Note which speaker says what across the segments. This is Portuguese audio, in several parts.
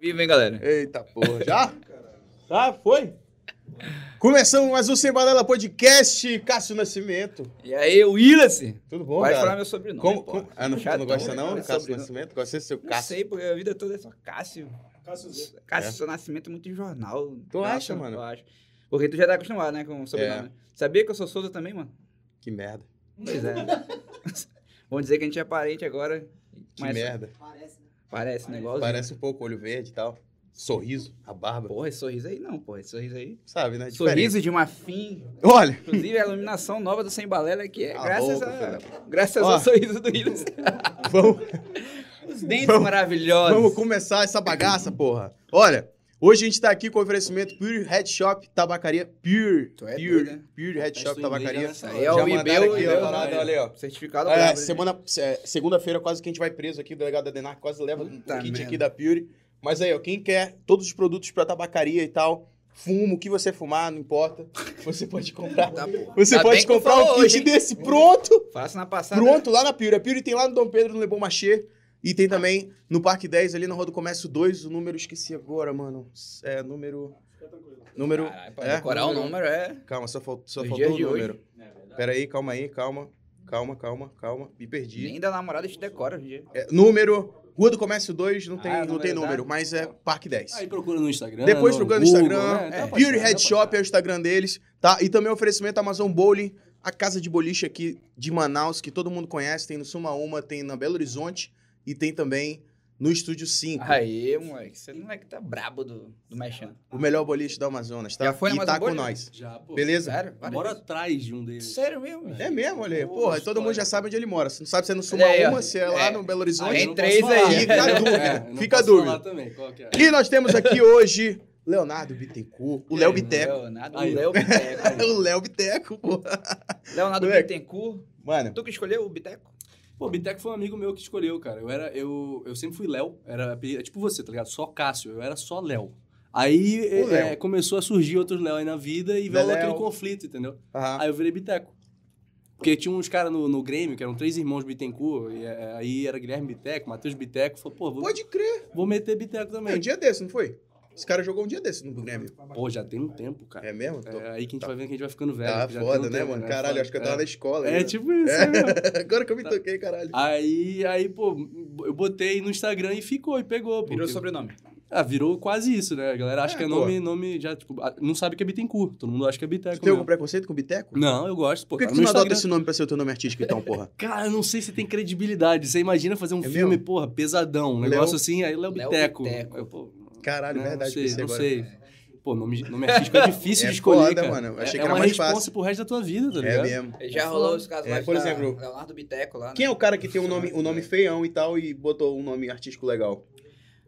Speaker 1: Vivo, hein, galera?
Speaker 2: Eita porra, já?
Speaker 3: Ah, foi?
Speaker 2: Começamos mais um Sem Balela Podcast, Cássio Nascimento.
Speaker 1: E aí, Willis?
Speaker 2: Tudo bom,
Speaker 1: Pode
Speaker 2: cara?
Speaker 1: falar meu sobrenome.
Speaker 2: Como-
Speaker 1: pô.
Speaker 2: como- Ah, não,
Speaker 1: Chatão,
Speaker 2: não gosta
Speaker 1: né,
Speaker 2: não?
Speaker 1: cara,
Speaker 2: Cássio
Speaker 1: sobrenome.
Speaker 2: Nascimento? Gosta desse seu
Speaker 1: Não
Speaker 2: Cássio?
Speaker 1: sei, porque a vida toda é só Cássio.
Speaker 3: Cássio Z.
Speaker 1: Cássio, seu nascimento é muito em jornal.
Speaker 2: Tu
Speaker 1: Eu
Speaker 2: acha,
Speaker 1: acho,
Speaker 2: mano? É.
Speaker 1: Eu acho. Porque tu já tá acostumado, né, com o sobrenome. Sabia que eu sou Souza também, mano?
Speaker 2: Que merda,
Speaker 1: Pois é. Vamos dizer que a gente é parente agora.
Speaker 2: que
Speaker 1: Mas-
Speaker 2: merda.
Speaker 1: Parece, negócio.
Speaker 2: Parece um pouco olho verde e tal. Sorriso, a barba.
Speaker 1: Porra, esse sorriso aí não, porra. Esse sorriso aí.
Speaker 2: Sabe, né? É diferente.
Speaker 1: Sorriso de Marfim.
Speaker 2: Olha,
Speaker 1: Inclusive, a iluminação nova do Sem Balela que é
Speaker 2: Cala a
Speaker 1: graças,
Speaker 2: boca,
Speaker 1: a, graças
Speaker 2: Tá Ó.
Speaker 1: ao sorriso do Willis.
Speaker 2: vamos,
Speaker 1: Os dentes
Speaker 2: Vamos-
Speaker 1: maravilhosos.
Speaker 2: Vamos começar essa bagaça, porra. Olha, hoje a gente tá aqui com o oferecimento Pure Head Shop Tabacaria. Pure.
Speaker 1: Tu é
Speaker 2: Pure,
Speaker 1: doido, né?
Speaker 2: Pure Head Shop Tabacaria.
Speaker 1: Isso aí é o
Speaker 2: mandaram
Speaker 1: Ibeu,
Speaker 2: aqui, ó,
Speaker 1: Ibeu
Speaker 2: a parada,
Speaker 1: nada,
Speaker 2: olha aí, ó.
Speaker 1: Certificado
Speaker 2: É,
Speaker 1: brabo, né?
Speaker 2: semana, é, segunda-feira quase que a gente vai preso aqui, o delegado da Denar quase leva um
Speaker 1: Puta
Speaker 2: kit
Speaker 1: merda.
Speaker 2: aqui da Pure. Mas aí, ó, quem quer todos os produtos pra tabacaria e tal, fumo, o que você fumar, não importa, você pode comprar.
Speaker 1: Tá bom.
Speaker 2: Você
Speaker 1: Ainda bem
Speaker 2: pode
Speaker 1: que tu
Speaker 2: comprar
Speaker 1: falou
Speaker 2: um kit
Speaker 1: hoje, hein? Uhum. Tá
Speaker 2: desse pronto
Speaker 1: Faça na passada.
Speaker 2: Pronto, lá na Piura. A Piura tem lá no Dom Pedro, no Le Bon Marché. E tem também no Parque 10, ali na Rua do Comércio 2, o número, esqueci agora, mano. É, número...
Speaker 3: Fica tranquilo.
Speaker 2: Número...
Speaker 1: Caralho, pra
Speaker 2: é,
Speaker 1: decorar o número é...
Speaker 2: Calma, só, falt- só
Speaker 1: Dos
Speaker 2: faltou
Speaker 1: dias
Speaker 2: o
Speaker 1: de hoje. É
Speaker 2: número. Pera aí, calma aí, calma. Calma, calma, calma. Me perdi.
Speaker 1: Nem da namorada te decora hoje em dia.
Speaker 2: É, número... Rua do Comércio 2, não
Speaker 1: Ah,
Speaker 2: tem, não
Speaker 1: número
Speaker 2: tem
Speaker 1: da-
Speaker 2: número, mas é Parque 10.
Speaker 4: Aí procura no Instagram.
Speaker 2: Depois
Speaker 4: no
Speaker 2: procura no
Speaker 1: Ah,
Speaker 4: Google,
Speaker 2: Instagram.
Speaker 4: né? Dá pra
Speaker 2: Pure
Speaker 4: achar, dá
Speaker 2: Head
Speaker 4: pra
Speaker 2: Shop
Speaker 4: achar.
Speaker 2: é o Instagram deles, tá? E também oferecimento Amazon Bowling, a casa de boliche aqui de Manaus, que todo mundo conhece, tem no Suma Uma, tem na Belo Horizonte e tem também no Estúdio 5.
Speaker 1: Aí, moleque. Você não é que tá brabo do, do mexendo.
Speaker 2: O melhor boliche do Amazonas, tá?
Speaker 1: Já foi no
Speaker 2: e tá
Speaker 1: Amazon
Speaker 2: com
Speaker 1: Bowling?
Speaker 2: nós.
Speaker 4: Já, pô.
Speaker 2: Beleza?
Speaker 1: Sério? Várias
Speaker 4: Bora
Speaker 1: vezes.
Speaker 4: atrás de um deles.
Speaker 1: Sério mesmo?
Speaker 2: É mesmo, olha aí. Porra, todo mundo já sabe onde ele mora. Se não sabe se é no Suma
Speaker 1: Olha aí, ó.
Speaker 2: Uma, se é lá
Speaker 1: É.
Speaker 2: no Belo
Speaker 4: Ah,
Speaker 2: Horizonte.
Speaker 4: eu
Speaker 1: Tem
Speaker 4: não
Speaker 1: três
Speaker 4: posso falar.
Speaker 1: aí.
Speaker 2: Fica a
Speaker 4: É,
Speaker 2: dúvida,
Speaker 4: eu não
Speaker 2: fica a
Speaker 4: posso
Speaker 2: dúvida.
Speaker 4: falar também, qual que é.
Speaker 2: E nós temos aqui hoje Leonardo Bittencourt,
Speaker 1: É,
Speaker 2: o Léo Biteco.
Speaker 1: Leonardo,
Speaker 4: Aí,
Speaker 1: o Léo Biteco.
Speaker 2: o Léo Biteco, porra.
Speaker 1: Leonardo
Speaker 2: Moleque.
Speaker 1: Bittencourt. É
Speaker 2: Mano,
Speaker 1: Tu que escolheu o Biteco?
Speaker 4: Pô, Biteco foi um amigo meu que escolheu, cara. Eu era, eu, eu sempre fui Léo. Era apelido- é tipo você, tá ligado? Só Cássio. Eu era só Léo. Aí
Speaker 2: O
Speaker 4: é,
Speaker 2: Léo.
Speaker 4: começou a surgir outros Léo aí na vida e veio
Speaker 2: Leléo.
Speaker 4: aquele conflito, entendeu?
Speaker 2: aham.
Speaker 4: Aí eu virei Biteco. Porque tinha uns caras no, no Grêmio, que eram três irmãos Bittencourt, e é, aí era Guilherme Biteco, Matheus Biteco, falou, pô, vou,
Speaker 2: pode crer.
Speaker 4: vou meter Biteco
Speaker 2: Foi um
Speaker 4: também.
Speaker 2: dia desse, não foi? Esse cara jogou um dia desse no Grêmio.
Speaker 4: Pô, já tem um tempo, cara.
Speaker 2: É mesmo? Tô-
Speaker 4: É aí que a gente vai vendo que a gente vai ficando velho.
Speaker 2: Ah,
Speaker 4: que já
Speaker 2: foda,
Speaker 4: tem um
Speaker 2: né,
Speaker 4: tempo,
Speaker 2: mano? Caralho, acho que eu tava na
Speaker 4: é.
Speaker 2: escola.
Speaker 4: É
Speaker 2: ainda.
Speaker 4: tipo Ah, isso, é. mesmo.
Speaker 2: Agora que eu me toquei, caralho.
Speaker 4: Aí, aí, pô, eu botei no Instagram e ficou, e pegou. pô.
Speaker 1: Virou sobrenome.
Speaker 4: Ah, virou quase isso, né? A galera acha
Speaker 2: É,
Speaker 4: que é
Speaker 2: pô.
Speaker 4: nome, nome já, tipo, ah, não sabe que é Bittencourt. Todo mundo acha que é
Speaker 2: Tu
Speaker 4: Biteco.
Speaker 2: tem algum
Speaker 4: mesmo.
Speaker 2: preconceito com Biteco?
Speaker 4: Não, eu gosto,
Speaker 2: Por
Speaker 4: pô.
Speaker 2: que,
Speaker 4: tá
Speaker 2: que tu não
Speaker 4: no meu
Speaker 2: adota
Speaker 4: Instagram.
Speaker 2: esse nome pra ser o teu nome artístico, então, porra?
Speaker 4: Cara, eu não sei se tem credibilidade. Você imagina fazer um
Speaker 2: É
Speaker 4: filme,
Speaker 2: mesmo?
Speaker 4: porra, pesadão, um
Speaker 2: Léo-
Speaker 4: negócio assim, aí Léo
Speaker 1: Léo
Speaker 4: Biteco.
Speaker 1: Biteco.
Speaker 4: Eu, pô, né,
Speaker 2: Caralho,
Speaker 4: não,
Speaker 2: verdade,
Speaker 4: não sei,
Speaker 2: pensei
Speaker 4: não
Speaker 2: agora.
Speaker 4: sei. Pô, nome, nome artístico é difícil
Speaker 2: É
Speaker 4: de escolher,
Speaker 2: foda,
Speaker 4: cara.
Speaker 2: mano. Eu
Speaker 4: É-
Speaker 2: achei que
Speaker 4: é
Speaker 2: era
Speaker 4: uma
Speaker 2: mais
Speaker 4: responsa
Speaker 2: fácil.
Speaker 4: pro resto da tua vida, tá
Speaker 2: É
Speaker 4: ligado?
Speaker 2: mesmo.
Speaker 1: Já rolou os casos
Speaker 2: É,
Speaker 1: lá
Speaker 2: por
Speaker 1: da-
Speaker 2: exemplo-
Speaker 1: Leonardo Biteco lá, né?
Speaker 2: Quem é o cara que tem um nome, um nome feião e tal e botou um nome artístico legal?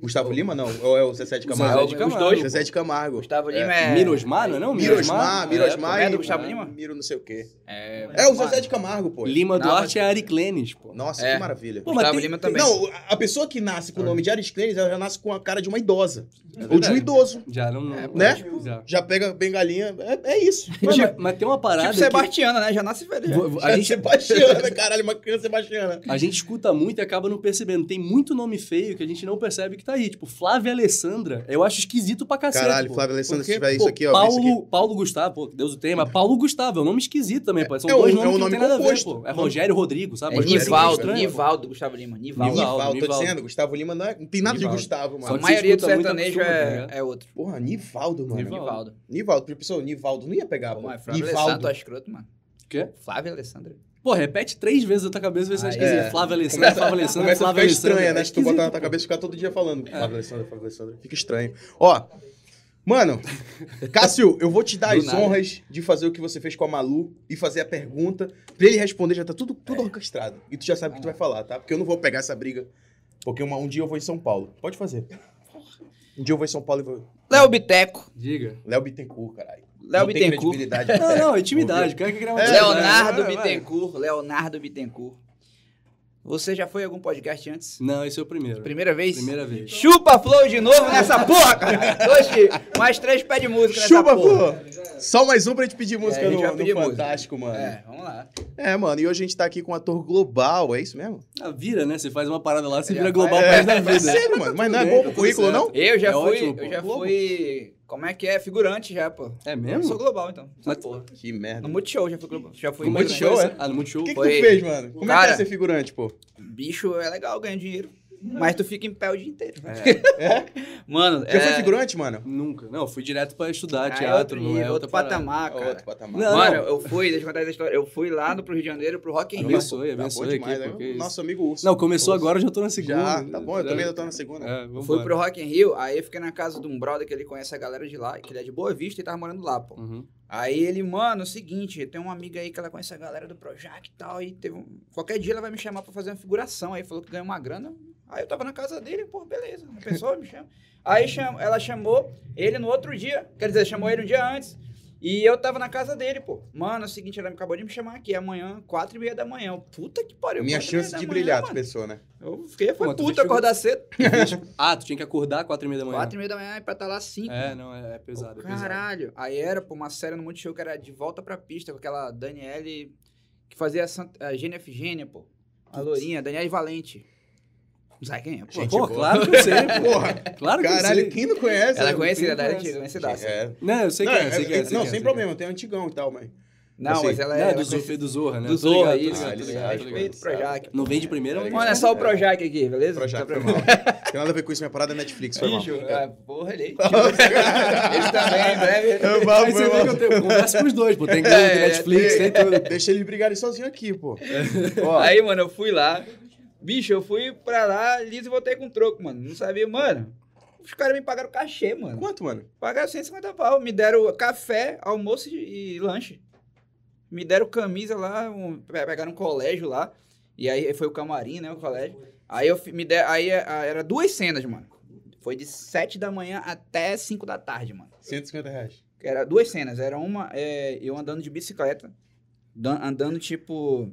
Speaker 2: Gustavo Lima, não? Ou é o Zezé de
Speaker 4: Zezé
Speaker 2: Camargo?
Speaker 4: de
Speaker 1: Os
Speaker 4: Camargo.
Speaker 1: dois,
Speaker 2: Zezé de Camargo.
Speaker 1: Gustavo
Speaker 2: É.
Speaker 1: Lima é...
Speaker 4: Mirosmar, não é não?
Speaker 2: Mirosmar,
Speaker 4: É,
Speaker 2: Mirosmar
Speaker 1: pô, é
Speaker 2: e...
Speaker 1: do Gustavo Lima?
Speaker 2: Miro não sei o quê.
Speaker 1: É,
Speaker 2: É o Zezé de Camargo, pô.
Speaker 4: Lima
Speaker 1: Não,
Speaker 4: Duarte
Speaker 1: mas-
Speaker 4: é Ari Clenis, pô.
Speaker 2: Nossa,
Speaker 1: É.
Speaker 2: que maravilha.
Speaker 4: Pô, mas
Speaker 1: Gustavo
Speaker 4: tem-
Speaker 1: Lima
Speaker 4: tem-
Speaker 1: também.
Speaker 2: Não, a pessoa que nasce com o nome de Aris Clenis, ela já nasce com a cara de uma idosa. ou de um
Speaker 4: É verdade.
Speaker 2: idoso.
Speaker 4: Já não.
Speaker 1: É,
Speaker 4: não-
Speaker 2: né?
Speaker 4: tipo, Já.
Speaker 2: Já pega bengalinha. É, é isso.
Speaker 4: Mas, mas- mas tem uma parada.
Speaker 1: Tipo Sebastiana, né? Já nasce velho.
Speaker 4: que...
Speaker 1: já.
Speaker 4: Vo- vo- Tipo,
Speaker 2: Tipo
Speaker 4: a, gente,
Speaker 2: é Sebastiana, caralho, uma criança Sebastiana.
Speaker 4: a gente escuta muito e acaba não percebendo. Tem muito nome feio que a gente não percebe que tá aí. Tipo, Flávia Alessandra, eu acho esquisito pra cacete.
Speaker 2: Caralho,
Speaker 4: pô.
Speaker 2: Flávio Alessandro, se
Speaker 4: Porque,
Speaker 2: tiver
Speaker 4: pô,
Speaker 2: isso aqui, ó. vê
Speaker 4: Paulo,
Speaker 2: isso aqui.
Speaker 4: Paulo Gustavo, pô, que Deus o tenha, mas Paulo Gustavo é um nome esquisito também, pô. São
Speaker 2: é um-
Speaker 4: dois
Speaker 2: é um
Speaker 4: nomes que não
Speaker 2: nome
Speaker 4: tem nada a ver,
Speaker 2: composto.
Speaker 4: pô. É Rogério Rodrigo,
Speaker 2: Tá
Speaker 4: sabe?
Speaker 1: É
Speaker 4: Umas coisas assim
Speaker 1: Nivaldo,
Speaker 4: estranhas, pô.
Speaker 1: Nivaldo, Gustavo Lima, Nivaldo.
Speaker 4: Nivaldo.
Speaker 2: Nivaldo, tô
Speaker 4: Nivaldo.
Speaker 2: dizendo. Gustavo Lima não, é- não tem nada
Speaker 4: Nivaldo.
Speaker 2: de Gustavo, mano.
Speaker 4: Só
Speaker 1: A
Speaker 4: que
Speaker 1: maioria do
Speaker 4: você escuta muito
Speaker 1: sertanejo
Speaker 4: absurdo, tá
Speaker 1: é,
Speaker 4: ligado?
Speaker 1: é outro.
Speaker 2: Porra, Nivaldo, mano.
Speaker 4: Nivaldo.
Speaker 2: Nivaldo.
Speaker 1: Nivaldo.
Speaker 2: Nivaldo, pessoal, Nivaldo não ia pegar,
Speaker 1: Pô,
Speaker 2: mano.
Speaker 1: mas Flávio Alessandro,
Speaker 2: Nivaldo.
Speaker 1: tu é escroto, mano.
Speaker 4: O quê?
Speaker 1: Flávio Alessandro.
Speaker 4: Pô, repete três vezes na tua cabeça, vê se é
Speaker 1: Aí,
Speaker 4: esquisito.
Speaker 2: é.
Speaker 4: Flávia Alessandra, Flávia Alessandra,
Speaker 2: Começa a
Speaker 4: Flávia
Speaker 2: ficar
Speaker 4: Alessandra.
Speaker 2: estranha, né?
Speaker 4: É
Speaker 2: Se tu botar na
Speaker 4: esquisito,
Speaker 2: tua
Speaker 4: pô.
Speaker 2: cabeça, ficar todo dia
Speaker 1: É.
Speaker 2: falando. Flávio Alessandro, Flávio Alessandro. Fica estranho. Ó, mano, Cássio, eu vou te dar
Speaker 1: Do
Speaker 2: as
Speaker 1: nada.
Speaker 2: honras de fazer o que você fez com a Malu e fazer a pergunta. Pra ele responder, já tá tudo, tudo
Speaker 1: É.
Speaker 2: orquestrado. E tu já sabe o que tu vai falar, tá? Porque eu não vou pegar essa briga. Porque uma- um dia eu vou em São Paulo. Pode fazer. Um dia eu vou em São Paulo e vou.
Speaker 1: Léo Biteco.
Speaker 4: Diga.
Speaker 2: Léo Bittencourt, caralho.
Speaker 1: Léo
Speaker 2: Não tem
Speaker 1: Bittencourt.
Speaker 2: credibilidade.
Speaker 4: Não, não, é intimidade. Quero que grava
Speaker 2: É,
Speaker 4: intimidade.
Speaker 1: Leonardo
Speaker 4: Vai, vai.
Speaker 1: Bittencourt. Leonardo Bittencourt. Você já foi em algum podcast antes?
Speaker 4: Não, esse é o primeiro.
Speaker 1: Primeira vez?
Speaker 4: Primeira vez.
Speaker 1: Chupa flow de novo nessa porra, cara. Oxi, mais três pés de música nessa
Speaker 2: Chupa,
Speaker 1: porra.
Speaker 2: pô! Só mais um pra gente pedir música
Speaker 1: É, a gente
Speaker 2: no,
Speaker 1: vai
Speaker 2: no
Speaker 1: pedir música.
Speaker 2: Fantástico, mano.
Speaker 1: É, vamos lá.
Speaker 2: É. mano, e hoje a gente tá aqui com um ator global, é isso mesmo?
Speaker 4: Ah, vira, né? Você faz uma parada lá, você
Speaker 1: Já
Speaker 4: vira global
Speaker 1: faz-
Speaker 4: pra resto da
Speaker 2: É
Speaker 4: vida.
Speaker 2: sério, mano, mas não é
Speaker 4: tudo
Speaker 2: bom pro
Speaker 4: bem, tá tudo
Speaker 2: currículo,
Speaker 4: certo.
Speaker 2: não?
Speaker 1: Eu já
Speaker 4: É
Speaker 1: fui,
Speaker 4: ótimo, pô.
Speaker 1: eu já
Speaker 4: Globo.
Speaker 1: fui, como é que é, figurante já, pô. Eu
Speaker 4: É
Speaker 1: sou
Speaker 4: mesmo?
Speaker 1: global, então.
Speaker 4: Mas-
Speaker 1: Porra.
Speaker 2: Que merda.
Speaker 1: No Multishow já fui global. Já fui
Speaker 4: Como é que
Speaker 2: Multishow,
Speaker 4: foi
Speaker 2: é?
Speaker 4: essa- Ah, no Multishow.
Speaker 2: O que, que tu
Speaker 1: Foi-
Speaker 2: fez, mano? Como é que é
Speaker 1: Cara-
Speaker 2: ser figurante, pô?
Speaker 1: Bicho é legal, ganha dinheiro. Mas tu fica em pé o dia inteiro.
Speaker 2: É?
Speaker 1: Mano,
Speaker 2: Já
Speaker 1: é...
Speaker 2: foi figurante, mano?
Speaker 4: Nunca. Não, eu fui direto pra estudar
Speaker 1: Ah, é
Speaker 4: teatro,
Speaker 1: outro
Speaker 4: não
Speaker 1: nível,
Speaker 4: é outra
Speaker 1: outro
Speaker 2: tá
Speaker 4: parada. É
Speaker 1: patamar, cara.
Speaker 2: Outro patamar.
Speaker 4: Não,
Speaker 1: Mano, eu fui, deixa eu contar essa história. Eu fui lá no pro Rio de Janeiro, pro Rock in Rio.
Speaker 4: Abençoe,
Speaker 2: Tá bom
Speaker 4: abençoe
Speaker 2: demais,
Speaker 4: aqui,
Speaker 2: né?
Speaker 4: porque isso-
Speaker 2: Nosso amigo Urso.
Speaker 4: Não, começou
Speaker 2: Urso.
Speaker 4: agora, eu já tô na segunda.
Speaker 2: Já, tá bom, eu também já tô na segunda.
Speaker 4: É, vamos
Speaker 1: Fui pro Rock in Rio, aí eu fiquei na casa de um brother que ele conhece a galera de lá, que ele é de Boa Vista e tava morando lá, pô.
Speaker 4: Uhum.
Speaker 1: Aí ele, mano, é o seguinte, tem uma amiga aí que ela conhece a galera do Projac e tal, e teve um... qualquer dia ela vai me chamar pra fazer uma figuração, aí falou que ganhou uma grana. Aí eu tava na casa dele, pô, beleza, a pessoa me chama. Aí cham... ela chamou ele no outro dia, quer dizer, chamou ele um dia antes, e eu tava na casa dele, pô. Mano, é o seguinte, ela acabou de me chamar aqui, amanhã, quatro e meia da manhã. Eu, Puta que
Speaker 4: é,
Speaker 1: pariu.
Speaker 2: Minha
Speaker 1: quatro e meia
Speaker 2: chance
Speaker 1: da
Speaker 2: de
Speaker 1: manhã,
Speaker 2: brilhar, tu
Speaker 1: mano.
Speaker 2: pensou, né?
Speaker 1: Eu fiquei, foi
Speaker 4: Pô, tu
Speaker 1: puta,
Speaker 4: fez
Speaker 1: acordar cedo.
Speaker 4: Ah, tu tinha que acordar às quatro e meia da manhã.
Speaker 1: Quatro e meia da manhã e pra estar lá cinco.
Speaker 4: É, não, é, é pesado.
Speaker 1: Pô,
Speaker 4: é pesado.
Speaker 1: Caralho. Aí era pra uma série no Multishow que era De Volta Pra Pista, com aquela Daniele que fazia eh, a, Santa, a Gênia Efigênia, pô. A lourinha, Daniele Valente. Não sabe quem é, pô.
Speaker 2: Gente
Speaker 4: Pô,
Speaker 2: boa.
Speaker 4: claro que eu sei, pô.
Speaker 2: Porra,
Speaker 4: É, Claro que eu sei.
Speaker 2: caralho, quem não conhece?
Speaker 1: Ela é
Speaker 2: né?
Speaker 1: conhecida,
Speaker 4: quem
Speaker 1: da
Speaker 4: conhece?
Speaker 1: antiga, conhecidaça.
Speaker 2: É.
Speaker 4: Não, eu sei
Speaker 2: Não,
Speaker 4: quem é, eu sei
Speaker 2: é-
Speaker 4: quem é.
Speaker 2: é-
Speaker 4: sei
Speaker 2: não,
Speaker 4: quem
Speaker 2: sem
Speaker 4: é, sei
Speaker 2: problema, tem antigão e tal, mas.
Speaker 1: Não,
Speaker 2: assim,
Speaker 1: mas ela
Speaker 4: Quem é. Não,
Speaker 1: é...
Speaker 4: é do,
Speaker 1: ela
Speaker 4: Zo-
Speaker 1: conhecida-
Speaker 4: do Zorra, né?
Speaker 1: Do
Speaker 4: Tô ligado,
Speaker 1: Zorra,
Speaker 4: tô
Speaker 1: isso.
Speaker 4: ligado, tô
Speaker 2: eles
Speaker 4: ligado,
Speaker 2: acham,
Speaker 4: tô ligado.
Speaker 1: Respeito,
Speaker 2: eles
Speaker 1: Projac.
Speaker 4: Não vem de primeira,
Speaker 2: Tá
Speaker 4: mas...
Speaker 1: Mano, é só o
Speaker 2: É.
Speaker 1: Projac aqui, beleza?
Speaker 4: tá
Speaker 2: Projeto,
Speaker 1: Só
Speaker 2: foi
Speaker 1: pra-
Speaker 2: mal. Tem nada a ver com isso, minha parada é Netflix, foi mal.
Speaker 1: Bicho, é, porra, ele... Eles também, em breve...
Speaker 2: Foi mal,
Speaker 4: Aí
Speaker 2: É, foi
Speaker 4: você vê que
Speaker 2: mal.
Speaker 4: eu tenho... Conversa com os dois, pô. Tem Globo, tem
Speaker 1: É,
Speaker 4: Netflix, tem tudo.
Speaker 2: Deixa eles brigarem sozinhos aqui, pô. Ó,
Speaker 1: Aí, mano, eu fui lá. Bicho, eu fui pra lá, liso e voltei com troco, mano. Não sabia, mano. Os caras me pagaram cachê, mano.
Speaker 2: Quanto, mano?
Speaker 1: Pagaram 150 pau. Me deram café, almoço e e lanche. Me deram camisa lá, um, pe- pegaram um colégio lá. E aí foi o camarim, né? O colégio. Aí eu fi- me der, aí é, ah, era duas cenas, mano. Foi de 7 da manhã até 5 da tarde, mano.
Speaker 2: 150 reais.
Speaker 1: Era duas cenas. Era uma, é, eu andando de bicicleta. dan- Andando tipo.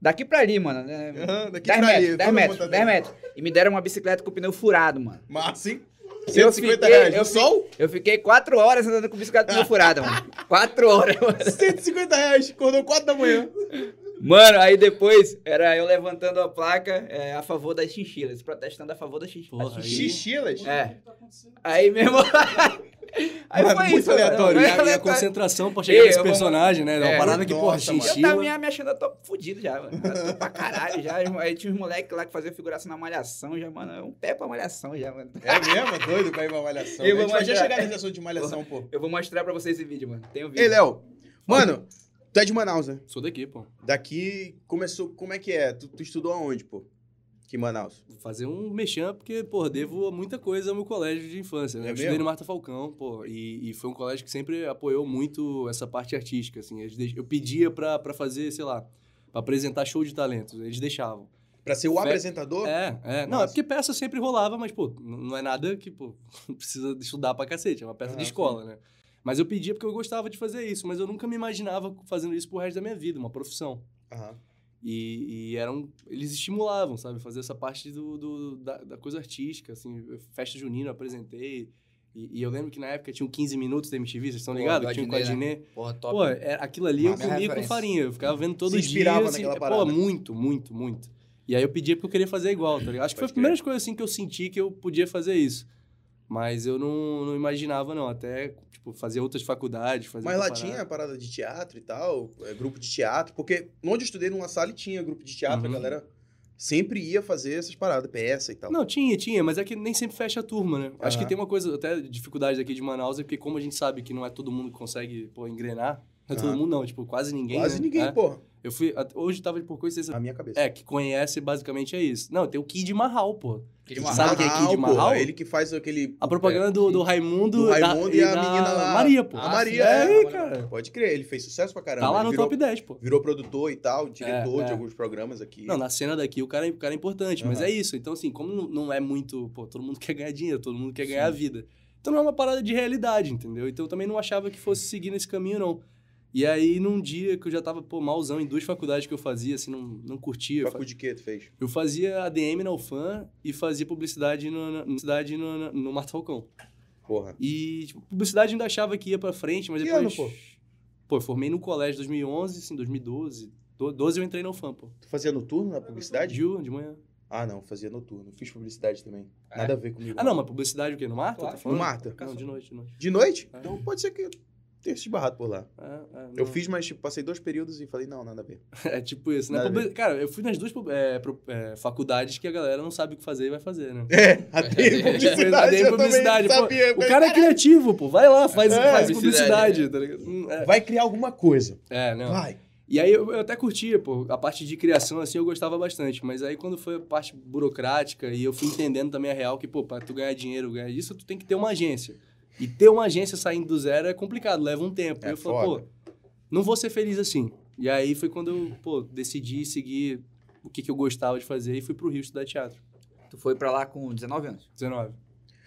Speaker 1: Daqui pra ali, mano. Né?
Speaker 2: Aham, daqui
Speaker 1: 10
Speaker 2: pra ali,
Speaker 1: metros, 10
Speaker 2: todo
Speaker 1: metros,
Speaker 2: mundo tá
Speaker 1: 10
Speaker 2: dentro.
Speaker 1: metros. E me deram uma bicicleta com o pneu furado, mano.
Speaker 2: Massa, hein?
Speaker 1: Eu
Speaker 2: 150
Speaker 1: fiquei-
Speaker 2: reais.
Speaker 1: eu
Speaker 2: no sol?
Speaker 1: Eu fiquei quatro horas andando com bicicleta com pneu furado, mano. Quatro horas, mano.
Speaker 2: 150 reais. Acordou 4 da manhã.
Speaker 1: Mano, aí depois era eu levantando a placa é, a favor das chinchilas, protestando a favor das chinchilas.
Speaker 4: Porra,
Speaker 1: As chinchilas.
Speaker 2: Xixilas?
Speaker 1: É. Aí mesmo. aí
Speaker 2: Mano,
Speaker 1: foi
Speaker 2: muito
Speaker 1: isso. mano.
Speaker 2: aleatório.
Speaker 4: um
Speaker 2: né?
Speaker 1: Foi
Speaker 4: E a, e a
Speaker 1: aleatório. É,
Speaker 4: concentração pra
Speaker 1: Ei,
Speaker 4: chegar nesse
Speaker 1: eu vou-
Speaker 4: personagem, né? É
Speaker 1: É.
Speaker 4: uma parada que, porra,
Speaker 2: Nossa, mano.
Speaker 1: Eu
Speaker 4: xixi...
Speaker 1: tava, minha, minha agenda tô fudido já, mano. Eu tô pra caralho já. Aí tinha uns moleques lá que faziam figuração na malhação já, mano. É um pé pra malhação já, mano.
Speaker 2: É mesmo? É Doido pra ir pra malhação. né?
Speaker 1: Eu
Speaker 2: Eu
Speaker 1: vou
Speaker 2: vou já
Speaker 1: mostrar.
Speaker 2: chegar nesse assunto de malhação, pô.
Speaker 1: Eu vou mostrar pra vocês esse vídeo, mano. Tem o vídeo.
Speaker 2: Ei, Léo. Mano, tu é de Manaus, né?
Speaker 4: Sou daqui, pô.
Speaker 2: Daqui começou. Como é que é? Tu, tu estudou aonde, pô? Que Manaus.
Speaker 4: Vou fazer um mexão, porque, pô, devo muita coisa ao meu colégio de infância, né?
Speaker 2: É
Speaker 4: eu estudei
Speaker 2: mesmo?
Speaker 4: no Marta Falcão, pô, e, e foi um colégio que sempre apoiou muito essa parte artística, assim. Eles deix- Eu pedia pra, pra fazer, sei lá, pra apresentar show de talentos, eles deixavam.
Speaker 2: Pra ser o
Speaker 4: Fe-
Speaker 2: apresentador?
Speaker 4: É, é. Não,
Speaker 2: Nossa.
Speaker 4: é porque peça sempre rolava, mas, pô, n- não é nada que, pô, precisa estudar pra cacete, é uma peça
Speaker 2: Ah,
Speaker 4: de escola, né? Mas eu pedia porque eu gostava de fazer isso, mas eu nunca me imaginava fazendo isso pro resto da minha vida, uma profissão.
Speaker 2: Aham.
Speaker 4: E, e eram. Eles estimulavam, sabe? Fazer essa parte do, do- da, da coisa artística, assim. Festa junina, eu apresentei. E, e eu lembro que na época tinha um 15 minutos da MTV, vocês estão
Speaker 1: Pô,
Speaker 4: ligados?
Speaker 1: Godinei,
Speaker 4: Tinha um com a Dinê.
Speaker 1: Porra, top.
Speaker 2: um.
Speaker 4: Pô, é- aquilo ali eu
Speaker 2: Massa.
Speaker 4: comia com
Speaker 1: Referência.
Speaker 4: farinha. Eu ficava vendo todos
Speaker 2: Se
Speaker 4: os
Speaker 2: inspirava
Speaker 4: dias.
Speaker 2: naquela
Speaker 4: e,
Speaker 2: parada.
Speaker 4: é, Pô, muito, muito, muito. E aí eu pedia porque eu queria fazer igual, tá ligado? Acho que foi a
Speaker 2: Pode
Speaker 4: primeira coisa assim que eu senti que eu podia fazer isso. Mas eu não, não imaginava, não. Até, tipo, fazer outras faculdades, fazer
Speaker 2: Mas
Speaker 4: outra
Speaker 2: lá tinha
Speaker 4: parada.
Speaker 2: parada de teatro e tal, é, grupo de teatro, porque onde eu estudei numa sala e tinha grupo de teatro,
Speaker 4: Uhum.
Speaker 2: a galera sempre ia fazer essas paradas, peça e tal.
Speaker 4: Não, tinha, tinha, mas é que nem sempre fecha a turma, né? Acho que
Speaker 2: Aham.
Speaker 4: tem uma coisa, até dificuldade aqui de Manaus, é porque como a gente sabe que não é todo mundo que consegue, pô, engrenar, não é todo
Speaker 2: Aham.
Speaker 4: mundo não, tipo, quase ninguém,
Speaker 2: Quase
Speaker 4: né?
Speaker 2: ninguém,
Speaker 4: É.
Speaker 2: porra.
Speaker 4: Eu fui, at- hoje tava de por coincidência,
Speaker 2: Na minha cabeça.
Speaker 4: é, que conhece basicamente é isso. Não, tem o Kid Marral, pô.
Speaker 1: Que de
Speaker 4: tu
Speaker 1: uma
Speaker 4: sabe
Speaker 1: raiva.
Speaker 4: quem é Kid
Speaker 2: Marral, porra,
Speaker 4: Marral?
Speaker 2: Ele que faz aquele.
Speaker 4: A propaganda do, do Raimundo,
Speaker 2: É, Do
Speaker 4: da-
Speaker 2: Raimundo e a
Speaker 4: da
Speaker 2: menina lá.
Speaker 4: Maria, pô.
Speaker 2: A Maria,
Speaker 1: Ah,
Speaker 4: é,
Speaker 2: é.
Speaker 4: cara.
Speaker 2: Pode crer, ele fez sucesso pra caramba.
Speaker 4: Tá lá
Speaker 2: ele
Speaker 4: no
Speaker 2: virou,
Speaker 4: top 10, pô.
Speaker 2: Virou produtor e tal, diretor
Speaker 4: É,
Speaker 2: de
Speaker 4: é.
Speaker 2: alguns programas aqui.
Speaker 4: Não, na cena daqui o cara, é- o cara é importante, mas
Speaker 2: Aham.
Speaker 4: é isso. Então, assim, como não- não é muito. Pô, todo mundo quer ganhar dinheiro, todo mundo quer ganhar vida. Então não é uma parada de realidade, entendeu? Então eu também não achava que fosse seguir nesse caminho, não. E aí, num dia que eu já tava, pô, malzão em duas faculdades que eu fazia, assim, não, não curtia. Eu, fa-
Speaker 2: Facu de quê tu fez?
Speaker 4: eu fazia ADM na UFAM e fazia publicidade no, na, publicidade no, na- no Marta Falcão.
Speaker 2: Porra.
Speaker 4: E, tipo, publicidade eu ainda achava que ia pra frente, mas
Speaker 2: Que
Speaker 4: depois...
Speaker 2: ano, pô?
Speaker 4: Pô, eu formei no colégio em 2011, assim, 2012. Do- 12 eu entrei na UFAM, pô.
Speaker 2: Tu fazia noturno na publicidade?
Speaker 4: Ju, de manhã.
Speaker 2: Ah, não, fazia noturno. Fiz publicidade também.
Speaker 1: É?
Speaker 2: Nada a ver comigo.
Speaker 4: Ah, não, mas publicidade o quê? No Marta?
Speaker 1: Claro.
Speaker 4: Tá
Speaker 2: No
Speaker 4: falando?
Speaker 2: Marta.
Speaker 4: Não, de noite, de noite.
Speaker 2: De noite?
Speaker 4: É.
Speaker 2: Então pode ser que eu tenha se esbarrado por lá.
Speaker 4: É, é,
Speaker 2: Eu
Speaker 4: não.
Speaker 2: fiz, mas tipo, passei dois períodos e falei, não, nada a ver.
Speaker 4: É tipo isso, né?
Speaker 2: Nada a
Speaker 4: Publi- Cara, eu fui nas duas pub- é, pro- é, faculdades que a galera não sabe o que fazer e vai fazer, né?
Speaker 2: É, até
Speaker 4: Até
Speaker 2: publicidade. eu também
Speaker 4: publicidade, pô.
Speaker 2: sabia,
Speaker 4: O cara é criativo, pô. Vai lá, faz,
Speaker 2: É,
Speaker 4: faz
Speaker 3: publicidade,
Speaker 4: publicidade, tá ligado? Hum, É,
Speaker 2: Vai criar alguma coisa.
Speaker 4: É, não.
Speaker 2: Vai.
Speaker 4: E aí eu, eu até curtia, pô. A parte de criação, assim, eu gostava bastante. Mas aí quando foi a parte burocrática e eu fui entendendo também a real que, pô, pra tu ganhar dinheiro, ganhar isso, tu tem que ter uma agência. E ter uma agência saindo do zero é complicado, leva um tempo.
Speaker 2: É
Speaker 4: e eu falei,
Speaker 2: foda.
Speaker 4: pô, não vou ser feliz assim. E aí foi quando eu, pô, decidi seguir o que, que eu gostava de fazer e fui pro Rio estudar teatro.
Speaker 1: Tu foi pra lá com 19 anos?
Speaker 4: 19.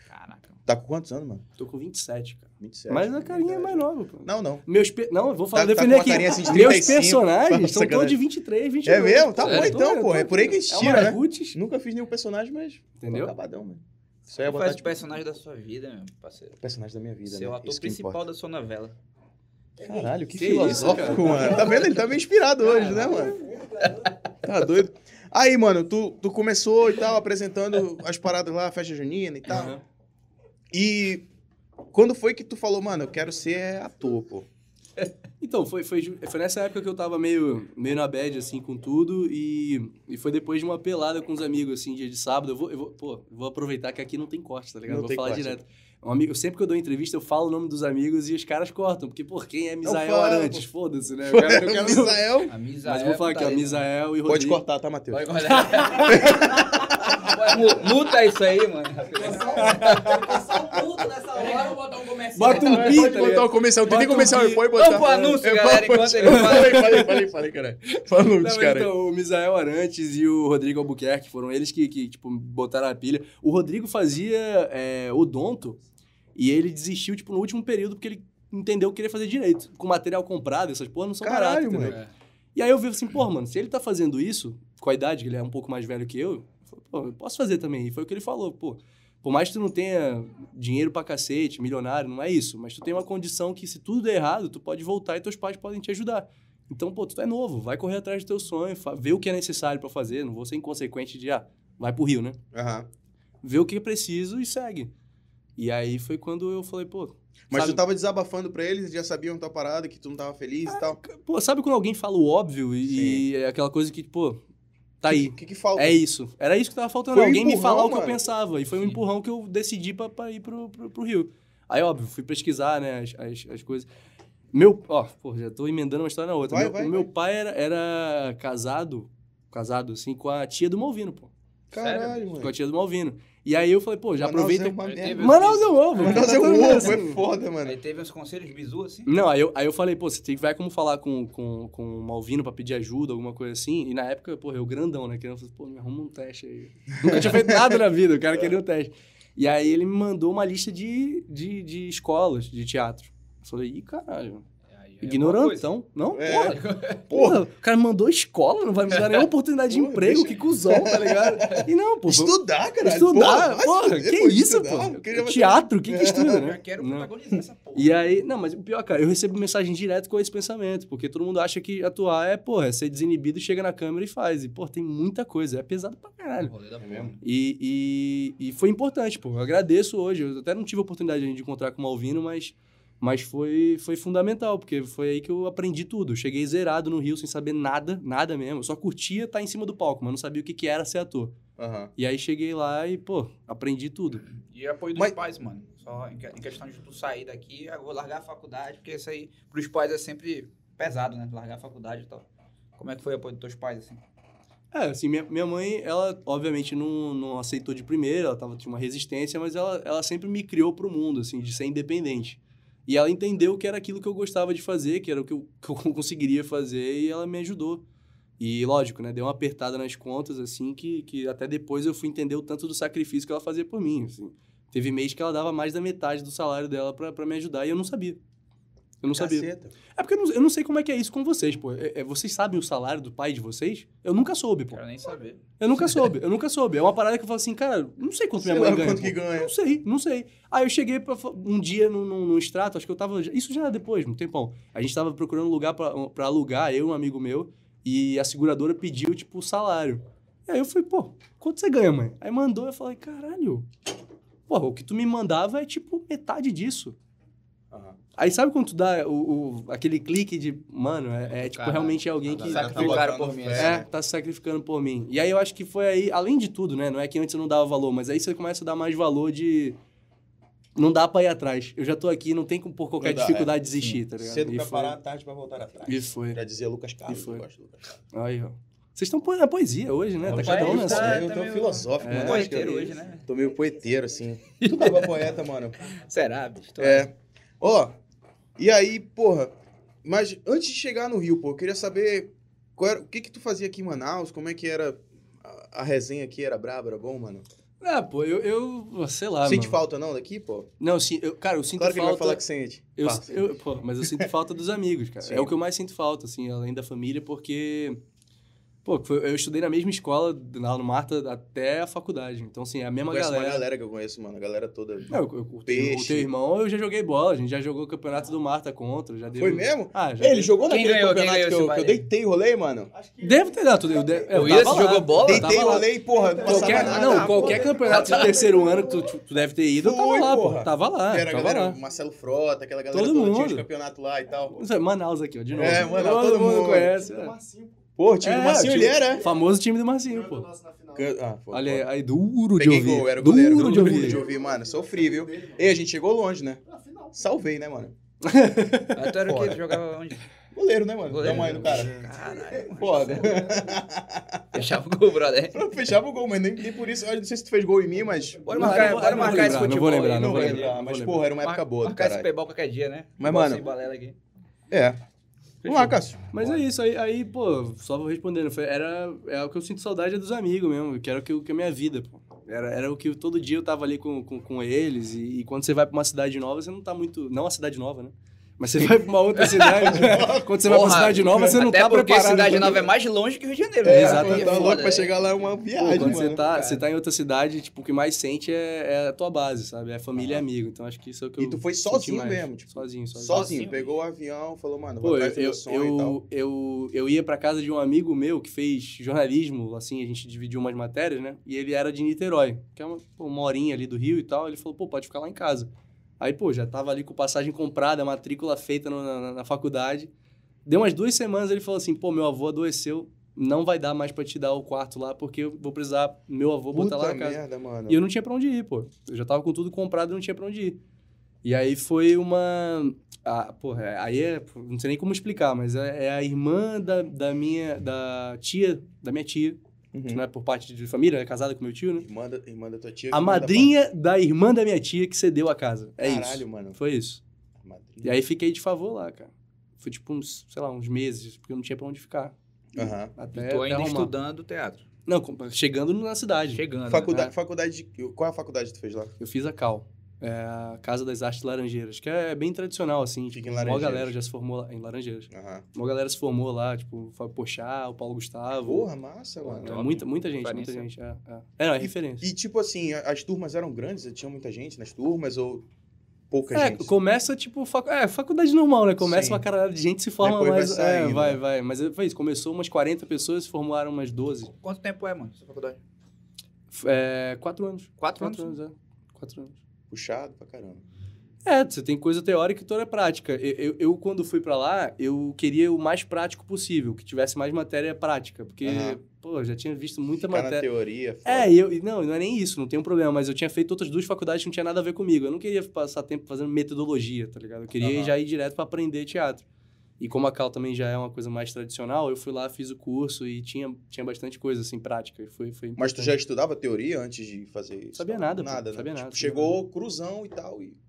Speaker 1: Caraca.
Speaker 2: Tá com quantos anos, mano?
Speaker 4: Tô com 27, cara.
Speaker 2: 27.
Speaker 4: Mas a carinha é mais nova, pô.
Speaker 2: Não, não.
Speaker 4: Meus pe... Não, eu vou falar,
Speaker 2: Tá- tá
Speaker 4: defender
Speaker 2: com uma
Speaker 4: aqui.
Speaker 2: carinha assim de
Speaker 4: Meus
Speaker 2: 35.
Speaker 4: personagens
Speaker 2: Nossa,
Speaker 4: são
Speaker 2: galera.
Speaker 4: todos de 23, 22.
Speaker 2: É mesmo? Tá
Speaker 4: pô.
Speaker 2: bom
Speaker 4: Eu
Speaker 2: então,
Speaker 4: eu
Speaker 2: pô. É por aí que eles
Speaker 4: é um
Speaker 2: tiram, né?
Speaker 4: maracutes,
Speaker 2: Nunca fiz nenhum personagem, mas. Tô
Speaker 4: Entendeu?
Speaker 2: acabadão, mano. Isso aí
Speaker 1: Você
Speaker 2: é
Speaker 1: faz
Speaker 2: vontade
Speaker 1: o personagem da sua vida, meu parceiro.
Speaker 2: O personagem da minha vida,
Speaker 1: Você é o
Speaker 2: né?
Speaker 1: ator
Speaker 2: Isso que
Speaker 1: principal
Speaker 2: importa.
Speaker 1: da sua novela.
Speaker 2: Caralho, que,
Speaker 4: Que
Speaker 2: filosófico,
Speaker 4: isso, cara.
Speaker 2: mano. Tá vendo? Ele tá meio inspirado hoje, né, mano? Tá doido. Aí, mano, tu, tu começou e tal, apresentando as paradas lá, festa junina e tal.
Speaker 4: Aham.
Speaker 2: E quando foi que tu falou, mano, eu quero ser ator, pô?
Speaker 4: Então, foi, foi, ju- foi nessa época que eu tava meio, meio na bad, assim, com tudo. E, e foi depois de uma pelada com os amigos, assim, dia de sábado. Eu vou, eu vou, pô, eu vou aproveitar que aqui não tem corte, tá ligado?
Speaker 2: Não
Speaker 4: vou
Speaker 2: tem
Speaker 4: falar
Speaker 2: corte.
Speaker 4: direto. Um amigo, sempre que eu dou entrevista, eu falo o nome dos amigos e os caras cortam. Porque, pô, quem é Misael
Speaker 2: falo,
Speaker 4: Arantes? Foda-se, né? O cara, eu quero-
Speaker 2: Misael.
Speaker 1: A Misa é
Speaker 4: Mas eu vou falar aqui, ó, Misael e Rodrigo.
Speaker 2: Pode cortar, tá, Matheus?
Speaker 1: Pode guardar. Pode mu- Muta isso aí, mano.
Speaker 4: Bota um pi,
Speaker 2: Pode
Speaker 4: tá
Speaker 2: botar
Speaker 4: ligado?
Speaker 2: o comercial. Tem nem
Speaker 4: Bota um
Speaker 2: comercial,
Speaker 4: pi.
Speaker 2: pode botar.
Speaker 1: Vamos pro anúncio,
Speaker 2: É,
Speaker 1: galera,
Speaker 2: pode-
Speaker 1: enquanto ele fala.
Speaker 2: Falei, falei, falei, falei, cara. Fala o
Speaker 4: Não,
Speaker 2: anúncio,
Speaker 4: mas
Speaker 2: cara.
Speaker 4: então, o Misael Arantes e o Rodrigo Albuquerque foram eles que, que, tipo, botaram a pilha. O Rodrigo fazia é, odonto e ele desistiu, tipo, no último período porque ele entendeu que queria fazer direito. Com material comprado, essas porra não são baratas,
Speaker 2: Caralho,
Speaker 4: entendeu?
Speaker 2: mano.
Speaker 4: E aí eu vi assim, pô, mano, se ele tá fazendo isso, com a idade, que ele é um pouco mais velho que eu, eu falei, pô, eu posso fazer também. E foi o que ele falou, pô. Por mais que tu não tenha dinheiro pra cacete, milionário, não é isso. Mas tu tem uma condição que se tudo der errado, tu pode voltar e teus pais podem te ajudar. Então, pô, tu é novo, vai correr atrás do teu sonho, fa- vê o que é necessário pra fazer, não vou ser inconsequente de, ah, vai pro Rio, né?
Speaker 2: Aham.
Speaker 4: Vê o que é preciso e segue. E aí foi quando eu falei, pô...
Speaker 2: Mas
Speaker 4: sabe,
Speaker 2: tu tava desabafando pra eles, eles já sabiam tua parada, que tu não tava feliz e tal.
Speaker 4: Pô, sabe quando alguém fala o óbvio e, e é aquela coisa que, pô, tá aí.
Speaker 2: O que que falta?
Speaker 4: É isso. Era isso que tava faltando.
Speaker 2: Tipo, Foi um
Speaker 4: Alguém me
Speaker 2: empurrão,
Speaker 4: falar o que
Speaker 2: mano.
Speaker 4: eu pensava. E foi um
Speaker 1: Sim.
Speaker 4: empurrão que eu decidi pra, pra ir pro, pro, pro Rio. Aí, óbvio, fui pesquisar, né, as, as, as coisas. Meu. Ó, pô, já tô emendando uma história na outra.
Speaker 2: Vai,
Speaker 4: meu,
Speaker 2: vai,
Speaker 4: o meu
Speaker 2: vai.
Speaker 4: pai era, era casado, casado, assim, com a tia do Malvino, pô.
Speaker 2: Caralho,
Speaker 4: Com a
Speaker 2: mano.
Speaker 4: tia do Malvino. E aí eu falei, pô, já
Speaker 2: Manaus
Speaker 4: aproveita.
Speaker 2: é uma
Speaker 1: Aí
Speaker 2: merda.
Speaker 1: teve-
Speaker 4: Manaus é um ovo.
Speaker 2: Manaus é
Speaker 4: Tá
Speaker 2: um
Speaker 4: ligado?
Speaker 2: ovo, é foda, mano.
Speaker 1: Aí teve uns conselhos bizu assim.
Speaker 4: Não, aí eu, aí eu falei, pô, você tem, vai como falar com, com, com o Malvino pra pedir ajuda, alguma coisa assim. E na época, pô, eu grandão, né? Querendo, pô, me arruma um teste aí. Nunca tinha feito nada na vida, o cara queria um teste. E aí ele me mandou uma lista de, de, de escolas de teatro. Eu falei, ih, caralho,
Speaker 1: Aí é uma
Speaker 4: ignorantão. Não,
Speaker 2: É.
Speaker 4: porra,
Speaker 1: coisa.
Speaker 4: porra, o cara me mandou escola, não vai me dar nenhuma oportunidade de
Speaker 2: Porra,
Speaker 4: emprego,
Speaker 2: deixa-
Speaker 4: que cuzão, tá ligado? E não, pô, vou-
Speaker 2: Estudar, caralho.
Speaker 4: estudar,
Speaker 2: vai se
Speaker 4: porra,
Speaker 2: fuder,
Speaker 4: que
Speaker 2: pô,
Speaker 4: isso,
Speaker 2: estudar,
Speaker 4: pô?
Speaker 2: porque já vai ser-
Speaker 4: Teatro, quem que estuda,
Speaker 1: Eu
Speaker 4: né?
Speaker 1: já quero
Speaker 4: Não.
Speaker 1: protagonizar essa porra.
Speaker 2: é-
Speaker 4: E aí, não, mas o pior, cara, eu recebo mensagem direto com esse pensamento, porque todo mundo acha que atuar é, porra, é ser desinibido, chega na câmera e faz. E, pô, tem muita coisa, é pesado pra caralho.
Speaker 1: Rolê da
Speaker 2: É
Speaker 1: porra.
Speaker 2: mesmo?
Speaker 4: E, e, e foi importante, pô, eu agradeço hoje. Eu até não tive a oportunidade ainda de encontrar com o Malvino, mas, mas foi, foi fundamental, porque foi aí que eu aprendi tudo. Eu cheguei zerado no Rio sem saber nada, nada mesmo. Eu só curtia estar em cima do palco, mas não sabia o que, que era ser ator.
Speaker 2: Aham.
Speaker 4: E aí cheguei lá e, pô, aprendi tudo.
Speaker 1: E apoio dos
Speaker 2: Mas-
Speaker 1: pais, mano. Só em que- em questão de tu sair daqui, eu vou largar a faculdade, porque isso aí, pros pais é sempre pesado, né? Largar a faculdade e tal. Como é que foi o apoio dos teus pais, assim?
Speaker 4: É, assim, minha, minha mãe, ela obviamente não, não aceitou de primeira, ela tava, tinha uma resistência, mas ela, ela sempre me criou pro mundo, assim, de ser independente. E ela entendeu que era aquilo que eu gostava de fazer, que era o que eu, que eu conseguiria fazer, e ela me ajudou. E, lógico, né, deu uma apertada nas contas, assim, que, que até depois eu fui entender o tanto do sacrifício que ela fazia por mim, assim. Teve mês que ela dava mais da metade do salário dela pra pra me ajudar e eu não sabia. Eu
Speaker 2: Tá
Speaker 4: não sabia.
Speaker 2: Caceta.
Speaker 4: É porque eu não, eu não sei como é que é isso com vocês, pô. É- é- vocês sabem o salário do pai de vocês? Eu nunca soube, pô.
Speaker 1: Quero nem saber.
Speaker 4: Eu nunca soube, eu nunca soube. É uma parada que eu falo assim, cara, não sei quanto
Speaker 2: Sei
Speaker 4: minha mãe
Speaker 2: lá
Speaker 4: ganha.
Speaker 2: quanto
Speaker 4: pô.
Speaker 2: que ganha.
Speaker 4: Não sei, não sei. Aí eu cheguei pra, fa- um dia num, num, num extrato, acho que eu tava. Isso já era depois, um tempão. A gente tava procurando um lugar pra, pra alugar, eu e um amigo meu, e a seguradora pediu, tipo, o salário. E aí eu falei, pô, quanto você ganha, mãe? Aí mandou, eu falei, caralho. Pô, o que tu me mandava é tipo metade disso.
Speaker 2: Aham.
Speaker 4: Aí sabe quando tu dá o, o- aquele clique de, mano, é, é, tipo,
Speaker 5: Caralho.
Speaker 4: realmente é alguém que.
Speaker 5: Sabe
Speaker 2: Cara,
Speaker 5: que
Speaker 2: tá
Speaker 5: o cara
Speaker 2: botando
Speaker 5: por mim,
Speaker 2: fé,
Speaker 5: assim.
Speaker 4: É,
Speaker 2: né?
Speaker 4: tá se sacrificando por mim. E aí eu acho que foi aí, além de tudo, né? Não é que antes eu não dava valor, mas aí você começa a dar mais valor de. Não dá pra ir atrás. Eu já tô aqui, não tem como por qualquer
Speaker 2: Não dá,
Speaker 4: dificuldade
Speaker 2: é.
Speaker 4: desistir, tá ligado?
Speaker 2: Cedo
Speaker 4: e
Speaker 2: pra
Speaker 4: foi.
Speaker 2: parar, tá. É. tarde pra voltar atrás.
Speaker 4: E foi.
Speaker 2: Já dizia Lucas Carlos,
Speaker 4: E foi.
Speaker 2: eu gosto do Lucas Carlos.
Speaker 4: Aí, ó. Vocês estão pondo na poesia hoje, né? Tá
Speaker 2: Hoje é
Speaker 4: cada um
Speaker 2: eu
Speaker 4: na
Speaker 2: tô-
Speaker 4: sua.
Speaker 2: Eu
Speaker 1: tá
Speaker 2: tô
Speaker 1: meio-
Speaker 2: filosófico,
Speaker 4: É.
Speaker 2: mano. Acho que
Speaker 1: Poeteiro
Speaker 2: eu-
Speaker 1: hoje, né?
Speaker 2: Tô meio poeteiro, assim. Tu tava poeta, mano.
Speaker 1: Será, bicho? Tô-
Speaker 2: É. Ó, e aí, porra, mas antes de chegar no Rio, pô, eu queria saber qual era- o que que tu fazia aqui em Manaus, como é que era a, a resenha aqui, era braba, era bom, mano?
Speaker 4: Ah, pô, eu, eu sei lá,
Speaker 2: sente
Speaker 4: mano.
Speaker 2: falta não daqui, pô?
Speaker 4: Não, eu sin- eu, cara, eu sinto
Speaker 2: claro que ele vai
Speaker 4: falta...
Speaker 2: falar que sente.
Speaker 4: Eu,
Speaker 2: Fala.
Speaker 4: eu- pô, mas eu sinto falta dos amigos, cara.
Speaker 2: Sim.
Speaker 4: É o que eu mais sinto falta, assim, além da família, porque. Pô, foi- eu estudei na mesma escola, lá no Marta, até a faculdade. Então, assim, é a
Speaker 2: Eu
Speaker 4: mesma
Speaker 2: conheço
Speaker 4: galera.
Speaker 2: uma galera que eu conheço, mano, a galera toda.
Speaker 4: Não, eu, eu, o, teu, o
Speaker 2: Peixe.
Speaker 4: teu irmão eu já joguei bola, a gente já jogou o campeonato do Marta contra, já deu.
Speaker 2: Foi mesmo?
Speaker 4: Ah, já
Speaker 2: Ele
Speaker 4: deu.
Speaker 2: jogou naquele
Speaker 1: Quem ganhou? Quem
Speaker 2: campeonato
Speaker 1: ganhou esse
Speaker 2: que, eu, que eu
Speaker 1: baile?
Speaker 2: deitei rolê, mano.
Speaker 3: Acho que...
Speaker 4: Deve ter dado. Eu, de, eu
Speaker 5: O Willis
Speaker 4: tava lá.
Speaker 5: jogou bola?
Speaker 4: Eu
Speaker 2: deitei
Speaker 4: tava lá.
Speaker 2: rolê, porra, não passava
Speaker 4: Qualquer,
Speaker 2: nada.
Speaker 4: não, qualquer campeonato de terceiro ano que tu, tu- tu deve ter ido, eu tava
Speaker 2: Fui,
Speaker 4: lá, pô.
Speaker 2: porra.
Speaker 4: Tava lá,
Speaker 2: Que era a
Speaker 4: tava
Speaker 2: galera,
Speaker 4: lá.
Speaker 2: Marcelo Frota, aquela galera
Speaker 4: Todo
Speaker 2: toda, tinha os
Speaker 4: mundo.
Speaker 2: campeonatos lá e tal.
Speaker 4: Isso é Manaus aqui, ó, de novo.
Speaker 2: É, Manaus, todo mundo.
Speaker 4: conhece. é.
Speaker 2: Pô, o time do
Speaker 4: É,
Speaker 2: Marcinho,
Speaker 4: o
Speaker 2: ele
Speaker 4: time-
Speaker 2: era. né?
Speaker 4: Famoso time do Marcinho, pô.
Speaker 2: Can- Ah, foi,
Speaker 4: Olha
Speaker 2: foi.
Speaker 4: aí, aí, duro de
Speaker 2: Peguei
Speaker 4: ouvir.
Speaker 2: gol, era o goleiro.
Speaker 4: Duro de
Speaker 2: de
Speaker 4: ouvir.
Speaker 2: ouvir, mano. Sofri, viu? E a gente chegou longe, né? Salvei, né, mano?
Speaker 1: Até era o que jogava onde?
Speaker 2: Goleiro, né, mano? Dá
Speaker 1: Goleiro.
Speaker 2: uma aí no cara.
Speaker 1: Caralho.
Speaker 2: Foda.
Speaker 1: Fechava o gol, brother.
Speaker 2: Eu fechava o gol, mas nem, nem por isso. Eu não sei se tu fez gol em mim, mas.
Speaker 1: Bora
Speaker 4: Não,
Speaker 1: marcar,
Speaker 4: não vou-
Speaker 1: bora
Speaker 4: não vou
Speaker 1: marcar esse
Speaker 4: lembrar, não
Speaker 1: futebol
Speaker 4: vou
Speaker 1: aí.
Speaker 4: lembrar,
Speaker 2: Não
Speaker 4: vou
Speaker 2: vou
Speaker 1: vai
Speaker 4: lembrar,
Speaker 2: lembrar,
Speaker 4: não
Speaker 2: mas,
Speaker 4: vou
Speaker 2: porra, era uma
Speaker 1: Mar-
Speaker 2: época boa do
Speaker 1: Marcar esse
Speaker 2: caralho.
Speaker 1: futebol qualquer dia, né?
Speaker 2: Mas,
Speaker 1: Bola
Speaker 2: mano-
Speaker 1: sem balela aqui.
Speaker 2: É. Vamos lá, Cássio.
Speaker 4: Mas é isso, aí, aí, pô, só vou respondendo. Foi, era, é o que eu sinto saudade é dos amigos mesmo, que era o que, que é a minha vida, pô. Era, era o que eu- todo dia eu tava ali com, com, com eles, e, e quando você vai pra uma cidade nova, você não tá muito. Não a cidade nova, né? Mas você vai pra uma outra cidade. quando você vai pra uma
Speaker 1: Porra,
Speaker 4: cidade nova, você não
Speaker 1: Até
Speaker 4: tá
Speaker 1: porque
Speaker 4: preparado.
Speaker 1: cidade
Speaker 4: pra-
Speaker 1: nova é mais longe que o Rio de Janeiro.
Speaker 4: É,
Speaker 1: né?
Speaker 4: exato.
Speaker 1: Aí
Speaker 2: Tá
Speaker 1: foda,
Speaker 2: louco pra
Speaker 1: é.
Speaker 2: chegar lá é uma
Speaker 4: Pô,
Speaker 2: viagem,
Speaker 4: quando você
Speaker 2: mano.
Speaker 4: tá, você tá em outra cidade, tipo, o que mais sente é, é a tua base, sabe? É família e amigo. Então acho que isso é o que eu.
Speaker 2: E tu foi
Speaker 4: senti
Speaker 2: sozinho
Speaker 4: mais.
Speaker 2: mesmo, tipo,
Speaker 4: Sozinho, sozinho.
Speaker 2: Sozinho, pegou o avião, falou, mano, vou
Speaker 4: Pô, eu,
Speaker 2: atrás do
Speaker 4: eu,
Speaker 2: meu sonho e tal.
Speaker 4: eu, eu, eu ia pra casa de um amigo meu que fez jornalismo, assim, a gente dividiu umas matérias, né? E ele era de Niterói, que é uma, pô, uma horinha ali do Rio e tal. Ele falou, pô, pode ficar lá em casa. Aí, pô, já tava ali com passagem comprada, matrícula feita no- na, na- na faculdade. Deu umas duas semanas, ele falou assim, pô, meu avô adoeceu, não vai dar mais pra te dar o quarto lá, porque eu vou precisar meu avô botar lá na casa.
Speaker 2: merda, mano.
Speaker 4: E eu não tinha pra onde ir, pô. Eu já tava com tudo comprado e não tinha pra onde ir. E aí foi uma. Ah, porra, é- aí é. pô, Não sei nem como explicar, mas é, é a irmã da, da minha. Da tia. Da minha tia, que
Speaker 2: Uhum.
Speaker 4: não é por parte de família, é casada com meu tio, né?
Speaker 2: Irmã, da, irmã da tua tia.
Speaker 4: A
Speaker 2: que manda
Speaker 4: madrinha da irmã da minha tia que cedeu a casa.
Speaker 2: pra-
Speaker 4: É
Speaker 2: Caralho,
Speaker 4: isso.
Speaker 2: mano.
Speaker 4: Foi isso. E
Speaker 2: Madrinha.
Speaker 4: aí fiquei de favor lá, cara. Foi tipo uns, sei lá, uns meses, porque eu não tinha pra onde ficar.
Speaker 2: Aham.
Speaker 4: Até,
Speaker 1: E tu
Speaker 4: até
Speaker 1: ainda
Speaker 4: arrumar.
Speaker 1: estudando teatro.
Speaker 4: Não, com- chegando na cidade.
Speaker 1: Chegando. né?
Speaker 2: Faculdade, faculdade de... Qual é a faculdade que tu fez lá?
Speaker 4: Eu fiz a Cal, é a Casa das Artes Laranjeiras, que é bem tradicional, assim.
Speaker 2: Fica
Speaker 4: Tipo,
Speaker 2: em
Speaker 4: a maior
Speaker 2: Laranjeiras.
Speaker 4: galera já se formou lá, em Laranjeiras.
Speaker 2: Aham.
Speaker 4: A maior galera se formou lá, tipo, o Fábio Pochá, o Paulo Gustavo.
Speaker 2: Porra, massa, mano.
Speaker 4: É,
Speaker 1: top.
Speaker 4: muita, muita gente,
Speaker 1: Referência.
Speaker 4: muita gente. É, é. é, não, é referência.
Speaker 2: E tipo assim, a- as turmas eram grandes? Tinha muita gente nas turmas ou pouca
Speaker 4: é,
Speaker 2: gente?
Speaker 4: começa, tipo, facu... é, faculdade normal, né? Começa
Speaker 2: Sim.
Speaker 4: uma caralhada de gente se forma
Speaker 2: Depois vai
Speaker 4: mais. é,
Speaker 2: saindo,
Speaker 4: vai,
Speaker 2: né?
Speaker 4: vai. Mas foi isso, começou umas 40 pessoas, se formaram umas 12.
Speaker 1: Quanto tempo é, mano, essa faculdade?
Speaker 4: F- É, quatro anos.
Speaker 1: Quatro
Speaker 4: Quatro
Speaker 1: anos?
Speaker 4: anos, é. Quatro anos.
Speaker 2: Puxado pra caramba.
Speaker 4: É, você tem coisa teórica e toda é prática. Eu, eu, eu, quando fui pra lá, eu queria o mais prático possível, que tivesse mais matéria prática, porque,
Speaker 2: Aham.
Speaker 4: pô, eu já tinha visto muita
Speaker 2: Ficar na
Speaker 4: matéria.
Speaker 2: teoria. foda.
Speaker 4: É, e eu, e não, não é nem isso, não tem um problema, mas eu tinha feito outras duas faculdades que não tinha nada a ver comigo. Eu não queria passar tempo fazendo metodologia, tá ligado? Eu queria
Speaker 2: Aham.
Speaker 4: já ir direto pra aprender teatro. E como a Cal também já é uma coisa mais tradicional, eu fui lá, fiz o curso e tinha, tinha bastante coisa, assim, prática. E foi, foi
Speaker 2: Mas tu
Speaker 4: importante.
Speaker 2: já estudava teoria antes de fazer isso?
Speaker 4: né? Sabia
Speaker 2: Não,
Speaker 4: nada, pô.
Speaker 2: Nada, né?
Speaker 4: Sabia
Speaker 2: Tipo,
Speaker 4: nada, sabia
Speaker 2: chegou cruzão e tal e...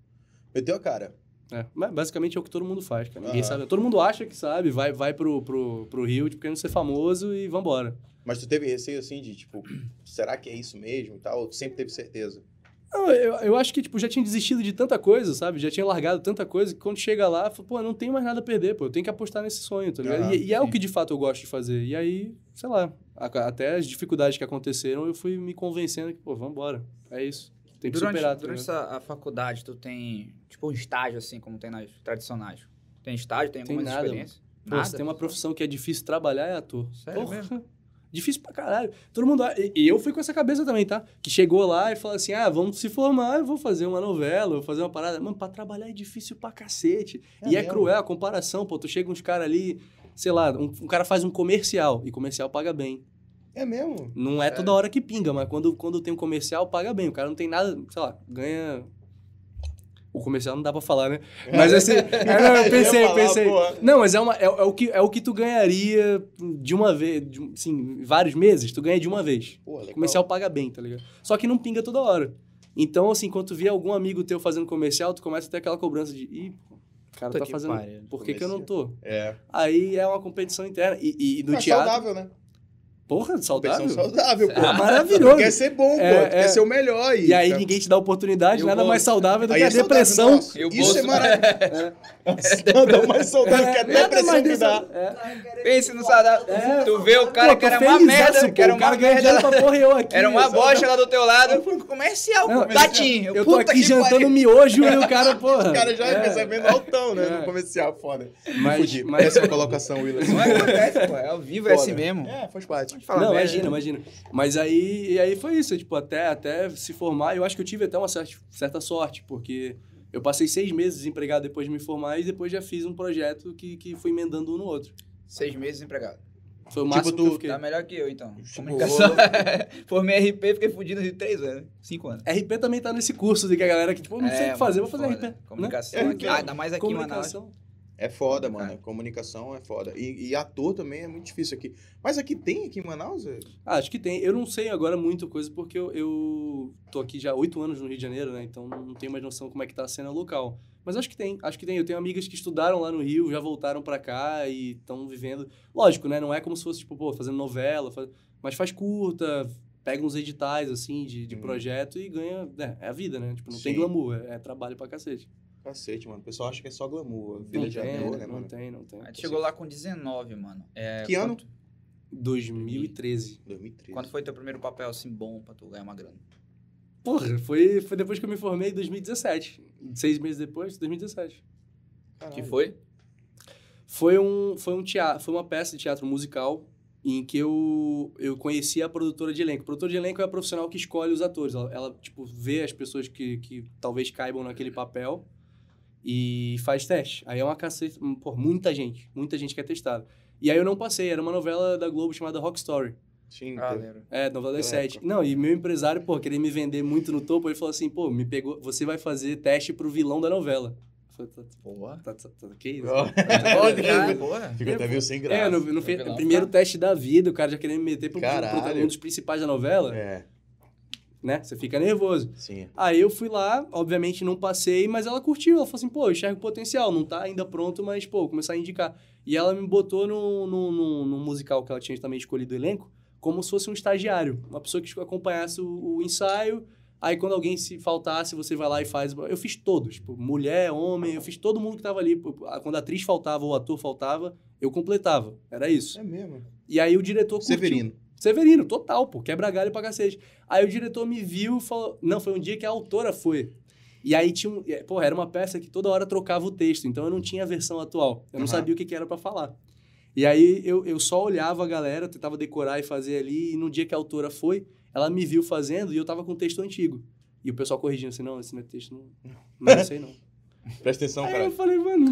Speaker 2: Meteu a cara.
Speaker 4: É, mas basicamente é o que todo mundo faz, cara. Ninguém
Speaker 2: Aham.
Speaker 4: sabe. Todo mundo acha que sabe, vai, vai pro, pro, pro Rio, tipo, querendo ser famoso e vambora.
Speaker 2: Mas tu teve receio assim de tipo, será que é isso mesmo e tal? Ou tu sempre teve certeza?
Speaker 4: Não, eu, eu acho que, tipo, já tinha desistido de tanta coisa, sabe? Já tinha largado tanta coisa que quando chega lá, fala, pô, não tem mais nada a perder, pô. Eu tenho que apostar nesse sonho, tá ligado?
Speaker 2: Ah,
Speaker 4: e, e é
Speaker 2: sim.
Speaker 4: o que de fato eu gosto de fazer. E aí, sei lá, a- até as dificuldades que aconteceram, eu fui me convencendo que, pô, vambora. É isso. Tem que
Speaker 1: durante
Speaker 4: superar, tá
Speaker 1: durante
Speaker 4: ligado?
Speaker 1: essa, a faculdade, tu tem, tipo, um estágio, assim, como tem nas tradicionais? Tem estágio, tem
Speaker 4: Tem
Speaker 1: algumas
Speaker 4: nada,
Speaker 1: experiências?
Speaker 4: Pô, se tem uma profissão que é difícil trabalhar, é ator.
Speaker 1: Sério
Speaker 4: Difícil pra caralho. Todo mundo. e- E eu fui com essa cabeça também, tá? Que chegou lá e falou assim: ah, vamos se formar, eu vou fazer uma novela, eu vou fazer uma parada. Mano, pra trabalhar é difícil pra cacete.
Speaker 2: É
Speaker 4: e é
Speaker 2: mesmo?
Speaker 4: cruel a comparação, pô. Tu chega uns caras ali, sei lá, um, um cara faz um comercial e comercial paga bem.
Speaker 2: É mesmo?
Speaker 4: Não é toda hora que pinga, mas quando, quando tem um comercial, paga bem. O cara não tem nada, sei lá, ganha. O comercial não dá pra falar, né? Mas assim, é, não, eu pensei,
Speaker 2: ia falar,
Speaker 4: pensei.
Speaker 2: porra.
Speaker 4: Não, mas é, uma, é, é o que, é o que tu ganharia de uma vez, de, um- assim, vários meses, tu ganha de uma vez.
Speaker 2: Pô, legal.
Speaker 4: O comercial paga bem, tá ligado? Só que não pinga toda hora. Então, assim, quando tu vê algum amigo teu fazendo comercial, tu começa a ter aquela cobrança de, ih, pô, o cara
Speaker 1: Puta
Speaker 4: tá
Speaker 1: que
Speaker 4: fazendo.
Speaker 1: pariu.
Speaker 4: Por que, que eu não tô?
Speaker 2: É.
Speaker 4: Aí é uma competição interna. E, e, e do
Speaker 2: Mas
Speaker 4: teatro.
Speaker 2: saudável, né?
Speaker 4: Porra, saudável.
Speaker 2: Competição saudável, pô.
Speaker 4: Ah,
Speaker 2: Tu
Speaker 4: maravilhoso.
Speaker 2: quer ser bom,
Speaker 4: É,
Speaker 2: pô. Tu quer
Speaker 4: é.
Speaker 2: ser o melhor aí.
Speaker 4: E aí
Speaker 2: tá?
Speaker 4: ninguém te dá oportunidade,
Speaker 1: Eu
Speaker 4: nada
Speaker 1: gosto.
Speaker 4: mais saudável do
Speaker 2: Aí
Speaker 4: que a
Speaker 2: é saudável,
Speaker 4: depressão.
Speaker 2: nossa.
Speaker 1: Eu
Speaker 2: Isso é
Speaker 1: bolso-
Speaker 2: maravilhoso. Nada mais saudável que a
Speaker 4: É. nada
Speaker 2: depressão
Speaker 4: mais
Speaker 2: é que dá.
Speaker 4: dessa- é.
Speaker 1: Pense no saudável.
Speaker 4: É.
Speaker 1: Tu vê o cara
Speaker 4: Pô,
Speaker 1: que
Speaker 4: tô
Speaker 1: era uma
Speaker 4: felizaço,
Speaker 1: merda,
Speaker 4: pô.
Speaker 1: que era
Speaker 4: O cara
Speaker 1: uma
Speaker 4: ganha
Speaker 1: merda.
Speaker 4: dinheiro pra porra e eu aqui.
Speaker 1: Era uma bosta lá do teu lado. Comercial,
Speaker 4: Não,
Speaker 1: gatinho.
Speaker 4: Eu tô
Speaker 1: Puta
Speaker 4: aqui
Speaker 1: que pariu.
Speaker 4: jantando miojo e o cara, porra.
Speaker 2: O cara já
Speaker 4: é.
Speaker 2: recebendo altão, né?
Speaker 4: É.
Speaker 2: No comercial, foda.
Speaker 4: Mas-
Speaker 2: Fudi.
Speaker 4: mas-
Speaker 1: é
Speaker 2: Péssima colocação, Willis.
Speaker 1: Não é acontece, pô. É ao vivo, é
Speaker 2: Foda.
Speaker 1: assim mesmo.
Speaker 2: É, faz parte.
Speaker 1: Fala
Speaker 4: não,
Speaker 1: merda.
Speaker 4: imagina, imagina. Mas aí, e aí foi isso, tipo, até, até se formar, eu acho que eu tive até uma certa, certa sorte, porque eu passei seis meses desempregado depois de me formar e depois já fiz um projeto que, que foi emendando um no outro.
Speaker 1: Seis meses empregado.
Speaker 4: Foi o
Speaker 2: Tipo,
Speaker 4: máximo que
Speaker 2: tu-
Speaker 4: eu fiquei.
Speaker 1: Tá melhor que eu, então.
Speaker 2: Tipo,
Speaker 1: Comunicação. Formei RP, fiquei fudido de três anos. Cinco anos.
Speaker 4: RP também tá nesse curso de que a galera que, tipo, eu não sei o que fazer, eu vou fazer
Speaker 1: É, foda.
Speaker 4: RP. né?
Speaker 1: Comunicação
Speaker 2: É,
Speaker 1: aqui. Ah, ainda mais aqui em Manaus.
Speaker 4: Comunicação.
Speaker 2: É foda, mano.
Speaker 4: Ah.
Speaker 1: Cara.
Speaker 2: Comunicação é foda. E, e ator também é muito difícil aqui. Mas aqui tem, aqui em Manaus? é?
Speaker 4: Ah, acho que tem. Eu não sei agora muita coisa, porque eu, eu tô aqui já há oito anos no Rio de Janeiro, né? Então não tenho mais noção como é que tá a cena local. Mas acho que tem, acho que tem. Eu tenho amigas que estudaram lá no Rio, já voltaram pra cá e estão vivendo. Lógico, né? Não é como se fosse, tipo, pô, fazendo novela, faz- mas faz curta, pega uns editais, assim, de, de
Speaker 2: Uhum.
Speaker 4: projeto e ganha. né, É, a vida, né? Tipo, não tem
Speaker 2: Sim.
Speaker 4: glamour, é, é trabalho pra cacete.
Speaker 2: Cacete, mano. O pessoal acha que é só glamour. A
Speaker 4: Não
Speaker 2: vida de
Speaker 4: tem,
Speaker 2: ator, né,
Speaker 4: não
Speaker 2: mano?
Speaker 4: tem, não tem.
Speaker 1: A gente chegou lá com 19, mano. É,
Speaker 2: Que ano?
Speaker 1: Quanto,
Speaker 4: 2013.
Speaker 2: 2013.
Speaker 1: quando foi teu primeiro papel, assim, bom pra tu ganhar uma grana?
Speaker 4: Porra, foi, foi depois que eu me formei em 2017. Seis meses depois, 2017.
Speaker 2: Caralho.
Speaker 1: Que foi?
Speaker 4: Foi um, foi um teatro, foi uma peça de teatro musical em que eu, eu conheci a produtora de elenco. A produtora de elenco é a profissional que escolhe os atores. Ela, ela, tipo, vê as pessoas que, que talvez caibam naquele papel e faz teste. Aí é uma cacete, hum, pô, muita gente, muita gente que é testada. E aí eu não passei, era uma novela da Globo chamada Rock Story.
Speaker 2: Sim,
Speaker 1: Ah,
Speaker 2: teve.
Speaker 1: lembro.
Speaker 4: É, novela das
Speaker 2: Aquela
Speaker 4: sete. Não, e meu empresário, pô, queria me vender muito no topo, ele falou assim, pô, me pegou, você vai fazer teste pro vilão da novela. Eu falei, tá,
Speaker 1: Boa. É
Speaker 4: tá, tá, tá, que isso?
Speaker 1: Boa, boa.
Speaker 2: Fica até meio sem graça.
Speaker 4: É, no, no fe-
Speaker 1: Revelar.
Speaker 4: primeiro teste da vida, o cara já querendo me meter pro, pro- pro-
Speaker 2: Caralho.
Speaker 4: um dos principais da novela,
Speaker 2: É,
Speaker 4: né? Você fica nervoso.
Speaker 2: sim.
Speaker 4: Aí eu fui lá, obviamente não passei, mas ela curtiu. Ela falou assim, pô, eu enxergo potencial, não tá ainda pronto, mas, pô, vou começar a indicar. E ela me botou num no, no, no musical que ela tinha também escolhido o elenco, como se fosse um estagiário, uma pessoa que acompanhasse o, o ensaio. Aí quando alguém se faltasse, você vai lá e faz. Eu fiz todos, tipo, mulher, homem, eu fiz todo mundo que tava ali. Quando a atriz faltava ou o ator faltava, eu completava. Era isso.
Speaker 2: É mesmo.
Speaker 4: E aí o diretor curtiu.
Speaker 2: Severino.
Speaker 4: Severino, total, pô. Quebra galho pra cacete. Aí o diretor me viu e falou... Não, foi um dia que a autora foi. E aí tinha um... é, Porra, era uma peça que toda hora trocava o texto. Então eu não tinha a versão atual. Eu não
Speaker 2: Aham.
Speaker 4: sabia o que, que era pra falar. E aí eu, eu só olhava a galera, tentava decorar e fazer ali. E no dia que a autora foi, ela me viu fazendo e eu tava com o texto antigo. E o pessoal corrigindo assim, não, esse não é texto, não... Não, não sei não.
Speaker 2: Presta atenção,
Speaker 4: Aí
Speaker 2: cara.
Speaker 4: Ah, eu falei, mano,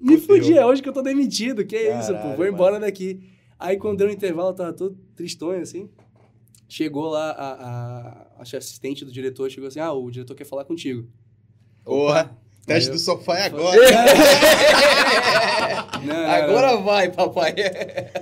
Speaker 4: me
Speaker 2: Fudeu.
Speaker 4: fudi, é hoje que eu tô demitido, que é isso,
Speaker 2: Caralho,
Speaker 4: pô, vou embora daqui. Aí quando deu um intervalo, eu tava todo tristonho, assim, chegou lá a, a, acho que a assistente do diretor, chegou assim, ah, o diretor quer falar contigo.
Speaker 2: Porra. Teste
Speaker 4: Aí
Speaker 2: do
Speaker 4: eu-
Speaker 2: sofá é
Speaker 4: um- eu
Speaker 2: agora.
Speaker 4: Não, não, não.
Speaker 2: Agora vai, papai.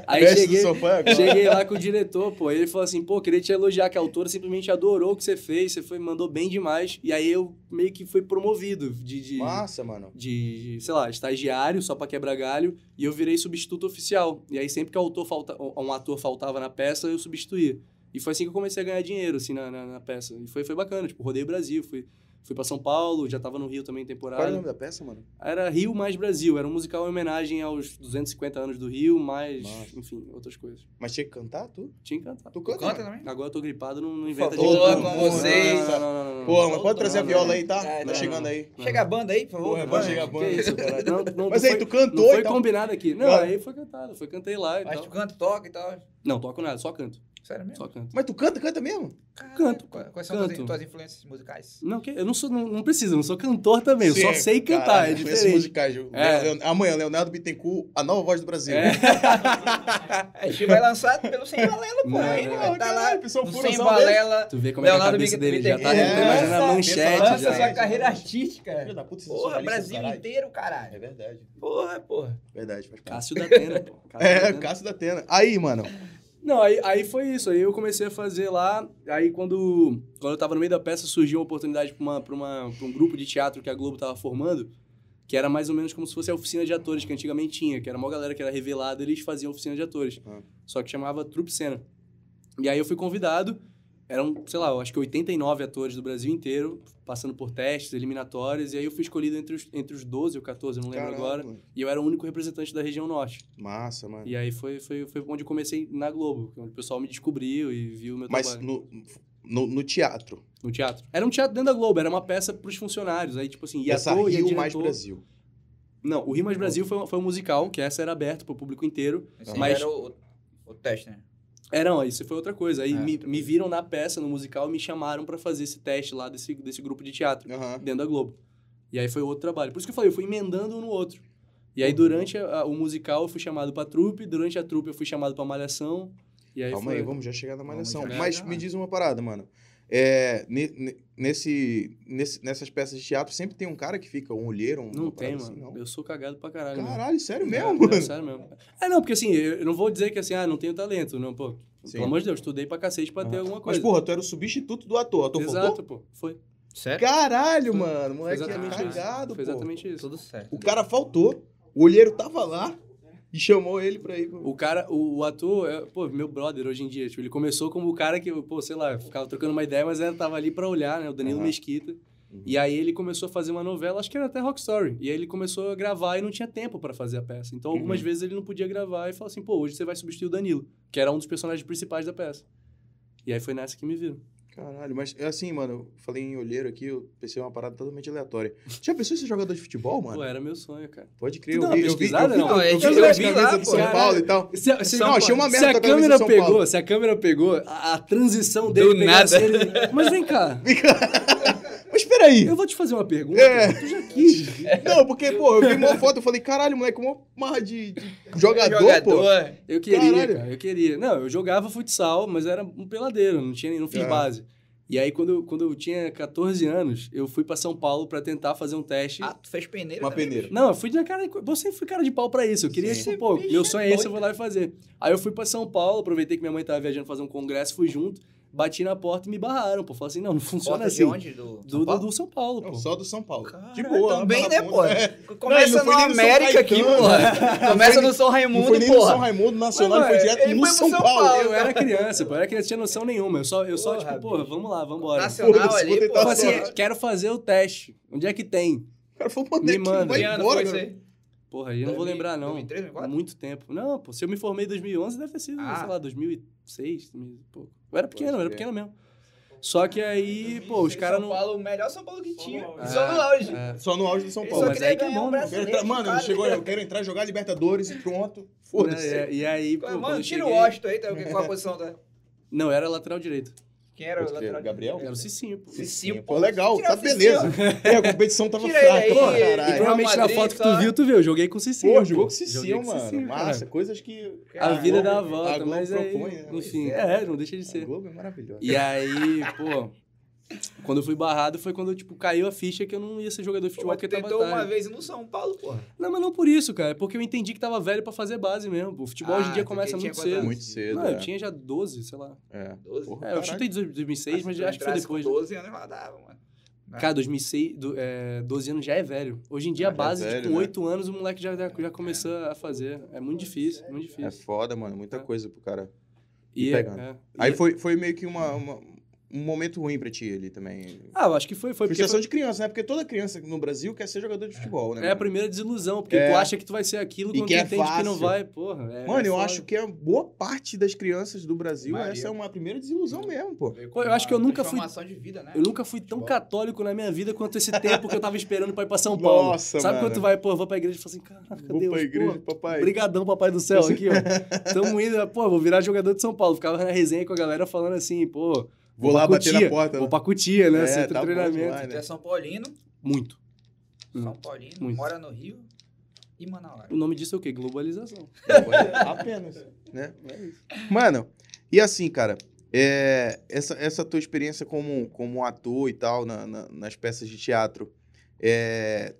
Speaker 4: Aí
Speaker 2: Teste
Speaker 4: cheguei,
Speaker 2: do sofá é agora.
Speaker 4: Cheguei lá com o diretor, pô. Ele falou assim, pô, queria te elogiar que a autora simplesmente adorou o que você fez, você foi, mandou bem demais. E aí eu meio que fui promovido de, de,
Speaker 2: Massa, mano.
Speaker 4: de, sei lá, estagiário, só pra quebrar galho, e eu virei substituto oficial. E aí sempre que o autor falta, um ator faltava na peça, eu substituía. E foi assim que eu comecei a ganhar dinheiro, assim, na, na, na peça. E foi, foi bacana, tipo, rodei o Brasil, fui, fui pra São Paulo, já tava no Rio também
Speaker 2: Qual é o
Speaker 4: temporada.
Speaker 2: nome da peça, mano?
Speaker 4: Era Rio mais Brasil, era um musical em homenagem aos 250 anos do Rio, mais,
Speaker 2: Nossa.
Speaker 4: enfim, outras coisas.
Speaker 2: Mas tinha que cantar, tu?
Speaker 4: Tinha encantado.
Speaker 2: Tu canta?
Speaker 1: Canta
Speaker 2: mano?
Speaker 1: também?
Speaker 4: Agora eu tô gripado, não, não inventa
Speaker 2: favor,
Speaker 4: cantar,
Speaker 2: com
Speaker 4: não.
Speaker 1: vocês.
Speaker 4: Não, não, não, não, não.
Speaker 2: Pô, mas pode trazer a
Speaker 4: Não,
Speaker 2: viola
Speaker 4: não.
Speaker 2: aí, tá?
Speaker 1: É,
Speaker 2: tá
Speaker 1: não,
Speaker 2: chegando
Speaker 4: não.
Speaker 2: aí.
Speaker 1: Chega a banda aí, por favor.
Speaker 2: Porra, pode
Speaker 1: Banda.
Speaker 2: chegar a banda.
Speaker 4: Que isso, cara. Não, não,
Speaker 2: Mas
Speaker 4: não
Speaker 2: aí,
Speaker 4: foi-
Speaker 2: tu cantou
Speaker 4: Não foi
Speaker 2: e tal?
Speaker 4: combinado aqui. Não,
Speaker 2: Não.
Speaker 4: aí foi cantado, foi cantei lá e
Speaker 1: Mas
Speaker 4: tal.
Speaker 1: tu canta, toca e tal.
Speaker 4: Não, toco nada, só canto.
Speaker 1: Sério mesmo?
Speaker 4: Só canto.
Speaker 2: Mas tu canta, canta mesmo?
Speaker 1: Caralho, é
Speaker 4: Canto,
Speaker 1: Quais quais são as tuas,
Speaker 4: canto.
Speaker 1: tuas influências musicais?
Speaker 4: Não, que- eu não sou, não, não preciso, eu não sou cantor também, eu só
Speaker 2: Sim,
Speaker 4: sei cantar,
Speaker 2: caralho,
Speaker 4: é
Speaker 2: conheço
Speaker 4: diferente.
Speaker 2: musicais, viu?
Speaker 4: É.
Speaker 2: Leon- Amanhã, Leonardo Bittencourt, a nova voz do Brasil.
Speaker 4: É.
Speaker 1: A gente vai lançar pelo Sem Valela, pô.
Speaker 2: É.
Speaker 4: Não,
Speaker 1: Aí,
Speaker 4: não,
Speaker 1: né? Tá lá,
Speaker 2: caralho, pessoal,
Speaker 1: no
Speaker 2: fura
Speaker 1: Sem
Speaker 2: só dele.
Speaker 1: Valela.
Speaker 4: Tu vê como é que a
Speaker 1: Leonardo
Speaker 4: cabeça
Speaker 1: Bittencourt
Speaker 4: dele já tá,
Speaker 1: Bittencourt.
Speaker 4: eu tô imaginando a
Speaker 2: Essa,
Speaker 4: manchete
Speaker 2: essa
Speaker 1: É, Lança
Speaker 4: já.
Speaker 1: sua
Speaker 2: Caralho.
Speaker 1: carreira artística.
Speaker 2: Filho da puta, você é
Speaker 1: Porra,
Speaker 2: jornalista,
Speaker 1: Brasil
Speaker 2: caralho.
Speaker 1: inteiro,
Speaker 2: É
Speaker 1: caralho.
Speaker 2: verdade.
Speaker 1: Porra, porra.
Speaker 2: Verdade, faz parte.
Speaker 4: Cássio da Atena, pô. Cássio da
Speaker 2: É,
Speaker 4: Atena.
Speaker 2: Cássio da Atena. Aí, mano.
Speaker 4: Não, aí, aí foi isso. Aí eu comecei a fazer lá. Aí quando, quando eu tava no meio da peça, surgiu uma oportunidade pra, uma, pra, uma, pra um grupo de teatro que a Globo tava formando, que era mais ou menos como se fosse a oficina de atores que antigamente tinha, que era uma galera que era revelada, eles faziam oficina de atores.
Speaker 2: Uhum.
Speaker 4: Só que chamava Trupe Cena. E aí eu fui convidado. Eram, sei lá, eu acho que 89 atores do Brasil inteiro, passando por testes, eliminatórias, e aí eu fui escolhido entre os, entre os 12 ou 14, eu não lembro
Speaker 2: caralho,
Speaker 4: agora.
Speaker 2: mano.
Speaker 4: E eu era o único representante da região norte.
Speaker 2: Massa, mano.
Speaker 4: E aí foi, foi, foi onde eu comecei na Globo, é onde o pessoal me descobriu e viu o meu
Speaker 2: Mas
Speaker 4: trabalho
Speaker 2: no, no, no teatro.
Speaker 4: no teatro. Era um teatro dentro da Globo, era uma peça pros funcionários. Aí, tipo assim, ia
Speaker 2: essa
Speaker 4: ator, ia
Speaker 2: Rio
Speaker 4: diretor.
Speaker 2: mais Brasil.
Speaker 4: Não, o Rio Mais Brasil foi, foi um musical, que essa era aberta pro público inteiro.
Speaker 1: Esse
Speaker 4: Mas-
Speaker 1: era o, o teste, né?
Speaker 4: É, não, isso foi outra coisa. Aí
Speaker 1: É,
Speaker 4: me,
Speaker 1: outra
Speaker 4: me viram na peça, no musical, e me chamaram pra fazer esse teste lá desse, desse grupo de teatro.
Speaker 2: Aham.
Speaker 4: dentro da Globo. E aí foi outro trabalho. Por isso que eu falei, eu fui emendando um no outro. E aí durante a- a- o musical eu fui chamado pra trupe, durante a trupe eu fui chamado pra malhação. E aí
Speaker 2: Calma
Speaker 4: foi...
Speaker 2: aí, vamos já chegar na malhação.
Speaker 1: Vamos já
Speaker 2: Mas
Speaker 1: chegar.
Speaker 2: me diz uma parada, mano. É, ne- ne- nesse, nesse- nessas peças de teatro sempre tem um cara que fica um olheiro, um.
Speaker 4: Não
Speaker 2: uma
Speaker 4: tem,
Speaker 2: parada
Speaker 4: mano.
Speaker 2: assim, não.
Speaker 4: Eu sou cagado pra caralho. mesmo.
Speaker 2: Caralho, sério
Speaker 4: É,
Speaker 2: mesmo,
Speaker 4: é,
Speaker 2: mano.
Speaker 4: sério mesmo. É, não, porque assim, eu eu não vou dizer que assim, ah, não tenho talento, não, pô.
Speaker 2: Sim.
Speaker 4: Pelo amor de Deus, estudei pra cacete pra ter
Speaker 2: Aham.
Speaker 4: alguma
Speaker 2: Mas,
Speaker 4: coisa.
Speaker 2: porra, tu era o substituto do ator. O ator faltou?
Speaker 4: Exato, pô. Foi.
Speaker 1: Sério?
Speaker 2: Caralho,
Speaker 4: Foi-
Speaker 2: mano.
Speaker 4: Foi
Speaker 2: Moleque é
Speaker 4: exatamente isso.
Speaker 2: cagado,
Speaker 4: Foi
Speaker 2: pô.
Speaker 4: exatamente isso.
Speaker 1: Tudo certo.
Speaker 2: O cara faltou. O olheiro tava lá e chamou ele pra ir. pô.
Speaker 4: O cara, o, o ator, é, pô, meu brother hoje em dia, tipo, ele começou como o cara que, pô, sei lá, ficava trocando uma ideia, mas era, tava ali pra olhar, né, o Danilo
Speaker 2: Aham.
Speaker 4: Mesquita.
Speaker 2: Uhum.
Speaker 4: E aí ele começou a fazer uma novela, acho que era até Rock Story. E aí ele começou a gravar e não tinha tempo pra fazer a peça. Então algumas
Speaker 2: Uhum.
Speaker 4: vezes ele não podia gravar e falou assim, pô, hoje você vai substituir o Danilo, que era um dos personagens principais da peça. E aí foi nessa que me viram.
Speaker 2: Caralho, mas é assim, mano, eu falei em olheiro aqui, eu pensei uma parada totalmente aleatória. Já pensou em ser jogador de futebol, mano?
Speaker 4: Pô, era meu sonho, cara.
Speaker 2: Pode crer,
Speaker 4: Tu deu
Speaker 2: eu
Speaker 4: uma
Speaker 2: vi, eu vi, eu
Speaker 4: pesquisada,
Speaker 2: vi,
Speaker 4: não? É
Speaker 2: eu vi
Speaker 4: Eu
Speaker 2: as
Speaker 1: vi lá,
Speaker 2: camisas de
Speaker 1: pô.
Speaker 2: São
Speaker 4: Caralho.
Speaker 2: Paulo e tal.
Speaker 4: Se, a- se-
Speaker 2: Não, achei uma
Speaker 4: se
Speaker 2: merda
Speaker 4: a
Speaker 2: com a camisa
Speaker 4: câmera
Speaker 2: de São
Speaker 4: pegou,
Speaker 2: Paulo.
Speaker 4: se a câmera pegou, a, a transição dele
Speaker 1: Do
Speaker 4: pegou
Speaker 1: nada.
Speaker 4: assim, ele- Mas vem cá,
Speaker 2: Mas peraí,
Speaker 4: eu vou te fazer uma pergunta.
Speaker 2: É.
Speaker 4: Tu já quis.
Speaker 2: não, porque, pô, eu vi uma foto, eu falei, caralho, moleque, uma marra de, de jogador, pô.
Speaker 4: Eu queria,
Speaker 2: Caralho.
Speaker 4: cara, eu queria. Não, eu jogava futsal, mas era um peladeiro, não tinha, não fiz
Speaker 2: É.
Speaker 4: base. E aí, quando, eu- quando eu tinha 14 anos, eu fui pra São Paulo pra tentar fazer um teste.
Speaker 1: Ah, tu fez peneira
Speaker 2: Uma
Speaker 1: também,
Speaker 2: peneira.
Speaker 4: Não, eu fui de cara. Eu sempre fui cara de pau pra isso. Eu queria,
Speaker 2: Sim.
Speaker 4: tipo, pô,
Speaker 1: Bicho
Speaker 4: meu
Speaker 1: é
Speaker 4: sonho é esse, eu
Speaker 1: doido.
Speaker 4: vou lá e fazer. Aí eu fui pra São Paulo, aproveitei que minha mãe tava viajando fazer um congresso, fui junto, bati na porta e me barraram, pô. Falaram assim, não, não funciona
Speaker 1: Porta
Speaker 4: assim.
Speaker 1: de onde? Do,
Speaker 4: Do, do, do São Paulo,
Speaker 2: Não,
Speaker 4: pô.
Speaker 2: só do São Paulo. de
Speaker 1: Caralho,
Speaker 2: boa.
Speaker 1: Também,
Speaker 2: lá É.
Speaker 1: né,
Speaker 2: na
Speaker 1: pô?
Speaker 2: ponta. Não, ele
Speaker 1: Começa
Speaker 2: não foi
Speaker 1: na
Speaker 2: nem no São
Speaker 1: América aqui,
Speaker 2: Caetano, né?
Speaker 1: porra. Começa
Speaker 2: Não foi
Speaker 1: no São
Speaker 2: Não foi
Speaker 1: Raimundo,
Speaker 2: nem no São
Speaker 1: porra.
Speaker 2: Raimundo Nacional,
Speaker 4: Mas,
Speaker 2: ele
Speaker 4: mas,
Speaker 2: foi direto
Speaker 1: ele
Speaker 2: no
Speaker 1: foi pro
Speaker 2: São,
Speaker 1: São
Speaker 2: Paulo.
Speaker 1: Paulo.
Speaker 4: Eu era criança, pô. Eu era criança, tinha noção nenhuma. Eu só, eu só
Speaker 1: Porra,
Speaker 4: tipo, pô,
Speaker 1: bicho.
Speaker 4: vamos lá, vamos embora.
Speaker 1: Nacional
Speaker 2: Foda-se, vou
Speaker 1: ali,
Speaker 2: tentar
Speaker 1: pô.
Speaker 4: Tipo
Speaker 2: Tá
Speaker 4: assim,
Speaker 2: certo.
Speaker 4: quero fazer o teste. Onde é que tem?
Speaker 2: O cara falou, mano,
Speaker 4: Me
Speaker 2: que
Speaker 4: manda.
Speaker 2: vai
Speaker 1: Mariana,
Speaker 2: embora,
Speaker 1: foi
Speaker 2: cara.
Speaker 1: isso aí?
Speaker 4: Porra, eu não vou
Speaker 1: 2000,
Speaker 4: lembrar, não.
Speaker 1: 2003, 2004?
Speaker 4: Muito tempo. Não, pô, se eu me formei em 2011, deve ter sido,
Speaker 1: Ah.
Speaker 4: sei lá, 2006, 2000 e pouco. Eu era pequeno, eu
Speaker 2: Pode
Speaker 4: era
Speaker 2: crer.
Speaker 4: pequeno mesmo. Só que aí, pô, os caras não...
Speaker 1: São Paulo, o melhor São Paulo que tinha.
Speaker 3: Ah,
Speaker 1: Só no auge.
Speaker 4: É.
Speaker 2: Só no auge do São
Speaker 1: Ele
Speaker 2: Paulo.
Speaker 1: só
Speaker 4: mas
Speaker 1: queria
Speaker 4: aí que é
Speaker 1: ganhar
Speaker 4: bom,
Speaker 1: um
Speaker 4: né?
Speaker 2: Eu quero
Speaker 1: brasileiro.
Speaker 2: entrar, mano,
Speaker 1: cara.
Speaker 2: chegou, eu quero entrar jogar Libertadores e pronto.
Speaker 4: Né,
Speaker 2: Foda-se.
Speaker 4: E, e aí, pô, quando
Speaker 1: Mano,
Speaker 4: eu
Speaker 1: tira o
Speaker 4: cheguei-
Speaker 1: Washington aí, tá? qual a posição da...
Speaker 4: Não, era lateral direito.
Speaker 1: Quem era o
Speaker 2: Pode crer,
Speaker 1: lateral?
Speaker 2: Gabriel?
Speaker 4: Era o Cicinho, pô.
Speaker 1: Cicinho.
Speaker 2: Pô, legal,
Speaker 1: Tira
Speaker 2: tá
Speaker 1: a oficial.
Speaker 2: beleza. É, a competição tava
Speaker 1: Tira
Speaker 2: fraca,
Speaker 1: ele
Speaker 2: pra
Speaker 1: aí,
Speaker 4: E
Speaker 1: Real
Speaker 2: caralho.
Speaker 4: provavelmente na
Speaker 1: Madrid,
Speaker 4: foto que
Speaker 1: só.
Speaker 4: tu viu, tu viu, eu joguei com o Cicinho.
Speaker 2: Pô, jogou com o
Speaker 4: Joguei
Speaker 2: Cicinho,
Speaker 4: com o
Speaker 2: mano.
Speaker 4: Cicinho, cara.
Speaker 2: Massa, coisas que.
Speaker 4: A
Speaker 1: Caralho.
Speaker 4: vida dá a
Speaker 2: A
Speaker 4: volta,
Speaker 2: Globo
Speaker 4: mas aí...
Speaker 2: propõe, né?
Speaker 4: Enfim,
Speaker 1: Pois é.
Speaker 4: é, não deixa de
Speaker 2: A
Speaker 4: ser.
Speaker 2: Globo é maravilhosa.
Speaker 4: E aí, pô... Quando eu fui barrado foi quando, tipo, caiu a ficha que eu não ia ser jogador
Speaker 1: Pô,
Speaker 4: de futebol.
Speaker 1: tu
Speaker 4: é porque eu tava
Speaker 1: tentou uma
Speaker 4: tarde.
Speaker 1: vez no São Paulo, porra.
Speaker 4: Não, mas não por isso, cara. É porque eu entendi que tava velho pra fazer base mesmo. O futebol hoje em
Speaker 1: Ah,
Speaker 4: dia
Speaker 1: tu
Speaker 4: começa
Speaker 1: tinha
Speaker 4: muito
Speaker 1: quantos
Speaker 4: cedo.
Speaker 1: anos?
Speaker 2: Muito cedo.
Speaker 4: Não,
Speaker 2: é.
Speaker 4: eu tinha já 12, sei lá.
Speaker 2: É.
Speaker 1: 12.
Speaker 2: Porra,
Speaker 4: É, eu
Speaker 2: caralho.
Speaker 4: chutei 2006,
Speaker 1: Ah,
Speaker 4: mas
Speaker 1: se tu
Speaker 4: acho que foi
Speaker 1: entrasse com né?
Speaker 4: depois. né?
Speaker 1: 12 anos lá dava, né, mano.
Speaker 4: Cara, 2006, do, é, 12 anos já é velho. Hoje em dia,
Speaker 2: Ah,
Speaker 4: a
Speaker 2: já é
Speaker 4: base,
Speaker 2: velho, né?
Speaker 4: com 8 anos, o
Speaker 1: é.
Speaker 4: moleque já, já começou a fazer. É muito difícil, muito
Speaker 2: É
Speaker 4: difícil.
Speaker 2: foda, mano. Muita
Speaker 4: É.
Speaker 2: coisa pro cara. E
Speaker 4: E,
Speaker 2: pegando.
Speaker 4: é.
Speaker 2: Aí
Speaker 4: E-
Speaker 2: foi, foi meio que uma, uma- um momento ruim pra ti ali também.
Speaker 4: Ah, eu acho que foi. foi porque
Speaker 2: Frustração
Speaker 4: foi,
Speaker 2: de criança, né? Porque toda criança no Brasil quer ser jogador de futebol, né?
Speaker 4: é a primeira desilusão, porque
Speaker 2: É.
Speaker 4: tu acha que tu vai ser aquilo
Speaker 2: E
Speaker 4: quando
Speaker 2: que
Speaker 4: tu
Speaker 2: é
Speaker 4: entende que não
Speaker 2: fácil.
Speaker 4: vai, porra. é-
Speaker 2: Mano,
Speaker 4: é
Speaker 2: eu
Speaker 4: foda.
Speaker 2: acho que a boa parte das crianças do Brasil,
Speaker 1: Maria.
Speaker 2: essa é uma primeira desilusão mesmo, pô.
Speaker 4: Pô, eu acho que eu nunca fui-
Speaker 1: Transformação de vida, né?
Speaker 4: Eu nunca fui tão
Speaker 1: Futebol.
Speaker 4: católico na minha vida quanto esse tempo que eu tava esperando pra ir pra São Paulo.
Speaker 2: Nossa,
Speaker 4: Sabe
Speaker 2: mano.
Speaker 4: quando tu vai, pô, eu vou pra igreja e falo assim, caraca,
Speaker 2: Vou
Speaker 4: Deus,
Speaker 2: pra igreja,
Speaker 4: pô,
Speaker 2: papai.
Speaker 4: brigadão, papai do céu, aqui, ó. Tamo indo, né, pô, vou virar jogador de São Paulo. Ficava na resenha com a galera falando assim, pô,
Speaker 2: Vou lá
Speaker 4: pra
Speaker 2: bater
Speaker 4: Cotia,
Speaker 2: na porta.
Speaker 4: vou
Speaker 2: né?
Speaker 4: pra Cutia, né,
Speaker 2: É,
Speaker 4: centro
Speaker 2: tá
Speaker 4: de
Speaker 2: bom
Speaker 4: treinamento.
Speaker 2: demais,
Speaker 1: Tu
Speaker 2: né?
Speaker 1: é São Paulino,
Speaker 4: Muito.
Speaker 1: São
Speaker 4: Hum.
Speaker 1: Paulino,
Speaker 4: Muito.
Speaker 1: mora no Rio e Manaus.
Speaker 4: O nome disso é o quê? Globalização.
Speaker 2: Apenas, Tá
Speaker 4: É
Speaker 2: né? Mano, e assim, cara, é, essa, essa tua experiência como, como ator e tal na- na- nas peças de teatro, é,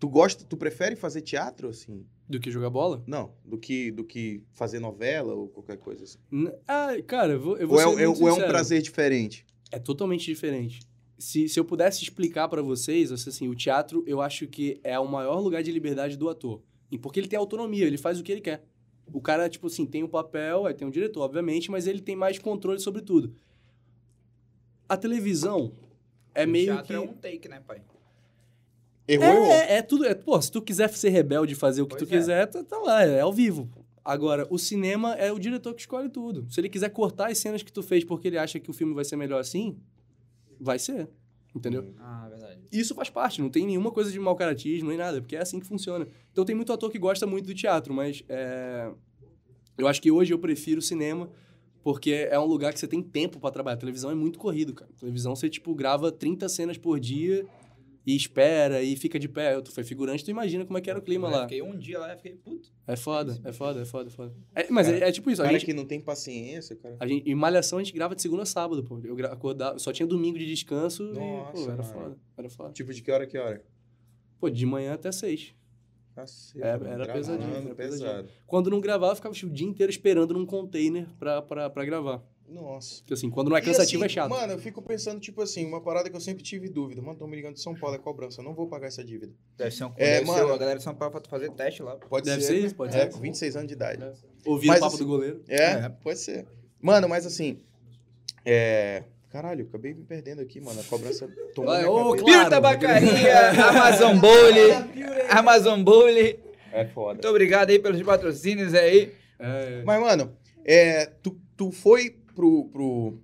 Speaker 2: tu gosta, tu prefere fazer teatro, assim?
Speaker 4: Do que jogar bola?
Speaker 2: Não, do que, do que fazer novela ou qualquer coisa assim.
Speaker 4: N- Ah, cara, eu vou, eu vou
Speaker 2: Ou é,
Speaker 4: ser
Speaker 2: é-
Speaker 4: muito
Speaker 2: ou é um
Speaker 4: sincero.
Speaker 2: prazer diferente?
Speaker 4: É totalmente diferente. Se, se eu pudesse explicar pra vocês, assim, o teatro, eu acho que é o maior lugar de liberdade do ator. E porque ele tem autonomia, ele faz o que ele quer. O cara, tipo assim, tem o papel, aí tem o diretor, obviamente, mas ele tem mais controle sobre tudo. A televisão é
Speaker 1: O
Speaker 4: meio
Speaker 1: teatro
Speaker 4: que...
Speaker 1: é um take, né, pai?
Speaker 2: Errou, errou.
Speaker 4: É, é, é tudo. É, pô, se tu quiser ser rebelde e fazer o que
Speaker 1: Pois
Speaker 4: tu
Speaker 1: é.
Speaker 4: quiser, tá, tá lá, é ao vivo. Agora, o cinema é o diretor que escolhe tudo. Se ele quiser cortar as cenas que tu fez porque ele acha que o filme vai ser melhor assim, vai ser. Entendeu?
Speaker 1: Ah, verdade.
Speaker 4: isso faz parte, não tem nenhuma coisa de mau caratismo nem nada, porque é assim que funciona. Então tem muito ator que gosta muito do teatro, mas é, eu acho que hoje eu prefiro o cinema porque é um lugar que você tem tempo pra trabalhar. A televisão é muito corrido, cara. A televisão você, tipo, grava 30 cenas por dia e espera e fica de pé. Tu foi figurante, tu imagina como é que era o clima
Speaker 1: Eu
Speaker 4: lá.
Speaker 1: Fiquei um dia lá e fiquei, puto.
Speaker 4: É foda, é foda, é foda, é foda. É, mas é, é tipo isso, a
Speaker 2: Cara
Speaker 4: gente...
Speaker 2: que não tem paciência, cara.
Speaker 4: A gente, em Malhação a gente grava de segunda a sábado, pô. Eu gra- acordava, só tinha domingo de descanso e,
Speaker 2: Nossa,
Speaker 4: pô, era
Speaker 2: mano.
Speaker 4: foda, era foda.
Speaker 2: Tipo, de que hora a que hora?
Speaker 4: Pô, de manhã até seis.
Speaker 2: Caceta,
Speaker 4: É,
Speaker 2: mano,
Speaker 4: era pesadinho, era
Speaker 2: um
Speaker 4: pesadinho.
Speaker 2: pesado.
Speaker 4: Quando não gravava, eu ficava tipo, o dia inteiro esperando num container pra, pra, pra gravar.
Speaker 2: Nossa.
Speaker 4: Porque assim, quando não é
Speaker 2: E
Speaker 4: cansativo
Speaker 2: assim,
Speaker 4: é chato.
Speaker 2: Mano, eu fico pensando, tipo assim, uma parada que eu sempre tive dúvida. Mano, estão me ligando de São Paulo, é cobrança. Eu não vou pagar essa dívida.
Speaker 1: Deve ser um
Speaker 2: É,
Speaker 1: deve ser
Speaker 2: mano.
Speaker 1: a galera de São Paulo pra tu fazer teste lá.
Speaker 2: Pode
Speaker 4: Deve ser isso, pode
Speaker 2: É,
Speaker 4: ser.
Speaker 2: com 26 anos de idade.
Speaker 4: É. Ouvir o
Speaker 2: mas
Speaker 4: papo
Speaker 2: assim-
Speaker 4: do goleiro.
Speaker 2: É,
Speaker 1: É.
Speaker 2: pode ser. Mano, mas assim. É. Caralho, acabei me perdendo aqui, mano. A cobrança tomou.
Speaker 4: Vai,
Speaker 2: minha
Speaker 4: ô,
Speaker 2: cabeça.
Speaker 1: Piro
Speaker 4: Claro.
Speaker 1: Tabacaria, Amazon Bowling, Amazon Bowling.
Speaker 2: É foda.
Speaker 1: Muito obrigado aí pelos patrocínios aí.
Speaker 4: É,
Speaker 2: Mas, mano, é, tu, tu foi pro. pro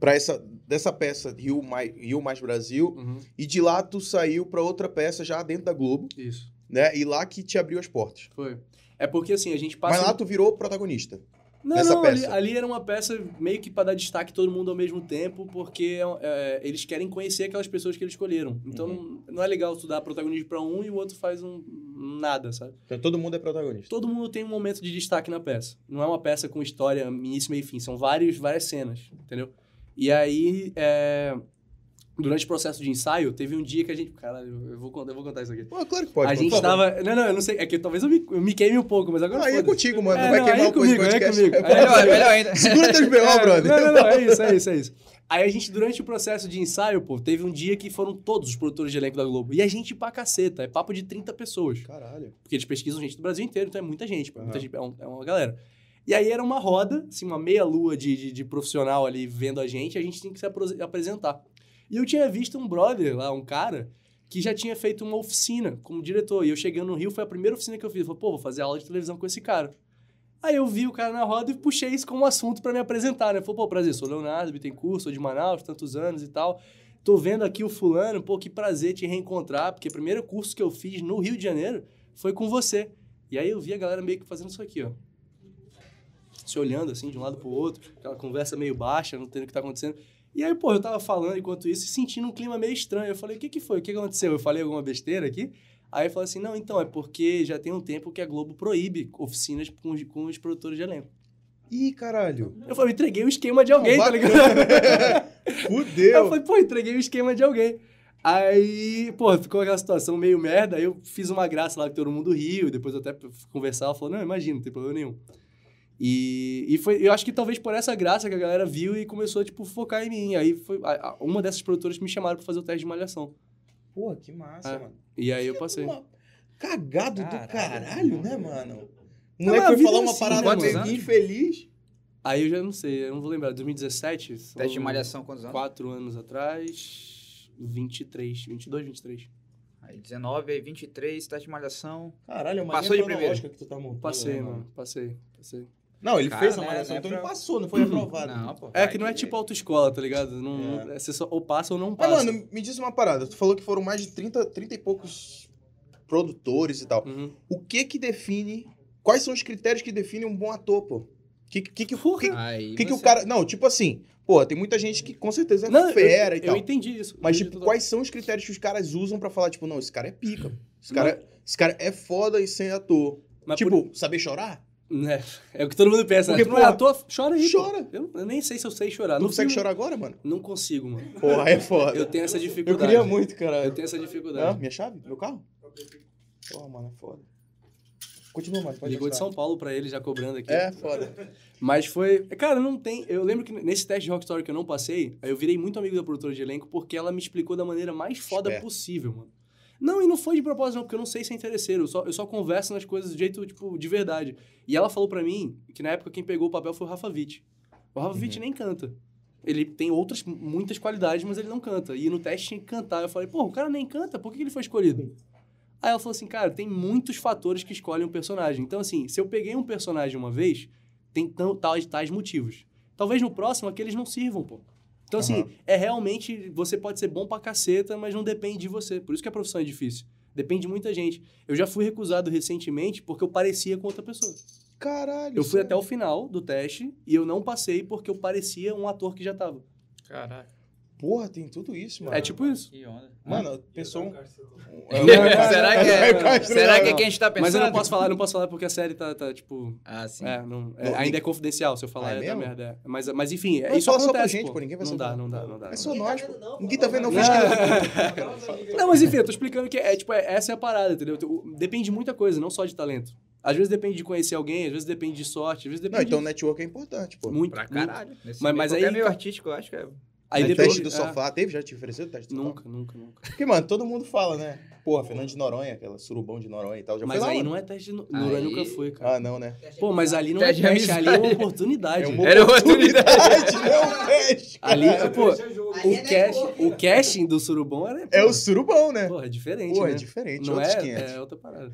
Speaker 2: pra essa, dessa peça Rio mais, Rio mais Brasil.
Speaker 4: uhum,
Speaker 2: E de lá tu saiu pra outra peça já dentro da Globo,
Speaker 4: Isso,
Speaker 2: né? E lá que te abriu as portas.
Speaker 4: foi. É porque assim, a gente passa. um-
Speaker 2: Mas lá tu virou o protagonista.
Speaker 4: Não,
Speaker 2: nessa
Speaker 4: não, ali,
Speaker 2: peça.
Speaker 4: ali era uma peça meio que pra dar destaque todo mundo ao mesmo tempo, porque é, eles querem conhecer aquelas pessoas que eles escolheram. Então
Speaker 2: Uhum.
Speaker 4: não, não é legal tu dar protagonismo pra um e o outro faz um nada, sabe?
Speaker 2: Então todo mundo é protagonista.
Speaker 4: Todo mundo tem um momento de destaque na peça. Não é uma peça com história, início, meio e fim. São vários, várias cenas, entendeu? E aí, é, durante o processo de ensaio, teve um dia que a gente... Caralho, eu vou, contar- eu vou contar isso aqui.
Speaker 2: Pô, claro que pode.
Speaker 4: a
Speaker 2: pô,
Speaker 4: gente
Speaker 2: por favor.
Speaker 4: tava... Não, não, eu não sei. É que talvez eu me, eu me queime um pouco, mas agora
Speaker 2: Aí é
Speaker 4: foda-se.
Speaker 2: contigo, mano.
Speaker 4: É,
Speaker 2: não vai
Speaker 4: não,
Speaker 2: queimar
Speaker 4: aí
Speaker 2: o coisa do
Speaker 4: comigo, aí
Speaker 2: podcast.
Speaker 4: comigo. Aí
Speaker 1: Melhor, melhor ainda.
Speaker 2: Segura teus B.O.,
Speaker 4: É,
Speaker 2: brother.
Speaker 4: Não, não, não, é isso, é isso, é isso. Aí a gente, durante o processo de ensaio, pô, teve um dia que foram todos os produtores de elenco da Globo. E a gente pra caceta, é papo de 30 pessoas.
Speaker 2: Caralho.
Speaker 4: Porque eles pesquisam gente do Brasil inteiro, então é muita gente, pô, muita
Speaker 2: Aham.
Speaker 4: gente é, um- é uma galera. E aí era uma roda, assim, uma meia lua de, de, de profissional ali vendo a gente, a gente tem que se apro- apresentar. E eu tinha visto um brother lá, um cara, que já tinha feito uma oficina como diretor. E eu chegando no Rio, foi a primeira oficina que eu fiz. Eu falei, pô, vou fazer aula de televisão com esse cara. Aí eu vi o cara na roda e puxei isso como assunto pra me apresentar, né? Falei, pô, prazer, sou Leonardo, Bittencourt, sou de Manaus, tantos anos e tal. Tô vendo aqui o fulano, pô, que prazer te reencontrar, porque é o primeiro curso que eu fiz no Rio de Janeiro foi com você. E aí eu vi a galera meio que fazendo isso aqui, ó. Se olhando assim de um lado pro outro, aquela conversa meio baixa, não entendendo o que tá acontecendo. E aí, pô, eu tava falando enquanto isso e sentindo um clima meio estranho. Eu falei, o que que foi? O que aconteceu? Eu falei alguma besteira aqui? Aí eu falei assim, não, então, é porque já tem um tempo que a Globo proíbe oficinas com os, com os produtores de elenco.
Speaker 2: Ih, caralho.
Speaker 4: Eu falei, entreguei o esquema de alguém, tá ligado? Aí eu
Speaker 2: Fudeu.
Speaker 4: falei, pô, entreguei o esquema de alguém. Aí, pô, ficou aquela situação meio merda. Aí eu fiz uma graça lá que todo mundo riu. e Depois eu até conversava, falou, não, imagina, não tem problema nenhum. E, e foi, eu acho que talvez por essa graça que a galera viu e começou, tipo, focar em mim. Aí foi a- a- uma dessas produtoras me chamaram pra fazer o teste de malhação.
Speaker 2: Pô, que massa,
Speaker 1: Ah,
Speaker 4: É,
Speaker 2: mano.
Speaker 4: E aí eu passei.
Speaker 2: Uma- Cagado do
Speaker 1: Caralho.
Speaker 2: caralho, né, mano? O
Speaker 4: mas a
Speaker 2: moleque foi
Speaker 4: vida
Speaker 2: falar
Speaker 4: é
Speaker 2: uma
Speaker 4: assim,
Speaker 1: né,
Speaker 2: parada meio
Speaker 1: mano?
Speaker 2: infeliz.
Speaker 4: Aí eu já não sei, eu não vou lembrar. 2017? são
Speaker 1: Teste de malhação, quantos anos?
Speaker 4: Quatro anos atrás. 23, 22, 23.
Speaker 1: Aí 19, aí 23, teste de malhação.
Speaker 3: Caralho, é uma
Speaker 1: Passou
Speaker 3: linha
Speaker 1: de primeira.
Speaker 3: cronológica que tu tá montando.
Speaker 4: Passei,
Speaker 3: né,
Speaker 4: mano. Passei, passei.
Speaker 2: Não, ele
Speaker 1: Cara,
Speaker 2: fez a
Speaker 1: né,
Speaker 2: malhação,
Speaker 1: né,
Speaker 2: então
Speaker 1: pra-
Speaker 2: ele passou.
Speaker 3: Passou, não foi
Speaker 2: né?
Speaker 3: aprovado.
Speaker 1: Não, pô.
Speaker 4: É
Speaker 1: vai
Speaker 4: que não é
Speaker 1: de-
Speaker 4: tipo autoescola, tá ligado? Não, é. você só ou passa ou não
Speaker 2: Mas,
Speaker 4: passa.
Speaker 2: mano, me diz uma parada. Tu falou que foram mais de 30, 30 e poucos produtores e tal.
Speaker 4: Uhum.
Speaker 2: O que que define... Quais são os critérios que definem um bom ator, pô? Que que, que,
Speaker 4: Porra.
Speaker 2: que,
Speaker 1: Aí
Speaker 2: O que, que o
Speaker 1: você-
Speaker 2: cara. Não, tipo assim, pô, tem muita gente que com certeza é
Speaker 4: Não, eu-
Speaker 2: fera e
Speaker 4: eu,
Speaker 2: tal.
Speaker 4: entendi isso.
Speaker 2: mas,
Speaker 4: entendi
Speaker 2: tipo,
Speaker 4: total.
Speaker 2: quais são os critérios que os caras usam pra falar, tipo, não, esse cara é pica. Esse cara, esse cara é foda e sem ator.
Speaker 4: Mas por-
Speaker 2: tipo, saber chorar?
Speaker 4: né, É o que todo mundo pensa,
Speaker 2: Porque,
Speaker 4: né? Tu não é
Speaker 2: porra,
Speaker 4: ator, chora aí. pô.
Speaker 2: chora.
Speaker 4: Eu, eu nem sei se eu sei chorar.
Speaker 2: Tu
Speaker 4: No
Speaker 2: consegue
Speaker 4: filme,
Speaker 2: chorar agora, mano?
Speaker 4: Não consigo, mano.
Speaker 2: Porra, é foda.
Speaker 4: um- Eu
Speaker 2: Eu,
Speaker 4: tenho essa dificuldade.
Speaker 2: queria muito,
Speaker 4: Eu
Speaker 2: cara.
Speaker 4: tenho essa
Speaker 2: Ah,
Speaker 4: dificuldade.
Speaker 2: minha chave? Meu carro? Porra, mano, é foda. Continua, mano. Pode
Speaker 4: Ligou de
Speaker 2: continuar.
Speaker 4: São Paulo pra ele já cobrando aqui.
Speaker 2: É, foda.
Speaker 4: Mas foi. Cara, não tem. Eu lembro que nesse teste de Rock Story que eu não passei, aí eu virei muito amigo da produtora de elenco porque ela me explicou da maneira mais foda
Speaker 2: Esperto.
Speaker 4: possível, mano. Não, e não foi de propósito, não, porque eu não sei se é interesseiro. Eu só, eu só converso nas coisas do jeito, tipo, de verdade. E ela falou pra mim que na época quem pegou o papel foi o Rafa Witt. O Rafa Witt nem canta. Ele tem outras, muitas qualidades, mas ele não canta. E no teste tinha que cantar. Eu falei, pô, o cara nem canta, por que que ele foi escolhido? Aí ela falou assim, cara, tem muitos fatores que escolhem um personagem. Então, assim, se eu peguei um personagem uma vez, tem tão, tais, tais motivos. Talvez no próximo aqueles não sirvam, pô. Então, assim,
Speaker 2: Aham.
Speaker 4: é realmente. Você pode ser bom pra caceta, mas não depende de você. Por isso que a profissão é difícil. Depende de muita gente. Eu já fui recusado recentemente porque eu parecia com outra pessoa.
Speaker 2: Caralho.
Speaker 4: Eu fui
Speaker 2: sério.
Speaker 4: até o final do teste e eu não passei porque eu parecia um ator que já tava.
Speaker 1: Caraca.
Speaker 2: é- Porra, tem tudo isso, mano.
Speaker 4: É tipo isso. é
Speaker 1: Que onda.
Speaker 2: Mano, pensou um.
Speaker 1: É. será que
Speaker 2: Vai, vai,
Speaker 1: é, será que é
Speaker 4: não.
Speaker 1: quem a gente tá pensando?
Speaker 4: Mas eu não posso falar, não posso falar porque a série tá, tá, tipo.
Speaker 1: Ah, sim.
Speaker 4: É, não, é,
Speaker 2: Não,
Speaker 4: ainda
Speaker 2: nem-
Speaker 4: é confidencial se eu falar,
Speaker 2: Ah, é
Speaker 4: é, da
Speaker 2: mesmo?
Speaker 4: merda. é. Mas, mas enfim, é
Speaker 2: Mas
Speaker 4: isso
Speaker 2: fala só pra
Speaker 4: acontece,
Speaker 2: gente, pô, ninguém vai
Speaker 4: não
Speaker 2: saber.
Speaker 4: dá, não dá, não dá.
Speaker 2: É
Speaker 4: não
Speaker 2: só
Speaker 4: dá.
Speaker 2: nós,
Speaker 5: tá vendo,
Speaker 2: pô.
Speaker 5: não,
Speaker 2: Ninguém tá
Speaker 5: pô.
Speaker 2: vendo, não.
Speaker 4: Não.
Speaker 2: Fiz
Speaker 4: Não, mas enfim, eu tô explicando que é, tipo, é- essa é a parada, entendeu? O- Depende de muita coisa, não só de talento. Às vezes depende de conhecer alguém, às vezes depende de sorte, às vezes depende
Speaker 2: Não, então o
Speaker 4: de...
Speaker 2: network é importante, pô.
Speaker 4: muito,
Speaker 1: Pra
Speaker 4: muito.
Speaker 1: caralho. Nesse
Speaker 4: Mas- mas
Speaker 1: meio-
Speaker 4: aí-
Speaker 1: É meio artístico, eu acho que é.
Speaker 2: Aí
Speaker 4: Aí depois,
Speaker 2: teste do
Speaker 4: é,
Speaker 2: sofá, teve? Já te ofereceu o teste do sofá?
Speaker 4: nunca, nunca, nunca.
Speaker 2: Porque, mano, todo mundo fala, né? Porra, Fernando de Noronha, aquela surubão de Noronha e tal. Já
Speaker 4: mas
Speaker 2: foi lá,
Speaker 4: aí
Speaker 2: mano?
Speaker 4: não é teste de... No... Noronha
Speaker 1: Aí-
Speaker 4: nunca foi, cara.
Speaker 2: Ah, não, né?
Speaker 4: Pô, mas ali não
Speaker 1: Teste de
Speaker 4: é teste, ali é uma
Speaker 1: amizade.
Speaker 4: oportunidade.
Speaker 2: É uma
Speaker 1: Era oportunidade.
Speaker 2: é o teste,
Speaker 4: Ali,
Speaker 2: cara.
Speaker 4: pô,
Speaker 5: Aí é
Speaker 4: o, cast,
Speaker 5: network.
Speaker 4: o casting do Surubom era...
Speaker 2: É o surubão, né?
Speaker 4: Porra, é diferente,
Speaker 2: Pô,
Speaker 4: né?
Speaker 2: é diferente.
Speaker 4: Não
Speaker 2: outros
Speaker 4: é,
Speaker 2: 500.
Speaker 4: é outra parada.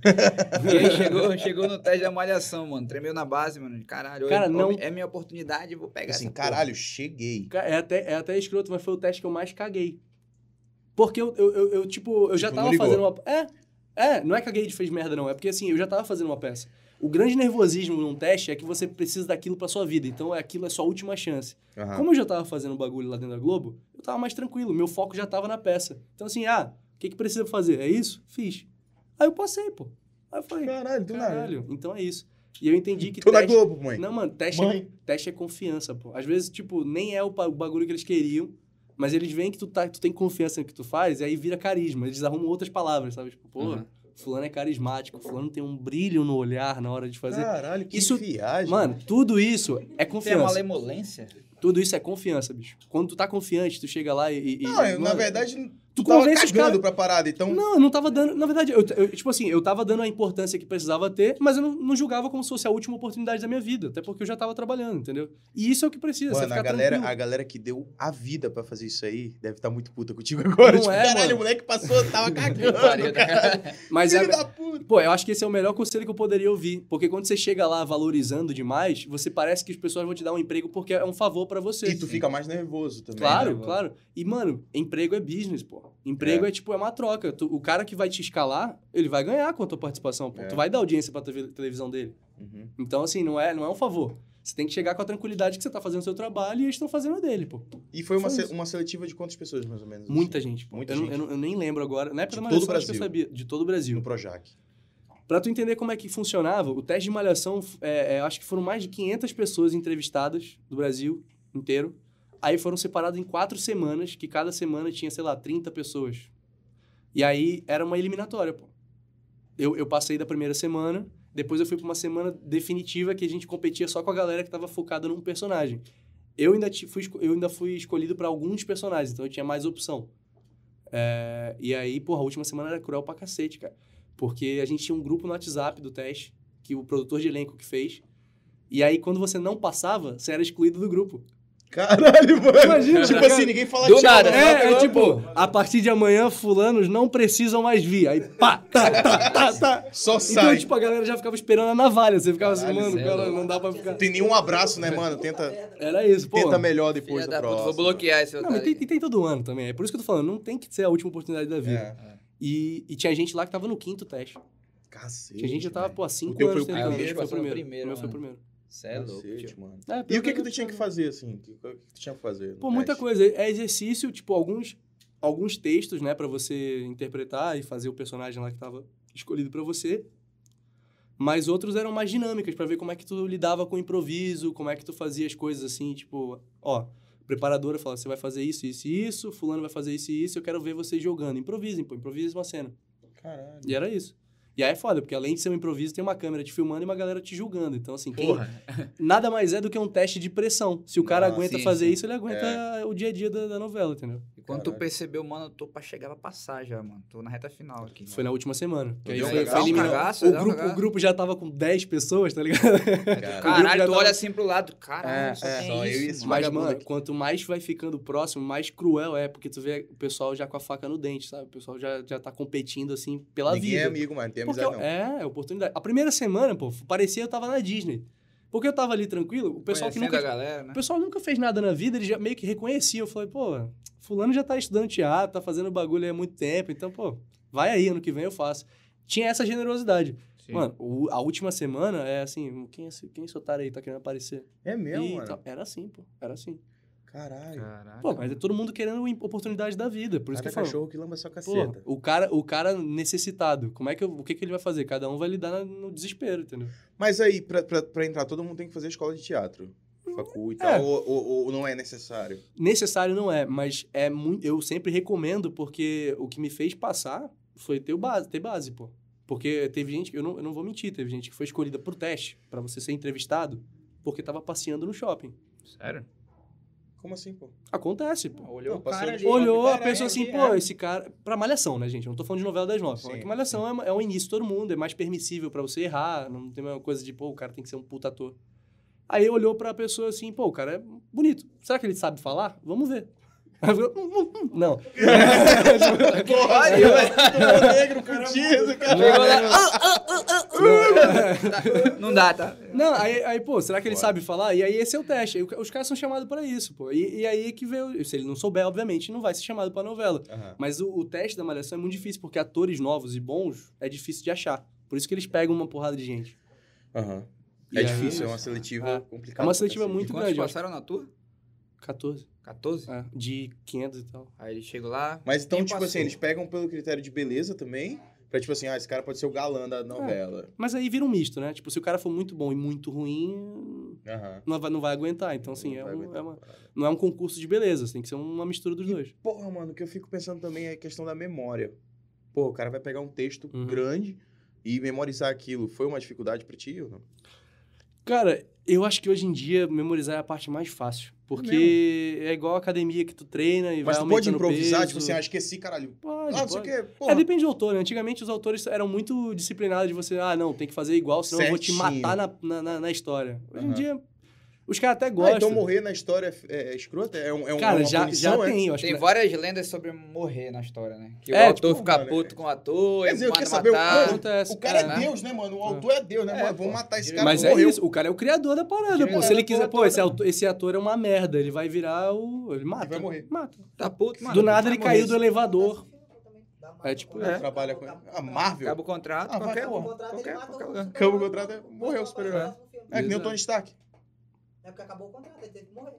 Speaker 1: E aí chegou, chegou no teste da malhação, mano. Tremeu na base, mano. Caralho,
Speaker 4: Cara,
Speaker 1: eu-
Speaker 4: não-
Speaker 1: é minha oportunidade, vou pegar
Speaker 2: Assim,
Speaker 1: essa
Speaker 2: caralho, cheguei.
Speaker 4: Ca- É até, é até escroto, mas foi o teste que eu mais caguei. Porque eu, eu, eu, eu, tipo, eu já
Speaker 2: Tipo, não
Speaker 4: tava
Speaker 2: ligou.
Speaker 4: fazendo uma. É, é, não é que a Gade fez merda, não. É porque assim, eu já tava fazendo uma peça. O grande nervosismo num teste é que você precisa daquilo pra sua vida. Então é- aquilo é sua última chance.
Speaker 2: Aham.
Speaker 4: Como eu já tava fazendo o bagulho lá dentro da Globo, eu tava mais tranquilo. Meu foco já tava na peça. Então assim, ah, o que, que precisa fazer? É isso? Fiz. Aí eu passei, pô. Aí eu falei,
Speaker 2: Caralho, É, do nada.
Speaker 4: caralho, então é isso. E eu entendi que
Speaker 2: Tô na
Speaker 4: teste-
Speaker 2: Globo, mãe.
Speaker 4: não, mano, teste,
Speaker 2: Mãe.
Speaker 4: É, teste é confiança, pô. Às vezes, tipo, nem é o pa- o bagulho que eles queriam, mas eles veem que tu, tá, tu tem confiança no que tu faz, e aí vira carisma. Eles arrumam outras palavras, sabe? Tipo, pô,
Speaker 1: Uhum.
Speaker 4: fulano é carismático, fulano tem um brilho no olhar na hora de fazer.
Speaker 2: Caralho, que
Speaker 4: Isso-
Speaker 2: viagem.
Speaker 4: Mano, tudo isso é
Speaker 1: Tem a
Speaker 4: confiança.
Speaker 1: malemolência?
Speaker 4: Tudo isso é confiança, bicho. Quando tu tá confiante, tu chega lá e. e- e-
Speaker 2: Não, eu, na
Speaker 4: mano,
Speaker 2: verdade, tu
Speaker 4: tu
Speaker 2: tava
Speaker 4: convence os
Speaker 2: cagando pra parada, então...
Speaker 4: Não, eu não tava dando. Na verdade, eu, eu- tipo assim, eu tava dando a importância que precisava ter, mas eu não, não julgava como se fosse a última oportunidade da minha vida. Até porque eu já tava trabalhando, entendeu? E isso é o que precisa. você
Speaker 2: Mano,
Speaker 4: ficar
Speaker 2: a galera,
Speaker 4: tranquilo.
Speaker 2: a galera que deu a vida pra fazer isso aí deve estar muito puta contigo agora.
Speaker 4: Não
Speaker 2: tipo,
Speaker 4: é,
Speaker 2: caralho,
Speaker 4: mano.
Speaker 2: o moleque passou, tava cagando.
Speaker 1: Pariu,
Speaker 2: cara.
Speaker 4: Mas é,
Speaker 2: Filho da puta.
Speaker 4: Pô, eu acho que esse é o melhor conselho que eu poderia ouvir. Porque quando você chega lá valorizando demais, você parece que as pessoas vão te dar um emprego porque é um favor pra você.
Speaker 2: E tu fica mais nervoso também.
Speaker 4: Claro,
Speaker 1: né,
Speaker 4: claro. E, mano, emprego é business, pô. Emprego é, tipo, é uma troca. Tu- o cara que vai te escalar, ele vai ganhar com a tua participação, pô.
Speaker 2: É.
Speaker 4: Tu vai dar audiência pra teve- televisão dele.
Speaker 2: Uhum.
Speaker 4: Então, assim, não é, não é um favor. Você tem que chegar com a tranquilidade que você tá fazendo o seu trabalho e eles estão fazendo o dele, pô.
Speaker 2: E foi uma,
Speaker 4: Foi
Speaker 2: se-
Speaker 4: isso.
Speaker 2: uma seletiva de quantas pessoas, mais ou menos?
Speaker 4: Muita
Speaker 2: assim,
Speaker 4: gente, pô.
Speaker 2: muita
Speaker 4: eu, não-
Speaker 2: gente.
Speaker 4: eu não- eu nem lembro agora. Na
Speaker 2: De
Speaker 4: época da
Speaker 2: todo
Speaker 4: Malhação,
Speaker 2: o
Speaker 4: acho que eu
Speaker 2: Brasil.
Speaker 4: sabia. De todo o
Speaker 2: No
Speaker 4: Brasil.
Speaker 2: Projac.
Speaker 4: Pra tu entender como é que funcionava, o teste de malhação, é, é, acho que foram mais de 500 pessoas entrevistadas do Brasil inteiro. Aí foram separados em quatro semanas, que cada semana tinha, sei lá, 30 pessoas. E aí era uma eliminatória, pô. Eu, eu passei da primeira semana, depois eu fui pra uma semana definitiva que a gente competia só com a galera que tava focada num personagem. Eu ainda, ti- fui, esco- eu ainda fui escolhido pra alguns personagens, então eu tinha mais opção. É, e aí, porra, a última semana era cruel pra cacete, cara. Porque a gente tinha um grupo no WhatsApp do teste, que o produtor de elenco que fez. E aí, quando você não passava, você era excluído do grupo.
Speaker 2: Caralho, mano.
Speaker 4: Imagina,
Speaker 2: tipo
Speaker 4: cara.
Speaker 2: assim, ninguém fala
Speaker 5: Do
Speaker 2: tchau,
Speaker 5: nada.
Speaker 2: né?
Speaker 4: É, é
Speaker 5: pegando,
Speaker 4: tipo, a partir de amanhã, fulanos não precisam mais vir. Aí, pá, tá, tá, tá, tá.
Speaker 2: Só
Speaker 4: Então,
Speaker 2: sai.
Speaker 4: tipo, a galera já ficava esperando a navalha. Você ficava assim,
Speaker 2: Caralho, é
Speaker 4: mano,
Speaker 5: Zé,
Speaker 4: cara,
Speaker 5: mano.
Speaker 4: não dá pra ficar.
Speaker 2: Tem nenhum abraço, né, mano? Tenta,
Speaker 4: Era isso, É. pô.
Speaker 2: tenta melhor depois
Speaker 5: Filha
Speaker 2: da
Speaker 5: da puta, vou
Speaker 2: próxima.
Speaker 5: bloquear esse
Speaker 4: Não,
Speaker 5: otário.
Speaker 4: mas tem,
Speaker 5: aqui.
Speaker 4: tem todo ano também. É por isso que eu tô falando, não tem que ser a última oportunidade da vida.
Speaker 2: É.
Speaker 4: E, e tinha gente lá que tava no quinto teste.
Speaker 2: Cacete.
Speaker 4: Tinha gente tá que já tava, pô, há cinco
Speaker 2: teu
Speaker 4: anos
Speaker 2: foi o
Speaker 4: tentando.
Speaker 5: primeiro?
Speaker 4: Foi o
Speaker 5: Passou no
Speaker 4: primeiro.
Speaker 5: primeiro,
Speaker 4: O meu foi o
Speaker 5: mano.
Speaker 4: primeiro.
Speaker 5: Cê é louco,
Speaker 2: Cacete,
Speaker 5: tio.
Speaker 2: mano.
Speaker 4: É,
Speaker 2: E o
Speaker 4: pelo
Speaker 2: que que tu
Speaker 4: menos-
Speaker 2: tinha que fazer, assim? O que, o que tu tinha que fazer? no
Speaker 4: Pô, muita
Speaker 2: teste?
Speaker 4: coisa. É exercício, tipo, alguns, alguns textos, né, pra você interpretar e fazer o personagem lá que tava escolhido pra você. Mas outros eram mais dinâmicas, pra ver como é que tu lidava com o improviso, como é que tu fazia as coisas assim, tipo, ó, a preparadora fala, você vai fazer isso, isso e isso, fulano vai fazer isso e isso, eu quero ver vocês jogando. Improvisem, pô, improvisem uma cena.
Speaker 2: Caralho.
Speaker 4: E era isso. E aí é foda, porque além de ser um improviso, tem uma câmera te filmando e uma galera te julgando. Então, assim, quem-
Speaker 5: Porra.
Speaker 4: nada mais é do que um teste de pressão. Se o cara
Speaker 2: Ah, É.
Speaker 4: aguenta
Speaker 5: sim,
Speaker 4: fazer
Speaker 5: sim.
Speaker 4: isso, ele aguenta o dia a dia da, da novela, entendeu?
Speaker 1: E quando tu
Speaker 2: Caralho.
Speaker 1: percebeu, mano, eu tô pra chegar pra passar já, mano. Tô na reta final aqui.
Speaker 4: Foi na última semana. Que aí
Speaker 2: Deu um
Speaker 4: foi,
Speaker 2: cagaço,
Speaker 4: foi eliminado.
Speaker 1: um cagaço,
Speaker 4: o,
Speaker 1: deu um
Speaker 4: grupo,
Speaker 1: cagaço.
Speaker 4: o grupo já tava com 10 pessoas, tá ligado?
Speaker 2: Caralho.
Speaker 4: grupo já
Speaker 1: Caralho, tu
Speaker 4: tava-
Speaker 1: olha assim pro lado. Caralho,
Speaker 2: É,
Speaker 1: só
Speaker 2: é.
Speaker 1: tem
Speaker 2: Só eu
Speaker 1: isso,
Speaker 2: e esse
Speaker 4: Mas,
Speaker 2: vagabundo
Speaker 4: mano,
Speaker 2: aqui.
Speaker 4: quanto mais vai ficando próximo, mais cruel é, porque tu vê o pessoal já com a faca no dente, sabe? O pessoal já, já tá competindo, assim, pela
Speaker 2: Ninguém é
Speaker 4: vida.
Speaker 2: amigo, mano. Tem
Speaker 4: Porque
Speaker 2: amizade,
Speaker 4: eu-
Speaker 2: não.
Speaker 4: é, é oportunidade. A primeira semana, pô, parecia eu tava na Disney. Porque eu tava ali tranquilo, o pessoal que
Speaker 1: Conhecendo
Speaker 4: nunca
Speaker 1: a galera, né?
Speaker 4: O pessoal nunca fez nada na vida, ele já meio que reconhecia. Eu falei, pô, fulano já tá estudando teatro, tá fazendo bagulho aí há muito tempo, então, pô, vai aí, ano que vem eu faço. Tinha essa generosidade. Mano, o- a última semana é assim, quem é esse, quem é esse otário aí tá querendo aparecer?
Speaker 2: É
Speaker 4: E
Speaker 2: mesmo, mano.
Speaker 4: tal. Era assim, pô, era assim.
Speaker 2: Caralho.
Speaker 1: Caraca.
Speaker 4: Pô, mas é todo mundo querendo im- oportunidade da vida, por
Speaker 2: Cada
Speaker 4: isso que eu falo.
Speaker 2: cachorro que lamba sua
Speaker 4: Pô,
Speaker 2: caceta.
Speaker 4: o cara, o cara necessitado, como é que, eu- o que que ele vai fazer? Cada um vai lidar na- no desespero, entendeu?
Speaker 2: Mas aí, pra, pra, pra entrar, todo mundo tem que fazer escola de teatro. Facu e tal.
Speaker 4: É.
Speaker 2: Ou, ou- ou não é necessário?
Speaker 4: Necessário não é, mas é muito. Eu sempre recomendo, porque o que me fez passar foi ter, o base, ter base, pô. Porque teve gente, eu não, eu não vou mentir, teve gente que foi escolhida pro teste, pra você ser entrevistado, porque tava passeando no shopping.
Speaker 1: Sério?
Speaker 2: Como assim, pô?
Speaker 4: Acontece, pô.
Speaker 1: Olhou
Speaker 2: Não,
Speaker 1: o
Speaker 2: passou
Speaker 1: cara
Speaker 2: de-
Speaker 1: ali.
Speaker 4: Olhou, a
Speaker 1: Cara,
Speaker 4: pessoa
Speaker 1: é
Speaker 4: assim,
Speaker 1: ali,
Speaker 4: pô,
Speaker 1: é.
Speaker 4: esse cara. Pra malhação, né, gente? Eu não tô falando de novela das nove. Falando
Speaker 2: Sim,
Speaker 4: que malhação é, é o início, todo mundo, é mais permissível pra você errar, não tem uma coisa de, pô, o cara tem que ser um puta ator. Aí olhou pra pessoa assim, pô, o cara é bonito. Será que ele sabe falar? Vamos ver. Aí eu, hum, hum, hum, Não.
Speaker 2: Olha, mano. negro contigo, cara.
Speaker 1: Chegou lá. Tá, Não dá, tá?
Speaker 4: Não, aí, aí, pô, será que ele
Speaker 2: Bora.
Speaker 4: sabe falar? E aí esse é o teste. Aí o ca- Os caras são chamados pra isso, pô. E, e aí que veio. Se ele não souber, obviamente, não vai ser chamado pra novela.
Speaker 2: Aham.
Speaker 4: Mas o, o teste da malhação é muito difícil, porque atores novos e bons é difícil de achar. Por isso que eles pegam uma porrada de gente.
Speaker 2: Aham.
Speaker 4: E
Speaker 2: É
Speaker 4: aí-
Speaker 2: difícil, é uma seletiva
Speaker 4: É.
Speaker 2: complicada.
Speaker 4: É uma
Speaker 2: pra
Speaker 4: seletiva
Speaker 2: cacete.
Speaker 1: E
Speaker 4: muito
Speaker 1: quantos
Speaker 4: grande. eu acho.
Speaker 1: passaram na tua?
Speaker 4: 14.
Speaker 1: 14?
Speaker 4: É, de 500 e tal.
Speaker 1: Aí ele chegou lá.
Speaker 2: Mas então,
Speaker 1: Quem
Speaker 2: tipo
Speaker 1: passou?
Speaker 2: assim, eles pegam pelo critério de beleza também, pra tipo assim, ah, esse cara pode ser o galã da novela.
Speaker 4: Mas aí vira um misto, né? Tipo, se o cara for muito bom e muito ruim,
Speaker 2: Aham.
Speaker 4: não vai, não vai aguentar. É. Então, assim,
Speaker 2: Não
Speaker 4: é,
Speaker 2: vai
Speaker 4: um-
Speaker 2: aguentar
Speaker 4: é uma-
Speaker 2: essa parada.
Speaker 4: não é um concurso de beleza. Tem que ser uma mistura dos dois.
Speaker 2: Porra, mano, o que eu fico pensando também é a questão da memória. Pô, o cara vai pegar um texto
Speaker 4: Uhum.
Speaker 2: grande e memorizar aquilo. Foi uma dificuldade pra ti ou não?
Speaker 4: Cara, eu acho que hoje em dia memorizar é a parte mais fácil. Porque é, igual a academia que tu treina e
Speaker 2: Mas
Speaker 4: vai
Speaker 2: tu pode
Speaker 4: aumentando o
Speaker 2: improvisar,
Speaker 4: peso.
Speaker 2: tipo assim, ah, esqueci, caralho.
Speaker 4: Pode,
Speaker 2: Ah, não sei o
Speaker 4: pode.
Speaker 2: quê.
Speaker 4: É,
Speaker 2: Porra.
Speaker 4: depende do autor, né? Antigamente os autores eram muito disciplinados de você, ah, não, tem que fazer igual, senão eu vou te
Speaker 2: Certinho.
Speaker 4: matar na, na, na- na história. Hoje em
Speaker 2: Aham.
Speaker 4: dia, os caras até
Speaker 2: Ah,
Speaker 4: gostam.
Speaker 2: então morrer na história é, é escrota? É, um, é um- é
Speaker 4: Cara,
Speaker 2: uma
Speaker 4: já,
Speaker 2: punição,
Speaker 4: já
Speaker 2: é?
Speaker 4: tem, eu acho
Speaker 1: Tem
Speaker 4: que...
Speaker 1: várias lendas sobre morrer na história, né? Que
Speaker 4: É,
Speaker 1: o autor
Speaker 4: tipo,
Speaker 1: fica
Speaker 2: mano,
Speaker 1: puto
Speaker 2: é.
Speaker 1: com o ator,
Speaker 2: Quer
Speaker 1: ele
Speaker 2: dizer, eu
Speaker 1: manda
Speaker 2: quero saber o
Speaker 1: matar.
Speaker 2: quanto-
Speaker 4: Acontece,
Speaker 2: O cara é,
Speaker 1: né?
Speaker 2: Deus, né, mano? O autor é Deus, né?
Speaker 1: É,
Speaker 2: mano?
Speaker 1: pô.
Speaker 2: Vamos matar esse
Speaker 1: Mas
Speaker 2: cara.
Speaker 4: Mas é
Speaker 2: morreu.
Speaker 4: isso, o cara é o criador da parada, pô.
Speaker 2: Criador
Speaker 4: Se ele
Speaker 2: da
Speaker 4: quiser,
Speaker 2: porra
Speaker 4: pô, esse autor, esse ator é uma merda, ele vai virar o... Ele mata.
Speaker 2: vai morrer.
Speaker 4: Mata.
Speaker 1: Tá puto, mano.
Speaker 4: do nada
Speaker 1: vai
Speaker 4: ele
Speaker 1: morrer.
Speaker 4: caiu do elevador.
Speaker 6: É
Speaker 4: tipo,
Speaker 6: tipo,
Speaker 4: é.
Speaker 2: Trabalha com... A Marvel?
Speaker 1: Acaba o contrato,
Speaker 2: Ah, vai,
Speaker 6: É,
Speaker 1: qualquer,
Speaker 4: um.
Speaker 2: porra.
Speaker 1: qualquer, qualquer
Speaker 6: um.
Speaker 1: lugar.
Speaker 2: Acabou o contrato, é- morreu o super-herói. É que nem o
Speaker 4: Exato.
Speaker 2: Tony Stark.
Speaker 6: É porque acabou o contrato, ele teve que morrer.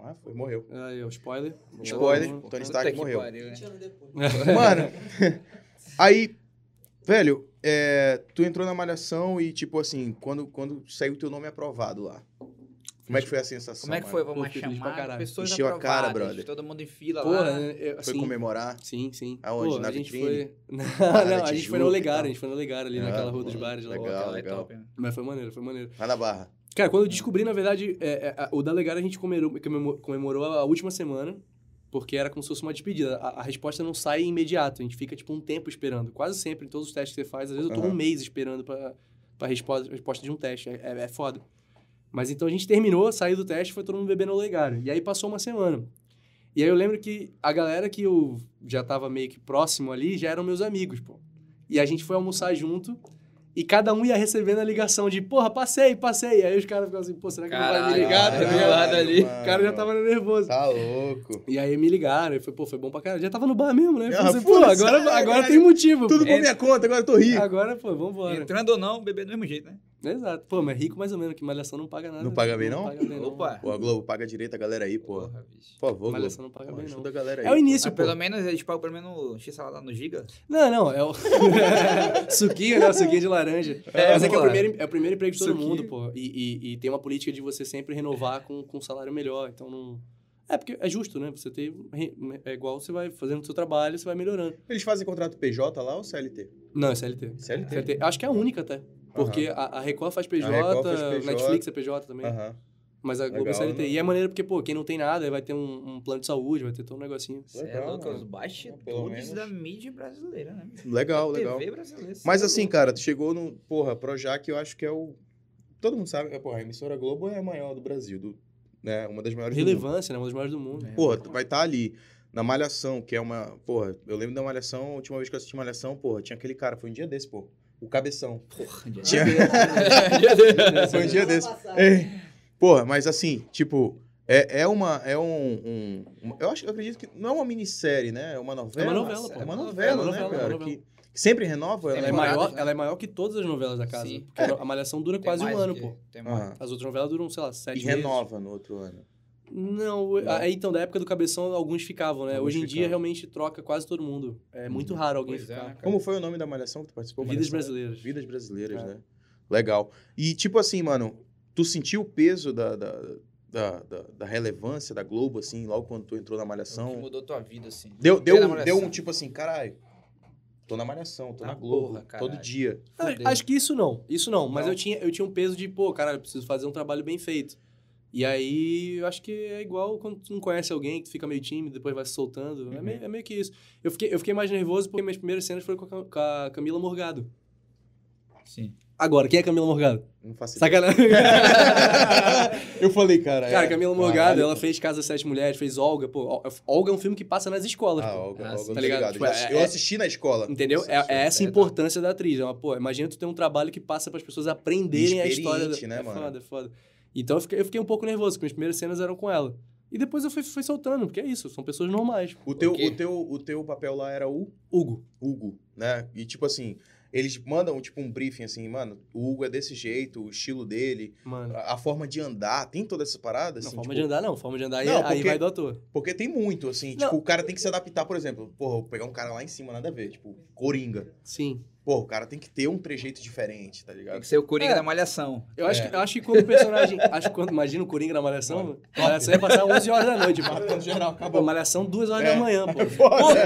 Speaker 2: Ah, foi, morreu.
Speaker 4: Aí, ó, é, spoiler.
Speaker 2: Spoiler,
Speaker 4: Morreu.
Speaker 1: Puta
Speaker 2: Tony Stark
Speaker 1: que
Speaker 2: morreu.
Speaker 1: pariu, né?
Speaker 6: 20 anos depois.
Speaker 2: É, Mano, aí, velho, é, tu entrou na Malhação e, tipo assim, quando, quando saiu teu nome aprovado lá, como é que foi a sensação?
Speaker 1: Como é que foi?
Speaker 2: mano?
Speaker 1: Vamos
Speaker 4: Pô, feliz pra
Speaker 1: chamar
Speaker 4: caralho.
Speaker 1: pessoas
Speaker 2: Encheu a cara,
Speaker 1: aprovadas,
Speaker 2: brother.
Speaker 1: Todo mundo em fila
Speaker 4: Porra,
Speaker 1: lá.
Speaker 4: né, eu-
Speaker 2: Foi
Speaker 4: assim,
Speaker 2: comemorar?
Speaker 4: Sim, sim.
Speaker 2: Aonde?
Speaker 4: Pô,
Speaker 2: Na
Speaker 4: a gente
Speaker 2: vitrine? Ah,
Speaker 4: foi. Não,
Speaker 2: na
Speaker 4: não, a gente foi no
Speaker 2: Tijuca e
Speaker 4: Olegário,
Speaker 2: tal.
Speaker 4: a gente foi no Olegário ali
Speaker 2: Ah,
Speaker 4: naquela rua
Speaker 2: pô,
Speaker 4: dos bares lá.
Speaker 2: legal.
Speaker 4: ó.
Speaker 1: Ela é top, né?
Speaker 4: Mas foi maneiro, foi maneiro.
Speaker 2: Lá na Barra.
Speaker 4: Cara, quando eu descobri, na verdade, é, é, a- o da Olegário a gente comemorou, comemorou- comemorou a última semana, porque era como se fosse uma despedida. A, a resposta não sai imediato, a gente fica tipo um tempo esperando. Quase sempre, em todos os testes que você faz, às vezes eu tô
Speaker 2: Aham.
Speaker 4: um mês esperando pra, pra resposta, resposta de um teste. É, é, é foda. Mas então a gente terminou, saiu do teste, foi todo mundo bebendo olegário. E aí passou uma semana. E aí eu lembro que a galera que eu já tava meio que próximo ali já eram meus amigos, pô. E a gente foi almoçar junto e cada um ia recebendo a ligação de, porra, passei, passei. E aí os caras ficavam assim, pô, será que não vai
Speaker 5: Caralho,
Speaker 4: me ligar? tá
Speaker 5: caralho,
Speaker 4: ligado?
Speaker 5: ali.
Speaker 4: O cara já tava nervoso.
Speaker 2: Tá louco.
Speaker 4: E aí me ligaram, e foi, pô, foi bom pra caralho. Já tava no bar mesmo, né?
Speaker 2: Ah,
Speaker 4: Falei assim, pô,
Speaker 2: foda-se,
Speaker 4: agora,
Speaker 2: caralho,
Speaker 4: agora
Speaker 2: caralho.
Speaker 4: tem motivo. pô.
Speaker 2: Tudo Então. por minha conta, agora eu tô rico.
Speaker 4: Agora, pô, vambora.
Speaker 5: Entrando ou não, beber do mesmo jeito, né?
Speaker 4: Exato. Pô, mas rico mais ou menos, que malhação não paga nada.
Speaker 2: Não paga bem, não?
Speaker 4: paga bem, não.
Speaker 5: Opa.
Speaker 2: Pô, a Globo, paga direito a galera aí, pô.
Speaker 5: bicho.
Speaker 2: Por favor, Globo.
Speaker 4: Malhação não paga
Speaker 2: Pô,
Speaker 4: bem, não.
Speaker 2: ajuda a galera aí.
Speaker 4: É o
Speaker 2: pô.
Speaker 4: início,
Speaker 5: Ah,
Speaker 4: pô.
Speaker 5: pelo menos eles pagam pelo menos X lá no Giga.
Speaker 4: Não, não, é o. suquinho, né? O suquinho de laranja.
Speaker 5: É,
Speaker 4: Mas é que é o
Speaker 5: vamos lá.
Speaker 4: primeiro, é o primeiro emprego de todo
Speaker 5: Suquinho.
Speaker 4: mundo, pô. E, e, e tem uma política de você sempre renovar com, com um salário melhor. Então não. É porque é justo, né? Você tem. re- É igual você vai fazendo o seu trabalho, você vai melhorando.
Speaker 2: Eles fazem contrato PJ lá ou CLT?
Speaker 4: Não, é CLT.
Speaker 2: CLT.
Speaker 4: CLT. Acho que é a única até. Porque a, a Record faz PJ,
Speaker 2: Record faz PJ.
Speaker 4: Netflix é PJ também.
Speaker 2: Aham.
Speaker 4: Mas a Globo
Speaker 2: Legal,
Speaker 4: é CLT.
Speaker 2: né?
Speaker 4: E é maneiro porque, pô, quem não tem nada aí vai ter um, um plano de saúde, vai ter todo um negocinho.
Speaker 5: Cê é
Speaker 2: Legal,
Speaker 5: louco,
Speaker 2: né?
Speaker 5: os
Speaker 2: Pelo
Speaker 5: bastidores
Speaker 2: menos.
Speaker 5: da mídia brasileira, né? bicho?
Speaker 2: Legal, legal.
Speaker 5: TV brasileira. cê
Speaker 2: Mas
Speaker 5: é
Speaker 2: assim,
Speaker 5: louco.
Speaker 2: cara, tu chegou no. Porra, Projac, eu acho que é o. Todo mundo sabe, é, porra, a emissora Globo é a maior do Brasil, do, né? Uma das maiores do mundo. É.
Speaker 4: Relevância, né? Uma das maiores do
Speaker 5: É,
Speaker 4: mundo.
Speaker 2: Porra, tu vai estar ali na Malhação, que é uma. Porra, eu lembro da Malhação, a última vez que eu assisti Malhação, porra, tinha aquele cara, foi um dia desse, pô. O Cabeção. Tinha- Foi um dia desse.
Speaker 4: Ah.
Speaker 2: É. Porra, mas assim, tipo, é, é uma. É um, um- um- Eu acho eu acredito que não é uma minissérie, né? É uma novela.
Speaker 4: novela, pô.
Speaker 2: É uma novela,
Speaker 4: É uma
Speaker 2: né,
Speaker 4: novela, é
Speaker 2: cara?
Speaker 4: uma novela.
Speaker 2: Que, que sempre renova.
Speaker 4: Ela é,
Speaker 2: né?
Speaker 5: Temporada,
Speaker 4: maior,
Speaker 5: né?
Speaker 4: ela é maior que todas as novelas da casa.
Speaker 5: Sim.
Speaker 4: Porque a Malhação dura
Speaker 5: Tem
Speaker 4: quase um
Speaker 5: mais
Speaker 4: ano,
Speaker 5: que-
Speaker 4: pô.
Speaker 5: Tem mais.
Speaker 2: Aham.
Speaker 4: As outras novelas duram, sei lá,
Speaker 2: E
Speaker 4: sete meses.
Speaker 2: renova no outro ano.
Speaker 4: Não, o- aí então, da época do Cabeção, alguns ficavam, né?
Speaker 2: Alguns
Speaker 4: Hoje em dia,
Speaker 2: ficavam.
Speaker 4: realmente, troca quase todo mundo. É muito raro alguém
Speaker 5: Pois é,
Speaker 4: ficar.
Speaker 5: né, cara?
Speaker 2: Como foi o nome da Malhação que tu participou?
Speaker 4: Vidas
Speaker 2: Malhação?
Speaker 4: brasileiras.
Speaker 2: Vidas brasileiras,
Speaker 4: É.
Speaker 2: né? Legal. E tipo assim, mano, tu sentiu o peso da, da, da, da- da relevância da Globo, assim, logo quando tu entrou na
Speaker 5: O que
Speaker 2: Malhação?
Speaker 5: mudou tua vida, assim.
Speaker 2: Deu, deu,
Speaker 5: Ver na
Speaker 2: um, deu
Speaker 5: Malhação.
Speaker 2: um tipo assim, caralho, tô na Malhação, tô
Speaker 5: Na
Speaker 2: na, Globo,
Speaker 5: porra, caralho.
Speaker 2: todo dia.
Speaker 4: Não,
Speaker 5: Fudeu.
Speaker 4: acho que isso não. Isso não. Mas
Speaker 2: Não?
Speaker 4: eu tinha, eu tinha um peso de, pô, cara, eu preciso fazer um trabalho bem feito. E aí, eu acho que é igual quando tu não conhece alguém, que tu fica meio tímido, depois vai se soltando. É, meio, é meio que isso. Eu fiquei, eu fiquei mais nervoso porque minhas primeiras cenas foram com a, Cam- com a Camila Morgado.
Speaker 5: Sim.
Speaker 4: Agora, quem é Camila Morgado?
Speaker 2: Não faço ideia.
Speaker 4: Sacanagem.
Speaker 2: É. Eu falei, cara.
Speaker 4: Cara,
Speaker 2: é-
Speaker 4: Camila Morgado,
Speaker 2: Caralho.
Speaker 4: ela fez Casa Sete Mulheres, fez Olga. Pô, Ol- Olga é um filme que passa nas escolas.
Speaker 2: Ah,
Speaker 4: pô.
Speaker 2: Olga,
Speaker 5: Ah,
Speaker 2: Olga,
Speaker 5: sim.
Speaker 2: eu tô
Speaker 4: Tá ligado?
Speaker 2: ligado.
Speaker 4: Tipo,
Speaker 2: Já-
Speaker 4: é-
Speaker 2: eu assisti na escola.
Speaker 4: Entendeu? É, é essa
Speaker 5: é,
Speaker 4: a
Speaker 5: tá.
Speaker 4: importância da atriz. É uma, pô, imagina tu ter um trabalho que passa para as pessoas aprenderem a história. Da...
Speaker 2: Experiente, né,
Speaker 4: é
Speaker 2: mano?
Speaker 4: foda, é foda. Então eu fiquei, eu fiquei um pouco nervoso, porque minhas primeiras cenas eram com ela. E depois eu fui, fui soltando, porque é isso, são pessoas normais.
Speaker 2: O teu,
Speaker 5: Ok.
Speaker 2: o, teu, o teu papel lá era o
Speaker 4: Hugo.
Speaker 2: Hugo, né? E tipo assim, eles mandam tipo um briefing assim, mano, o Hugo é desse jeito, o estilo dele,
Speaker 4: Mano.
Speaker 2: a, a forma de andar, tem toda essa parada
Speaker 4: não,
Speaker 2: assim, tipo,
Speaker 4: forma de andar não, forma de andar aí,
Speaker 2: Não,
Speaker 4: aí
Speaker 2: porque-
Speaker 4: vai do ator.
Speaker 2: porque tem muito assim,
Speaker 4: Não.
Speaker 2: tipo, o cara tem que se adaptar, por exemplo, porra, eu vou pegar um cara lá em cima, nada a ver, tipo, Coringa.
Speaker 4: Sim.
Speaker 2: Porra, o cara tem que ter um trejeito diferente, tá
Speaker 5: Tem
Speaker 2: ligado?
Speaker 5: que ser o Coringa
Speaker 4: É.
Speaker 5: da Malhação.
Speaker 4: Eu acho,
Speaker 2: É.
Speaker 4: que, eu acho que quando o personagem... acho que quando, imagina o Coringa na Malhação, a Malhação ia passar 11 horas da noite,
Speaker 2: Matando
Speaker 4: mano.
Speaker 2: geral,
Speaker 4: Pô,
Speaker 2: acabou.
Speaker 4: Malhação 2 horas
Speaker 2: É.
Speaker 4: da manhã, pô.
Speaker 2: Foda.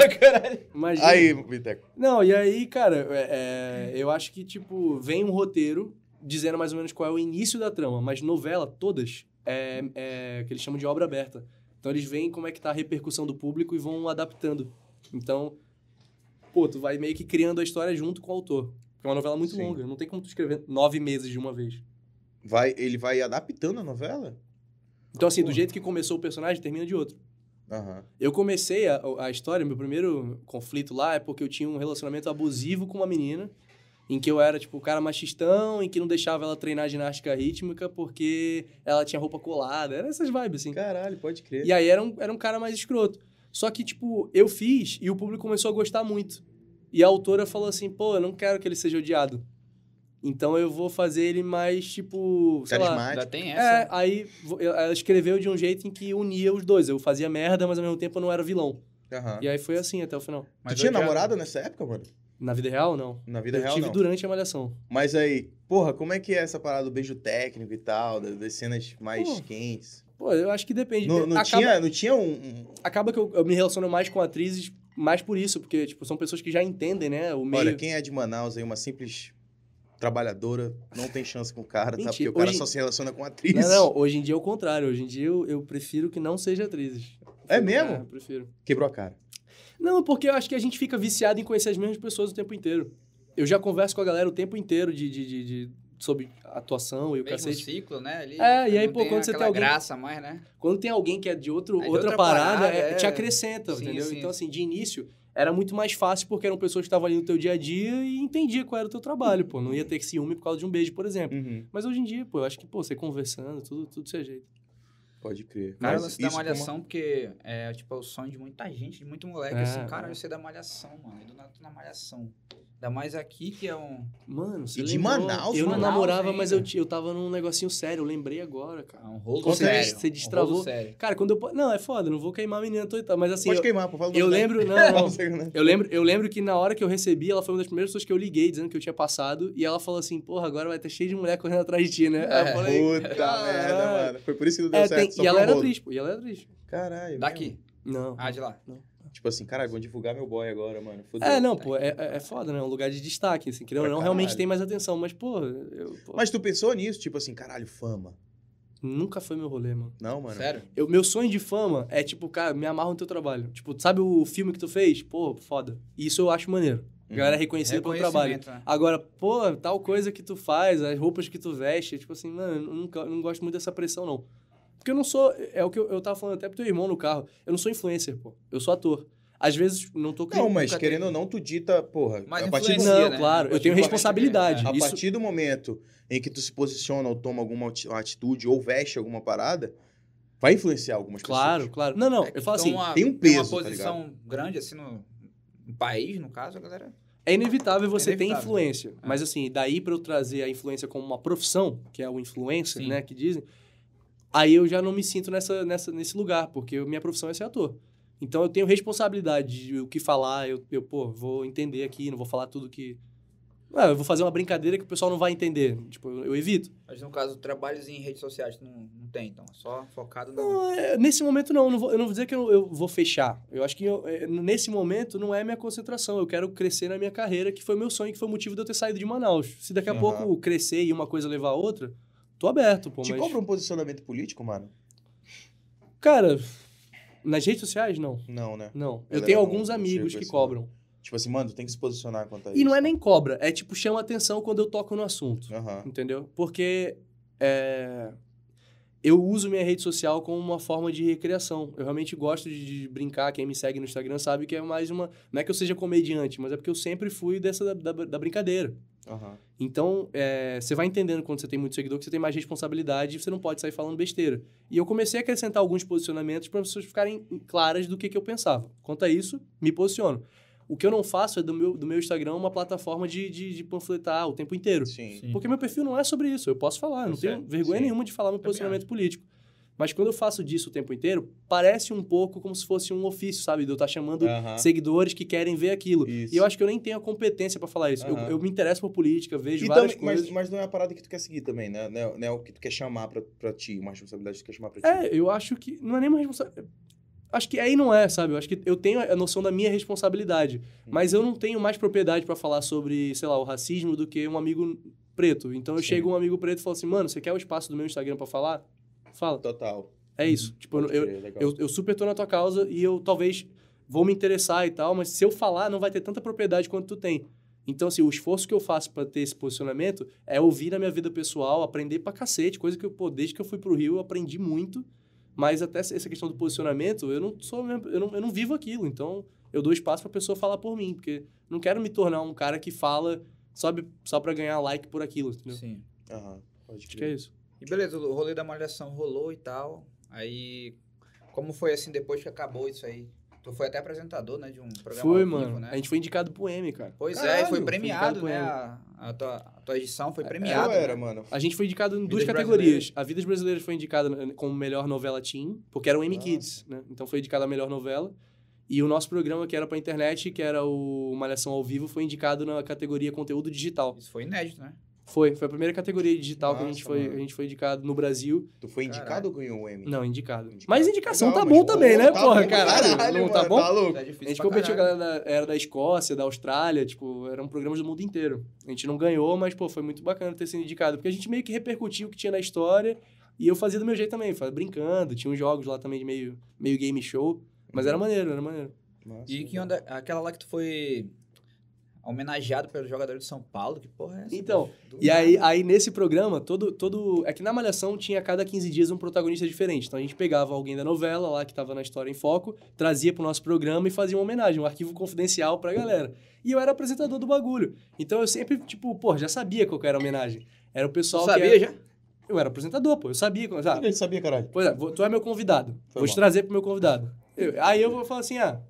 Speaker 4: Imagina.
Speaker 2: Aí, Viteco.
Speaker 4: Não, e aí, cara, é- é, eu acho que, tipo, vem um roteiro dizendo mais ou menos qual é o início da trama, mas novela, todas, é, é que eles chamam de obra aberta. Então eles veem como é que tá a repercussão do público e vão adaptando. Então, pô, tu vai meio que criando a história junto com o autor. Porque é uma novela muito
Speaker 2: Sim.
Speaker 4: longa, não tem como tu escrever nove meses de uma vez.
Speaker 2: Vai, ele vai adaptando a novela?
Speaker 4: Então, assim, do jeito que começou o personagem, termina de outro.
Speaker 2: Aham.
Speaker 4: Eu comecei a, a história, meu primeiro conflito lá é porque eu tinha um relacionamento abusivo com uma menina, em que eu era, tipo, o cara machistão, em que não deixava ela treinar ginástica rítmica porque ela tinha roupa colada, era essas vibes, assim.
Speaker 2: Caralho, pode crer.
Speaker 4: E aí era um, era um cara mais escroto. Só que, tipo, eu fiz e o público começou a gostar muito. E a autora falou assim, pô, eu não quero que ele seja odiado. Então eu vou fazer ele mais, tipo, sei lá,
Speaker 2: Carismático.
Speaker 5: Ainda tem
Speaker 4: é,
Speaker 5: essa. né?
Speaker 4: aí vo- eu- ela escreveu de um jeito em que unia os dois. Eu fazia merda, mas ao mesmo tempo eu não era vilão.
Speaker 2: Aham.
Speaker 4: E aí foi assim até o final.
Speaker 2: Tu
Speaker 5: é
Speaker 2: tinha namorada nessa época, mano?
Speaker 4: Na vida real, não.
Speaker 2: Na vida
Speaker 4: eu
Speaker 2: real,
Speaker 4: tive
Speaker 2: não.
Speaker 4: durante a malhação.
Speaker 2: Mas aí, porra, como é que é essa parada do beijo técnico e tal, das, das cenas mais
Speaker 4: Pô.
Speaker 2: quentes?
Speaker 4: Pô, eu acho que depende.
Speaker 2: Não, não
Speaker 4: acaba,
Speaker 2: tinha, não tinha um. um-
Speaker 4: acaba que eu, eu me relaciono mais com atrizes mais por isso, porque, tipo, são pessoas que já entendem, né? O meio.
Speaker 2: Olha, quem é de Manaus aí, uma simples trabalhadora, não tem chance com o cara, tá?
Speaker 4: Mentira,
Speaker 2: Porque o cara
Speaker 4: hoje-
Speaker 2: só se relaciona com atriz.
Speaker 4: Não, não, hoje em dia é o contrário. Hoje em dia eu, eu prefiro que não seja atrizes.
Speaker 2: É
Speaker 4: Eu-
Speaker 2: mesmo?
Speaker 4: eu prefiro.
Speaker 2: Quebrou a cara.
Speaker 4: Não, porque eu acho que a gente fica viciado em conhecer as mesmas pessoas o tempo inteiro. Eu já converso com a galera o tempo inteiro de, de, de, de sobre atuação e o
Speaker 5: Mesmo
Speaker 4: cacete.
Speaker 5: ciclo, né? Ali,
Speaker 4: É, e aí,
Speaker 5: não
Speaker 4: pô, quando você tem
Speaker 5: aquela
Speaker 4: alguém-
Speaker 5: graça mais, né?
Speaker 4: Quando tem alguém que é de outro,
Speaker 5: É de
Speaker 4: outra,
Speaker 5: outra
Speaker 4: parada,
Speaker 5: parada,
Speaker 4: é-
Speaker 5: é.
Speaker 4: te acrescenta,
Speaker 5: Sim,
Speaker 4: entendeu?
Speaker 5: sim.
Speaker 4: Então, assim, de início, era muito mais fácil porque eram pessoas que estavam ali no teu dia a dia e entendia qual era o teu trabalho, pô. Não ia ter ciúme por causa de um beijo, por exemplo.
Speaker 2: Uhum.
Speaker 4: Mas hoje em dia, pô, eu acho que, pô, você conversando, tudo, tudo do seu jeito.
Speaker 2: Pode crer.
Speaker 5: Cara,
Speaker 2: Mas
Speaker 5: você dá
Speaker 2: isso como-
Speaker 5: malhação porque é, tipo, é o sonho de muita gente, de muito moleque.
Speaker 4: É,
Speaker 5: assim,
Speaker 4: é.
Speaker 5: cara, você dá malhação, mano. Eu do nada tô na malhação. Ainda mais aqui que é um.
Speaker 4: Mano, você
Speaker 2: E de
Speaker 4: lembrou?
Speaker 2: Manaus,
Speaker 4: Eu não
Speaker 5: Manaus
Speaker 4: namorava, mas eu,
Speaker 5: ainda.
Speaker 4: ti- eu tava num negocinho sério, eu lembrei agora,
Speaker 5: é
Speaker 4: cara.
Speaker 5: um rolo
Speaker 2: Você
Speaker 5: sério.
Speaker 4: des- você
Speaker 5: um rolo
Speaker 4: destravou.
Speaker 5: sério.
Speaker 4: Cara, quando eu... po- Não, é foda, não vou queimar a menina toda e tal, mas assim...
Speaker 2: Pode
Speaker 4: eu-
Speaker 2: queimar, pô. Fala
Speaker 4: Eu lembro, não, não.
Speaker 2: não.
Speaker 4: Eu lembro, eu lembro que na hora que eu recebi, ela foi uma das primeiras pessoas que eu liguei dizendo que eu tinha passado. E ela falou assim: Porra, agora vai ter cheio de mulher correndo atrás de ti, né? Aí eu falei:
Speaker 2: Puta
Speaker 4: "Caralho."
Speaker 2: merda, mano. Foi por isso que não deu
Speaker 4: É,
Speaker 2: certo.
Speaker 4: tem-
Speaker 2: só
Speaker 4: e ela
Speaker 2: foi um
Speaker 4: era
Speaker 2: rolo.
Speaker 4: atriz, pô. E ela era atriz.
Speaker 2: Caralho. é
Speaker 5: Daqui.
Speaker 4: Não.
Speaker 5: Ah, de lá.
Speaker 2: mesmo? Tipo assim, caralho, vão divulgar meu boy agora, mano. Fudeu.
Speaker 4: É, não, pô, é, é é foda, né? É um lugar de destaque, assim. Querendo ou
Speaker 2: Pra
Speaker 4: não, realmente
Speaker 2: caralho.
Speaker 4: tem mais atenção. Mas, pô, eu, pô,
Speaker 2: Mas tu pensou nisso? Tipo assim, caralho, fama.
Speaker 4: nunca foi meu rolê, mano.
Speaker 2: Não, mano.
Speaker 5: Sério?
Speaker 4: Eu, meu sonho de fama é, tipo, cara, me amarro no teu trabalho. Tipo, sabe o filme que tu fez? Pô, foda. Isso eu acho maneiro. A
Speaker 2: Uhum.
Speaker 4: galera é reconhecida pelo trabalho.
Speaker 5: Reconhecimento, né?
Speaker 4: Agora, pô, tal coisa que tu faz, as roupas que tu veste, tipo assim, mano, eu nunca, eu não gosto muito dessa pressão, não. Porque eu não sou. É o que eu, eu tava falando até pro teu irmão no carro. Eu não sou influencer, pô. Eu sou ator. Às vezes não tô
Speaker 2: Não, mas
Speaker 5: Nunca
Speaker 2: querendo
Speaker 5: teve.
Speaker 2: ou não, tu dita, porra.
Speaker 5: Mas
Speaker 2: É, a partir do
Speaker 5: influencia,
Speaker 4: tá Não,
Speaker 5: né?
Speaker 4: claro, eu tenho
Speaker 5: Pode-
Speaker 4: responsabilidade.
Speaker 5: é.
Speaker 2: A
Speaker 4: Isso-
Speaker 2: partir do momento em que tu se posiciona ou toma alguma ati- atitude ou veste alguma parada, vai influenciar algumas
Speaker 4: Claro,
Speaker 2: pessoas.
Speaker 4: claro. Não, não,
Speaker 5: É que
Speaker 4: eu falo
Speaker 5: então
Speaker 4: assim,
Speaker 5: uma-
Speaker 2: tem um
Speaker 5: Uma
Speaker 2: peso, tá
Speaker 5: posição grande, assim, no, no país, no caso, a galera.
Speaker 4: é inevitável você ter
Speaker 5: inevitável. É.
Speaker 4: influência. Mas assim, daí pra eu trazer a influência como uma profissão, que é o influencer,
Speaker 5: Sim.
Speaker 4: né, que dizem, aí eu já não me sinto nessa, nessa, nesse lugar, porque minha profissão é ser ator. Então eu tenho responsabilidade de o que falar, eu, eu pô, vou entender aqui, não vou falar tudo que. Ah, eu vou fazer uma brincadeira que o pessoal não vai entender. Tipo, eu, eu evito.
Speaker 5: Mas no caso, trabalhos em redes sociais tu não, não tem, então. é Só focado no.
Speaker 4: Não, é, nesse momento não, eu não vou, eu não vou dizer que eu, eu vou fechar. Eu acho que eu, é, nesse momento não é minha concentração. Eu quero crescer na minha carreira, que foi meu sonho, que foi o motivo de eu ter saído de Manaus. Se daqui a
Speaker 2: Aham.
Speaker 4: pouco crescer e uma coisa levar a outra, tô aberto, pô.
Speaker 2: Te
Speaker 4: mas-
Speaker 2: cobra um posicionamento político, mano?
Speaker 4: Cara, nas redes sociais, não.
Speaker 2: Não, né?
Speaker 4: Não. Eu
Speaker 2: Galera,
Speaker 4: tenho
Speaker 2: não-
Speaker 4: alguns
Speaker 2: não
Speaker 4: amigos
Speaker 2: chega
Speaker 4: que
Speaker 2: assim,
Speaker 4: cobram.
Speaker 2: Tipo assim, mano, tu tem que se posicionar quanto a
Speaker 4: E não
Speaker 2: isso.
Speaker 4: é nem cobra, é tipo, chama atenção quando eu toco no assunto.
Speaker 2: Aham.
Speaker 4: Entendeu? Porque é, eu uso minha rede social como uma forma de recreação. Eu realmente gosto de, de brincar. Quem me segue no Instagram sabe que é mais uma. Não é que eu seja comediante, mas é porque eu sempre fui dessa da, da- da brincadeira.
Speaker 2: Aham.
Speaker 4: Então, é, você vai entendendo quando você tem muito seguidor que você tem mais responsabilidade e você não pode sair falando besteira. E eu comecei a acrescentar alguns posicionamentos para as pessoas ficarem claras do que, que eu pensava. Quanto a isso, me posiciono. O que eu não faço é do meu, do meu Instagram uma plataforma de, de, de panfletar o tempo inteiro.
Speaker 2: Sim.
Speaker 4: Porque meu perfil não é sobre isso. Eu posso falar, eu não
Speaker 5: Tá
Speaker 4: tenho
Speaker 5: certo,
Speaker 4: vergonha
Speaker 2: é, sim.
Speaker 4: nenhuma de falar meu
Speaker 5: Também
Speaker 4: posicionamento político. Mas quando eu faço disso o tempo inteiro, parece um pouco como se fosse um ofício, sabe? De eu estar chamando
Speaker 2: Aham.
Speaker 4: seguidores que querem ver aquilo.
Speaker 2: Isso.
Speaker 4: E eu acho que eu nem tenho a competência pra falar isso. Eu- Eu,
Speaker 2: Aham.
Speaker 4: me interesso por política, vejo
Speaker 2: E
Speaker 4: várias
Speaker 2: também-
Speaker 4: coisas.
Speaker 2: mas, mas não é a parada que tu quer seguir também, né? Não é, não é o que tu quer chamar pra, pra ti, uma responsabilidade que tu quer chamar pra ti.
Speaker 4: É, eu acho que não é nenhuma responsabilidade. Acho que aí não é, sabe? Eu acho que eu tenho a noção da minha responsabilidade. Mas eu não tenho mais propriedade pra falar sobre, sei lá, o racismo do que um amigo preto. Então eu
Speaker 2: Sim.
Speaker 4: chego um amigo preto e falo assim, mano, você quer o espaço do meu Instagram pra falar? Fala.
Speaker 2: Total.
Speaker 4: É isso. Tipo, eu,
Speaker 2: Pode
Speaker 4: eu,
Speaker 2: crer, legal.
Speaker 4: eu, eu super tô na tua causa e eu talvez vou me interessar e tal, mas se eu falar, não vai ter tanta propriedade quanto tu tem. Então, assim, o esforço que eu faço pra ter esse posicionamento é ouvir na minha vida pessoal, aprender pra cacete, coisa que eu, pô, desde que eu fui pro Rio, eu aprendi muito, mas até essa essa questão do posicionamento, eu não sou mesmo- eu não, eu não vivo aquilo, então eu dou espaço pra pessoa falar por mim, porque não quero me tornar um cara que fala, sabe, só pra ganhar like por aquilo, entendeu?
Speaker 5: Sim.
Speaker 2: Aham. Pode
Speaker 4: Acho que é
Speaker 2: crer.
Speaker 4: isso.
Speaker 5: E beleza, o rolê da malhação rolou e tal. Aí, como foi assim depois que acabou isso aí? Tu foi até apresentador, né, de um programa
Speaker 4: Foi,
Speaker 5: ao vivo,
Speaker 4: mano.
Speaker 5: né?
Speaker 4: A gente foi indicado pro M, cara.
Speaker 5: Pois é,
Speaker 4: Caralho,
Speaker 5: e foi
Speaker 4: foi
Speaker 5: premiado,
Speaker 4: indicado pro
Speaker 5: né?
Speaker 4: M.
Speaker 5: A, a tua, a tua edição
Speaker 4: É,
Speaker 5: foi
Speaker 2: Eu
Speaker 5: premiada.
Speaker 2: era,
Speaker 5: né?
Speaker 2: mano.
Speaker 4: A gente foi indicado em duas
Speaker 5: Vidas
Speaker 4: categorias. A Vidas Brasileiras foi indicada como melhor novela teen, porque era o M
Speaker 2: Nossa.
Speaker 4: Kids, né? Então foi indicada a melhor novela. E o nosso programa, que era pra internet, que era o Malhação ao Vivo, foi indicado na categoria conteúdo digital.
Speaker 5: Isso foi inédito, né?
Speaker 4: Foi, foi a primeira categoria digital que a gente,
Speaker 2: Nossa,
Speaker 4: foi,
Speaker 2: mano.
Speaker 4: a gente foi indicado no Brasil.
Speaker 2: Tu foi indicado
Speaker 5: Caralho.
Speaker 2: ou ganhou o M?
Speaker 4: Não, indicado.
Speaker 2: Indicado.
Speaker 4: Mas indicação
Speaker 2: Legal,
Speaker 4: tá
Speaker 2: mas
Speaker 4: bom também, né,
Speaker 2: tá
Speaker 4: porra?
Speaker 2: bom,
Speaker 4: Caralho, não tá
Speaker 2: mano,
Speaker 4: bom?
Speaker 2: Tá louco?
Speaker 5: Tá
Speaker 4: A
Speaker 5: difícil
Speaker 4: gente
Speaker 5: pra
Speaker 4: competiu, a
Speaker 5: caralho.
Speaker 4: galera da- era da Escócia, da Austrália, tipo, eram programas do mundo inteiro. A gente não ganhou, mas, pô, foi muito bacana ter sido indicado, porque a gente meio que repercutiu o que tinha na história e eu fazia do meu jeito também, fa- brincando, tinha uns jogos lá também de meio, meio
Speaker 5: Uhum.
Speaker 4: game show, mas era maneiro, era maneiro.
Speaker 2: Nossa,
Speaker 5: E que onda, aquela lá que tu foi homenageado pelo jogador de São Paulo. Que porra é essa?
Speaker 4: Então,
Speaker 5: Do
Speaker 4: E aí,
Speaker 5: nada.
Speaker 4: aí nesse programa, todo, todo. É que na Malhação tinha a cada 15 dias um protagonista diferente. Então a gente pegava alguém da novela lá que tava na história em foco, trazia pro nosso programa e fazia uma homenagem, um arquivo confidencial pra galera. E eu era apresentador do bagulho. Então eu sempre, tipo, pô, já sabia qual que era a homenagem. Era o pessoal
Speaker 5: Tu
Speaker 4: que.
Speaker 5: sabia
Speaker 4: era-
Speaker 5: já?
Speaker 4: Eu era apresentador, pô. Eu sabia. quando- Ah,
Speaker 2: Ele sabia, caralho.
Speaker 4: Pois é, vou- tu é meu convidado.
Speaker 2: Foi
Speaker 4: vou te
Speaker 2: mal.
Speaker 4: trazer pro meu convidado. Eu- aí eu vou falar assim, ah,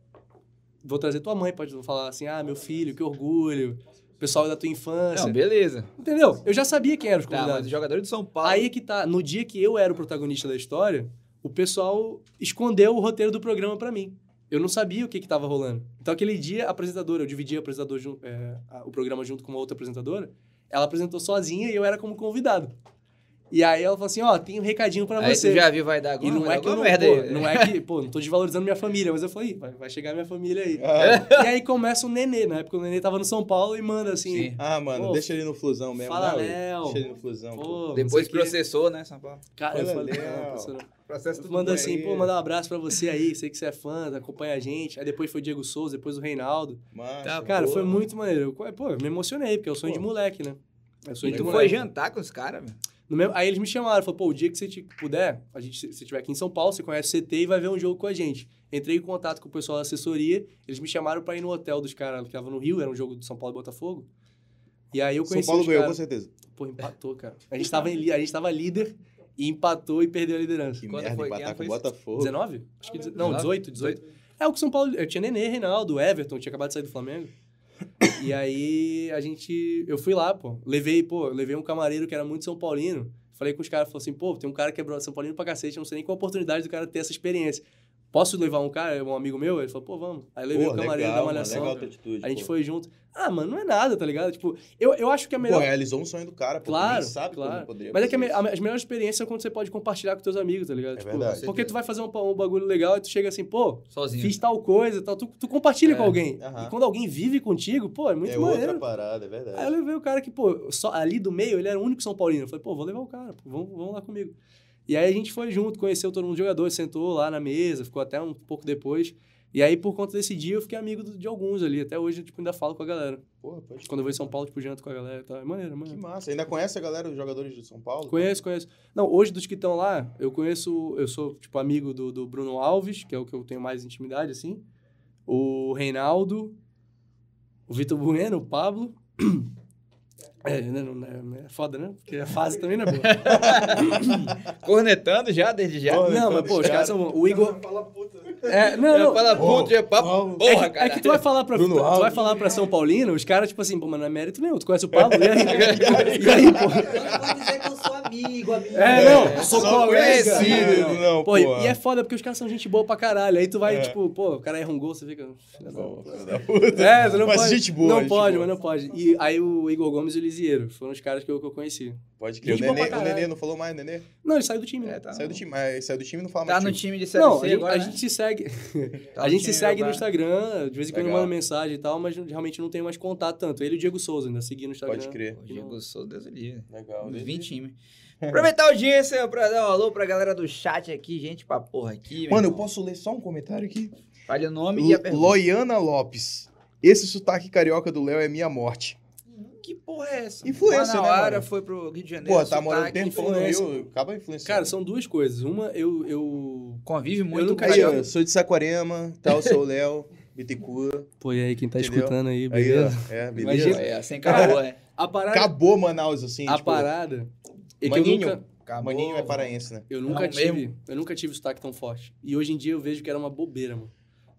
Speaker 4: vou trazer tua mãe, pode falar assim, ah, meu filho, que orgulho, pessoal da tua infância.
Speaker 5: Não, beleza.
Speaker 4: Entendeu? Eu já sabia quem eram os
Speaker 5: Tá, mas
Speaker 4: convidados.
Speaker 5: o jogador de São Paulo.
Speaker 4: Aí é que tá, no dia que eu era o protagonista da história, o pessoal escondeu o roteiro do programa pra mim. Eu não sabia o que que tava rolando. Então aquele dia, a apresentadora, eu dividia a apresentadora jun- é, a- o programa junto com uma outra apresentadora, ela apresentou sozinha e eu era como convidado. E aí ela falou assim, ó, tem um recadinho pra
Speaker 5: Aí
Speaker 4: você.
Speaker 5: tu já viu, vai dar
Speaker 4: E
Speaker 5: alguma
Speaker 4: não é que eu
Speaker 5: alguma
Speaker 4: não,
Speaker 5: merda
Speaker 4: pô,
Speaker 5: aí.
Speaker 4: não é que, pô, não tô desvalorizando minha família, mas eu falei, "Ih, vai, vai chegar minha família aí.
Speaker 2: Ah,
Speaker 4: E aí começa o Nenê, na época o Nenê tava no São Paulo e manda assim,
Speaker 5: Sim.
Speaker 2: ah, mano,
Speaker 4: Pô,
Speaker 2: deixa ele no flusão mesmo.
Speaker 4: fala
Speaker 2: não,
Speaker 4: Léo,
Speaker 2: Deixa ele no flusão. pô.
Speaker 4: pô, não
Speaker 5: Depois
Speaker 4: sei o quê.
Speaker 5: processou, né, São Paulo?
Speaker 4: Cara, eu
Speaker 2: Fala
Speaker 4: falei,
Speaker 2: Léo.
Speaker 4: não, professor,
Speaker 5: Processo tudo bem.
Speaker 4: Mandou assim, pô, mandar um abraço pra você aí, sei que você é fã, acompanha a gente. Aí depois foi o Diego Souza, depois o Reinaldo.
Speaker 2: Massa.
Speaker 5: Tá,
Speaker 4: Cara,
Speaker 5: Pô.
Speaker 4: foi muito maneiro. Eu- Pô, eu me emocionei, porque é o sonho
Speaker 2: Pô.
Speaker 4: de moleque, né? É o sonho
Speaker 5: E
Speaker 4: de
Speaker 5: tu foi
Speaker 4: moleque.
Speaker 5: jantar com os caras, velho?
Speaker 4: No mesmo- aí eles me chamaram, falou, pô, o dia que você te- puder, a gente, se você estiver aqui em São Paulo, você conhece o CT e vai ver um jogo com a gente. Entrei em contato com o pessoal da assessoria, eles me chamaram pra ir no hotel dos caras que estavam no Rio, era um jogo do São Paulo e Botafogo. E aí eu
Speaker 2: São
Speaker 4: conheci
Speaker 2: Paulo
Speaker 4: os
Speaker 2: ganhou, com
Speaker 4: caras.
Speaker 2: certeza.
Speaker 4: Pô, empatou, cara. A gente, tava em li- a gente tava líder e empatou e perdeu a liderança.
Speaker 2: Que
Speaker 5: Quando
Speaker 2: merda,
Speaker 5: foi?
Speaker 2: empatar com
Speaker 5: Quem
Speaker 2: o
Speaker 5: foi?
Speaker 2: Botafogo.
Speaker 4: 19? Acho que 19, não, 18, 18. É o que São Paulo. Eu tinha Nenê, Reinaldo, Everton, tinha acabado de sair do Flamengo. E aí a gente. Eu fui lá, pô. Levei, pô, eu levei um camareiro que era muito São Paulino. Falei com os caras, falou assim, pô, tem um cara que é bro- São Paulino pra cacete, eu não sei nem qual a oportunidade do cara ter essa experiência. Posso levar um cara, um amigo meu? Ele falou, pô, vamos. Aí levei
Speaker 2: Pô,
Speaker 4: o camareiro
Speaker 2: legal,
Speaker 4: da
Speaker 2: mano,
Speaker 4: malhação.
Speaker 2: legal a tua atitude,
Speaker 4: a gente
Speaker 2: pô.
Speaker 4: foi junto. Ah, mano, não é nada, tá ligado? Tipo, eu, eu acho que a
Speaker 2: Pô,
Speaker 4: melhor.
Speaker 2: realizou um sonho do cara, pô.
Speaker 4: Claro,
Speaker 2: Quem sabe
Speaker 4: claro.
Speaker 2: como poderia
Speaker 4: Mas é que a
Speaker 2: fazer
Speaker 4: me- a- as melhores experiências são quando você pode compartilhar com teus amigos, tá ligado?
Speaker 2: É verdade.
Speaker 4: Porque tu vai fazer um, pa- um bagulho legal e tu chega assim, pô,
Speaker 5: Sozinho.
Speaker 4: fiz tal coisa e tal. Tu, tu
Speaker 5: É,
Speaker 4: compartilha com alguém.
Speaker 2: aham.
Speaker 4: E quando alguém vive contigo, pô, é muito
Speaker 2: isso. É outra
Speaker 4: maneiro.
Speaker 2: parada, é
Speaker 4: Aí eu
Speaker 2: verdade.
Speaker 4: levei o cara que, pô, só ali do meio, ele era o único São Paulino. Eu falei, pô, vou levar o cara, pô, vamos, vamos lá comigo. E aí a gente foi junto, conheceu todo mundo jogador, sentou lá na mesa, ficou até um pouco depois. E aí, por conta desse dia, eu fiquei amigo do- de alguns ali. Até hoje, tipo, ainda falo com a galera.
Speaker 2: Pô, pode...
Speaker 4: Quando eu vou em São Paulo, tipo, janto com a galera e tal. É maneiro, é
Speaker 2: Que
Speaker 4: maneiro.
Speaker 2: massa. Ainda conhece a galera, os jogadores de São Paulo?
Speaker 4: Conheço, conheço. Não, hoje dos que estão lá, eu conheço, eu sou, tipo, amigo do, do Bruno Alves, que é o que eu tenho mais intimidade, assim. O Reinaldo, o Vitor Bueno, o Pablo. É, né, não, é, é foda, né? Porque a fase também não é boa.
Speaker 5: Cornetando já, desde já.
Speaker 2: Porra,
Speaker 4: não,
Speaker 2: então,
Speaker 4: mas, pô, os
Speaker 2: cara-
Speaker 4: caras são bons. O Igor...
Speaker 3: Fala puta.
Speaker 4: É, não,
Speaker 5: Já
Speaker 4: não.
Speaker 5: fala
Speaker 2: Porra.
Speaker 5: puto, já papo.
Speaker 2: Porra.
Speaker 5: Porra,
Speaker 4: É
Speaker 5: cara.
Speaker 4: que tu vai falar pra,
Speaker 2: Bruno
Speaker 4: tu, tu vai
Speaker 2: Alves.
Speaker 4: falar pra São Paulino, os caras, tipo assim, pô, mas não é mérito meu, tu conhece o Pablo? E aí? e aí, pô?
Speaker 6: Eu não vou dizer que eu sou amigo, amigo.
Speaker 4: É,
Speaker 2: né?
Speaker 4: não, eu sou
Speaker 2: Só
Speaker 4: colega.
Speaker 2: conhecido,
Speaker 4: Não, não.
Speaker 2: não,
Speaker 4: Pô, e-
Speaker 2: porra.
Speaker 4: e é foda porque os caras são gente boa pra caralho. Aí tu vai,
Speaker 2: É.
Speaker 4: tipo, pô, o cara erra um gol, você fica. filha da
Speaker 2: Pô,
Speaker 4: puta.
Speaker 2: filho da puta.
Speaker 4: É, tu não
Speaker 2: Mas
Speaker 4: pode.
Speaker 2: gente boa,
Speaker 4: não
Speaker 2: gente
Speaker 4: pode,
Speaker 2: boa.
Speaker 4: mas não pode. E aí o Igor Gomes e o Lisieiro foram os caras que eu, que eu conheci.
Speaker 2: Pode crer. O
Speaker 4: Gente boa
Speaker 2: Nenê,
Speaker 4: é pra
Speaker 2: o
Speaker 4: caralho.
Speaker 2: Nenê não falou mais, Nenê?
Speaker 4: Não, ele saiu do time, né?
Speaker 5: É, tá,
Speaker 2: Saiu do time. Ah, ele Saiu do time e não fala
Speaker 5: tá
Speaker 2: mais.
Speaker 5: no
Speaker 2: do time.
Speaker 5: time de Série
Speaker 4: Não, a
Speaker 5: C
Speaker 4: gente,
Speaker 5: agora,
Speaker 4: a
Speaker 5: né?
Speaker 4: gente se segue.
Speaker 5: Tá
Speaker 4: a
Speaker 5: no
Speaker 4: gente se
Speaker 1: tá.
Speaker 5: time
Speaker 4: segue no
Speaker 5: agora.
Speaker 4: Instagram, de vez em quando
Speaker 2: Legal.
Speaker 4: manda mensagem e tal, mas realmente não tenho mais contato tanto. Ele e o Diego Souza ainda segui no Instagram.
Speaker 2: Pode crer.
Speaker 5: Hoje eu sou Deus livre.
Speaker 4: Tá
Speaker 2: Legal.
Speaker 5: Uns
Speaker 1: né?
Speaker 2: Nenê.
Speaker 5: 20 times. Aproveitar a audiência pra dar um alô pra galera do chat aqui, gente pra porra aqui.
Speaker 2: Mano, eu posso ler só um comentário aqui?
Speaker 5: Fale o nome
Speaker 4: é
Speaker 5: e a
Speaker 2: Lo-
Speaker 5: pergunta.
Speaker 2: Loiana Lopes. Esse sotaque carioca do Léo é minha morte.
Speaker 5: Que porra é essa?
Speaker 2: Influência, né,
Speaker 5: Manauara
Speaker 2: mano?
Speaker 5: foi pro Rio de Janeiro.
Speaker 2: Pô, tá
Speaker 5: sotaque,
Speaker 2: morando tempo no
Speaker 5: influência.
Speaker 2: Rio, acaba influenciando.
Speaker 4: Cara, são duas coisas. Uma, eu. eu...
Speaker 5: Convive muito.
Speaker 4: nunca
Speaker 5: com
Speaker 2: Aí, ó,
Speaker 5: carioca.
Speaker 2: eu sou de Saquarema, tal, sou o Léo, Bitecura.
Speaker 4: Pô, e aí, quem tá
Speaker 2: Entendeu?
Speaker 4: escutando aí,
Speaker 2: Aí,
Speaker 4: beleza?
Speaker 2: ó, é, beleza.
Speaker 4: Imagina.
Speaker 5: É, sem acabou, é.
Speaker 4: A parada.
Speaker 2: Acabou Manaus, assim,
Speaker 4: a
Speaker 2: tipo,
Speaker 4: parada. É que eu
Speaker 2: Maninho.
Speaker 4: nunca.
Speaker 5: Acabou.
Speaker 2: Maninho é paraense, né?
Speaker 4: Eu nunca
Speaker 5: Não,
Speaker 4: tive,
Speaker 5: mesmo?
Speaker 4: eu nunca tive sotaque tão forte. E hoje em dia eu vejo que era uma bobeira, mano.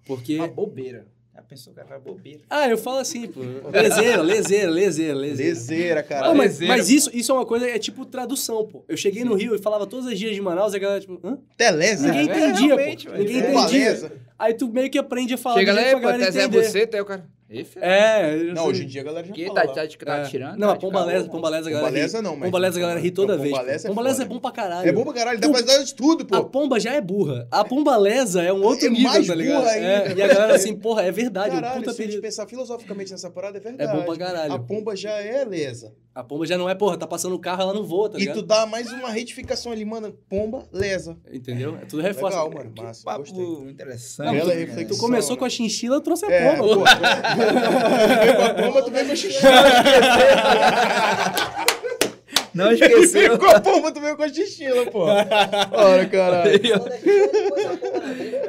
Speaker 4: Porque
Speaker 5: Uma bobeira. Já pensou que era bobeira?
Speaker 4: Ah, eu falo assim, pô. Lezeira, lezeira, lezeira, lezeira.
Speaker 2: Lezeira, cara.
Speaker 4: Não, mas,
Speaker 5: lezeira,
Speaker 4: mas isso, isso é uma coisa, é tipo tradução, pô. Eu cheguei no Rio e falava todas as dias de Manaus e a galera, tipo, hã?
Speaker 2: Teleza.
Speaker 4: Ninguém
Speaker 5: é,
Speaker 4: entendia,
Speaker 5: realmente,
Speaker 4: pô.
Speaker 5: velho.
Speaker 4: Ninguém
Speaker 5: É,
Speaker 4: entendia.
Speaker 2: Valeza.
Speaker 4: Aí tu meio que aprende a falar
Speaker 5: Chega
Speaker 4: do
Speaker 5: lá,
Speaker 4: jeito
Speaker 5: é,
Speaker 4: pra
Speaker 5: pô,
Speaker 4: galera
Speaker 5: até Zé
Speaker 4: entender.
Speaker 5: Buceta, aí o cara. Ih, filho,
Speaker 4: É, eu
Speaker 2: Não,
Speaker 4: sei.
Speaker 2: hoje em dia a galera já
Speaker 5: que
Speaker 2: fala.
Speaker 5: tá,
Speaker 2: lá.
Speaker 5: tá, tá
Speaker 4: É.
Speaker 5: tirando?
Speaker 4: Não,
Speaker 5: tá
Speaker 4: a
Speaker 5: de
Speaker 4: Pombalesa,
Speaker 5: calor.
Speaker 4: Pombalesa, a galera
Speaker 2: Pombaleza
Speaker 4: ri.
Speaker 2: não, mas-
Speaker 4: Pombalesa, a galera ri toda
Speaker 2: Não,
Speaker 4: vez.
Speaker 2: Pombalesa
Speaker 4: Pombalesa,
Speaker 2: é
Speaker 4: Pombaleza é
Speaker 2: foda.
Speaker 4: bom pra caralho. Uhum.
Speaker 2: É bom pra caralho, dá pra dar de tudo,
Speaker 4: A
Speaker 2: pô.
Speaker 4: pomba já é burra. A pombalesa é um outro
Speaker 2: É
Speaker 4: nível,
Speaker 2: mais
Speaker 4: tá ligado?
Speaker 2: burra ainda,
Speaker 4: É,
Speaker 2: velho.
Speaker 4: E a galera assim, porra, é verdade, um
Speaker 2: Caralho, se
Speaker 4: puta
Speaker 2: a gente
Speaker 4: apelido.
Speaker 2: É pensar filosoficamente nessa parada, é verdade.
Speaker 4: pra caralho.
Speaker 2: A pomba já é lesa.
Speaker 4: A pomba já não é, porra, tá passando o carro, ela não voa, tá
Speaker 2: e
Speaker 4: ligado?
Speaker 2: tu dá mais uma retificação ali, mano. Pomba, lesa.
Speaker 4: Entendeu? É tudo reforça.
Speaker 2: Legal, mano. Massa,
Speaker 5: Papo
Speaker 2: gostei.
Speaker 5: interessante.
Speaker 2: Bela
Speaker 5: né?
Speaker 2: reflexão.
Speaker 4: Tu começou com a chinchila, eu trouxe a
Speaker 2: É,
Speaker 4: pomba.
Speaker 2: pô. Tu veio com a pomba, tu veio com a chinchila.
Speaker 5: Não
Speaker 2: Tu veio
Speaker 5: esqueceu.
Speaker 2: com a pomba, tu veio com a chinchila, pô. Ora, caralho.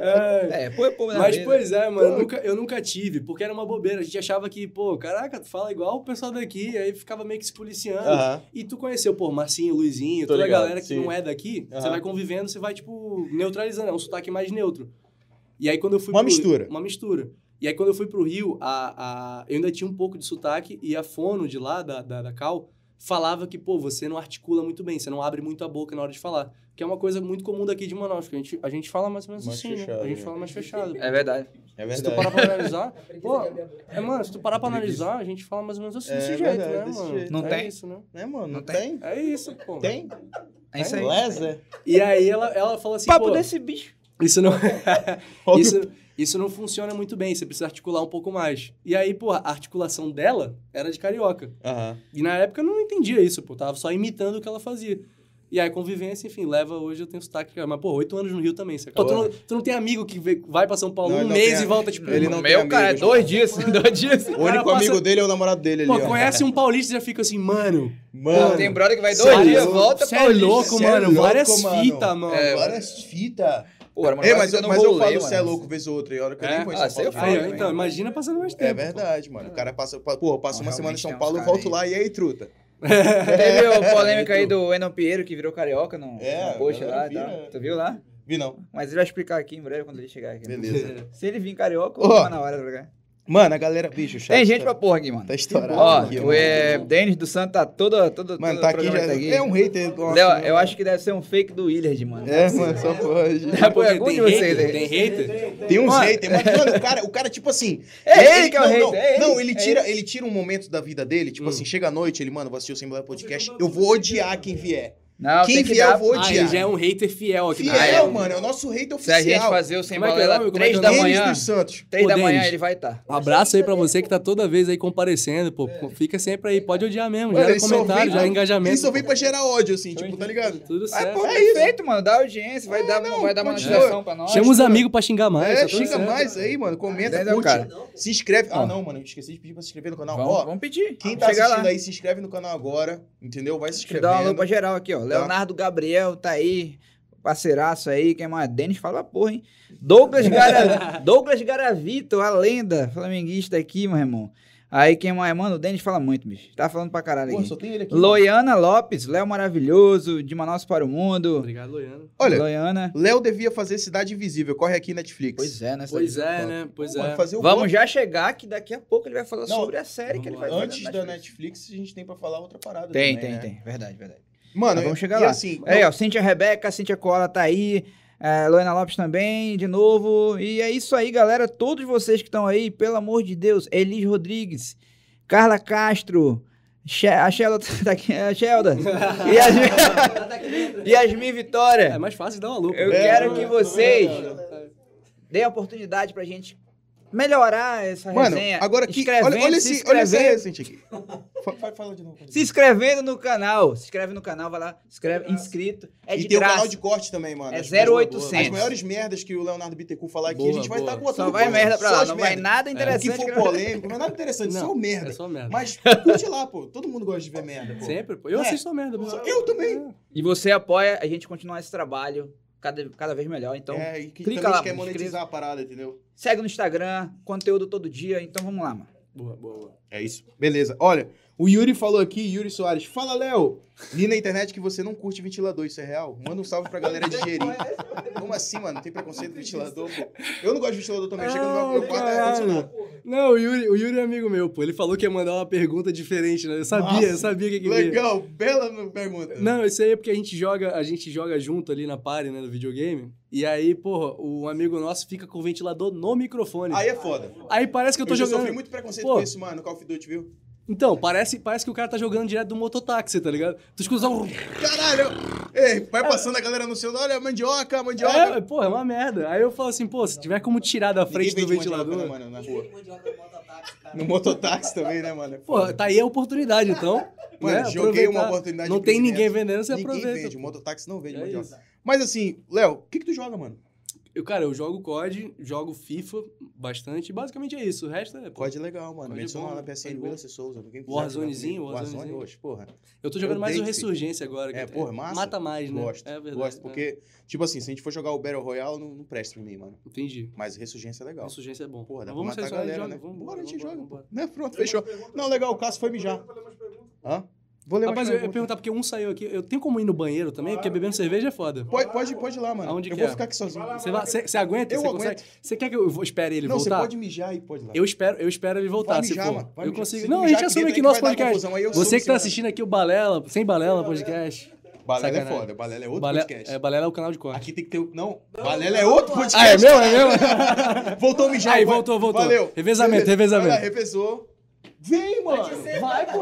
Speaker 4: É.
Speaker 5: É, pô, pô, na
Speaker 4: Mas,
Speaker 5: vida.
Speaker 4: pois é, mano, eu nunca, eu nunca tive, porque era uma bobeira. A gente achava que, pô, caraca, tu fala igual o pessoal daqui, aí ficava meio que se policiando.
Speaker 2: Aham.
Speaker 4: E tu conheceu, pô, Marcinho, Luizinho,
Speaker 2: Tô
Speaker 4: toda
Speaker 2: ligado,
Speaker 4: a galera que
Speaker 2: sim.
Speaker 4: não é daqui,
Speaker 2: Aham.
Speaker 4: você vai convivendo, você vai, tipo, neutralizando, é um sotaque mais neutro. E aí quando eu fui
Speaker 2: Uma mistura.
Speaker 4: Uma mistura. E aí quando eu fui pro Rio, a, a, eu ainda tinha um pouco de sotaque e a fono de lá, da, da, da Cal, falava que, pô, você não articula muito bem, você não abre muito a boca na hora de falar. Que é uma coisa muito comum daqui de Manaus, que a gente, a gente fala mais ou menos
Speaker 2: Mais
Speaker 4: assim,
Speaker 2: fechado,
Speaker 4: né? A gente
Speaker 2: né?
Speaker 4: fala mais fechado.
Speaker 5: É verdade.
Speaker 2: É
Speaker 4: Se tu
Speaker 2: verdade.
Speaker 4: parar pra analisar, pô, é, mano, se tu parar pra analisar, a gente fala mais ou menos assim,
Speaker 2: É
Speaker 4: desse jeito,
Speaker 2: verdade,
Speaker 4: né,
Speaker 2: desse
Speaker 4: mano?
Speaker 2: jeito.
Speaker 5: Não
Speaker 4: é
Speaker 5: tem?
Speaker 4: isso, né?
Speaker 2: Né, mano?
Speaker 5: Não
Speaker 2: Não tem?
Speaker 4: É isso, pô.
Speaker 2: Tem?
Speaker 5: É isso aí.
Speaker 2: Lesa?
Speaker 4: E aí ela, ela fala assim,
Speaker 5: Papo
Speaker 4: pô,
Speaker 5: desse bicho.
Speaker 4: isso não,
Speaker 2: Olha
Speaker 4: isso, isso não funciona muito bem, você precisa articular um pouco mais. E aí, pô, a articulação dela era de carioca.
Speaker 2: o- Aham.
Speaker 4: E na época eu não entendia isso, pô, tava só imitando o que ela fazia. E aí, convivência, enfim, leva hoje, eu tenho sotaque, cara. Mas, pô, oito anos no Rio também, você Pô, tu, não, tu não tem amigo que vê- vai pra São Paulo
Speaker 2: Não, ele
Speaker 4: um
Speaker 2: não
Speaker 4: mês
Speaker 2: tem
Speaker 4: e volta, tipo...
Speaker 2: Ele
Speaker 4: um-
Speaker 2: não tem
Speaker 1: Meu, cara, é
Speaker 2: amigos,
Speaker 1: dois dias, dois dias.
Speaker 2: O único
Speaker 4: cara passa-
Speaker 2: amigo dele é o namorado dele ali,
Speaker 4: Pô,
Speaker 2: ó.
Speaker 4: conhece um paulista e já fica assim, mano...
Speaker 2: Mano.
Speaker 1: Tem brother que vai
Speaker 2: Cê
Speaker 1: dois
Speaker 2: é
Speaker 1: dias,
Speaker 2: louco,
Speaker 1: volta
Speaker 4: Você
Speaker 1: pra
Speaker 4: é louco,
Speaker 2: cê é
Speaker 4: mano.
Speaker 2: louco,
Speaker 4: várias
Speaker 2: mano.
Speaker 4: fitas, mano.
Speaker 1: É,
Speaker 2: Várias fitas.
Speaker 1: Pô, mano,
Speaker 2: Ei, mas,
Speaker 1: eu não
Speaker 2: mas eu
Speaker 1: vou ler,
Speaker 2: falo
Speaker 1: mano.
Speaker 2: você é louco vez ou outra, e a hora que eu
Speaker 4: É?
Speaker 2: nem conheço
Speaker 1: Ah,
Speaker 2: São
Speaker 1: cê
Speaker 2: Paulo.
Speaker 4: Aí,
Speaker 1: falo,
Speaker 4: então, imagina passando mais tempo.
Speaker 2: É verdade, mano. O cara passa. pa- Porra, eu passo
Speaker 5: Não,
Speaker 2: uma semana em
Speaker 5: realmente
Speaker 2: São
Speaker 5: tem
Speaker 2: Paulo,
Speaker 5: uns
Speaker 2: eu
Speaker 5: cara
Speaker 2: volto lá e aí, truta.
Speaker 1: Teve a polêmica aí do Enon Pinheiro que virou carioca no,
Speaker 2: É,
Speaker 1: no post
Speaker 2: a
Speaker 1: lá
Speaker 2: galera
Speaker 1: e tal.
Speaker 2: vira.
Speaker 1: Tu viu lá?
Speaker 2: Vi não.
Speaker 1: Mas ele vai explicar aqui em breve quando ele chegar aqui.
Speaker 2: Beleza.
Speaker 1: Se ele vir carioca,
Speaker 2: Ó.
Speaker 1: eu vou na hora pra cá.
Speaker 2: Mano, a galera, bicho, chato.
Speaker 1: Tem gente
Speaker 2: tá,
Speaker 1: pra porra aqui, mano.
Speaker 2: tá estourado.
Speaker 1: Ó,
Speaker 2: aqui,
Speaker 1: o
Speaker 2: mano.
Speaker 1: é, Denis do Santos tá toda, toda, todo
Speaker 2: Mano, tá
Speaker 1: o
Speaker 2: aqui
Speaker 1: programa
Speaker 2: já.
Speaker 1: tá aqui.
Speaker 2: É um hater. nossa,
Speaker 1: Léo,
Speaker 2: mano.
Speaker 1: eu acho que deve ser um fake do Willard, mano.
Speaker 2: É, mano, só pode.
Speaker 1: É, pô, é
Speaker 4: Porque
Speaker 1: algum de
Speaker 4: tem
Speaker 1: vocês
Speaker 4: hater,
Speaker 1: aí.
Speaker 4: tem hater.
Speaker 2: Tem uns
Speaker 1: Mano.
Speaker 2: haters, mas, mano, o cara, o cara, tipo assim.
Speaker 1: É ele que é o
Speaker 2: não,
Speaker 1: hater,
Speaker 2: Não,
Speaker 1: é ele,
Speaker 2: não, ele
Speaker 1: é
Speaker 2: tira, ele. tira um momento da vida dele, tipo
Speaker 4: Hum.
Speaker 2: assim, chega à noite, ele, mano, vou assistir o Assembleia Podcast, eu vou odiar quem vier.
Speaker 1: Não,
Speaker 2: quem
Speaker 1: tem que
Speaker 2: vier,
Speaker 1: dar...
Speaker 2: eu vou
Speaker 4: Ah, ele
Speaker 2: odiar.
Speaker 4: já é um hater fiel aqui.
Speaker 2: Fiel,
Speaker 4: Ah, é.
Speaker 2: mano, é o nosso hater
Speaker 1: né? Se a
Speaker 2: oficial. Tá
Speaker 1: gente fazer o Sem
Speaker 4: Como é que é o
Speaker 1: Balela,
Speaker 4: nome? Como é que
Speaker 1: três
Speaker 4: é o
Speaker 1: da
Speaker 4: nome?
Speaker 1: manhã,
Speaker 2: dos Santos.
Speaker 1: três
Speaker 4: Ô,
Speaker 1: da manhã
Speaker 4: Denis.
Speaker 1: ele vai estar.
Speaker 4: Um abraço aí pra você que tá toda vez aí comparecendo, pô. Fica sempre aí, pode odiar mesmo. Já
Speaker 2: É. Mano,
Speaker 4: é
Speaker 2: ele só
Speaker 4: comentário,
Speaker 2: vem
Speaker 4: já
Speaker 2: pra-
Speaker 4: é engajamento.
Speaker 2: Ele só vem pra gerar ódio, assim, tipo, tá ligado?
Speaker 4: Tudo
Speaker 1: Ah,
Speaker 4: certo.
Speaker 1: pô, perfeito, mano. Dá audiência, vai dar, vai dar
Speaker 2: É, continua.
Speaker 1: monetização pra nós.
Speaker 4: Chama os amigos pra xingar mais.
Speaker 2: é,
Speaker 4: tá tudo
Speaker 2: xinga
Speaker 4: certo.
Speaker 2: mais aí, mano. Comenta,
Speaker 1: Entendeu,
Speaker 2: curte.
Speaker 1: cara?
Speaker 2: Se inscreve. Ah,
Speaker 1: Ó.
Speaker 2: não, mano. eu Esqueci de pedir pra se inscrever no canal.
Speaker 1: Vamos,
Speaker 2: Ó,
Speaker 1: vamos pedir.
Speaker 2: quem
Speaker 1: Vamos
Speaker 2: tá
Speaker 1: chegar
Speaker 2: assistindo
Speaker 1: lá.
Speaker 2: aí, se inscreve no canal agora. Entendeu? Vai se
Speaker 1: Deixa eu
Speaker 2: inscrevendo.
Speaker 1: dar uma alô pra geral aqui, ó. Leonardo Gabriel tá aí, parceiraço aí, quem mais? Denis fala porra, hein? Douglas, Gara... Douglas Garavito, a lenda flamenguista aqui, meu irmão. Aí quem mais? Mano, o Denis fala muito, bicho. Tá falando pra caralho
Speaker 2: Pô,
Speaker 1: aqui.
Speaker 2: só tem ele aqui.
Speaker 1: Loiana Lopes, Léo Maravilhoso, de Manaus para o Mundo.
Speaker 4: Obrigado, Loiano.
Speaker 2: Olha,
Speaker 1: Loiana.
Speaker 2: Léo devia fazer Cidade Invisível. Corre aqui, Netflix.
Speaker 1: Pois é, né?
Speaker 4: Pois
Speaker 1: Cidade
Speaker 4: é,
Speaker 1: do
Speaker 4: né? Pois
Speaker 2: Mano,
Speaker 4: é.
Speaker 2: fazer o
Speaker 1: Vamos
Speaker 2: bloco.
Speaker 1: já chegar que daqui a pouco ele vai falar
Speaker 2: Não,
Speaker 1: sobre a série que ele vai
Speaker 4: vamos
Speaker 1: fazer. né,
Speaker 2: Antes
Speaker 1: na
Speaker 2: da
Speaker 1: Netflix.
Speaker 2: Netflix, a gente tem pra falar outra parada.
Speaker 1: Tem,
Speaker 2: também,
Speaker 1: tem,
Speaker 2: né?
Speaker 1: tem. Verdade, verdade.
Speaker 2: Mano,
Speaker 1: Mas vamos
Speaker 2: e-
Speaker 1: chegar
Speaker 2: e
Speaker 1: lá.
Speaker 2: assim,
Speaker 1: É, ó, Cintia Rebeca, Cintia Cola tá aí, é, Luana Lopes também, de novo. E é isso aí, galera. Todos vocês que estão aí, pelo amor de Deus, Elis Rodrigues, Carla Castro, She- a Shelda tá aqui, a Shelda, e a Yasmin, Yasmin
Speaker 4: É
Speaker 1: Vitória.
Speaker 4: mais fácil dar uma louca. né?
Speaker 1: Eu
Speaker 2: É,
Speaker 1: quero
Speaker 2: não,
Speaker 1: que
Speaker 2: não,
Speaker 1: vocês
Speaker 2: não,
Speaker 1: deem a oportunidade pra gente melhorar essa
Speaker 2: Mano,
Speaker 1: resenha.
Speaker 2: agora que.
Speaker 1: Escrevendo,
Speaker 2: Olha, olha,
Speaker 1: se
Speaker 2: esse, olha essa
Speaker 1: inscrevendo.
Speaker 2: recente aqui. Fa- fa- Fala de novo.
Speaker 1: Se inscrevendo no canal. Se inscreve no canal, vai lá. Escreve, inscrito. É de
Speaker 2: e tem o
Speaker 1: graça.
Speaker 2: canal de corte também, mano.
Speaker 1: É
Speaker 2: As coisas-
Speaker 1: 0800.
Speaker 2: As maiores merdas que o Leonardo Bittencourt falar aqui,
Speaker 4: Boa,
Speaker 2: a gente vai
Speaker 4: boa.
Speaker 2: estar tá botando
Speaker 1: Só vai
Speaker 2: corte,
Speaker 1: merda pra
Speaker 2: só
Speaker 1: lá.
Speaker 2: as
Speaker 1: Não vai
Speaker 2: merdas.
Speaker 1: nada
Speaker 2: O que
Speaker 1: interessante.
Speaker 2: for polêmico, não é nada interessante,
Speaker 4: Não,
Speaker 2: só merda.
Speaker 4: É só merda.
Speaker 2: Mas curte lá, pô. Todo mundo gosta de ver merda, pô.
Speaker 4: Sempre, pô. Eu
Speaker 2: É.
Speaker 4: assisto a merda. pessoal.
Speaker 2: Eu também.
Speaker 4: É.
Speaker 1: E você apoia a gente continuar esse trabalho cada, cada vez melhor. Então,
Speaker 2: é, e que
Speaker 1: clica
Speaker 2: também
Speaker 1: lá,
Speaker 2: a gente quer
Speaker 1: mano,
Speaker 2: monetizar
Speaker 1: inscreva.
Speaker 2: a parada, entendeu?
Speaker 1: segue no Instagram, conteúdo todo dia. Então, vamos lá, mano.
Speaker 4: Boa, boa, boa.
Speaker 2: É isso. Beleza. Olha, o Yuri falou aqui, Yuri Soares. Fala, Léo. Li na internet que você não curte ventilador, isso é real? Manda um salve pra galera de Jeri. Como assim, mano? Não tem preconceito com ventilador, pô. Eu não gosto de ventilador também. Chega no meu, meu quarto é
Speaker 4: Caralho.
Speaker 2: ar-condicionado.
Speaker 4: Não, o Yuri, o Yuri é amigo meu, pô. Ele falou que ia mandar uma pergunta diferente, né? Eu sabia,
Speaker 2: Nossa.
Speaker 4: eu sabia que que vinha.
Speaker 2: Legal, bela pergunta.
Speaker 4: Não, isso aí é porque a gente joga, a gente joga junto ali na party, né, do videogame. E aí, porra, um amigo nosso fica com o ventilador no microfone.
Speaker 2: Aí é foda.
Speaker 4: Aí parece que eu tô
Speaker 2: eu já
Speaker 4: jogando.
Speaker 2: sofri muito preconceito
Speaker 4: Pô.
Speaker 2: com isso, mano, no Call of Duty, viu?
Speaker 4: Então, parece, parece que o cara tá jogando direto do mototáxi, tá ligado? Tu escuta um.
Speaker 2: Caralho! Ei, vai passando a galera anunciando, olha, mandioca, mandioca.
Speaker 4: É, porra, é uma merda. Aí eu falo assim, pô, se tiver como tirar da
Speaker 2: Ninguém
Speaker 4: frente do
Speaker 2: vende mandioca, né,
Speaker 4: ventilador.
Speaker 2: mano, na rua. No mototáxi também, né, mano? É
Speaker 4: Porra,
Speaker 2: foda.
Speaker 4: tá aí a oportunidade, então.
Speaker 2: Mano,
Speaker 4: tá, né?
Speaker 2: joguei uma
Speaker 4: Aproveitar.
Speaker 2: oportunidade
Speaker 4: Não
Speaker 2: de
Speaker 4: tem
Speaker 2: crescimento.
Speaker 4: ninguém vendendo, você
Speaker 2: Ninguém
Speaker 4: aproveita.
Speaker 2: vende, o
Speaker 4: pô.
Speaker 2: mototáxi não vende.
Speaker 4: É
Speaker 2: mandioca.
Speaker 4: isso.
Speaker 2: Mas assim, Léo, o que, que tu joga, mano?
Speaker 4: Eu, cara, eu jogo COD, jogo FIFA bastante, e basicamente é isso. O resto é.
Speaker 2: Code legal, mano.
Speaker 4: Code
Speaker 2: Menciona
Speaker 4: bom,
Speaker 2: lá na
Speaker 4: code
Speaker 2: PSN,
Speaker 4: bom.
Speaker 2: Wallace Souza. quem quiser
Speaker 4: Warzonezinho,
Speaker 2: jogar comigo. Warzone
Speaker 4: Warzonezinho.
Speaker 2: hoje, porra.
Speaker 4: Eu tô jogando
Speaker 2: Eu
Speaker 4: mais o
Speaker 2: dei, filho.
Speaker 4: Resurgência agora. que
Speaker 2: É, porra, massa.
Speaker 4: Mata mais, né?
Speaker 2: Gosto,
Speaker 4: é verdade.
Speaker 2: gosto,
Speaker 4: é.
Speaker 2: porque, tipo assim, se a gente for jogar o Battle Royale, não, não presta pra mim, mano.
Speaker 4: Entendi.
Speaker 2: Mas Ressurgência é legal.
Speaker 4: Ressurgência é bom.
Speaker 2: Porra, dá
Speaker 4: Mas
Speaker 2: pra matar a
Speaker 4: sair só,
Speaker 2: galera,
Speaker 4: joga,
Speaker 2: né?
Speaker 4: Vamos,
Speaker 2: Bora, a gente
Speaker 4: vamos,
Speaker 2: joga.
Speaker 4: vamos,
Speaker 2: Né? Pronto, fechou. Não, legal, o Cássio foi mijar. Hã? Vou ler mais
Speaker 4: Rapaz, eu ia
Speaker 2: pergunta.
Speaker 4: perguntar, porque um saiu aqui. Eu tenho como ir no banheiro também, porque bebendo cerveja é foda.
Speaker 2: Pode, pode, pode ir lá, mano.
Speaker 4: Aonde
Speaker 2: eu
Speaker 4: que
Speaker 2: vou
Speaker 4: é?
Speaker 2: ficar aqui sozinho.
Speaker 4: Você vai- Você você aguenta?
Speaker 2: Eu
Speaker 4: Você
Speaker 2: aguento.
Speaker 4: consegue? Você quer que eu vou- espere ele
Speaker 2: não, você
Speaker 4: voltar?
Speaker 2: pode mijar e pode ir lá.
Speaker 4: Eu espero, eu espero ele voltar,
Speaker 2: Vai mijar,
Speaker 4: se
Speaker 2: mano.
Speaker 4: for.
Speaker 2: Vai
Speaker 4: eu
Speaker 2: mijar.
Speaker 4: consigo.
Speaker 2: Se
Speaker 4: Não, a
Speaker 2: mijar
Speaker 4: gente
Speaker 2: aqui
Speaker 4: assume
Speaker 2: dentro,
Speaker 4: aqui
Speaker 2: é que vai
Speaker 4: nosso
Speaker 2: dar
Speaker 4: podcast.
Speaker 2: confusão, aí eu sumo
Speaker 4: Você
Speaker 2: em
Speaker 4: que tá
Speaker 2: cima.
Speaker 4: assistindo aqui o Balela, sem Balela podcast.
Speaker 2: Balela é
Speaker 4: Sacanagem.
Speaker 2: foda, Balela é outro
Speaker 4: Balela
Speaker 2: podcast.
Speaker 4: é, Balela é o canal de corte.
Speaker 2: Aqui tem que ter. o- Não, Balela é outro podcast.
Speaker 4: Ah, é meu? É
Speaker 2: cara.
Speaker 4: meu?
Speaker 2: Voltou mijar.
Speaker 4: Aí,
Speaker 2: vai.
Speaker 4: voltou, voltou.
Speaker 2: Valeu.
Speaker 4: Revezamento,
Speaker 2: Beleza.
Speaker 4: revezamento.
Speaker 2: Vai lá, revezou. Vem, mano.
Speaker 6: Vai, pô.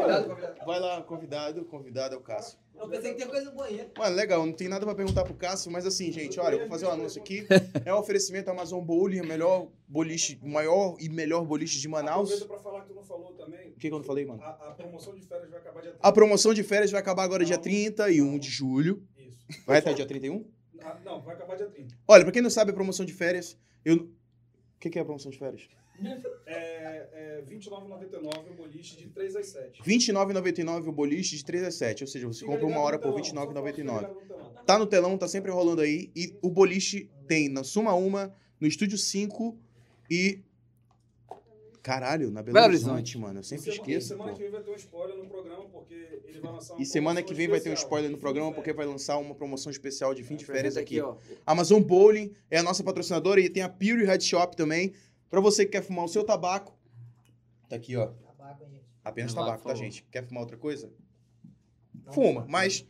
Speaker 2: Vai lá, convidado. Convidado é o Cássio.
Speaker 6: Eu pensei que tinha coisa no banheiro.
Speaker 2: Mano, legal, não tem nada pra perguntar pro Cássio, mas assim, gente, olha, eu vou fazer um anúncio aqui. É um oferecimento Amazon Bowling, o melhor boliche, o maior e melhor boliche de Manaus.
Speaker 3: Aproveita pra falar que tu não falou também.
Speaker 2: O que, que eu não falei, mano?
Speaker 3: A, a promoção de férias vai acabar dia 30.
Speaker 2: A promoção de férias vai acabar agora dia 31 de julho.
Speaker 3: Isso.
Speaker 2: Vai até dia 31?
Speaker 3: Ah, não, vai acabar dia 30.
Speaker 2: Olha, pra quem não sabe, a promoção de férias, eu. O que, que é a promoção de férias?
Speaker 3: É, é 29,99 o boliche de 3 às 7.
Speaker 2: R$29,99 o boliche de 3 a 7, ou seja, você
Speaker 3: Fica
Speaker 2: compra
Speaker 3: ligado
Speaker 2: uma
Speaker 3: no
Speaker 2: hora por
Speaker 3: é telão, só
Speaker 2: R$29,99.
Speaker 3: pode ficar ligado no telão.
Speaker 2: Tá no telão, tá sempre rolando aí. E o boliche tem na Suma Uma, no Estúdio 5 e. Caralho, na Belo,
Speaker 5: Belo
Speaker 2: Horizonte,
Speaker 5: Horizonte.
Speaker 2: mano. Eu sempre
Speaker 3: Semana-
Speaker 2: esqueço.
Speaker 3: Semana
Speaker 2: pô.
Speaker 3: que vem vai ter um spoiler no programa, porque ele vai lançar uma
Speaker 2: E semana que
Speaker 3: promoção
Speaker 2: vem vai ter um
Speaker 3: especial. É.
Speaker 2: spoiler no programa, porque vai lançar uma promoção especial de fim de férias aqui.
Speaker 5: ó.
Speaker 2: Amazon Bowling é a nossa patrocinadora e tem a Pure Head Shop também. Pra você que quer fumar o seu tabaco. Tá aqui, ó.
Speaker 6: Tabaco, hein, gente.
Speaker 2: Apenas
Speaker 4: Vai lá,
Speaker 2: tabaco,
Speaker 4: por
Speaker 2: tá,
Speaker 4: favor.
Speaker 2: gente? Quer fumar outra coisa?
Speaker 6: Não.
Speaker 2: Fuma, mas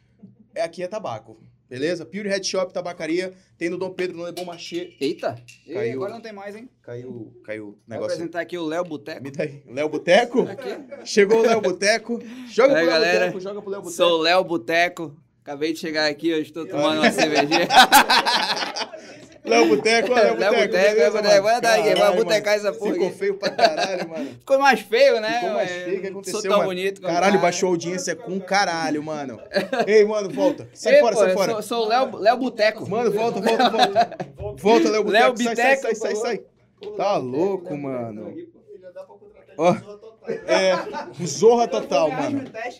Speaker 2: é- aqui é tabaco. Beleza? Pure Head Shop, tabacaria. Tem no Dom Pedro, no Le Bon Marché.
Speaker 5: Eita. E
Speaker 2: Caiu.
Speaker 5: agora não tem mais, hein?
Speaker 2: Caiu, caiu o
Speaker 5: Vou
Speaker 2: negócio.
Speaker 5: apresentar aqui o Léo Boteco.
Speaker 2: Me dá aí. Léo Boteco?
Speaker 6: Tá
Speaker 2: Chegou o Léo Boteco. Joga
Speaker 5: Aí,
Speaker 2: pro Léo
Speaker 5: galera.
Speaker 2: Boteco, joga pro Léo Boteco.
Speaker 5: Sou o Léo Boteco. Acabei de chegar aqui, eu estou tomando uma cervejinha.
Speaker 2: Léo Boteco, ó, Léo Boteco.
Speaker 5: Léo Boteco, Léo
Speaker 2: beleza,
Speaker 5: Boteco.
Speaker 2: mano?
Speaker 5: Vai daí, vai
Speaker 2: Caralho,
Speaker 5: botecar
Speaker 2: mano.
Speaker 5: essa porra
Speaker 2: Ficou
Speaker 5: aí.
Speaker 2: feio pra caralho, mano.
Speaker 5: Ficou mais feio, né?
Speaker 2: Ficou mais feio,
Speaker 5: É,
Speaker 2: o que
Speaker 5: não
Speaker 2: aconteceu,
Speaker 5: Sou tão
Speaker 2: mano?
Speaker 5: bonito. quanto
Speaker 2: Caralho,
Speaker 1: Ah,
Speaker 5: cara.
Speaker 1: é.
Speaker 2: baixou a audiência com caralho, mano. Ei, mano, volta. Sai
Speaker 5: Ei,
Speaker 2: fora,
Speaker 5: pô,
Speaker 2: sai
Speaker 5: eu
Speaker 2: fora.
Speaker 5: Sou, sou o Léo, Léo Boteco.
Speaker 2: Mano, volta, volta, volta. Volta, Léo
Speaker 5: Léo
Speaker 2: Boteco. Sai, sai,
Speaker 5: Biteco,
Speaker 2: sai, sai,
Speaker 5: por
Speaker 2: sai. Tá louco, mano.
Speaker 6: Já dá pra contratar
Speaker 2: Ó.
Speaker 6: a pessoa total.
Speaker 2: É, zorra total, mano.
Speaker 6: Cash,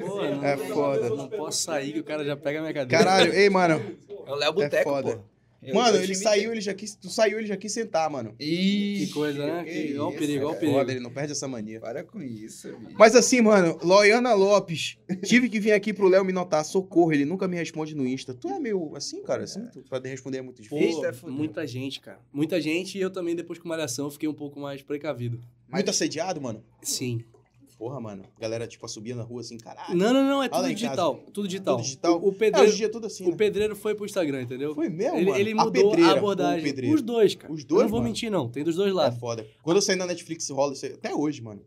Speaker 4: Pô,
Speaker 6: zero.
Speaker 4: não-
Speaker 2: É foda.
Speaker 4: Não posso sair que o cara já pega a minha cadeira.
Speaker 2: Caralho, ei, mano.
Speaker 5: É o Léo
Speaker 2: É
Speaker 5: Boteco,
Speaker 2: foda.
Speaker 5: pô. Eu-
Speaker 2: Mano,
Speaker 5: eu
Speaker 2: ele
Speaker 5: te
Speaker 2: saiu, ele já quis. Tu saiu, ele já quis sentar, mano.
Speaker 5: Ih,
Speaker 4: Que coisa, né? Que, olha o
Speaker 5: isso,
Speaker 4: perigo, olha o
Speaker 5: cara.
Speaker 4: perigo.
Speaker 2: Foda, ele não perde essa mania.
Speaker 5: Para com isso, bicho.
Speaker 2: Mas assim, mano, Loiana Lopes. Tive que vir aqui pro Léo me notar. Socorro, ele nunca me responde no Insta. Tu é meio assim, cara? Assim, tu, pra responder é muito
Speaker 4: Pô,
Speaker 2: difícil.
Speaker 5: Eita, fudeu.
Speaker 4: muita gente, cara. Muita gente e eu também, depois com Malhação, fiquei um pouco mais precavido.
Speaker 2: Muito assediado, mano.
Speaker 4: Sim.
Speaker 2: Porra, mano. Galera, tipo, subia na rua assim, caralho.
Speaker 4: Não, não, não, é
Speaker 2: Ah, lá
Speaker 4: tudo
Speaker 2: em
Speaker 4: digital. Tudo digital.
Speaker 2: Tudo digital?
Speaker 4: O, o
Speaker 2: É, hoje
Speaker 4: pedreiro,
Speaker 2: em dia é tudo assim,
Speaker 4: o
Speaker 2: né?
Speaker 4: pedreiro foi pro Instagram, entendeu?
Speaker 2: Foi mesmo,
Speaker 4: Ele,
Speaker 2: mano?
Speaker 4: ele mudou a,
Speaker 2: pedreira, ou o
Speaker 4: abordagem.
Speaker 2: pedreiro.
Speaker 4: Os dois, cara.
Speaker 2: Os dois,
Speaker 4: Eu não vou
Speaker 2: mano.
Speaker 4: mentir, não. Tem dos dois
Speaker 2: É
Speaker 4: lados.
Speaker 2: foda. Quando eu saí na Netflix rola isso aí. Até hoje, mano.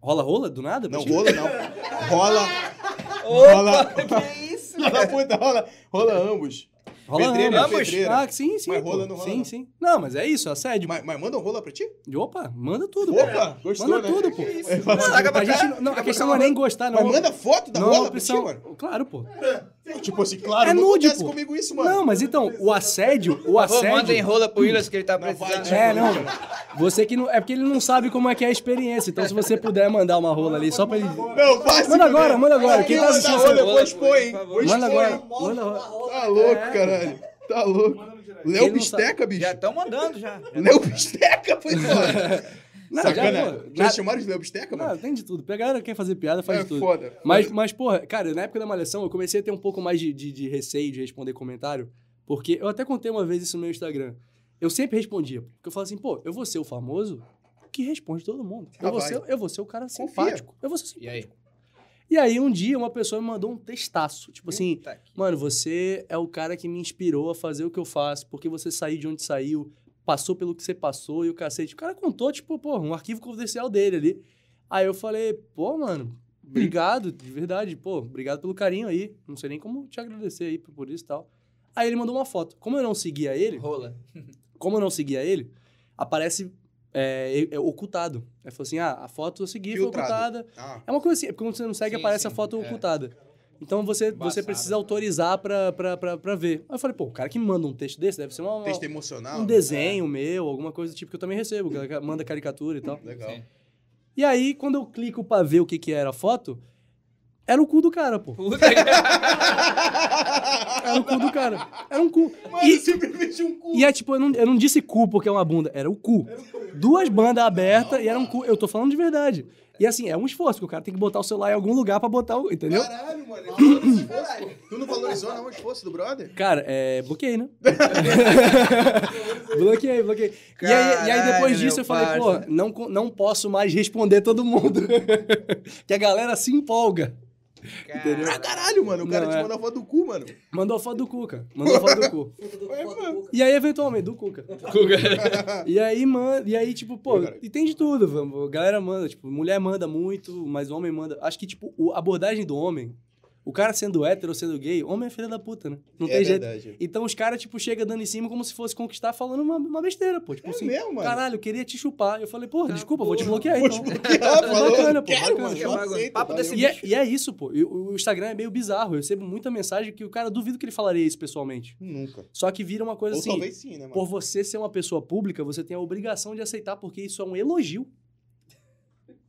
Speaker 4: Rola rola do nada?
Speaker 2: Não,
Speaker 4: Pati?
Speaker 2: rola não. Rola. Rola.
Speaker 6: Que é isso?
Speaker 2: Rola puta, rola. Rola ambos.
Speaker 4: Rola
Speaker 2: pedreira,
Speaker 4: ambos.
Speaker 2: é pedreira.
Speaker 4: Ah, sim, sim.
Speaker 2: Mas
Speaker 4: pô.
Speaker 2: rola não rola,
Speaker 4: Sim,
Speaker 2: não.
Speaker 4: sim. Não, mas é isso, assédio.
Speaker 2: Mas, mas manda um rola pra ti?
Speaker 4: Opa, manda tudo. pô.
Speaker 2: Opa, gostou,
Speaker 4: Manda
Speaker 2: né?
Speaker 4: tudo, pô.
Speaker 2: Mas
Speaker 4: Não, a, gente não- não, a questão não é nem gostar, não.
Speaker 2: manda foto da
Speaker 4: não é
Speaker 2: rola pra ti,
Speaker 4: opção.
Speaker 2: mano.
Speaker 4: Claro, pô.
Speaker 2: Tipo assim, claro,
Speaker 4: É
Speaker 2: não
Speaker 4: nude,
Speaker 2: acontece
Speaker 4: pô.
Speaker 2: comigo isso, mano.
Speaker 4: Não, mas então, o assédio, o
Speaker 5: Pô, manda
Speaker 4: assédio.
Speaker 5: enrola pro Willis que ele tá
Speaker 2: Não vai,
Speaker 5: precisando.
Speaker 4: É, não. Você que não. É porque ele não sabe como é que é a experiência. Então, se você puder mandar uma rola ali só pra ele.
Speaker 2: Não, vai se fuder.
Speaker 4: Manda agora,
Speaker 1: É,
Speaker 4: manda agora.
Speaker 2: Quem
Speaker 4: Quem
Speaker 2: tá
Speaker 4: tá
Speaker 2: assistindo
Speaker 4: assistindo
Speaker 2: rola,
Speaker 5: essa
Speaker 2: eu vou expor,
Speaker 5: rola,
Speaker 2: hein?
Speaker 5: por favor.
Speaker 2: Vou expor,
Speaker 4: Manda agora.
Speaker 2: hein?
Speaker 4: Manda agora.
Speaker 2: Tá louco,
Speaker 4: É.
Speaker 2: caralho. Tá louco.
Speaker 4: Ele
Speaker 2: Léo
Speaker 4: não sabe.
Speaker 2: Bisteca, bicho.
Speaker 5: Já estão mandando, já.
Speaker 2: Léo Bisteca foi foda.
Speaker 4: Não, já,
Speaker 2: Sacana.
Speaker 4: pô,
Speaker 2: Já
Speaker 4: nada-
Speaker 2: chamaram de Léo Bisteca, mano?
Speaker 4: Não, tem de tudo. Porque A galera que quer fazer piada, faz
Speaker 2: é
Speaker 4: de tudo.
Speaker 2: foda.
Speaker 4: Mas, mas, porra, cara, na época da Malhação, eu comecei a ter um pouco mais de, de, de receio de responder comentário, porque eu até contei uma vez isso no meu Instagram. Eu sempre respondia, porque eu falava assim, pô, eu vou ser o famoso que responde todo mundo.
Speaker 2: Ah,
Speaker 4: Eu vou
Speaker 2: vai.
Speaker 4: ser, eu vou ser o cara
Speaker 2: Confia.
Speaker 4: simpático. Eu vou ser
Speaker 5: E
Speaker 4: simpático.
Speaker 5: aí?
Speaker 1: Tipo
Speaker 4: E aí, um dia, uma pessoa me mandou um textaço, tipo assim,
Speaker 5: Eita, que-
Speaker 4: mano, você é o cara que me inspirou a fazer o que eu faço, porque você saiu de onde saiu, passou pelo que você passou e o cacete. O cara contou, tipo, pô, um arquivo confidencial dele ali. Aí eu falei, pô, mano, obrigado, de verdade, pô, obrigado pelo carinho aí. Não sei nem como te agradecer aí por- por isso e tal. Aí ele mandou uma foto. Como eu não seguia ele,
Speaker 5: Rola.
Speaker 4: como eu não seguia ele, aparece é, é ocultado. Aí falou assim: ah, a foto a seguir
Speaker 2: Filtrado.
Speaker 4: foi ocultada.
Speaker 2: Ah,
Speaker 4: É uma coisa assim, é porque quando você não segue,
Speaker 1: Sim,
Speaker 4: aparece a
Speaker 1: sim,
Speaker 4: foto
Speaker 1: é.
Speaker 4: ocultada. Então você, você
Speaker 1: Embaçado.
Speaker 4: precisa autorizar pra, pra, pra, pra ver. Aí eu falei, pô, o cara que manda um texto desse deve ser uma- uma-
Speaker 2: texto emocional.
Speaker 4: um desenho meu, alguma coisa do tipo que eu também recebo, que ela manda caricatura e tal.
Speaker 2: Legal.
Speaker 1: Sim.
Speaker 4: E aí, quando eu clico pra ver o que, que era a foto, era o cu do cara, pô.
Speaker 1: Puta que...
Speaker 4: Era o cu do cara. Era um cu.
Speaker 2: Mano,
Speaker 4: E-
Speaker 2: simplesmente um cu.
Speaker 4: E é tipo, eu não, eu não disse cu porque é uma bunda, era o cu. Duas bandas abertas e era um cu. Eu tô falando de verdade. E assim, é um esforço, que o cara tem que botar o celular em algum lugar pra botar o. Entendeu?
Speaker 2: Caralho, mano. ele não valorizou, pô. Tu não valorizou não o esforço do brother?
Speaker 4: Cara, é. Bloqueei, né? bloqueei, bloqueei. E aí, e aí
Speaker 5: Caralho,
Speaker 4: depois disso
Speaker 5: meu
Speaker 4: eu falei, pô,
Speaker 5: parça.
Speaker 4: não, co- não posso mais responder todo mundo. que a galera se empolga. Entendeu?
Speaker 2: Pra caralho, mano. O cara
Speaker 4: Não,
Speaker 2: te
Speaker 4: é.
Speaker 2: mandou a foto do cu, mano.
Speaker 4: Mandou a foto do Cuca. Mandou a foto do cu.
Speaker 6: Puta do foda, boca.
Speaker 4: E aí, eventualmente, do Cuca. E aí, mano, e aí, tipo, pô,
Speaker 2: E aí, cara?
Speaker 4: e tem de tudo, vamo- a galera manda, tipo, mulher manda muito, mas homem manda. Acho que, tipo, o- a abordagem do homem, o cara sendo hétero ou sendo gay, homem é filha da puta, né? Não tem jeito.
Speaker 2: verdade.
Speaker 4: Então os caras, tipo, chega dando em cima como se fosse conquistar falando uma, uma besteira, pô. Tipo
Speaker 2: É
Speaker 4: assim,
Speaker 2: mesmo, mano.
Speaker 4: caralho, eu queria te chupar. Eu falei, porra, desculpa, vou te
Speaker 6: porra.
Speaker 4: bloquear
Speaker 2: Vou
Speaker 4: então.
Speaker 2: te bloquear, falou.
Speaker 4: Bacana, pô,
Speaker 2: Quero,
Speaker 4: bacana.
Speaker 2: mano. Eu aceito,
Speaker 1: Papo
Speaker 2: valeu.
Speaker 1: desse
Speaker 4: E é, e é isso, pô. E o, o Instagram é meio bizarro. Eu recebo muita mensagem que o cara duvido que ele falaria isso pessoalmente.
Speaker 2: Nunca.
Speaker 4: Só que vira uma coisa
Speaker 2: Ou
Speaker 4: assim.
Speaker 2: talvez sim, né, mano?
Speaker 4: Por você ser uma pessoa pública, você tem a obrigação de aceitar, porque isso é um elogio.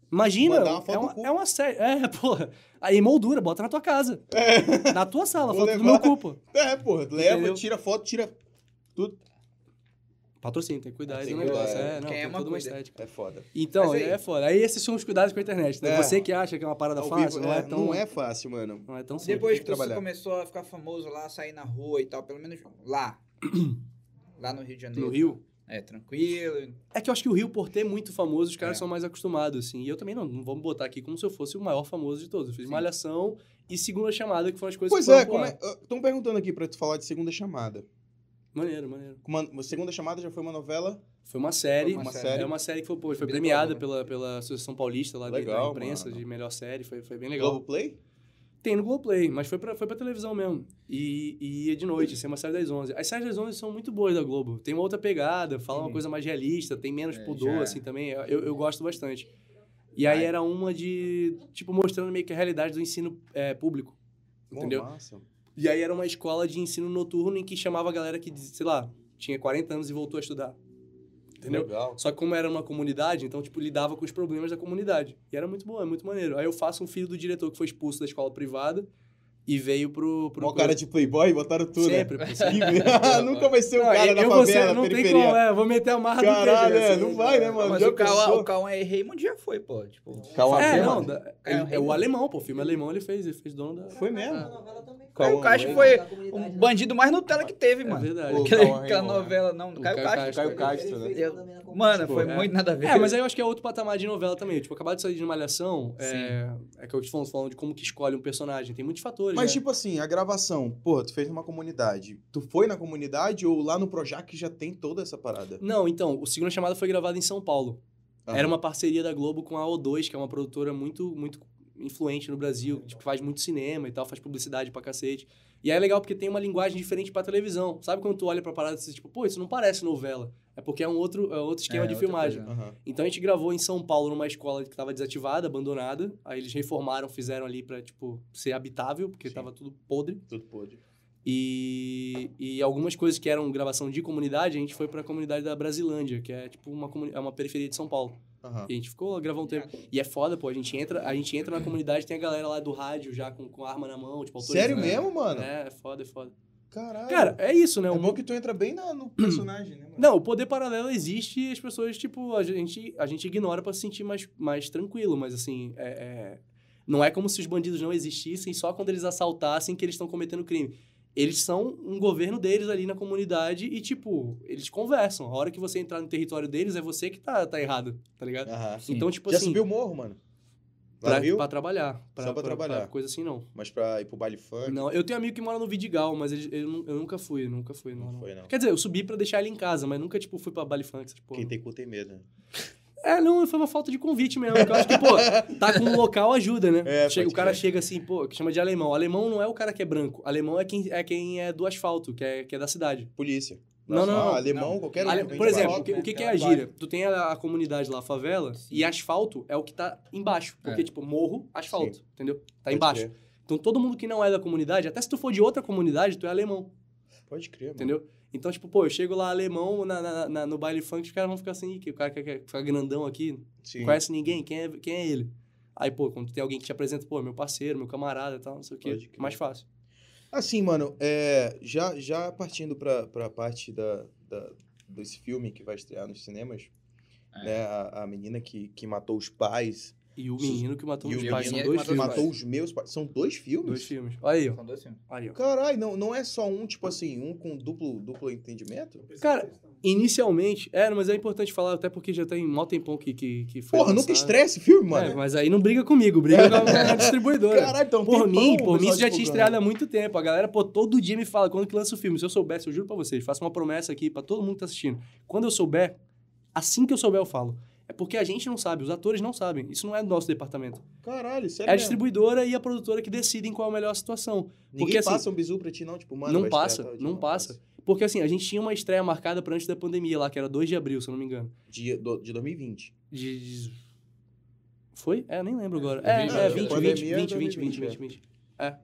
Speaker 4: Imagina,
Speaker 2: Mandar uma foto
Speaker 4: é,
Speaker 2: do
Speaker 4: uma,
Speaker 2: cu.
Speaker 4: é uma série. É, porra. Aí moldura, bota na tua casa. Na tua sala,
Speaker 2: É. Vou
Speaker 4: foto do meu
Speaker 2: levar.
Speaker 4: cu, pô.
Speaker 2: É, porra. Leva,
Speaker 4: Entendeu?
Speaker 2: tira foto, tira...
Speaker 4: Patrocínio, tem que cuidar aí
Speaker 2: Tem
Speaker 4: do
Speaker 2: que cuidar,
Speaker 4: negócio.
Speaker 2: é.
Speaker 4: É, não,
Speaker 1: Quem
Speaker 4: tem
Speaker 1: ama,
Speaker 4: toda uma
Speaker 1: cuida.
Speaker 4: estética.
Speaker 2: É foda.
Speaker 4: Então,
Speaker 1: Mas aí-
Speaker 4: é foda. Aí esses são os cuidados com a internet, né?
Speaker 2: É.
Speaker 4: Você que acha que é uma parada
Speaker 2: Ao
Speaker 4: fácil,
Speaker 2: vivo,
Speaker 4: não é, tão.
Speaker 2: Não é fácil, mano.
Speaker 4: não é tão simples.
Speaker 2: tem
Speaker 1: Depois
Speaker 2: que
Speaker 1: que você
Speaker 2: trabalhar.
Speaker 1: começou a ficar famoso lá, sair na rua e tal, pelo menos lá. lá no Rio de Janeiro.
Speaker 4: No Rio?
Speaker 1: É, tranquilo.
Speaker 4: É que eu acho que o Rio, por ter muito famoso, os caras
Speaker 1: É.
Speaker 4: são mais acostumados, assim. E eu também não, não vamos botar aqui como se eu fosse o maior famoso de todos. Eu fiz Malhação e Segunda Chamada, que foram as coisas
Speaker 2: Pois
Speaker 4: que foram
Speaker 2: é,
Speaker 4: pro
Speaker 2: como
Speaker 4: ar.
Speaker 2: é... Estão perguntando aqui pra tu falar de Segunda Chamada.
Speaker 4: Maneiro, maneiro.
Speaker 2: Uma... Segunda Chamada já foi uma novela...
Speaker 4: Foi uma série.
Speaker 1: Foi
Speaker 2: uma
Speaker 4: é,
Speaker 2: série.
Speaker 4: É uma série que foi, pô, foi
Speaker 1: Bem
Speaker 4: premiada
Speaker 1: legal,
Speaker 4: pela, pela Associação Paulista lá de-
Speaker 2: né? Legal,
Speaker 4: da imprensa
Speaker 2: mano.
Speaker 4: de melhor série. Foi, foi bem legal.
Speaker 2: Globo Play?
Speaker 4: Tem no Globoplay, mas foi pra, foi pra televisão mesmo. E, e é de noite, isso é uma série das 11. As séries das 11 são muito boas da Globo. Tem uma outra pegada, fala uma
Speaker 1: Uhum.
Speaker 4: coisa mais realista, tem menos
Speaker 1: É,
Speaker 4: pudor,
Speaker 1: já-
Speaker 4: assim, também. Eu, eu gosto bastante. E aí
Speaker 1: Ai.
Speaker 4: era uma de, tipo, mostrando meio que a realidade do ensino é, público.
Speaker 2: Pô,
Speaker 4: Entendeu?
Speaker 2: massa.
Speaker 4: E aí era uma escola de ensino noturno em que chamava a galera que, sei lá, tinha 40 anos e voltou a estudar. Entendeu?
Speaker 2: Legal.
Speaker 4: Só que como era uma comunidade, então, tipo, lidava com os problemas da comunidade. E era muito bom, é muito maneiro. Aí eu faço um filho do diretor que foi expulso da escola privada e veio pro... pro
Speaker 2: Mó cara de playboy, botaram tudo, né?
Speaker 4: Sempre, pô, sempre.
Speaker 2: Ah, nunca vai ser o
Speaker 4: Não,
Speaker 2: cara
Speaker 4: eu
Speaker 2: da
Speaker 4: vou ser-
Speaker 2: favela,
Speaker 4: não tem como,
Speaker 2: periferia.
Speaker 4: é, eu vou meter a marra
Speaker 2: Caralho,
Speaker 4: do assim. queijo,
Speaker 2: é, não vai, né, mano?
Speaker 1: Mas
Speaker 2: Já
Speaker 1: o Cauã,
Speaker 2: pensou?
Speaker 1: o Cauã é rei mundial foi, pô. Tipo,
Speaker 2: Cauã
Speaker 4: É,
Speaker 2: Raymond.
Speaker 4: não, da-
Speaker 1: Caiu
Speaker 4: ele- é o alemão, pô, o filme alemão ele fez, ele fez dono da...
Speaker 2: Foi mesmo.
Speaker 6: Na novela também.
Speaker 2: Cauã
Speaker 1: o Caixa
Speaker 2: Raymond.
Speaker 1: foi
Speaker 6: Da comunidade,
Speaker 1: o
Speaker 6: né?
Speaker 1: um bandido mais Nutella que teve,
Speaker 4: É
Speaker 1: mano.
Speaker 4: verdade.
Speaker 2: Pô,
Speaker 1: Aquela,
Speaker 2: Cauã
Speaker 1: aquela
Speaker 2: Raymond,
Speaker 1: novela, não, do
Speaker 4: O
Speaker 1: Caio
Speaker 4: Caio
Speaker 1: Castro.
Speaker 4: Castro.
Speaker 2: Caio Castro, né?
Speaker 6: Ele fez
Speaker 1: Eu-
Speaker 6: também na comunidade.
Speaker 1: Mano,
Speaker 4: Pô,
Speaker 1: foi
Speaker 4: é.
Speaker 1: muito nada a ver.
Speaker 4: É, mas aí eu acho que é outro patamar de novela também. Tipo, acabado de sair de Malhação, é, é que eu te falo, falando de como que escolhe um personagem. Tem muitos fatores,
Speaker 2: Mas,
Speaker 4: né?
Speaker 2: tipo assim, a gravação, porra, tu fez numa comunidade. Tu foi na comunidade ou lá no Projac já tem toda essa parada?
Speaker 4: Não, então, o Segunda Chamada foi gravado em São Paulo.
Speaker 2: Ah.
Speaker 4: Era uma parceria da Globo com a O2, que é uma produtora muito, muito influente no Brasil, tipo, faz muito cinema e tal, faz publicidade pra cacete. E aí é legal porque tem uma linguagem diferente pra televisão. Sabe quando tu olha pra parada e diz, tipo, pô, isso não parece novela. É porque é um outro, é outro esquema
Speaker 1: É,
Speaker 4: de
Speaker 1: outra
Speaker 4: filmagem.
Speaker 1: coisa.
Speaker 2: Aham.
Speaker 4: Então a gente gravou em São Paulo numa escola que tava desativada, abandonada. Aí eles reformaram, fizeram ali pra, tipo, ser habitável, porque
Speaker 2: Sim.
Speaker 4: tava tudo podre.
Speaker 2: Tudo pôde.
Speaker 4: E, e algumas coisas que eram gravação de comunidade, a gente foi pra comunidade da Brasilândia, que é tipo uma, comuni- é uma periferia de São Paulo.
Speaker 2: Aham.
Speaker 4: E a gente ficou lá gravando um tempo. E é foda, pô. A gente entra, a gente entra na comunidade, tem a galera lá do rádio já com, com arma na mão, tipo,
Speaker 2: Sério
Speaker 4: autorizando.
Speaker 2: mesmo, mano?
Speaker 4: É, é foda, é foda.
Speaker 2: Caralho.
Speaker 4: Cara, é isso, né?
Speaker 2: é
Speaker 4: O
Speaker 2: bom que tu entra bem na- no personagem, né, mano?
Speaker 4: Não, o poder paralelo existe e as pessoas, tipo, a gente, a gente ignora pra se sentir mais, mais tranquilo, mas assim, é, é- não é como se os bandidos não existissem só quando eles assaltassem que eles estão cometendo crime. Eles são um governo deles ali na comunidade e, tipo, eles conversam. A hora que você entrar no território deles, é você que tá, tá errado, tá ligado?
Speaker 2: Aham.
Speaker 4: Então, tipo
Speaker 2: já
Speaker 4: assim,
Speaker 2: subiu o morro, mano? Lá
Speaker 4: pra,
Speaker 2: viu?
Speaker 4: pra trabalhar. Pra,
Speaker 2: Só pra trabalhar.
Speaker 4: coisa assim, não.
Speaker 2: Mas pra ir pro baile funk.
Speaker 4: Não, eu tenho amigo que mora no Vidigal, mas ele- eu, nu- eu nunca fui, nunca fui. Não,
Speaker 2: Não
Speaker 4: não.
Speaker 2: foi, não.
Speaker 4: Quer dizer, eu subi pra deixar ele em casa, mas nunca, tipo, fui pra Bali Funk, essas porra.
Speaker 2: Quem tem cu tem medo, né?
Speaker 4: É, não, foi uma falta de convite mesmo. porque Eu acho que, pô, tá com um local ajuda, né?
Speaker 2: É,
Speaker 4: Chega-
Speaker 2: pode
Speaker 4: o cara
Speaker 2: crer.
Speaker 4: chega assim, pô, que chama de alemão. Alemão não é o cara que é branco. Alemão é quem é, quem é do asfalto, que é, que é da cidade.
Speaker 2: Polícia.
Speaker 4: Não, não, não.
Speaker 2: Ah, Alemão, qualquer um.
Speaker 4: Ale-
Speaker 2: que vem
Speaker 4: por
Speaker 2: de né?
Speaker 4: exemplo,
Speaker 2: baixo.
Speaker 4: o que, o que que é a
Speaker 1: Baixo.
Speaker 4: gíria? Tu tem a, a comunidade lá, a favela, e asfalto é o que tá embaixo. Porque, tipo, morro, asfalto, entendeu? Tá
Speaker 2: É. Pode
Speaker 4: embaixo.
Speaker 2: crer,
Speaker 4: Então, todo mundo que não é da comunidade, até se tu for de outra comunidade, tu é
Speaker 2: Uhum.
Speaker 4: alemão,
Speaker 2: Pode crer, mano.
Speaker 4: entendeu? Então, tipo, pô, eu chego lá alemão na- na- na- no baile funk, os caras vão ficar assim, "Ih, que o cara quer, quer ficar grandão aqui,
Speaker 2: Sim.
Speaker 4: não conhece ninguém, quem é, quem é ele? Aí, pô, quando tem alguém que te apresenta, pô, meu parceiro, meu camarada e tal, não sei o
Speaker 2: Pode
Speaker 4: quê,
Speaker 2: crer.
Speaker 4: mais fácil.
Speaker 2: Assim, mano, é, já, já partindo pra, pra parte da, da- desse filme que vai estrear nos cinemas, né, a, a menina que, que matou os pais,
Speaker 4: E o
Speaker 2: Sus-
Speaker 4: menino que matou
Speaker 2: e
Speaker 4: os
Speaker 2: o
Speaker 4: pais, são
Speaker 1: menino
Speaker 4: dois
Speaker 1: que
Speaker 4: filmes.
Speaker 1: Matou os
Speaker 2: matou os meus pais. São dois filmes?
Speaker 4: Dois filmes. Olha aí, ó.
Speaker 1: São dois filmes.
Speaker 4: Aí, ó.
Speaker 2: Caralho, não, não é só um, tipo assim, um com duplo, duplo entendimento?
Speaker 4: Cara, Inicialmente, é, mas é importante falar, até porque já tem mó tempão que, que, que foi.
Speaker 2: Porra, nunca
Speaker 4: lançado.
Speaker 2: estreia esse filme,
Speaker 4: É,
Speaker 2: mano.
Speaker 4: mas aí não briga comigo, briga com a, com a distribuidora.
Speaker 2: Caralho, então
Speaker 4: por mim, por mim, isso já tinha estreado há muito tempo. A galera, pô, todo dia me fala quando que lança o filme. Se eu soubesse, eu juro pra vocês, faço uma promessa aqui pra todo mundo que tá assistindo. Quando eu souber, assim que eu souber, eu falo. É porque a gente não sabe, os atores não sabem. Isso não é do nosso departamento.
Speaker 2: Caralho,
Speaker 4: É,
Speaker 2: sério.
Speaker 4: a
Speaker 2: mesmo?
Speaker 4: distribuidora e a produtora que decidem qual é a melhor situação.
Speaker 2: Ninguém
Speaker 4: porque, assim,
Speaker 2: passa um bizu pra ti, não, tipo, mano.
Speaker 4: não
Speaker 2: vai estrear
Speaker 4: passa,
Speaker 2: tal dia,
Speaker 4: não passa. Porque assim, a gente tinha uma estreia marcada pra antes da pandemia lá, que era 2 de abril, se eu não me engano.
Speaker 2: Dia do- de 2020.
Speaker 4: De. de- Foi? É, nem lembro agora. É,
Speaker 1: vinte,
Speaker 4: é,
Speaker 1: é,
Speaker 4: 20,
Speaker 2: pandemia
Speaker 4: 20,
Speaker 2: é
Speaker 4: 20, 20, 20,
Speaker 2: 2020,
Speaker 4: 20, 20. É.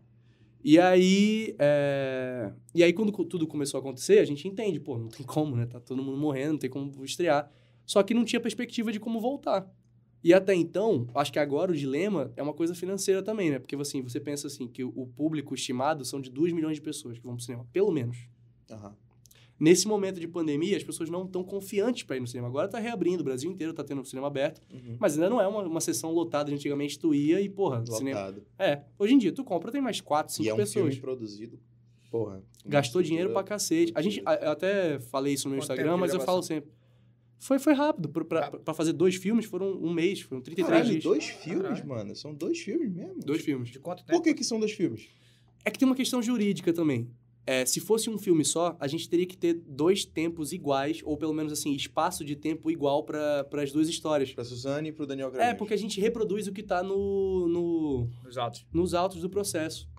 Speaker 4: E aí. é, E aí, quando co- tudo começou a acontecer, a gente entende, pô, não tem como, né? Tá todo mundo morrendo, não tem como estrear. Só que não tinha perspectiva de como voltar. E até então, acho que agora o dilema é uma coisa financeira também, né? Porque assim, você pensa assim, que o- o público estimado são de 2 milhões de pessoas que vão pro cinema, pelo menos.
Speaker 2: Aham.
Speaker 4: Nesse momento de pandemia, as pessoas não estão confiantes para ir no cinema. Agora tá reabrindo, o Brasil inteiro tá tendo cinema aberto,
Speaker 2: Uhum.
Speaker 4: mas ainda não é uma, uma sessão lotada. Antigamente tu ia e, porra, cinema.
Speaker 2: Lotado.
Speaker 4: É, hoje em dia tu compra, tem mais 4,
Speaker 2: E
Speaker 4: 5
Speaker 2: é um
Speaker 4: pessoas.
Speaker 2: filme é. produzido, porra. com
Speaker 4: Gastou
Speaker 2: uma
Speaker 4: dinheiro pra
Speaker 2: estrutura-
Speaker 4: cacete. A gente, a- eu até falei isso no meu
Speaker 1: Quanto
Speaker 4: Instagram,
Speaker 1: tempo de
Speaker 4: mas eu falo sempre. Foi, foi rápido. Pra, pra, pra fazer dois filmes foram um mês, foram 33
Speaker 2: Caralho,
Speaker 4: dias.
Speaker 2: dois filmes,
Speaker 1: Caralho.
Speaker 2: mano. São dois filmes mesmo.
Speaker 4: Dois filmes.
Speaker 1: De quanto tempo?
Speaker 2: Por que que são dois filmes?
Speaker 4: É que tem uma questão jurídica também. É, se fosse um filme só, a gente teria que ter dois tempos iguais, ou pelo menos assim, espaço de tempo igual para as duas histórias.
Speaker 2: Pra Suzane e pro Daniel Graveto.
Speaker 4: É, porque a gente reproduz o que tá no, no-
Speaker 1: Nos altos.
Speaker 4: nos autos do processo.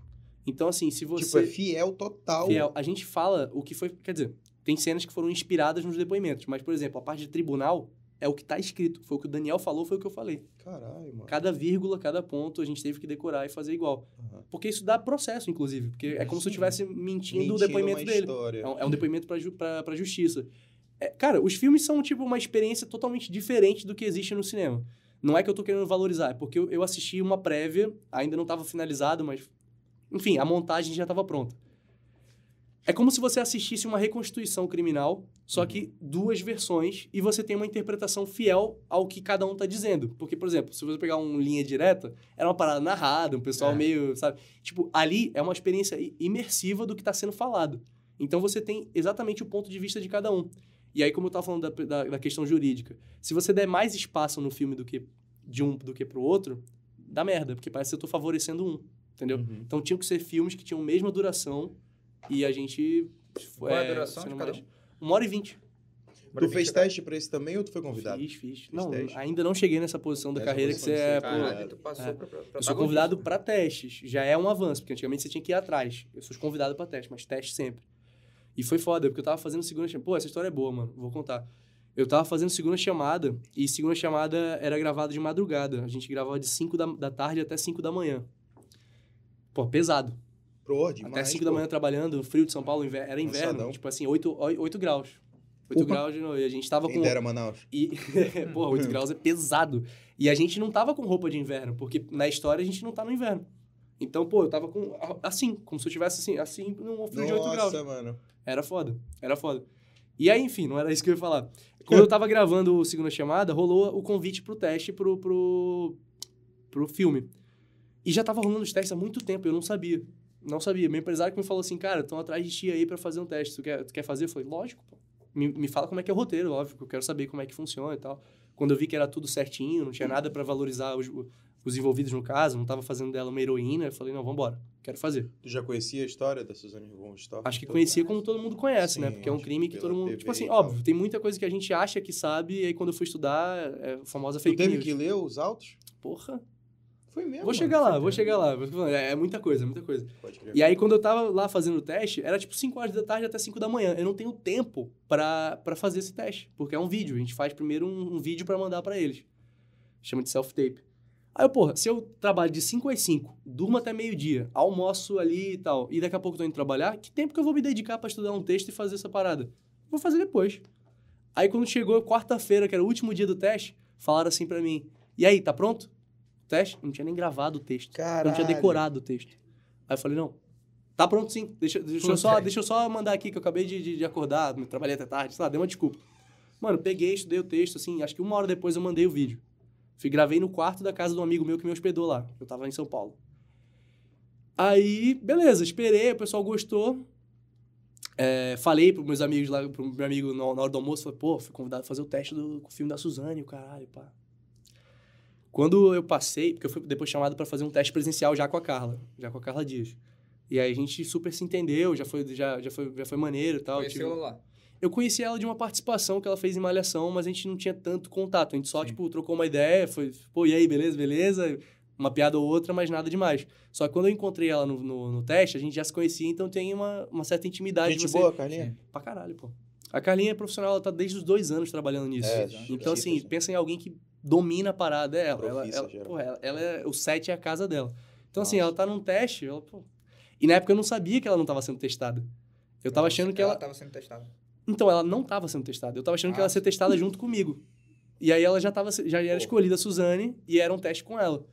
Speaker 4: Então, assim, se você.
Speaker 2: Tipo, é fiel total.
Speaker 4: Fiel, a gente fala o que foi. Quer dizer, tem cenas que foram inspiradas nos depoimentos, mas, por exemplo, a parte de tribunal é o que tá escrito. Foi o que o Daniel falou, foi o que eu falei.
Speaker 2: Caralho, mano.
Speaker 4: Cada vírgula, cada ponto, a gente teve que decorar e fazer igual.
Speaker 2: Aham.
Speaker 4: Porque isso dá processo, inclusive. Porque é como se
Speaker 2: Sim.
Speaker 4: eu estivesse mentindo,
Speaker 2: Mentindo
Speaker 4: o depoimento
Speaker 2: uma
Speaker 4: dele.
Speaker 2: história.
Speaker 4: É um, é um depoimento pra, ju- pra, pra justiça. É, cara, os filmes são, tipo, uma experiência totalmente diferente do que existe no cinema. Não é que eu tô querendo valorizar, é porque eu, eu assisti uma prévia, ainda não tava finalizado, mas... Enfim, a montagem já tava pronta. É como se você assistisse uma reconstituição criminal, só que duas versões, e você tem uma interpretação fiel ao que cada um tá dizendo. Porque, por exemplo, se você pegar um linha direta, era uma parada narrada, um pessoal
Speaker 1: É.
Speaker 4: meio, sabe? Tipo, ali é uma experiência i- imersiva do que tá sendo falado. Então você tem exatamente o ponto de vista de cada um. E aí, como eu tava falando da, da, da questão jurídica, se você der mais espaço no filme do que de um do que pro outro, dá merda, porque parece que eu tô favorecendo um, entendeu?
Speaker 2: Uhum.
Speaker 4: Então tinham que ser filmes que tinham a mesma duração e a gente.
Speaker 1: Qual é a
Speaker 4: é,
Speaker 1: duração de
Speaker 4: sendo
Speaker 1: cada um?
Speaker 4: mais- Uma hora e vinte.
Speaker 2: Tu fez teste pra esse também ou tu foi convidado?
Speaker 4: Fiz, fiz. Não,
Speaker 2: teste.
Speaker 4: ainda não cheguei nessa posição da
Speaker 2: Nessa
Speaker 4: carreira
Speaker 2: posição
Speaker 4: que
Speaker 2: de
Speaker 4: você é.
Speaker 2: ser
Speaker 4: pô,
Speaker 2: convidado.
Speaker 1: Caralho, tu passou
Speaker 4: É.
Speaker 1: pra, pra
Speaker 4: eu sou convidado pra testes, já é um avanço, porque antigamente você tinha que ir atrás. Eu sou convidado pra teste, mas teste sempre. E foi foda, porque eu tava fazendo segunda chamada. Pô, essa história é boa, mano, vou contar. Eu tava fazendo segunda chamada, e segunda chamada era gravada de madrugada. A gente gravava de 5 da, da tarde até 5 da manhã. Pô, pesado.
Speaker 2: Pro,
Speaker 4: Até
Speaker 2: demais,
Speaker 4: 5 da
Speaker 2: pô.
Speaker 4: manhã trabalhando, frio de São Paulo, inver- era inverno,
Speaker 2: Cansadão.
Speaker 4: tipo assim, 8, graus. 8 graus de noite. A gente tava
Speaker 2: Quem
Speaker 4: com.
Speaker 2: dera Manaus.
Speaker 4: E, porra, 8 graus é pesado. E a gente não tava com roupa de inverno, porque na história a gente não tá no inverno. Então, pô, eu tava com. a- Assim, como se eu tivesse assim, assim, num frio de 8 graus.
Speaker 2: Nossa, mano.
Speaker 4: Era foda, era foda. E aí, enfim, não era isso que eu ia falar. Quando eu tava gravando o Segunda Chamada, rolou o convite pro teste pro, pro, pro filme. E já tava rolando os testes há muito tempo, eu não sabia. Não sabia. Meu empresário que me falou assim, cara, estão atrás de ti aí pra fazer um teste. Tu quer, tu quer fazer? Eu falei, lógico, pô. Me, me fala como é que é o roteiro, óbvio, que eu quero saber como é que funciona e tal. Quando eu vi que era tudo certinho, não tinha nada pra valorizar os, os envolvidos no caso, não tava fazendo dela uma heroína, eu falei, não, vambora, quero fazer.
Speaker 2: Tu já conhecia a história da Suzane von Stoff?
Speaker 4: Acho que conhecia como todo mundo conhece,
Speaker 2: Sim,
Speaker 4: né? Porque é um
Speaker 2: acho que
Speaker 4: crime que
Speaker 2: pela
Speaker 4: todo mundo.
Speaker 2: TV
Speaker 4: Tipo assim,
Speaker 2: e tal.
Speaker 4: óbvio, tem muita coisa que a gente acha que sabe, e aí quando eu fui estudar, é a famosa
Speaker 2: Tu
Speaker 4: fake
Speaker 2: teve É,
Speaker 4: news.
Speaker 2: que ler os autos?
Speaker 4: Porra.
Speaker 2: Foi mesmo.
Speaker 4: Vou chegar lá, vou chegar lá. É, é muita coisa, é muita coisa.
Speaker 2: Pode crer.
Speaker 4: E aí, quando eu tava lá fazendo o teste, era tipo 5 horas da tarde até 5 da manhã. Eu não tenho tempo pra pra fazer esse teste, porque é um vídeo. A gente faz primeiro um, um vídeo pra mandar pra eles. Chama de self-tape. Aí eu, porra, se eu trabalho de 5 às 5, durmo até meio-dia, almoço ali e tal, e daqui a pouco eu tô indo trabalhar, que tempo que eu vou me dedicar pra estudar um texto e fazer essa parada? Vou fazer depois. Aí quando chegou quarta-feira, que era o último dia do teste, falaram assim pra mim: "E aí, tá pronto?" O teste, eu não tinha nem gravado o texto. Eu não tinha
Speaker 2: Caralho.
Speaker 4: decorado o texto. Aí eu falei: "Não, tá pronto sim. Deixa, deixa eu só, deixa eu só mandar aqui que eu acabei de, de, de acordar, me trabalhei até tarde, sei lá, dei uma desculpa." Mano, peguei, estudei o texto assim, acho que uma hora depois eu mandei o vídeo. Fui, gravei no quarto da casa de um amigo meu que me hospedou lá. Eu tava em São Paulo. Aí, beleza, esperei, o pessoal gostou. É, falei pros meus amigos lá, pro meu amigo na na hora do almoço, falei, pô, fui convidado a fazer o teste do filme da Suzane, o caralho, pá. Quando eu passei, porque eu fui depois chamado pra fazer um teste presencial já com a Carla, já com a Carla Dias. E aí a gente super se entendeu, já foi, já, já foi, já foi maneiro e tal.
Speaker 1: Conheceu
Speaker 4: tive-
Speaker 1: lá.
Speaker 4: eu conheci ela de uma participação que ela fez em Malhação, mas a gente não tinha tanto contato. A gente só, tipo, trocou uma ideia, foi, pô, e aí, beleza, beleza? Uma piada ou outra, mas nada demais. Só que quando eu encontrei ela no, no, no teste, a gente já se conhecia, então tem uma, uma certa intimidade. de
Speaker 2: Gente
Speaker 4: você...
Speaker 2: boa, Carlinha.
Speaker 4: Pra caralho, pô. A Carlinha é profissional, ela tá desde os dois anos trabalhando nisso.
Speaker 2: É,
Speaker 4: então,
Speaker 2: justiça,
Speaker 4: assim,
Speaker 2: assim.
Speaker 4: pensa em alguém que domina a parada, é ela. Ela,
Speaker 2: Profissa,
Speaker 4: ela,
Speaker 2: geral.
Speaker 4: porra, ela, ela é, o set é a casa dela. Então, assim,
Speaker 2: Nossa.
Speaker 4: ela tá num teste, ela, pô. E na época eu não sabia que ela não tava sendo testada. Eu tava achando que ela,
Speaker 1: tava sendo testada.
Speaker 4: então, ela não estava sendo testada. Eu estava achando que ela ia ser testada junto comigo. E aí ela já, tava, se- já era escolhida a Suzane e era um teste com ela.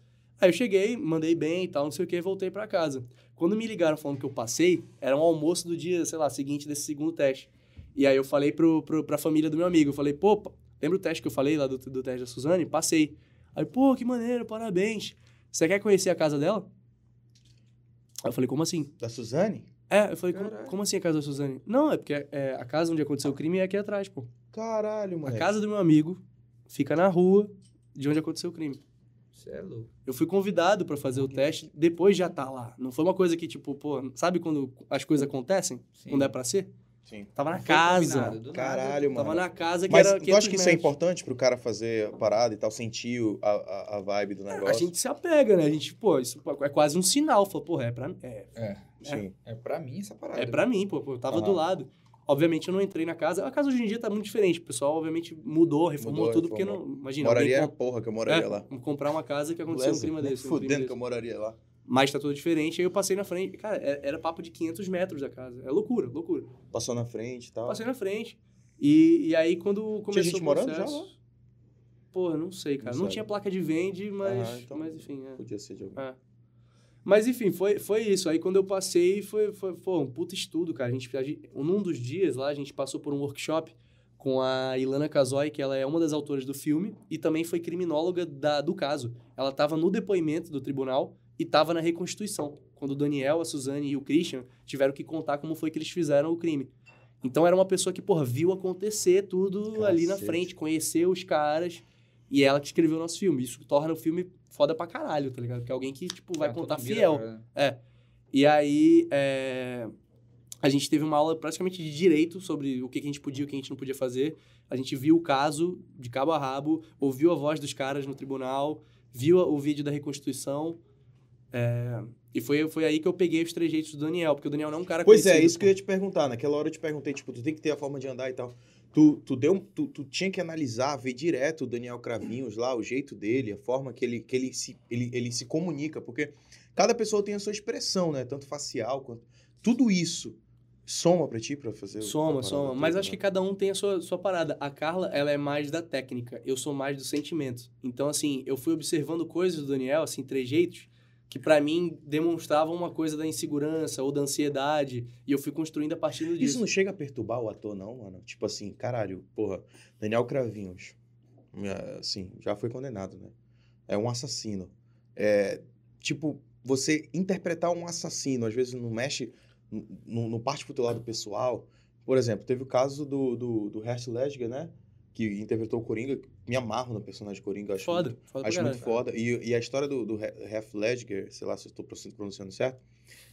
Speaker 4: Aí eu cheguei, mandei bem e tal, não sei o que, voltei pra casa. Quando me ligaram falando que eu passei, era um almoço do dia, sei lá, seguinte desse segundo teste. E aí eu falei pro, pro, pra família do meu amigo, eu falei, pô, pa- lembra o teste que eu falei lá do, do teste da Suzane? Passei. Aí, pô, que maneiro, parabéns. Você quer conhecer a casa dela? Aí eu falei, como assim?
Speaker 2: Da Suzane?
Speaker 4: É, eu falei, como, como assim a casa da Suzane? Não, é porque é, a casa onde aconteceu o crime é aqui atrás, pô.
Speaker 2: Caralho,
Speaker 4: A
Speaker 2: mano.
Speaker 4: casa do meu amigo fica na rua de onde aconteceu o crime.
Speaker 1: Você é louco.
Speaker 4: Eu fui convidado pra fazer o teste depois já tá lá. Não foi uma coisa que, tipo, pô, sabe quando as coisas acontecem?
Speaker 1: Sim.
Speaker 4: Quando é pra ser?
Speaker 2: Sim.
Speaker 4: Tava na
Speaker 1: Foi
Speaker 4: casa.
Speaker 1: é combinado, do nada.
Speaker 2: Caralho, mano.
Speaker 4: Tava na casa que
Speaker 2: Mas
Speaker 4: era.
Speaker 2: tu acha que
Speaker 4: 500
Speaker 2: isso é
Speaker 4: metros.
Speaker 2: importante pro cara fazer a parada e tal, sentir o- a, a, a vibe do negócio?
Speaker 4: A gente se apega, né? A gente, pô, isso é quase um sinal. Fala, porra, é pra mim. É,
Speaker 2: Sim.
Speaker 1: É pra mim essa parada.
Speaker 4: É pra mim, pô. pô, Eu tava
Speaker 2: Aham.
Speaker 4: do lado. Obviamente eu não entrei na casa. A casa hoje em dia tá muito diferente. O pessoal, obviamente, mudou, reformou
Speaker 2: Mudou,
Speaker 4: tudo, porque não.
Speaker 2: reformou.
Speaker 4: Imagina,
Speaker 2: moraria é a
Speaker 4: alguém
Speaker 2: porra que eu
Speaker 4: comp-
Speaker 2: moraria
Speaker 4: é,
Speaker 2: lá.
Speaker 4: comprar uma casa que aconteceu um
Speaker 2: Beleza?
Speaker 4: clima
Speaker 2: Nem
Speaker 4: desse. Um crime
Speaker 2: Fudendo que
Speaker 4: desse.
Speaker 2: eu moraria lá.
Speaker 4: Mas tá tudo diferente. Aí eu passei na frente. Cara, é- era papo de 500 metros da casa. É loucura, loucura.
Speaker 2: Passou na frente e tal.
Speaker 4: Passei na frente. E, e aí quando começou
Speaker 2: gente
Speaker 4: o
Speaker 2: morando já
Speaker 4: processo...
Speaker 2: lá?
Speaker 4: Pô, não sei, cara.
Speaker 2: Não
Speaker 4: Não,
Speaker 2: sabe.
Speaker 4: tinha placa de vende, mas,
Speaker 2: Aham, então-
Speaker 4: mas enfim, é.
Speaker 2: Podia ser de algum.
Speaker 4: É. Mas enfim, foi, foi isso. Aí quando eu passei, foi, foi, pô, um puta estudo, cara. A gente, a gente- num dos dias lá, a gente passou por um workshop com a Ilana Casoy, que ela é uma das autoras do filme e também foi criminóloga da, do caso. Ela estava no depoimento do tribunal e estava na reconstituição, quando o Daniel, a Suzane e o Christian tiveram que contar como foi que eles fizeram o crime. Então era uma pessoa que, porra, viu acontecer tudo ali na
Speaker 2: Cacete.
Speaker 4: frente, conheceu os caras e é ela que escreveu o nosso filme. Isso torna o filme foda pra caralho, tá ligado? Porque é alguém que, tipo, vai
Speaker 1: Ah,
Speaker 4: contar
Speaker 1: todo mundo
Speaker 4: fiel.
Speaker 1: vira pra-
Speaker 4: E aí, é, a gente teve uma aula praticamente de direito sobre o que que a gente podia e o que a gente não podia fazer. A gente viu o caso de cabo a rabo, ouviu a voz dos caras no tribunal, viu a- o vídeo da reconstituição. é, E foi, foi aí que eu peguei os trejeitos do Daniel, porque o Daniel não é um cara
Speaker 2: Pois é,
Speaker 4: conhecido,
Speaker 2: isso que
Speaker 4: pô.
Speaker 2: eu ia te perguntar. Naquela hora eu te perguntei, tipo, tu tem que ter a forma de andar e tal. Tu, tu, deu, um, tu, tu tinha que analisar, ver direto o Daniel Cravinhos lá, o jeito dele, a forma que ele, que ele, se, ele, ele se comunica, porque cada pessoa tem a sua expressão, né? Tanto facial quanto. Tudo isso soma pra ti pra fazer. o-
Speaker 4: Soma,
Speaker 2: a parada
Speaker 4: soma.
Speaker 2: toda,
Speaker 4: Mas acho
Speaker 2: né?
Speaker 4: que cada um tem a sua, sua parada. A Carla, ela é mais da técnica. Eu sou mais do sentimento. Então, assim, eu fui observando coisas do Daniel, assim, trejeitos, que pra mim demonstravam uma coisa da insegurança ou da ansiedade. E eu fui construindo a partir disso.
Speaker 2: Isso não chega a perturbar o ator, não, mano? Tipo assim, caralho, porra, Daniel Cravinhos, é, assim, já foi condenado, né? É um assassino. É, tipo, você interpretar um assassino, às vezes não mexe, n- n- não parte pro teu lado pessoal. Por exemplo, teve o caso do, do, do Heath Ledger, né? Que interpretou o Coringa. Me amarro no personagem Coringa. Acho
Speaker 4: Foda, foda pra
Speaker 2: Acho muito
Speaker 4: caralho.
Speaker 2: foda. E, e a história do, do He- Heath Ledger, sei lá se eu estou pronunciando certo,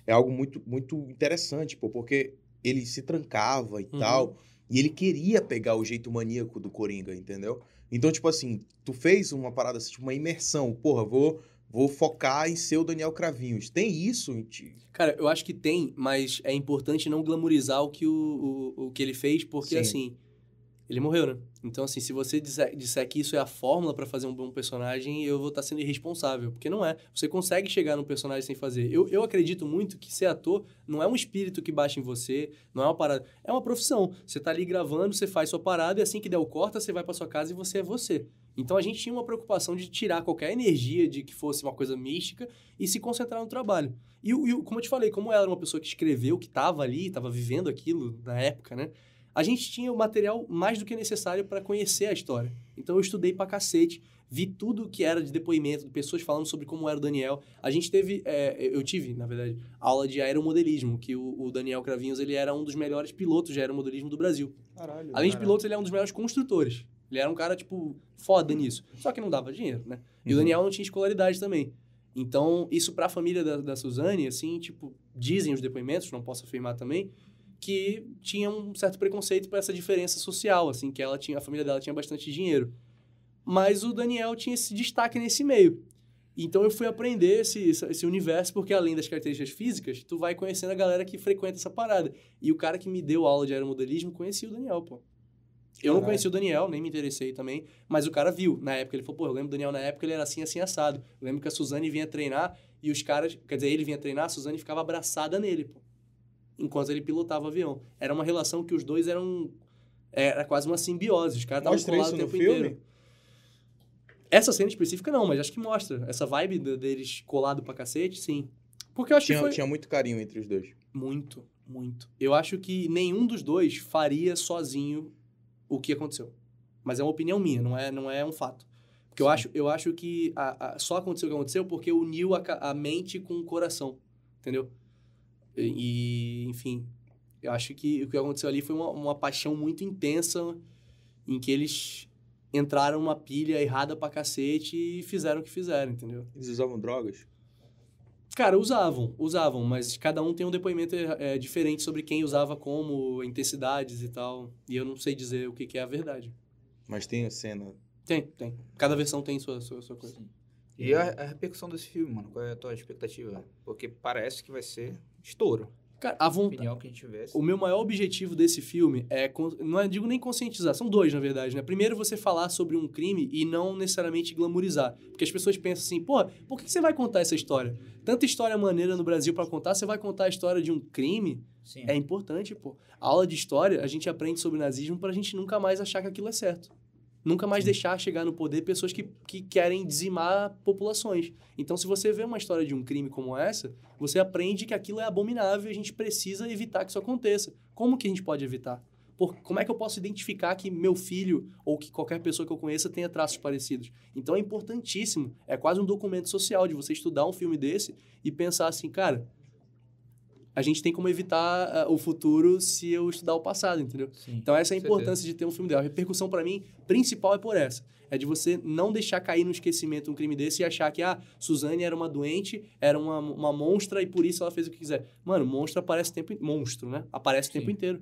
Speaker 2: é algo muito, muito interessante, pô, porque ele se trancava e
Speaker 4: Uhum.
Speaker 2: tal, e ele queria pegar o jeito maníaco do Coringa, entendeu? Então, tipo assim, tu fez uma parada, assim, tipo, uma imersão. Porra, vou Vou focar em ser o Daniel Cravinhos. Tem isso em ti?
Speaker 4: Cara, eu acho que tem, mas é importante não glamorizar o que, o, o, o que ele fez, porque
Speaker 2: Sim.
Speaker 4: assim, ele morreu, né? Então, assim, se você disser, disser que isso é a fórmula pra fazer um bom personagem, eu vou estar sendo irresponsável, porque não é. Você consegue chegar num personagem sem fazer. Eu, eu acredito muito que ser ator não é um espírito que baixa em você, não é uma parada. É uma profissão. Você tá ali gravando, você faz sua parada, e assim que der o corta, você vai pra sua casa e você é você. Então a gente tinha uma preocupação de tirar qualquer energia de que fosse uma coisa mística e se concentrar no trabalho. E, o- e o- como eu te falei, como ela era uma pessoa que escreveu, que estava ali, estava vivendo aquilo na época, né? A gente tinha o material mais do que necessário para conhecer a história. Então eu estudei pra cacete, vi tudo o que era de depoimento, de pessoas falando sobre como era o Daniel. A gente teve, é, eu tive, na verdade, aula de aeromodelismo, que o, o Daniel Cravinhos ele era um dos melhores pilotos de aeromodelismo do Brasil.
Speaker 2: Caralho.
Speaker 4: Além de piloto, ele é um dos melhores construtores. Ele era um cara, tipo, foda nisso. Só que não dava dinheiro, né? E
Speaker 2: Uhum.
Speaker 4: o Daniel não tinha escolaridade também. Então, isso pra família da, da Suzane, assim, tipo, dizem os depoimentos, não posso afirmar também, que tinha um certo preconceito pra essa diferença social, assim, que ela tinha, a família dela tinha bastante dinheiro. Mas o Daniel tinha esse destaque nesse meio. Então eu fui aprender esse, esse- esse universo, porque além das características físicas, tu vai conhecendo a galera que frequenta essa parada. E o cara que me deu aula de aeromodelismo conhecia o Daniel, pô. Eu não
Speaker 2: Caralho.
Speaker 4: conheci o Daniel, nem me interessei também, mas o cara viu. Na época ele falou, pô, eu lembro do Daniel na época, ele era assim, assim, assado. Eu lembro que a Suzane vinha treinar e os caras, quer dizer, ele vinha treinar, a Suzane ficava abraçada nele, pô. Enquanto ele pilotava o avião. Era uma relação que os dois eram. é, Era quase uma simbiose. Os caras estavam
Speaker 2: Mostra
Speaker 4: colados
Speaker 2: isso
Speaker 4: o
Speaker 2: no
Speaker 4: tempo
Speaker 2: filme?
Speaker 4: inteiro. Essa cena específica não, mas acho que mostra. Essa vibe de- deles colado pra cacete, sim. Porque eu acho
Speaker 2: Tinha,
Speaker 4: que foi...
Speaker 2: tinha muito carinho entre os dois.
Speaker 4: Muito, muito. Eu acho que nenhum dos dois faria sozinho o que aconteceu. Mas é uma opinião minha, não é, não é um fato. Porque eu acho, eu acho que a- a- só aconteceu o que aconteceu porque uniu a, ca- a mente com o coração, entendeu? E, e, enfim, eu acho que o que aconteceu ali foi uma, uma paixão muito intensa em que eles entraram numa pilha errada pra cacete e fizeram o que fizeram, entendeu?
Speaker 2: Eles usavam drogas?
Speaker 4: Cara, usavam, usavam, mas cada um tem um depoimento é, é, diferente sobre quem usava como, intensidades e tal. E eu não sei dizer o que, que é a verdade.
Speaker 2: Mas tem a cena.
Speaker 4: Tem, tem. Cada versão tem sua, sua, sua coisa.
Speaker 1: E a, a repercussão desse filme, mano? Qual é a tua expectativa? Porque parece que vai ser estouro.
Speaker 4: Cara, a
Speaker 1: A
Speaker 4: vontade.
Speaker 1: opinião que a gente tivesse.
Speaker 4: O meu maior objetivo desse filme é, con- não é, digo nem conscientizar, são dois na verdade, né? Primeiro você falar sobre um crime e não necessariamente glamorizar, porque as pessoas pensam assim, pô, por que que você vai contar essa história? Tanta história maneira no Brasil pra contar, você vai contar a história de um crime?
Speaker 1: Sim.
Speaker 4: É importante, pô. A aula de história, a gente aprende sobre nazismo pra gente nunca mais achar que aquilo é certo. Nunca mais deixar chegar no poder pessoas que, que querem dizimar populações. Então, se você vê uma história de um crime como essa, você aprende que aquilo é abominável e a gente precisa evitar que isso aconteça. Como que a gente pode evitar? Por- como é que eu posso identificar que meu filho ou que qualquer pessoa que eu conheça tenha traços parecidos? Então é importantíssimo, é quase um documento social de você estudar um filme desse e pensar assim, cara, a gente tem como evitar ah, o futuro se eu estudar o passado, entendeu?
Speaker 1: Sim.
Speaker 4: Então essa é a
Speaker 1: Com certeza.
Speaker 4: importância de ter um filme dela. A repercussão pra mim principal é por essa. É de você não deixar cair no esquecimento um crime desse e achar que ah, Suzane era uma doente, era uma, uma monstra e por isso ela fez o que quiser. Mano, monstro aparece o tempo monstro, né? Aparece o tempo
Speaker 1: Sim.
Speaker 4: inteiro.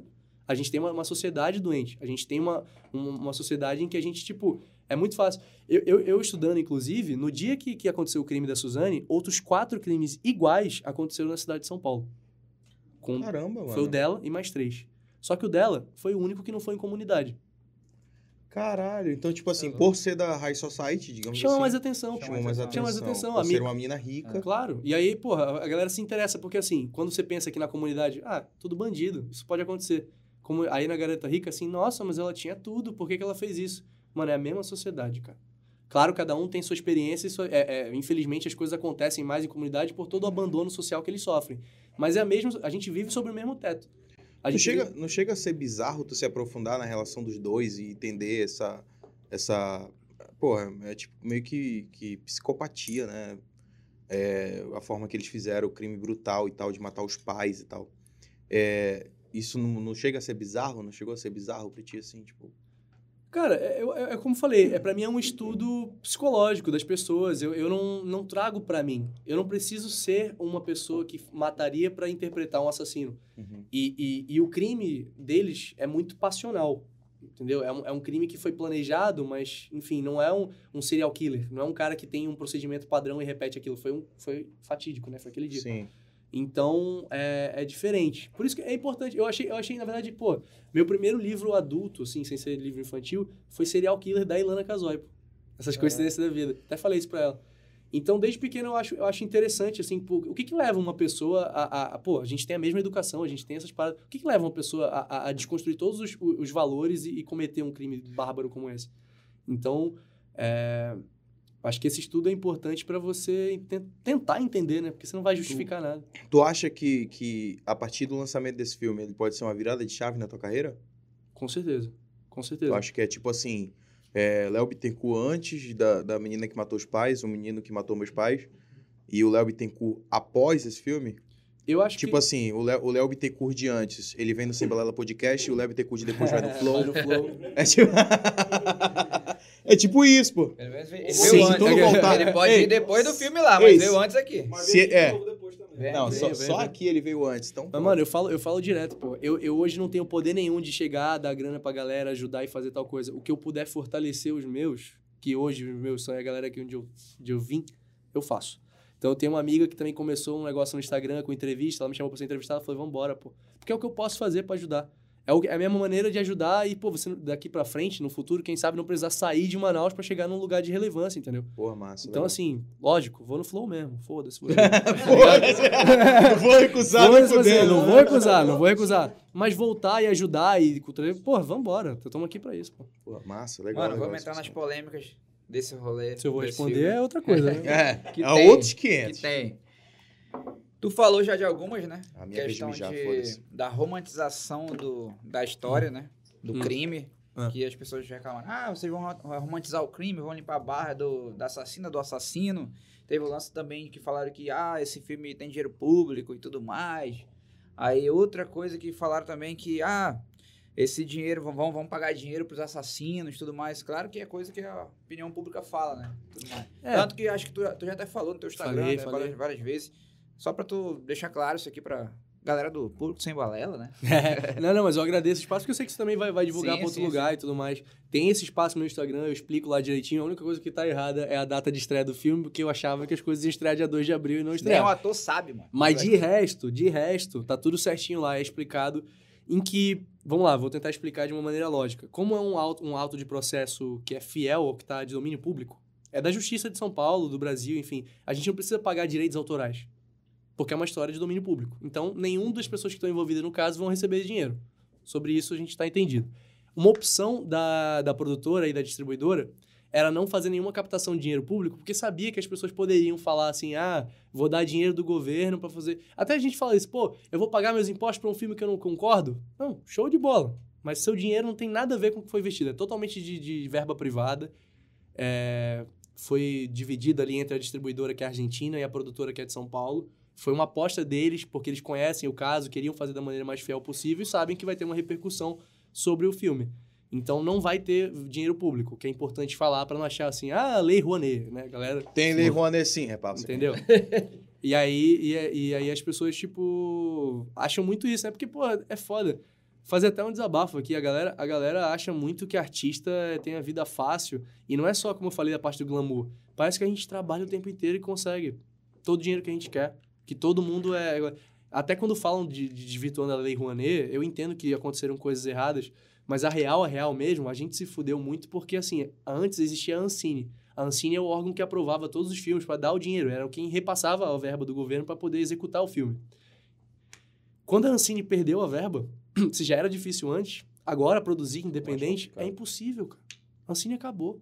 Speaker 4: A gente tem uma, uma sociedade doente. A gente tem uma, um- uma sociedade em que a gente, tipo, é muito fácil. Eu, eu, eu estudando, inclusive, no dia que, que aconteceu o crime da Suzane, outros quatro crimes iguais aconteceram na cidade de São Paulo. Com
Speaker 2: Caramba, mano.
Speaker 4: foi o dela e mais três. Só que o dela foi o único que não foi em comunidade.
Speaker 2: Caralho. Então, tipo assim, por ser da High Society, digamos
Speaker 4: Uhum. Chama
Speaker 2: assim.
Speaker 4: mais atenção.
Speaker 2: Chamou mais atenção.
Speaker 4: Chama mais atenção,
Speaker 2: Por ser
Speaker 4: amigo.
Speaker 2: uma mina rica.
Speaker 4: Claro. E aí, porra, a galera se interessa, porque assim, quando você pensa aqui na comunidade, ah, tudo bandido, isso pode acontecer. Como aí na garota rica, assim, nossa, mas ela tinha tudo, por que, que ela fez isso? Mano, é a mesma sociedade, cara. Claro, cada um tem sua experiência, e sua- é- é, infelizmente as coisas acontecem mais em comunidade por todo o abandono social que eles sofrem. Mas é a mesma, a gente vive sobre o mesmo teto. A
Speaker 2: Não
Speaker 4: gente
Speaker 2: chega, não chega a ser bizarro tu se aprofundar na relação dos dois e entender essa. essa porra, é tipo meio que, que psicopatia, né? É, a forma que eles fizeram o crime brutal e tal, de matar os pais e tal. É, isso não, não chega a ser bizarro? Não chegou a ser bizarro pra ti, assim, tipo.
Speaker 4: Cara, é, eu- é- é como eu falei, é para mim é um estudo psicológico das pessoas. Eu, eu não, não trago pra mim. Eu não preciso ser uma pessoa que mataria pra Uhum. interpretar um assassino. E, e, e o crime deles é muito passional. Entendeu? É um, é um crime que foi planejado, mas, enfim, não é um, um serial killer. Não é um cara que tem um procedimento padrão e repete aquilo. Foi, um, foi fatídico, né? Foi aquele dia.
Speaker 2: Sim.
Speaker 4: Então, é, é diferente. Por isso que é importante. Eu achei, eu achei, na verdade, pô, meu primeiro livro adulto, assim, sem ser livro infantil, foi Serial Killer da Ilana Casoy. pô. Essas coincidências da vida. Até falei isso pra ela. Então, desde pequeno, eu acho, eu acho interessante, assim, pô, o que que leva uma pessoa a, a- a- Pô, a gente tem a mesma educação, a gente tem essas paradas. O que que leva uma pessoa a, a- a desconstruir todos os, os valores e, e cometer um crime bárbaro como esse? Então, é, acho que esse estudo é importante pra você ten- tentar entender, né? Porque você não vai justificar nada.
Speaker 2: Tu acha que, que a partir do lançamento desse filme ele pode ser uma virada de chave na tua carreira?
Speaker 4: Com certeza. Com certeza.
Speaker 2: Eu acho que é tipo assim, é, Léo Bittencourt antes da, da menina que matou os pais, o menino que matou meus pais, e o Léo Bittencourt após esse filme.
Speaker 4: Eu acho
Speaker 2: tipo
Speaker 4: que...
Speaker 2: assim, o Léo, o Léo Bittencourt de antes, ele vem no Sem Balela Podcast, e o Léo Bittencourt de depois vai no assim, Flow.
Speaker 4: Vai no flow.
Speaker 2: É tipo... é tipo isso, pô.
Speaker 1: Pelo menos ele
Speaker 2: Sim,
Speaker 1: veio
Speaker 2: tudo
Speaker 1: antes.
Speaker 2: voltado.
Speaker 1: Ele pode
Speaker 2: Ei,
Speaker 1: ir depois do filme lá, mas
Speaker 2: ei,
Speaker 1: veio antes aqui.
Speaker 3: Mas
Speaker 2: Se-
Speaker 3: veio
Speaker 2: é.
Speaker 3: tudo depois também.
Speaker 1: Vem. né?
Speaker 2: Não, só,
Speaker 4: vem,
Speaker 2: só
Speaker 4: vem.
Speaker 2: aqui ele veio antes, então...
Speaker 4: Mas, mano, eu falo, eu falo direto, pô. Eu, eu hoje não tenho poder nenhum de chegar, dar grana pra galera, ajudar e fazer tal coisa. O que eu puder fortalecer os meus, que hoje os meus são a galera que onde eu, onde eu vim, eu faço. Então eu tenho uma amiga que também começou um negócio no Instagram com entrevista, ela me chamou pra ser entrevistada, ela falou, vambora, pô. Porque é o que eu posso fazer pra ajudar. É o- é a mesma maneira de ajudar e, pô, você não- daqui pra frente, no futuro, quem sabe não precisar sair de Manaus pra chegar num lugar de relevância, entendeu?
Speaker 2: Porra, massa.
Speaker 4: Então,
Speaker 2: legal.
Speaker 4: assim, lógico, vou no flow mesmo, foda-se você.
Speaker 2: Foda-se. Eu vou recusar,
Speaker 4: Vou
Speaker 2: não
Speaker 4: recusar,
Speaker 2: fudendo.
Speaker 4: não vou recusar, não vou recusar. Mas voltar e ajudar e culturar, pô, vambora. Estamos aqui pra isso, pô.
Speaker 2: Pô, massa, legal. assim.
Speaker 1: Mano,
Speaker 2: legal
Speaker 1: vamos
Speaker 2: essa
Speaker 1: entrar nas
Speaker 2: discussão.
Speaker 1: polêmicas desse rolê.
Speaker 4: Se eu vou
Speaker 1: desse
Speaker 4: responder
Speaker 1: filme.
Speaker 4: é outra coisa, né?
Speaker 2: É,
Speaker 1: Que
Speaker 2: é
Speaker 1: tem,
Speaker 2: outros
Speaker 1: que
Speaker 2: 500.
Speaker 1: tem. Tu falou já de algumas, né?
Speaker 2: A minha vez de
Speaker 1: questão
Speaker 2: mijar,
Speaker 1: de-
Speaker 2: foda-se.
Speaker 1: da romantização do, da história, né? Do
Speaker 4: Hum.
Speaker 1: crime.
Speaker 4: É.
Speaker 1: Que as pessoas reclamam. Ah, vocês vão ro- romantizar o crime, vão limpar a barra do, da assassina, do assassino. Teve o lance também que falaram que, ah, esse filme tem dinheiro público e tudo mais. Aí outra coisa que falaram também que, ah, esse dinheiro, vão, vão, vão pagar dinheiro pros assassinos e tudo mais. Claro que é coisa que a opinião pública fala, né? Tudo mais.
Speaker 4: É.
Speaker 1: Tanto que acho que tu, tu já até falou no teu Instagram
Speaker 4: Falei,
Speaker 1: né,
Speaker 4: falei.
Speaker 1: várias- várias vezes. Só pra tu deixar claro isso aqui pra galera do público sem balela, né?
Speaker 4: Não, não, mas eu agradeço o espaço, porque eu sei que você também vai, vai divulgar
Speaker 1: Sim,
Speaker 4: pra outro
Speaker 1: sim,
Speaker 4: lugar e tudo mais. Tem esse espaço no Instagram, eu explico lá direitinho. A única coisa que tá errada é a data de estreia do filme, porque eu achava que as coisas iam estrear dia 2 de abril e não
Speaker 1: Nem o
Speaker 4: estrearam.
Speaker 1: ator sabe, mano.
Speaker 4: Mas de resto, de resto, tá tudo certinho lá, é explicado em que, vamos lá, vou tentar explicar de uma maneira lógica. Como é um auto, um auto de processo que é fiel ao que está de domínio público, é da Justiça de São Paulo, do Brasil, enfim, a gente não precisa pagar direitos autorais, porque é uma história de domínio público. Então, nenhuma das pessoas que estão envolvidas no caso vão receber dinheiro. Sobre isso a gente está entendido. Uma opção da, da produtora e da distribuidora era não fazer nenhuma captação de dinheiro público, porque sabia que as pessoas poderiam falar assim, ah, vou dar dinheiro do governo pra fazer. Até a gente fala isso, pô, eu vou pagar meus impostos pra um filme que eu não concordo? Não, show de bola. Mas seu dinheiro não tem nada a ver com o que foi investido. É totalmente de, de verba privada. É, foi dividido ali entre a distribuidora, que é argentina, e a produtora, que é de São Paulo. Foi uma aposta deles, porque eles conhecem o caso, queriam fazer da maneira mais fiel possível e sabem que vai ter uma repercussão sobre o filme. Então não vai ter dinheiro público, que é importante falar pra não achar assim, ah, Lei Rouanet, né, galera?
Speaker 2: Tem Lei Rouanet sim, repassa.
Speaker 4: Entendeu? e, aí, e, a- e aí as pessoas, tipo, acham muito isso, né? Porque, pô, é foda. Fazer até um desabafo aqui. A galera, a galera acha muito que artista tem a vida fácil. E não é só, como eu falei, a parte do glamour. Parece que a gente trabalha o tempo inteiro e consegue todo o dinheiro que a gente quer. Que todo mundo é. Até quando falam de, de desvirtuando a Lei Rouanet, eu entendo que aconteceram coisas erradas, mas a real, a real mesmo, a gente se fudeu muito porque, assim, antes existia a Ancine. A Ancine é o órgão que aprovava todos os filmes para dar o dinheiro, era quem repassava a verba do governo para poder executar o filme. Quando a Ancine perdeu a verba, se já era difícil antes, agora produzir independente
Speaker 2: complicado.
Speaker 4: é impossível, cara. A Ancine acabou.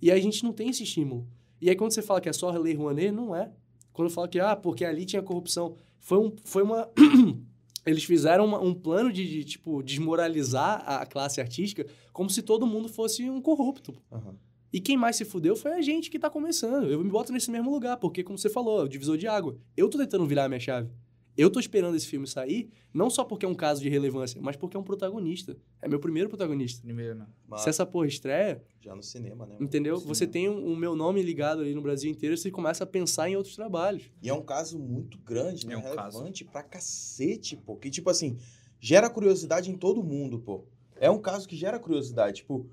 Speaker 4: E aí a gente não tem esse estímulo. E aí quando você fala que é só a Lei Rouanet, não é. Quando fala que, ah, porque ali tinha corrupção. Foi, um, foi uma... Eles fizeram uma- um plano de, de, tipo, desmoralizar a classe artística como se todo mundo fosse um corrupto.
Speaker 2: Aham.
Speaker 4: E quem mais se fudeu foi a gente que tá começando. Eu me boto nesse mesmo lugar, porque, como você falou, é o divisor de água. Eu tô tentando virar a minha chave. Eu tô esperando esse filme sair, não só porque é um caso de relevância, mas porque é um protagonista. É meu primeiro protagonista.
Speaker 1: Primeiro, não.
Speaker 2: Mas
Speaker 4: Se essa porra estreia,
Speaker 2: já no cinema, né? mano?
Speaker 4: entendeu?
Speaker 2: Sim.
Speaker 4: Você tem o um, um meu nome ligado ali no Brasil inteiro, você começa a pensar em outros trabalhos.
Speaker 2: E é um caso muito grande, né?
Speaker 1: É um
Speaker 2: relevante pra cacete, pô. Que, tipo assim, gera curiosidade em todo mundo, pô. É um caso que gera curiosidade. Tipo,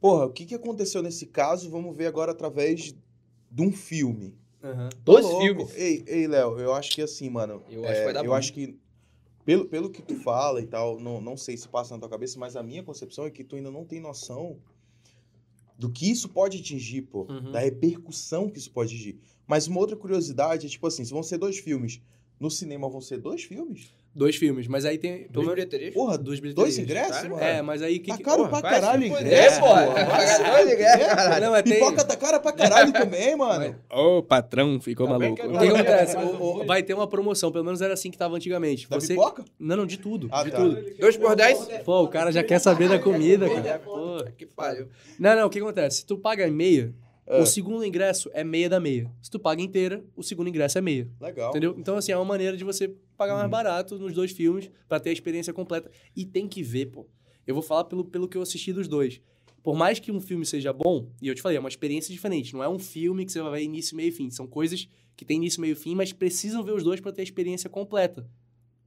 Speaker 2: porra, o que, que aconteceu nesse caso? Vamos ver agora através de um filme.
Speaker 4: Aham.
Speaker 2: Tô
Speaker 1: Dois
Speaker 2: louco.
Speaker 1: filmes.
Speaker 2: Ei, ei, Léo, eu acho que assim, mano.
Speaker 1: Eu acho que vai dar
Speaker 2: Eu
Speaker 1: bom.
Speaker 2: acho que, pelo, pelo que tu fala e tal, não, não sei se passa na tua cabeça, mas a minha concepção é que tu ainda não tem noção do que isso pode atingir, pô.
Speaker 4: Uhum.
Speaker 2: Da repercussão que isso pode atingir. Mas uma outra curiosidade é, tipo assim, se vão ser dois filmes, no cinema vão ser dois filmes?
Speaker 4: Dois filmes, mas aí tem. Pelo
Speaker 1: Dois
Speaker 4: menos
Speaker 1: bilheterias?
Speaker 2: Porra,
Speaker 4: duas bilheterias.
Speaker 2: dois ingressos,
Speaker 1: Claro.
Speaker 2: mano?
Speaker 4: É, mas aí que.
Speaker 2: Tá
Speaker 4: que-
Speaker 1: Porra,
Speaker 2: caro pra
Speaker 1: vai se
Speaker 2: caralho é, o
Speaker 1: fuder,
Speaker 2: ingresso,
Speaker 1: pô.
Speaker 2: pô.
Speaker 1: Vai
Speaker 2: Vai se
Speaker 1: pagar dois
Speaker 2: fuder,
Speaker 1: ingressos,
Speaker 2: pô.
Speaker 4: Não, é, tem-
Speaker 2: Pipoca tá cara pra caralho também, mano.
Speaker 4: Ô, patrão, ficou
Speaker 2: Também
Speaker 4: maluco.
Speaker 2: quero
Speaker 4: O que
Speaker 2: dar-
Speaker 4: acontece?
Speaker 3: mais um
Speaker 4: O- o-
Speaker 3: dois.
Speaker 4: vai ter uma promoção, pelo menos era assim que tava antigamente.
Speaker 2: Da
Speaker 4: Você...
Speaker 2: pipoca?
Speaker 4: Não, não, de tudo.
Speaker 2: Ah,
Speaker 4: de
Speaker 2: tá.
Speaker 4: tudo.
Speaker 1: Dois por dez?
Speaker 4: Pô, o cara já quer saber da comida, cara. Pô.
Speaker 1: Puta Que pariu.
Speaker 4: Não, não, o que acontece? Se tu paga meia,
Speaker 2: Ah.
Speaker 4: o segundo ingresso é meia da meia. Se tu paga inteira, o segundo ingresso é meia.
Speaker 2: Legal.
Speaker 4: Entendeu? Então, assim, é uma maneira de você pagar mais
Speaker 2: Uhum.
Speaker 4: barato nos dois filmes pra ter a experiência completa. E tem que ver, pô. Eu vou falar pelo, pelo que eu assisti dos dois. Por mais que um filme seja bom, e eu te falei, é uma experiência diferente. Não é um filme que você vai ver início, meio e fim. São coisas que tem início, meio e fim, mas precisam ver os dois pra ter a experiência completa.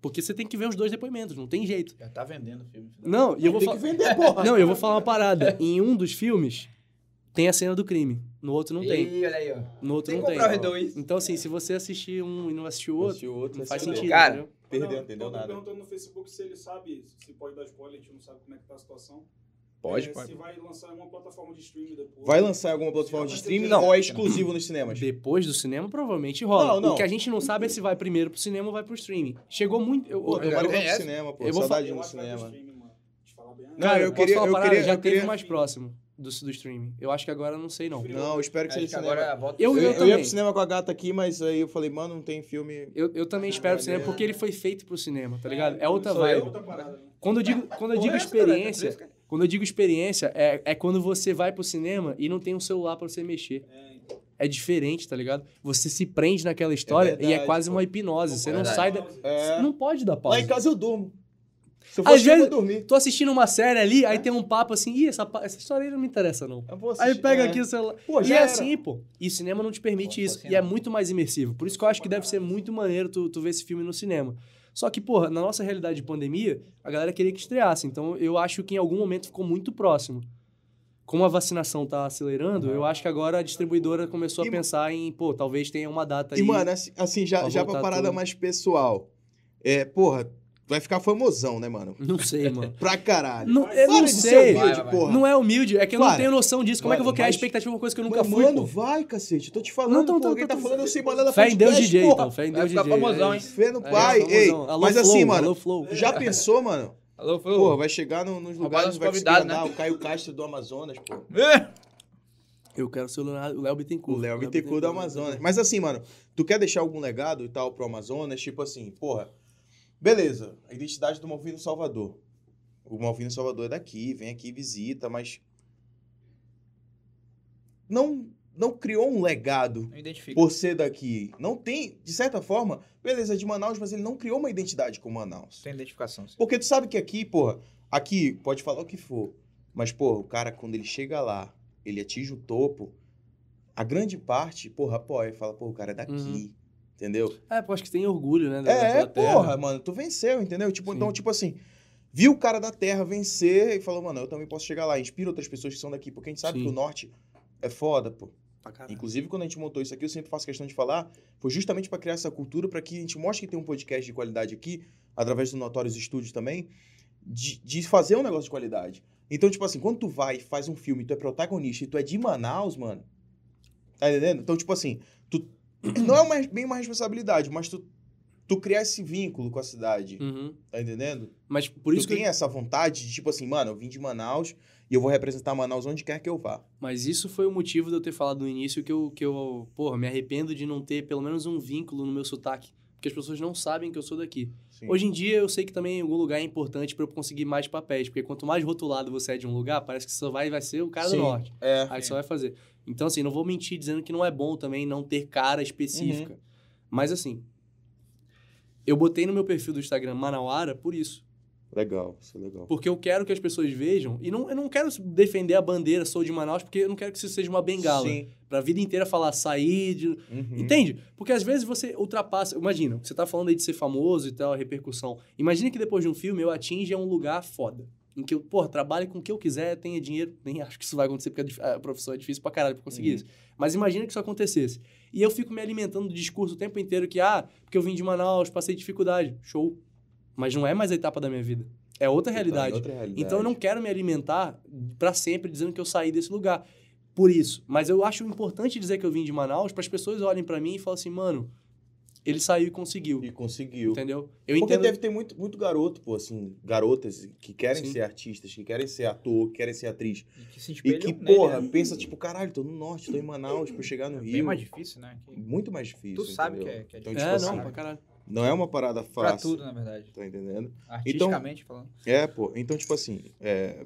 Speaker 4: Porque você tem que ver os dois depoimentos, não tem jeito.
Speaker 1: Já tá vendendo o filme.
Speaker 4: Não, e eu vou
Speaker 2: Tem
Speaker 4: fa-
Speaker 2: que vender, porra.
Speaker 4: Não, eu vou falar uma parada. Em um dos filmes tem a cena do crime, no outro não tem. é
Speaker 1: Ih, olha aí, ó.
Speaker 4: No outro
Speaker 1: Tem que
Speaker 4: não tem.
Speaker 1: comprar os dois.
Speaker 4: Então, assim, se você assistir um e não assistir o outro,
Speaker 2: Esse outro
Speaker 4: não faz
Speaker 2: esse outro.
Speaker 4: sentido.
Speaker 1: Cara,
Speaker 4: entendeu?
Speaker 2: Perdeu,
Speaker 3: Não,
Speaker 2: entendeu
Speaker 3: todo mundo
Speaker 2: nada.
Speaker 3: perguntando no Facebook se ele sabe, se pode dar spoiler, a gente não sabe como é que tá a situação.
Speaker 1: Pode,
Speaker 3: É,
Speaker 1: pode.
Speaker 3: Se vai lançar em uma plataforma de streaming depois.
Speaker 2: Vai lançar em alguma plataforma de streaming
Speaker 3: Não.
Speaker 2: ou é exclusivo nos cinemas?
Speaker 4: Depois do cinema, provavelmente rola.
Speaker 2: Não, não.
Speaker 4: O que a gente não sabe é se vai primeiro pro cinema ou vai pro streaming. Chegou muito. Eu,
Speaker 2: Pô,
Speaker 4: eu-
Speaker 2: eu quero
Speaker 1: tem
Speaker 2: ver no
Speaker 1: essa?
Speaker 2: cinema, pô.
Speaker 4: Eu vou
Speaker 2: Saudade
Speaker 3: Eu
Speaker 2: no
Speaker 3: acho que vai pro
Speaker 2: cinema.
Speaker 3: streaming, mano. Te falar bem.
Speaker 2: Não,
Speaker 4: cara,
Speaker 2: eu
Speaker 4: posso
Speaker 2: queria-
Speaker 4: falar uma
Speaker 2: eu
Speaker 4: parada?
Speaker 2: queria-
Speaker 4: já
Speaker 2: eu
Speaker 4: teve
Speaker 2: queria-
Speaker 4: mais próximo do, do streaming. Eu acho que agora não sei, não.
Speaker 2: Não, eu espero que
Speaker 1: Acho
Speaker 2: seja
Speaker 1: É que
Speaker 2: cinema.
Speaker 1: agora volta.
Speaker 4: Eu-
Speaker 2: Eu, eu, ia
Speaker 4: também.
Speaker 2: pro cinema com a gata aqui, mas aí eu falei, mano, não tem filme.
Speaker 4: Eu, eu também espero pro cinema, porque ele foi feito pro cinema, tá ligado? É outra
Speaker 3: Sou eu.
Speaker 4: vibe.
Speaker 3: Outra parada, né?
Speaker 4: Quando eu digo, quando
Speaker 2: é
Speaker 4: eu digo experiência, Quando eu digo experiência, é, é quando você vai pro cinema e não tem um celular pra você mexer.
Speaker 2: então.
Speaker 4: É diferente, tá ligado? Você se prende naquela história e é
Speaker 2: verdade,
Speaker 4: quase
Speaker 2: pô.
Speaker 4: uma hipnose. Você não
Speaker 1: Verdade.
Speaker 4: sai da.
Speaker 2: É.
Speaker 4: Você não pode dar
Speaker 2: Lá em
Speaker 4: pausa.
Speaker 2: casa eu durmo. Se eu for
Speaker 4: Às
Speaker 2: assistir, eu
Speaker 4: vezes-
Speaker 2: vou dormir.
Speaker 4: Tô assistindo uma série ali,
Speaker 2: É.
Speaker 4: aí tem um papo assim, ih, essa, pa- essa história aí não me interessa, não.
Speaker 2: Eu vou
Speaker 4: Aí
Speaker 2: assistir.
Speaker 4: pega
Speaker 2: É.
Speaker 4: aqui o celular.
Speaker 2: Pô,
Speaker 4: e
Speaker 2: já
Speaker 4: é
Speaker 2: era.
Speaker 4: assim, pô. E cinema não te
Speaker 1: Pô,
Speaker 4: permite isso.
Speaker 1: assim
Speaker 4: E é
Speaker 1: não.
Speaker 4: muito mais imersivo. Por isso que eu acho que deve ser muito maneiro tu, tu ver esse filme no cinema. Só que, porra, na nossa realidade de pandemia, a galera queria que estreasse. Então, eu acho que em algum momento ficou muito próximo. Como a vacinação tá acelerando, eu acho que agora a distribuidora começou
Speaker 2: E,
Speaker 4: a pensar em, pô, talvez tenha uma data Tá aí.
Speaker 2: E, mano, assim, assim, já,
Speaker 4: Pra
Speaker 2: já pra
Speaker 4: voltar
Speaker 2: parada
Speaker 4: tudo.
Speaker 2: mais pessoal. É, porra, vai ficar famosão, né, mano?
Speaker 4: Não sei, mano.
Speaker 2: Pra caralho.
Speaker 4: Não,
Speaker 2: Para
Speaker 4: eu não
Speaker 2: de ser
Speaker 4: sei.
Speaker 1: Vai,
Speaker 2: humilde,
Speaker 1: vai, vai.
Speaker 2: porra.
Speaker 4: Não é humilde, é que eu não
Speaker 2: Cara,
Speaker 4: tenho noção disso. Como é que eu vou
Speaker 2: mano,
Speaker 4: criar
Speaker 2: mas-
Speaker 4: expectativa pra uma coisa que eu nunca
Speaker 2: Mas,
Speaker 4: fui,
Speaker 2: mano,
Speaker 4: pô?
Speaker 2: vai, cacete. Eu tô te
Speaker 4: Não,
Speaker 2: falando,
Speaker 4: então,
Speaker 2: pô.
Speaker 4: então,
Speaker 2: Quem tá
Speaker 4: então,
Speaker 2: falando, eu sei mandar da
Speaker 4: Fé em Deus
Speaker 2: podcast,
Speaker 4: DJ,
Speaker 2: porra.
Speaker 4: então. Fé em
Speaker 1: Vai
Speaker 4: Deus
Speaker 1: ficar
Speaker 4: DJ.
Speaker 1: famosão,
Speaker 4: é
Speaker 1: hein?
Speaker 4: isso.
Speaker 2: Fé no
Speaker 4: É,
Speaker 2: pai.
Speaker 4: famosão.
Speaker 2: Ei,
Speaker 4: Alô,
Speaker 2: mas
Speaker 4: Flow,
Speaker 2: assim, mano,
Speaker 4: alô, Flow.
Speaker 2: já pensou, mano?
Speaker 1: Alô,
Speaker 2: Porra,
Speaker 1: falou.
Speaker 2: vai chegar no- nos
Speaker 1: Agora
Speaker 2: lugares,
Speaker 1: os
Speaker 2: vai
Speaker 1: convidados,
Speaker 2: esquentar o Caio Castro do Amazonas, pô.
Speaker 1: É.
Speaker 4: Eu quero ser o Leonardo- o Léo Bittencourt.
Speaker 2: O Léo Bittencourt do Amazonas. Mas assim, mano, tu quer deixar algum legado e tal pro Amazonas? Tipo assim, porra, beleza, a identidade do Malvino Salvador. O Malvino Salvador é daqui, vem aqui, visita, mas. Não, não criou um legado
Speaker 1: Não identifica.
Speaker 2: por ser daqui. Não tem, de certa forma, beleza, é de Manaus, mas ele não criou uma identidade com Manaus.
Speaker 1: Sem identificação. sim.
Speaker 2: Porque tu sabe que aqui, porra, aqui pode falar o que for, mas, porra, o cara, quando ele chega lá, ele atinge o topo, a grande parte, porra, apoia, fala, pô, o cara é daqui,
Speaker 4: Uhum.
Speaker 2: entendeu?
Speaker 4: É, pô, acho que tem orgulho, né? da- da
Speaker 2: É,
Speaker 4: tua terra.
Speaker 2: porra, mano, tu venceu, entendeu? Tipo,
Speaker 4: Sim.
Speaker 2: então, tipo assim, viu o cara da terra vencer e falou, mano, eu também posso chegar lá, inspira outras pessoas que são daqui, porque a gente sabe
Speaker 4: Sim.
Speaker 2: que o norte é foda, pô.
Speaker 4: Pra caralho.
Speaker 2: Inclusive, quando a gente montou isso aqui, eu sempre faço questão de falar, foi justamente para criar essa cultura, para que a gente mostre que tem um podcast de qualidade aqui, através do Notórios Estúdios também, de, de fazer um negócio de qualidade. Então, tipo assim, quando tu vai e faz um filme, tu é protagonista e tu é de Manaus, mano, tá entendendo? Então, tipo assim, tu não é uma- bem uma responsabilidade, mas tu, tu criar esse vínculo com a cidade,
Speaker 4: Uhum.
Speaker 2: tá entendendo?
Speaker 4: Mas por isso
Speaker 2: tu tem
Speaker 4: que.
Speaker 2: essa vontade de, tipo assim, mano, eu vim de Manaus e eu vou representar Manaus onde quer que eu vá.
Speaker 4: Mas isso foi o motivo de eu ter falado no início que eu, que eu, porra, me arrependo de não ter pelo menos um vínculo no meu sotaque. Porque as pessoas não sabem que eu sou daqui.
Speaker 2: Sim.
Speaker 4: Hoje em dia eu sei que também em algum lugar é importante pra eu conseguir mais papéis. Porque quanto mais rotulado você é de um lugar, parece que só vai, vai ser o cara
Speaker 2: Sim.
Speaker 4: do norte.
Speaker 2: É.
Speaker 4: Aí só vai fazer. Então, assim, não vou mentir dizendo que não é bom também não ter cara específica.
Speaker 2: Uhum.
Speaker 4: Mas assim. Eu botei no meu perfil do Instagram Manauara por isso.
Speaker 2: Legal, isso é legal.
Speaker 4: Porque eu quero que as pessoas vejam. E não, eu não quero defender a bandeira, sou de Manaus, porque eu não quero que isso seja uma bengala.
Speaker 2: Sim.
Speaker 4: Pra vida inteira falar sair de.
Speaker 2: Uhum.
Speaker 1: Então, é
Speaker 4: Entende? Porque às vezes você ultrapassa. Imagina, você tá falando aí de ser famoso e tal, a repercussão. Imagina que depois de um filme eu atinja um lugar foda. em que eu, pô, trabalhe com o que eu quiser, tenha dinheiro. Nem acho que isso vai acontecer, porque a dif- a profissão é difícil pra caralho pra conseguir isso. Mas imagina que isso acontecesse. E eu fico me alimentando do discurso o tempo inteiro que, ah, porque eu vim de Manaus, passei dificuldade. Show. Mas não é mais a etapa da minha vida. É outra realidade.
Speaker 2: Outra realidade.
Speaker 4: Então eu não quero me alimentar pra sempre dizendo que eu saí desse lugar. Por isso. Mas eu acho importante dizer que eu vim de Manaus para as pessoas olhem pra mim e falem assim, mano, ele saiu e conseguiu.
Speaker 2: E conseguiu.
Speaker 4: Entendeu? Eu
Speaker 2: Porque
Speaker 4: entendo.
Speaker 2: deve ter muito, muito garoto, pô, assim, garotas que querem
Speaker 4: Sim.
Speaker 2: ser artistas, que querem ser ator, que querem ser atriz.
Speaker 1: E que se
Speaker 2: E
Speaker 1: espelham
Speaker 2: que,
Speaker 1: nele,
Speaker 2: porra,
Speaker 1: né?
Speaker 2: pensa, tipo, caralho, tô no norte, tô em Manaus, pra eu chegar no
Speaker 1: Bem
Speaker 2: Rio.
Speaker 1: mais difícil, né? Que-
Speaker 2: Muito mais difícil.
Speaker 1: Tu sabe
Speaker 2: entendeu?
Speaker 1: que é- que é
Speaker 2: Então,
Speaker 4: É,
Speaker 2: tipo
Speaker 4: não,
Speaker 2: assim,
Speaker 4: pra caralho.
Speaker 2: não é uma parada
Speaker 1: Pra
Speaker 2: fácil.
Speaker 1: tudo, na verdade.
Speaker 2: Tá entendendo?
Speaker 1: Artisticamente falando.
Speaker 2: É, pô. Então, tipo assim, é,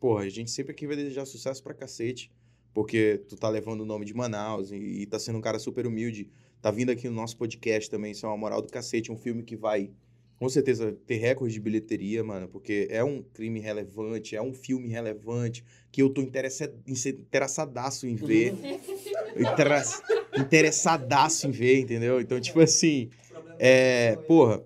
Speaker 2: porra, a gente sempre aqui vai desejar sucesso pra cacete, porque tu tá levando o nome de Manaus e, e tá sendo um cara super humilde, tá vindo aqui no nosso podcast também, isso é uma moral do cacete, um filme que vai, com certeza, ter recorde de bilheteria, mano, porque é um crime relevante, é um filme relevante, que eu tô interessa- inse- interessadaço em ver. Interes- interessadaço em ver, entendeu? Então, tipo assim, é, porra,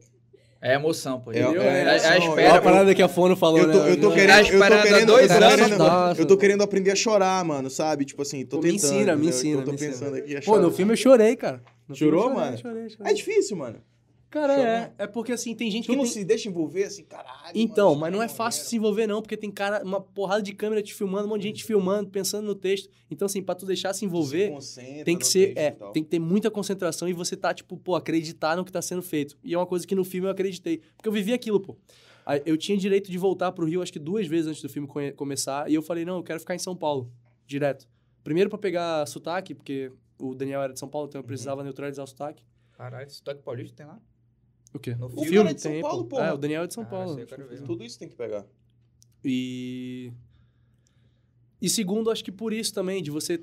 Speaker 1: É emoção, pô.
Speaker 2: É-
Speaker 1: Entendeu?
Speaker 2: é
Speaker 1: a, a
Speaker 2: emoção,
Speaker 4: É
Speaker 2: Pera,
Speaker 4: a
Speaker 1: espera. pô.
Speaker 4: parada que a Fono falou,
Speaker 2: eu tô,
Speaker 4: né?
Speaker 2: eu tô querendo,
Speaker 1: Tá
Speaker 2: eu tô
Speaker 1: esperando há
Speaker 2: querendo,
Speaker 1: dois
Speaker 2: eu tô
Speaker 1: anos.
Speaker 2: querendo,
Speaker 4: Nossa.
Speaker 2: eu tô querendo aprender a chorar, mano, sabe? Tipo assim, tô
Speaker 4: Pô, me
Speaker 2: tentando.
Speaker 4: ensina, me
Speaker 2: entendeu?
Speaker 4: ensina,
Speaker 2: Eu tô
Speaker 4: me ensina.
Speaker 2: pensando aqui. a
Speaker 4: Pô, no
Speaker 2: chorar.
Speaker 4: filme eu chorei, cara. No filme
Speaker 2: Chorou,
Speaker 4: eu chorei,
Speaker 2: mano?
Speaker 4: Chorei, chorei.
Speaker 2: É difícil, mano.
Speaker 4: Cara,
Speaker 2: Chorou.
Speaker 4: é. É porque assim, tem gente
Speaker 2: Tu
Speaker 4: que.
Speaker 2: não
Speaker 4: tem-
Speaker 2: se deixa envolver assim, caralho.
Speaker 4: Então,
Speaker 2: mano,
Speaker 4: mas não é fácil se envolver, não, porque tem cara, uma porrada de câmera te filmando, um monte de gente filmando, pensando no texto. Então, assim, pra tu deixar se envolver, tem que ser. É, tem que ter muita concentração e você tá, tipo, pô, acreditar no que tá sendo feito. E é uma coisa que no filme eu acreditei. Porque eu vivi aquilo, pô. Aí Eu tinha direito de voltar pro Rio, acho que duas vezes antes do filme conhe- começar, e eu falei, não, eu quero ficar em São Paulo, direto. Primeiro pra pegar sotaque, porque o Daniel era de São Paulo, então eu
Speaker 1: Uhum.
Speaker 4: precisava neutralizar o sotaque.
Speaker 1: Caralho, esse toque paulista tem lá.
Speaker 4: O quê?
Speaker 1: No
Speaker 4: O
Speaker 1: filme?
Speaker 2: O cara é de São
Speaker 4: tem,
Speaker 2: Paulo,
Speaker 4: pô.
Speaker 2: porra.
Speaker 4: É, o Daniel é de São
Speaker 1: Ah,
Speaker 4: Paulo.
Speaker 1: esse eu quero ver.
Speaker 2: Tudo isso tem que pegar.
Speaker 4: E. E segundo, acho que por isso também, de você,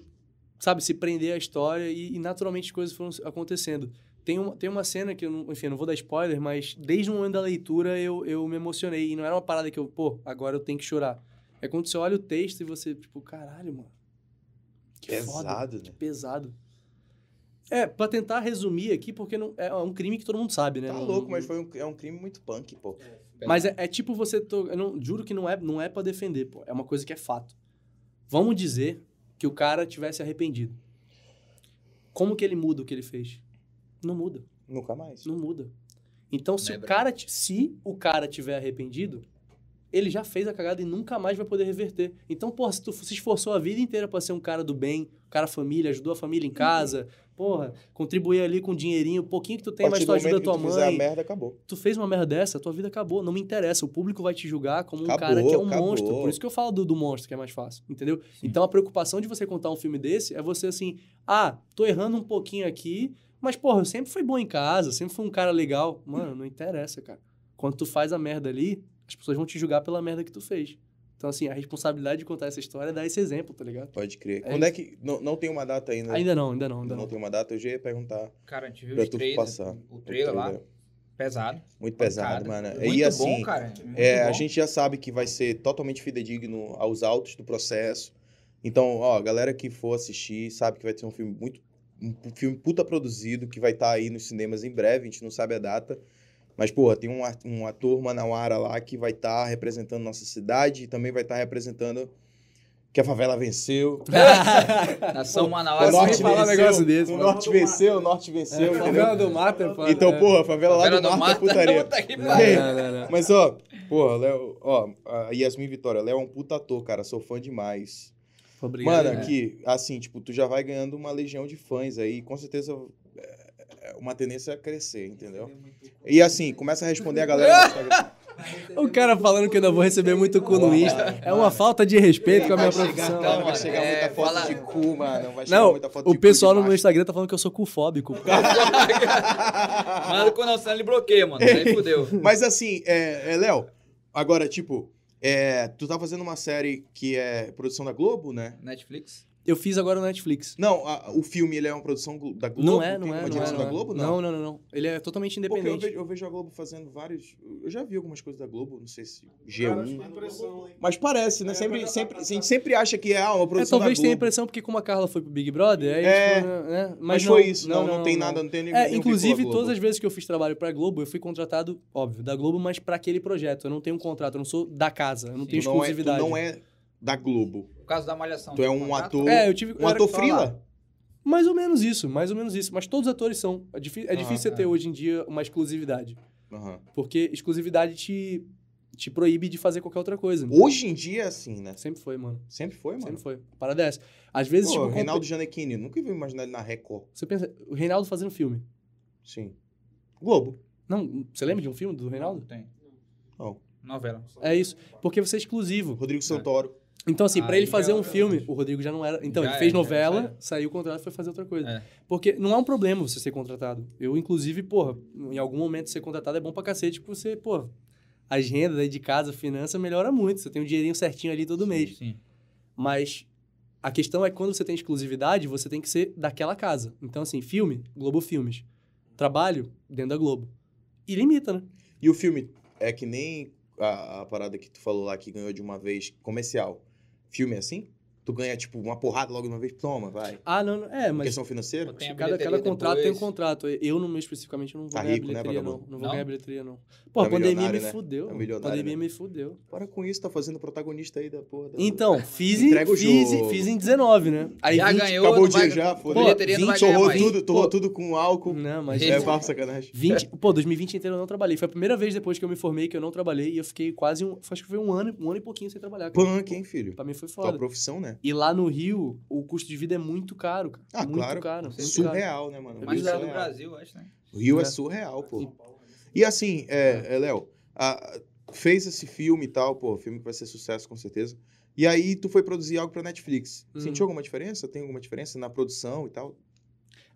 Speaker 4: sabe, se prender à história e, e naturalmente as coisas foram acontecendo. Tem uma, tem uma cena que, eu não, enfim, eu não vou dar spoiler, mas desde o momento da leitura eu, eu me emocionei. E não era uma parada que eu, pô, agora eu tenho que chorar. É quando você olha o texto e você, tipo, caralho, mano. Que foda.
Speaker 2: Pesado, né?
Speaker 4: Pesado. É, pra tentar resumir aqui, porque não, é um crime que todo mundo sabe, né?
Speaker 2: Tá
Speaker 4: Não-
Speaker 2: louco,
Speaker 4: não-
Speaker 2: mas foi um, é um crime muito punk, pô.
Speaker 4: mas é, é tipo você. To... Eu não, juro que não é, não é para defender, pô. É uma coisa que é fato. Vamos dizer que o cara tivesse arrependido. Como que ele muda o que ele fez? Não muda.
Speaker 2: Nunca mais.
Speaker 4: Não muda. Então, se o,
Speaker 1: Lembra.
Speaker 4: cara, ti- se o cara tiver arrependido, ele já fez a cagada e nunca mais vai poder reverter. Então, porra, se tu se esforçou a vida inteira pra ser um cara do bem, um cara família, ajudou a família em
Speaker 2: Uhum.
Speaker 4: casa, porra, contribuiu ali com o dinheirinho, o pouquinho que tu tem,
Speaker 2: A
Speaker 4: mas
Speaker 2: partir
Speaker 4: tu
Speaker 2: do
Speaker 4: ajuda a
Speaker 2: momento que
Speaker 4: tua
Speaker 2: tu fizer a
Speaker 4: mãe.
Speaker 2: merda, acabou.
Speaker 4: Tu fez uma merda dessa, tua vida acabou. Não me interessa. O público vai te julgar como um
Speaker 2: Acabou,
Speaker 4: cara que é um
Speaker 2: acabou.
Speaker 4: monstro. Por isso que eu falo do, do monstro, que é mais fácil, entendeu? Então a preocupação de você contar um filme desse é você assim, ah, tô errando um pouquinho aqui, mas, porra, eu sempre fui bom em casa, sempre fui um cara legal. Mano, não interessa, cara. Quando tu faz a merda ali, as pessoas vão te julgar pela merda que tu fez. Então, assim, a responsabilidade de contar essa história é dar esse exemplo, tá ligado?
Speaker 2: Pode crer.
Speaker 4: É
Speaker 2: Quando é que. Não, não tem uma data ainda.
Speaker 4: Ainda não, ainda não, ainda
Speaker 2: É. não,
Speaker 4: não.
Speaker 2: tem uma data, eu já ia perguntar.
Speaker 1: Cara, a gente viu
Speaker 2: Pra
Speaker 1: os
Speaker 2: tu
Speaker 1: trailer,
Speaker 2: passar.
Speaker 1: o trailer lá, pesado.
Speaker 2: Muito pesado,
Speaker 1: pancada. É
Speaker 2: mano.
Speaker 1: Muito
Speaker 2: e assim,
Speaker 1: bom, cara. muito
Speaker 2: É, a
Speaker 1: bom.
Speaker 2: gente já sabe que vai ser totalmente fidedigno aos autos do processo. Então, ó, a galera que for assistir sabe que vai ter um filme muito. Um filme puta produzido que vai estar aí nos cinemas em breve, a gente não sabe a data. Mas, porra, tem um, at- um ator manauara lá que vai estar representando nossa cidade e também vai estar representando que a favela venceu.
Speaker 1: Nação
Speaker 2: O
Speaker 1: Manaus.
Speaker 2: norte
Speaker 4: falar um
Speaker 2: venceu,
Speaker 4: negócio desse,
Speaker 2: o
Speaker 4: mano. É,
Speaker 2: norte venceu, o norte venceu. entendeu?
Speaker 4: do Mata, é foda,
Speaker 2: então,
Speaker 4: né?
Speaker 2: porra, a favela lá do norte é putaria.
Speaker 1: tá Puta que
Speaker 4: Não,
Speaker 1: pariu.
Speaker 4: não, não, não.
Speaker 2: Mas, ó, porra, Léo, ó, a Yasmin Vitória, Léo é um puta ator, cara, sou fã demais.
Speaker 4: Obrigado,
Speaker 2: Mano,
Speaker 4: né?
Speaker 2: aqui, assim, tipo, tu já vai ganhando uma legião de fãs aí, com certeza é, é uma tendência a crescer, entendeu? E assim, começa a responder a galera no Instagram.
Speaker 4: O cara falando que eu ainda vou receber muito cu no Insta. É uma falta de respeito com a minha
Speaker 2: Vai chegar,
Speaker 4: profissão.
Speaker 2: não, vai
Speaker 1: mano.
Speaker 2: chegar
Speaker 1: É,
Speaker 2: muita foto
Speaker 1: fala-
Speaker 2: de cu, mano. Vai chegar
Speaker 4: Não,
Speaker 2: muita foto tipo de
Speaker 4: o
Speaker 2: cu
Speaker 4: pessoal no meu
Speaker 2: demais.
Speaker 4: Instagram tá falando que eu sou cufóbico. pô.
Speaker 1: Mano, quando o Nelson ele bloqueia, mano. Aí fudeu.
Speaker 2: Mas assim, é, é, Léo, agora, tipo, é, tu tá fazendo uma série que é produção da Globo, né?
Speaker 1: Netflix?
Speaker 4: Eu fiz agora na Netflix.
Speaker 2: Não, a- o filme ele é uma produção glo- da Globo?
Speaker 4: Não é, não
Speaker 2: Tem
Speaker 4: é,
Speaker 2: uma
Speaker 4: não é.
Speaker 2: direção
Speaker 4: Não, é.
Speaker 2: da Globo?
Speaker 4: não, não, não, não. Ele é totalmente
Speaker 2: Porque eu
Speaker 4: independente.
Speaker 2: vejo, eu vejo a Globo fazendo vários. Eu já vi algumas coisas da Globo, não sei se
Speaker 3: Cara,
Speaker 2: G1.
Speaker 3: acho é impressão.
Speaker 2: Mas parece, né?
Speaker 3: É,
Speaker 2: Sempre,
Speaker 3: mas-
Speaker 2: sempre, a gente sempre acha que é ah, uma
Speaker 4: É,
Speaker 2: produção
Speaker 4: talvez
Speaker 2: da
Speaker 4: tenha a
Speaker 2: Globo.
Speaker 4: impressão porque como a Carla foi pro Big Brother, aí,
Speaker 2: É.
Speaker 4: tipo, né? Mas,
Speaker 2: Mas
Speaker 4: não,
Speaker 2: foi isso, não, não, tem nada, não tem nenhum.
Speaker 4: É,
Speaker 2: vínculo
Speaker 4: inclusive,
Speaker 2: à Globo.
Speaker 4: todas as vezes que eu fiz trabalho pra Globo, eu fui contratado, óbvio, da Globo, mas pra aquele projeto. Eu não tenho um contrato, eu não sou da casa, eu não tenho
Speaker 2: Tu não é- tu
Speaker 4: exclusividade.
Speaker 2: não é da Globo.
Speaker 1: O caso da Malhação.
Speaker 2: Tu é um ator.
Speaker 4: É, eu tive. eu
Speaker 2: Um
Speaker 4: era-
Speaker 2: ator frila?
Speaker 4: Mais ou menos isso, mais ou menos isso. Mas todos os atores são. É, difí- é
Speaker 2: Ah,
Speaker 4: difícil você ter hoje em dia uma exclusividade.
Speaker 2: Aham.
Speaker 4: Porque exclusividade te, te proíbe de fazer qualquer outra coisa.
Speaker 2: Hoje em dia é assim, né?
Speaker 4: Sempre foi, mano.
Speaker 2: Sempre foi, mano.
Speaker 4: Sempre foi. Para dessa. Às vezes,
Speaker 2: Pô,
Speaker 4: tipo, comp-
Speaker 2: Reinaldo Gianecchini, nunca vi imaginar ele na Record.
Speaker 4: você pensa, o Reinaldo fazendo filme.
Speaker 2: Sim. Globo.
Speaker 4: Não, você lembra de um filme do Reinaldo?
Speaker 1: Tem.
Speaker 2: Não.
Speaker 1: Novela.
Speaker 4: É isso. Porque você é exclusivo.
Speaker 2: Rodrigo Santoro.
Speaker 4: Então, assim, pra
Speaker 1: Aí
Speaker 4: ele fazer
Speaker 1: já-
Speaker 4: um filme, o Rodrigo já não era. Então,
Speaker 1: Já
Speaker 4: ele
Speaker 1: é,
Speaker 4: fez
Speaker 1: já
Speaker 4: novela,
Speaker 1: saiu.
Speaker 4: saiu o contrato e foi fazer outra coisa.
Speaker 1: É.
Speaker 4: Porque não é um problema você ser contratado. Eu, inclusive, porra, em algum momento ser contratado é bom pra cacete, porque você, porra, as rendas aí de casa, finança, melhora muito. Você tem um dinheirinho certinho ali todo mês.
Speaker 1: Sim.
Speaker 4: Mas a questão é que quando você tem exclusividade, você tem que ser daquela casa. Então, assim, filme, Globo Filmes. Trabalho, dentro da Globo. E limita, né?
Speaker 2: E o filme é que nem a, a parada que tu falou lá que ganhou de uma vez comercial. Filme é assim? Tu ganha, tipo, uma porrada logo de uma vez, toma, vai.
Speaker 4: Ah, não, não é, mas
Speaker 2: Questão financeira?
Speaker 1: Tem a
Speaker 4: cada, cada
Speaker 1: bilheteria
Speaker 4: contrato tem um
Speaker 1: depois.
Speaker 4: contrato. Eu, no meu especificamente, não vou
Speaker 2: Tá
Speaker 4: ganhar
Speaker 2: rico, né,
Speaker 4: bilheteria, não.
Speaker 2: vagabundo?
Speaker 4: Não vou
Speaker 1: Não?
Speaker 4: ganhar bilheteria, não. Pô, a
Speaker 2: Tá
Speaker 4: pandemia me
Speaker 2: milionário, né?
Speaker 4: fudeu.
Speaker 2: Tá
Speaker 4: mano. a
Speaker 2: milionário,
Speaker 4: pandemia
Speaker 2: né?
Speaker 4: me fudeu.
Speaker 2: Para com isso, tá fazendo protagonista aí da porra. Da...
Speaker 4: Então, fiz em,
Speaker 2: Entrega o
Speaker 4: fiz,
Speaker 2: jogo.
Speaker 4: fiz em 19, né? Aí
Speaker 1: já
Speaker 4: 20
Speaker 1: ganhou.
Speaker 2: Acabou o
Speaker 1: não
Speaker 2: dia
Speaker 1: vai-
Speaker 2: já,
Speaker 1: Pô,
Speaker 2: foda-se.
Speaker 1: bilheteria não
Speaker 4: vinte
Speaker 1: vai ganhar
Speaker 2: Torrou
Speaker 1: mais.
Speaker 2: tudo, torrou
Speaker 4: Pô. Uhum.
Speaker 2: tudo com álcool.
Speaker 4: Não, mas...
Speaker 2: É
Speaker 1: Esse-
Speaker 2: papo, sacanagem.
Speaker 4: 20, pô, 2020 inteiro eu não trabalhei. Foi a primeira vez depois que eu me formei que eu não trabalhei e eu fiquei quase um... Acho que foi um ano, um ano e pouquinho sem trabalhar. cara.
Speaker 2: Punk, hein, filho?
Speaker 4: Pra mim foi
Speaker 2: Tua
Speaker 4: foda.
Speaker 2: profissão, né?
Speaker 4: E lá no Rio, o custo de vida é muito caro, cara.
Speaker 2: Ah,
Speaker 4: muito
Speaker 2: claro.
Speaker 4: caro. muito caro.
Speaker 2: Surreal, né, mano?
Speaker 1: Mais
Speaker 2: Muito
Speaker 1: caro do
Speaker 2: surreal.
Speaker 1: Brasil, acho, né?
Speaker 2: O Rio é,
Speaker 4: É.
Speaker 2: surreal, pô. E assim, é, é, Léo, a- fez esse filme e tal, pô, filme que vai ser sucesso com certeza. E aí tu foi produzir algo pra Netflix.
Speaker 4: Uhum.
Speaker 2: Sentiu alguma diferença? Tem alguma diferença na produção e tal?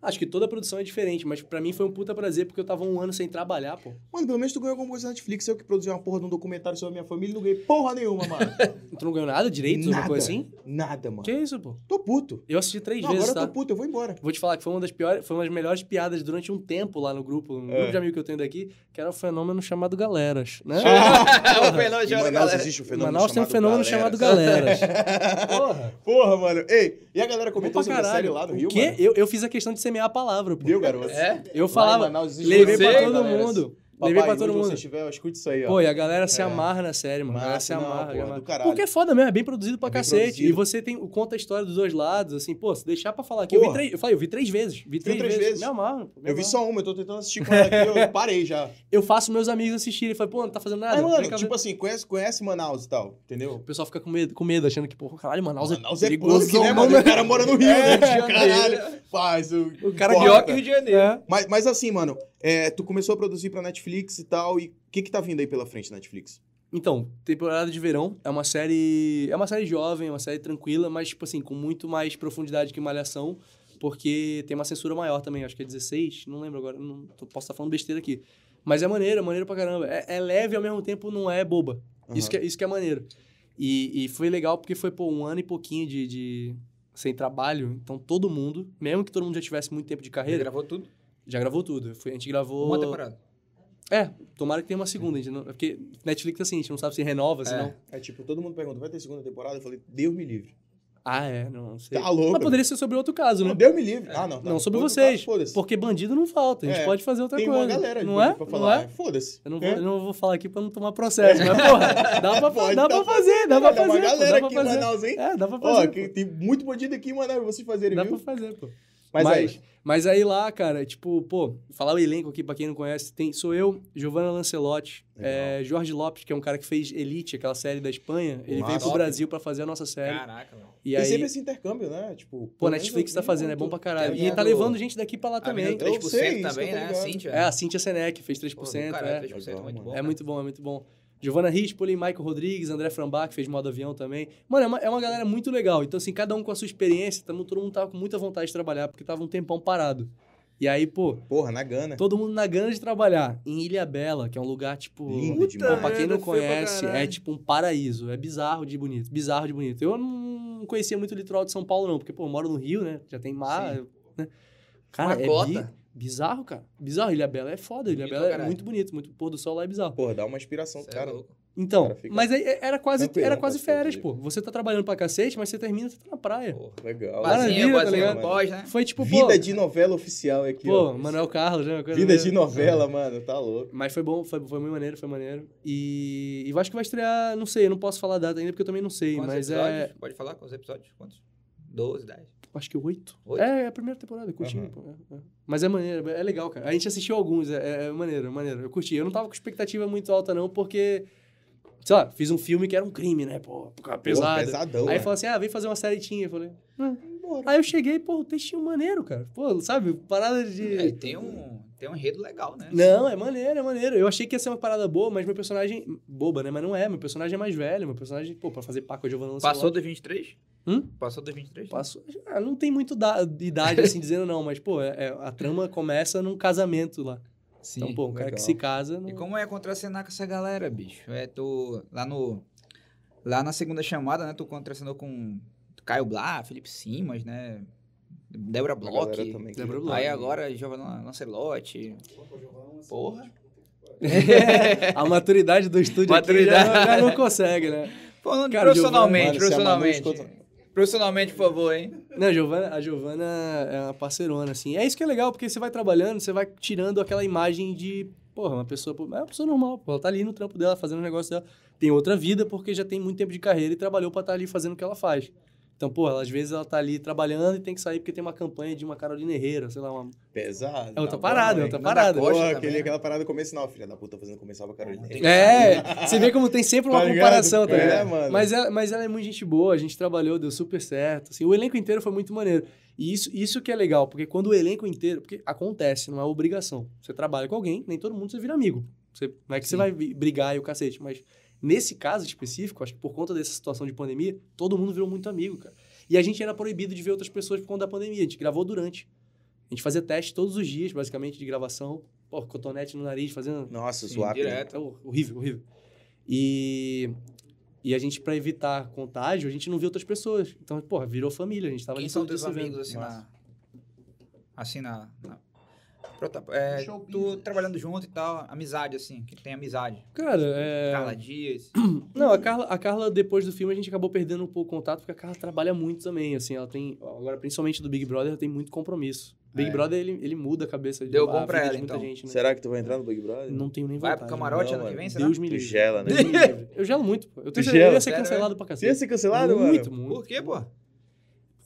Speaker 4: Acho que toda a produção é diferente, mas pra mim foi um puta prazer porque eu tava um ano sem trabalhar, pô.
Speaker 2: Mano, pelo menos tu ganhou alguma coisa na Netflix. Eu que produzi uma porra de um documentário sobre a minha família e não ganhei porra nenhuma, mano.
Speaker 4: Tu não ganhou nada direito, alguma
Speaker 2: Nada.
Speaker 4: coisa assim?
Speaker 2: Nada, mano.
Speaker 4: Que isso, pô?
Speaker 2: Tô puto.
Speaker 4: Eu assisti três
Speaker 2: Não,
Speaker 4: vezes,
Speaker 2: agora
Speaker 4: tá?
Speaker 2: eu tô puto, eu vou embora.
Speaker 4: Vou te falar que foi uma das piores, foi uma das melhores piadas durante um tempo lá no grupo, um
Speaker 2: É.
Speaker 4: grupo de amigo que eu tenho daqui, que era o fenômeno chamado Galeras, né?
Speaker 1: É o fenômeno
Speaker 2: Em Manaus
Speaker 1: da galera.
Speaker 2: existe um
Speaker 4: Em
Speaker 2: fenômeno
Speaker 4: Manaus tem um
Speaker 2: chamado
Speaker 4: fenômeno
Speaker 2: galera.
Speaker 4: chamado Galeras. Porra.
Speaker 2: Porra, mano. Ei, e a galera comentou
Speaker 4: Bom pra
Speaker 2: sobre a
Speaker 4: caralho.
Speaker 2: série lá no Rio,
Speaker 4: O quê?
Speaker 2: mano?
Speaker 4: Eu, eu fiz a questão de semear a palavra, pô.
Speaker 2: Viu, garoto?
Speaker 1: É?
Speaker 4: Eu falava, levei
Speaker 2: um
Speaker 4: pra todo mundo. levei pra todo
Speaker 2: Se você
Speaker 4: mundo.
Speaker 2: estiver, escute isso aí, ó.
Speaker 4: Pô, e a galera se
Speaker 2: É.
Speaker 4: amarra na série, mano. A galera
Speaker 2: Massa,
Speaker 4: se
Speaker 2: não,
Speaker 4: amarra.
Speaker 2: porra,
Speaker 4: a galera-
Speaker 2: do caralho.
Speaker 4: Porque é foda mesmo, é bem produzido pra
Speaker 2: É bem
Speaker 4: cacete.
Speaker 2: produzido.
Speaker 4: E você tem, conta a história dos dois lados, assim, pô, se deixar pra falar aqui. Eu
Speaker 2: Porra.
Speaker 4: vi três, eu falei, eu vi três vezes. Vi três,
Speaker 2: três
Speaker 4: vezes.
Speaker 2: vezes?
Speaker 4: Me amarro. pô, me
Speaker 2: Eu vi
Speaker 4: amarro.
Speaker 2: só uma, eu tô tentando assistir com ela aqui, eu parei já.
Speaker 4: Eu faço meus amigos assistirem. Falei, pô, não tá fazendo nada.
Speaker 2: Mas,
Speaker 4: vem
Speaker 2: mano,
Speaker 4: cá
Speaker 2: tipo
Speaker 4: ver.
Speaker 2: assim, conhece, conhece Manaus e tal, entendeu?
Speaker 4: O pessoal fica com medo, com medo achando que, pô, caralho, Manaus,
Speaker 2: Manaus
Speaker 4: é
Speaker 2: é
Speaker 4: perigoso.
Speaker 2: punk, né, mano? O cara mora no Rio, né?
Speaker 4: É, Rio de Janeiro.
Speaker 2: Caralho, faz o...
Speaker 4: O cara
Speaker 2: Porra,
Speaker 4: carioca
Speaker 2: cara.
Speaker 4: Rio de Janeiro. É.
Speaker 2: Mas, mas assim, mano, é, tu começou a produzir pra Netflix e tal, e o que que tá vindo aí pela frente, Netflix?
Speaker 4: Então, temporada de verão é uma série. É uma série jovem, é uma série tranquila, mas, tipo assim, com muito mais profundidade que malhação, porque tem uma censura maior também, acho que é 16, não lembro agora, não, tô- posso estar falando besteira aqui. Mas é maneiro, é maneiro pra caramba. É, é leve ao mesmo tempo não é boba. Isso, que, é- isso que é maneiro. E, e foi legal porque foi, pô, um ano e pouquinho de, de- sem trabalho. Então todo mundo, mesmo que todo mundo já tivesse muito tempo de
Speaker 1: Ele
Speaker 4: carreira,
Speaker 1: gravou tudo?
Speaker 4: já gravou tudo. Foi- a gente gravou.
Speaker 1: Uma temporada.
Speaker 4: É, tomara que tenha uma segunda. A gente não, porque Netflix é assim, a gente não sabe se renova, se
Speaker 1: É.
Speaker 4: não.
Speaker 2: É tipo, todo mundo pergunta, vai ter segunda temporada? Eu falei, Deus me livre.
Speaker 4: Ah, é, não não sei.
Speaker 2: Tá louco.
Speaker 4: Mas poderia ser sobre outro caso, né?
Speaker 2: Não, Deus me livre. Ah, não. tá.
Speaker 4: Não, sobre
Speaker 2: Outro
Speaker 4: vocês.
Speaker 2: caso, Foda-se.
Speaker 4: Porque bandido não falta, a gente
Speaker 2: É,
Speaker 4: pode fazer outra
Speaker 2: Tem
Speaker 4: coisa.
Speaker 2: uma galera de
Speaker 4: não
Speaker 2: coisa
Speaker 4: é?
Speaker 2: pra
Speaker 4: Não
Speaker 2: falar.
Speaker 4: é?
Speaker 2: é? Foda-se.
Speaker 4: Eu não, vou,
Speaker 2: É?
Speaker 4: eu não vou falar aqui pra não tomar processo, mas porra, dá pra,
Speaker 2: Pode,
Speaker 4: dá
Speaker 2: dá
Speaker 4: pra
Speaker 2: pra-
Speaker 4: fazer, dá pra
Speaker 2: Olha,
Speaker 4: fazer.
Speaker 2: Uma
Speaker 4: pô,
Speaker 2: galera
Speaker 4: dá
Speaker 2: aqui
Speaker 4: pra
Speaker 2: em
Speaker 4: fazer.
Speaker 2: Manaus, hein?
Speaker 4: É, dá pra
Speaker 2: Ó,
Speaker 4: fazer.
Speaker 2: que tem muito bandido aqui em Manaus, vocês
Speaker 4: pô.
Speaker 2: fazerem,
Speaker 4: Dá
Speaker 2: viu?
Speaker 4: pra fazer, pô.
Speaker 2: Mas, é
Speaker 4: Mas- é
Speaker 2: aí,
Speaker 4: Mas aí lá, cara, tipo, pô, falar o elenco aqui pra quem não conhece, tem, sou eu, Giovanna Lancelotti,
Speaker 2: Legal.
Speaker 4: é, Jorge Lopes, que é um cara que fez Elite, aquela série da Espanha, ele veio
Speaker 2: Massa.
Speaker 4: pro Brasil pra fazer a nossa série.
Speaker 1: Caraca, mano.
Speaker 4: e
Speaker 2: tem
Speaker 4: aí,
Speaker 2: sempre esse intercâmbio, né? Tipo,
Speaker 4: pô,
Speaker 2: pelo
Speaker 4: a
Speaker 2: menos
Speaker 4: Netflix
Speaker 2: eu
Speaker 4: tá
Speaker 2: vi, um
Speaker 4: fazendo,
Speaker 2: eu
Speaker 4: é bom
Speaker 2: tô-
Speaker 4: pra caralho.
Speaker 1: Tem
Speaker 4: E tá
Speaker 1: a do-
Speaker 4: levando gente daqui pra
Speaker 5: Ah,
Speaker 4: lá também.
Speaker 1: Avenida 3%
Speaker 2: Eu sei, isso
Speaker 1: também,
Speaker 2: que
Speaker 5: tá
Speaker 2: eu
Speaker 1: né?
Speaker 2: tô ligado.
Speaker 1: Cíntia.
Speaker 4: É, a Cintia Senec fez 3%,
Speaker 1: Pô, cara,
Speaker 4: é.
Speaker 1: 3% é muito bom.
Speaker 4: É muito bom, é muito bom. Giovanna Rispoli, Michael Rodrigues, André Frambach, fez modo avião também. Mano, é uma, é uma galera muito legal. Então, assim, cada um com a sua experiência, tamo, todo mundo tava com muita vontade de trabalhar, porque tava um tempão parado. E aí, pô,
Speaker 2: Porra, na Gana.
Speaker 4: todo mundo na gana de trabalhar. Em Ilha Bela, que é um lugar, tipo.
Speaker 2: Lindo
Speaker 4: Pô,
Speaker 2: demais.
Speaker 4: pra quem não
Speaker 1: merda, feio pra
Speaker 4: conhece, é
Speaker 1: caralho.
Speaker 4: tipo um paraíso. É bizarro de bonito. Bizarro de bonito. Eu não conhecia muito o litoral de São Paulo, não, porque, pô, eu moro no Rio, né? Já tem mar. né? Cara,
Speaker 5: Uma
Speaker 4: é
Speaker 5: cota.
Speaker 4: bi- bizarro, cara. Bizarro. Ilha Bela é foda. Ilha
Speaker 5: Bonito
Speaker 4: Bela
Speaker 5: pra
Speaker 4: é
Speaker 5: caralho.
Speaker 4: muito bonito. Muito pôr do sol lá é bizarro.
Speaker 2: Porra, dá uma inspiração,
Speaker 5: Cê é
Speaker 2: cara. né?
Speaker 5: louco.
Speaker 4: Então,
Speaker 2: Cara, fica
Speaker 4: mas aí é- era quase,
Speaker 2: tranquilão
Speaker 4: era
Speaker 2: pra
Speaker 4: quase
Speaker 2: ser
Speaker 4: férias,
Speaker 2: livre.
Speaker 4: pô. Você tá trabalhando pra cacete, mas você termina, você tá na praia.
Speaker 5: Porra.
Speaker 2: Legal.
Speaker 4: Maravilha,
Speaker 5: Bazinho,
Speaker 4: tá
Speaker 5: bazinho
Speaker 4: ligado?
Speaker 5: no pós, né?
Speaker 4: Foi tipo, pô,
Speaker 2: É. Vida de novela oficial aqui,
Speaker 4: pô
Speaker 2: ó.
Speaker 4: Manuel Carlos, né? uma coisa
Speaker 2: Vida
Speaker 4: meio-
Speaker 2: de novela, mano, tá louco.
Speaker 4: Mas foi bom, foi, foi muito maneiro, foi maneiro. E, e eu acho que vai estrear, não sei, eu não posso falar a data ainda, porque eu também não sei,
Speaker 5: Quantos
Speaker 4: mas
Speaker 5: episódios?
Speaker 4: é.
Speaker 5: Pode falar quantos episódios? Quantos? 12, 10.
Speaker 4: Acho que oito.
Speaker 5: Oito?
Speaker 4: É, é a primeira temporada, eu curti.
Speaker 2: Aham.
Speaker 4: pô, é, é. Mas é maneiro, é legal, cara. A gente assistiu alguns, é, é- é maneiro, é maneiro. Eu curti. Eu não tava com expectativa muito alta, não, porque. Sei lá, fiz um filme que era um crime, né? Pô,
Speaker 2: Pô,
Speaker 4: pesado.
Speaker 2: pesadão.
Speaker 4: Aí
Speaker 5: é.
Speaker 2: mano.
Speaker 4: falou assim: ah, vem fazer uma séritinha. Eu falei. "Ah." Aí eu cheguei, pô, o textinho maneiro, cara. Pô, sabe, parada de.
Speaker 5: É, tem, um, tem um enredo legal, né?
Speaker 4: Não, é maneiro, é maneiro. Eu achei que ia ser uma parada boa, mas meu personagem. Boba, né? Mas não é. Meu personagem é mais velho. Meu personagem, pô, pra fazer Paco Giovanna no
Speaker 5: Passou
Speaker 4: celular.
Speaker 5: dos 23?
Speaker 4: Hum?
Speaker 5: Passou dos 23?
Speaker 4: Passou. Ah, não tem muito da- idade assim dizendo, não, mas, pô, é- é- a trama começa num casamento lá.
Speaker 5: Sim.
Speaker 4: então, pô, um cara
Speaker 2: legal.
Speaker 4: que se casa. Não...
Speaker 5: E como é contracenar com essa galera, bicho? É, tu. Lá no. Lá na segunda chamada, né? Tu contracenou com Caio Blá, Felipe Simas, né? Débora
Speaker 2: Pra
Speaker 5: Bloch.
Speaker 2: galera também que-
Speaker 4: Lembra o
Speaker 5: Aí
Speaker 4: nome?
Speaker 5: agora Giovanna Lancelotti. Porra.
Speaker 4: É, a maturidade do estúdio
Speaker 5: Maturidade.
Speaker 4: aqui já, já não consegue, né?
Speaker 5: Falando
Speaker 4: Cara,
Speaker 5: profissionalmente,
Speaker 2: Giovanna, mano, se
Speaker 5: profissionalmente.
Speaker 2: a Manu
Speaker 5: Profissionalmente, por favor, hein?
Speaker 4: Não, a Giovana, a Giovana é uma parceirona, assim. É isso que é legal, porque você vai trabalhando, você vai tirando aquela imagem de, porra, uma pessoa, pô, é uma pessoa normal, pô, ela tá ali no trampo dela, fazendo o negócio dela. Tem outra vida, porque já tem muito tempo de carreira e trabalhou pra estar ali fazendo o que ela faz. Então, pô, ela, às vezes ela tá ali trabalhando e tem que sair porque tem uma campanha de uma Carolina Herrera, sei lá, uma...
Speaker 2: Pesado.
Speaker 4: É outra
Speaker 2: tá
Speaker 4: parada,
Speaker 2: bom,
Speaker 4: é
Speaker 2: hein?
Speaker 4: outra
Speaker 5: Nanda
Speaker 4: parada.
Speaker 5: Costa
Speaker 2: Porra,
Speaker 5: também,
Speaker 2: aquele,
Speaker 5: né?
Speaker 2: aquela parada comercial, filha da puta, fazendo comercial pra Carolina.
Speaker 4: É, você vê como tem sempre uma
Speaker 2: Tá ligado?
Speaker 4: comparação, tá
Speaker 2: É,
Speaker 4: ligado?
Speaker 2: mano.
Speaker 4: Mas, ela, mas ela é muito gente boa, a gente trabalhou, deu super certo. Assim, o elenco inteiro foi muito maneiro. E isso, isso que é legal, porque quando o elenco inteiro. Porque acontece, não é obrigação. Você trabalha com alguém, nem todo mundo você vira amigo. Você- não é que você vai vi- brigar e o cacete, mas nesse caso específico, acho que por conta dessa situação de pandemia, todo mundo virou muito amigo, cara. E a gente era proibido de ver outras pessoas por conta da pandemia. A gente gravou durante. A gente fazia teste todos os dias, basicamente, de gravação. Pô, cotonete no nariz, fazendo
Speaker 2: Nossa,
Speaker 5: Sim,
Speaker 2: suave. né?
Speaker 5: direto.
Speaker 4: é hor- horrível, horrível. E, e a gente, pra evitar contágio, a gente não viu outras pessoas. Então, porra, virou família. A gente tava
Speaker 5: Quem
Speaker 4: ali
Speaker 5: são
Speaker 4: todo dia
Speaker 5: teus
Speaker 4: se vendo.
Speaker 5: amigos, assim,
Speaker 4: Nossa.
Speaker 5: na. Assim, na. na- prota- é,
Speaker 6: Show
Speaker 5: tu
Speaker 6: business.
Speaker 5: trabalhando junto e tal, amizade, assim, que tem amizade.
Speaker 4: Cara, é...
Speaker 5: Carla Dias.
Speaker 4: Não, a Carla, a Carla, depois do filme, a gente acabou perdendo um pouco o contato, porque a Carla trabalha muito também, assim. Ela tem... Agora, principalmente do Big Brother, ela tem muito compromisso. Big
Speaker 5: É.
Speaker 4: Brother, ele, ele muda a cabeça de,
Speaker 5: Deu
Speaker 4: a
Speaker 5: bom pra
Speaker 4: vida
Speaker 5: ela,
Speaker 4: de muita
Speaker 5: então.
Speaker 4: gente, né?
Speaker 2: Será que tu vai entrar no Big Brother?
Speaker 4: Não tenho nem
Speaker 5: Vai
Speaker 4: vontade.
Speaker 5: pro camarote né?
Speaker 2: não,
Speaker 5: ano que
Speaker 2: mano.
Speaker 5: vem, será?
Speaker 4: Deus me
Speaker 2: Tu
Speaker 4: livre.
Speaker 2: gela, né?
Speaker 4: Deus me livre. Eu gelo muito, pô. Eu, tenho
Speaker 2: Tu
Speaker 4: certeza- eu ia
Speaker 2: gela?
Speaker 4: ser
Speaker 5: Sério, é?
Speaker 4: cancelado pra
Speaker 2: Você ia
Speaker 4: cacete.
Speaker 2: ser cancelado, mano?
Speaker 4: muito, muito.
Speaker 5: Por quê, pô?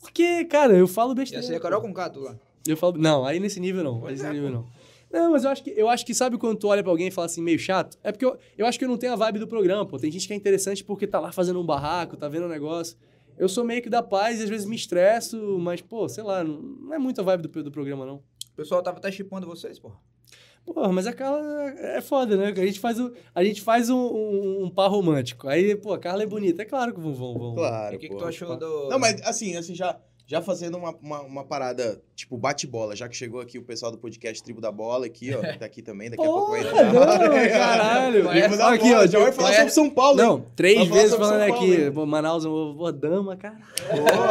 Speaker 4: Porque, cara, eu falo besteira.
Speaker 5: Ia ser a Carol com K, tu lá.
Speaker 4: Eu falo, não, aí nesse nível não, aí nesse
Speaker 2: é,
Speaker 4: nível não. Não, mas eu acho que eu acho que sabe quando tu olha pra alguém e fala assim, meio chato? É porque eu, eu acho que eu não tenho a vibe do programa, pô. Tem gente que é interessante porque tá lá fazendo um barraco, tá vendo um negócio. Eu sou meio que da paz e às vezes me estresso, mas, pô, sei lá, não, não é muito a vibe do, do programa, não.
Speaker 5: O pessoal tava até chipando vocês, pô.
Speaker 4: Porra, mas a Carla é foda, né? A gente faz, o, a gente faz um, um, um par romântico. Aí, pô, a Carla é bonita. É claro que vão, vão, vão.
Speaker 2: Claro,
Speaker 5: E o que, que
Speaker 2: pô.
Speaker 5: tu achou do.
Speaker 2: Não, mas assim, assim, já, já fazendo uma, uma, uma parada, tipo, bate-bola, já que chegou aqui o pessoal do podcast Tribo da Bola aqui, ó, que tá aqui também, daqui a pouco vai
Speaker 4: Porra,
Speaker 2: entrar.
Speaker 4: não, caralho.
Speaker 2: Tribo da
Speaker 4: Aqui,
Speaker 2: Bola,
Speaker 4: ó,
Speaker 2: já vai falar
Speaker 5: é-
Speaker 2: sobre São Paulo, hein?
Speaker 4: Não, três
Speaker 2: Vai falar
Speaker 4: vezes
Speaker 2: sobre
Speaker 4: falando
Speaker 2: São Paulo,
Speaker 4: aqui.
Speaker 2: né?
Speaker 4: Pô, Manaus, ô, ô, dama, cara.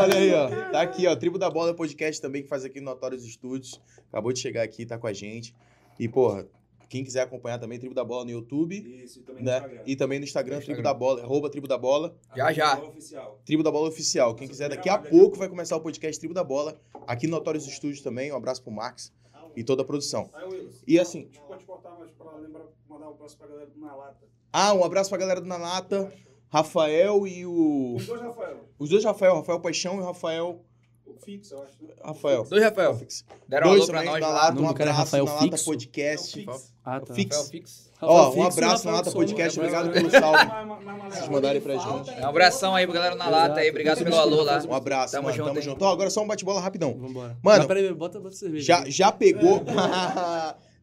Speaker 2: Olha aí, ó. Tá aqui, ó. Tribo da Bola podcast também, que faz aqui no Notórios Estúdios. Acabou de chegar aqui, tá com a gente. E, porra, quem quiser acompanhar também, Tribo da Bola no YouTube,
Speaker 3: Isso, e também no
Speaker 2: né?
Speaker 3: Instagram.
Speaker 2: E também no Instagram, Tribo da Bola, arroba Tribo da Bola,
Speaker 5: Já, já.
Speaker 3: Arroba Oficial.
Speaker 2: Tribo da Bola Oficial. Quem quiser, daqui a pouco vai começar o podcast Tribo da Bola, aqui no Notórios Estúdios também. Um abraço pro Max e toda a produção.
Speaker 3: Aí, Willis.
Speaker 2: E assim-
Speaker 3: A gente pode cortar, mas pra lembrar, mandar um abraço pra galera do Na Lata.
Speaker 2: Ah, um abraço pra galera do Nanata, Rafael e o.
Speaker 3: Os dois, Rafael.
Speaker 2: Os dois Rafael, Rafael Paixão e o Rafael.
Speaker 3: O fixo, eu acho. né?
Speaker 2: Rafael.
Speaker 5: Dois Rafael. Deram um
Speaker 2: Dois
Speaker 5: alô pra
Speaker 2: também
Speaker 5: nós
Speaker 2: da
Speaker 7: né?
Speaker 5: lá.
Speaker 2: Lata,
Speaker 4: O
Speaker 2: um
Speaker 4: nome do cara é
Speaker 2: abraço
Speaker 4: Rafael
Speaker 2: na Lata
Speaker 4: Fixo?
Speaker 2: Podcast.
Speaker 3: É o fixo.
Speaker 4: Ah, tá.
Speaker 2: Fix.
Speaker 5: Rafael Fix.
Speaker 2: Ó,
Speaker 4: Rafael
Speaker 2: um
Speaker 4: Fix e
Speaker 2: abraço na
Speaker 4: Rafael
Speaker 2: Lata
Speaker 4: Souza.
Speaker 2: Podcast,
Speaker 4: Um abraço.
Speaker 2: obrigado pelo salve.
Speaker 3: Mais- mais- mais maneiro.
Speaker 2: Vocês mandaram aí pra gente.
Speaker 7: É
Speaker 5: Um abração aí pro galera na lata aí. Obrigado pelo alô lá.
Speaker 2: Um abraço,
Speaker 5: Tamo
Speaker 2: mano.
Speaker 5: junto,
Speaker 2: tamo
Speaker 5: hein?
Speaker 2: junto. Ó, agora só um bate-bola rapidão.
Speaker 4: Vambora.
Speaker 2: Mano,
Speaker 4: Mas peraí, bota, bota cerveja.
Speaker 2: Já, já pegou.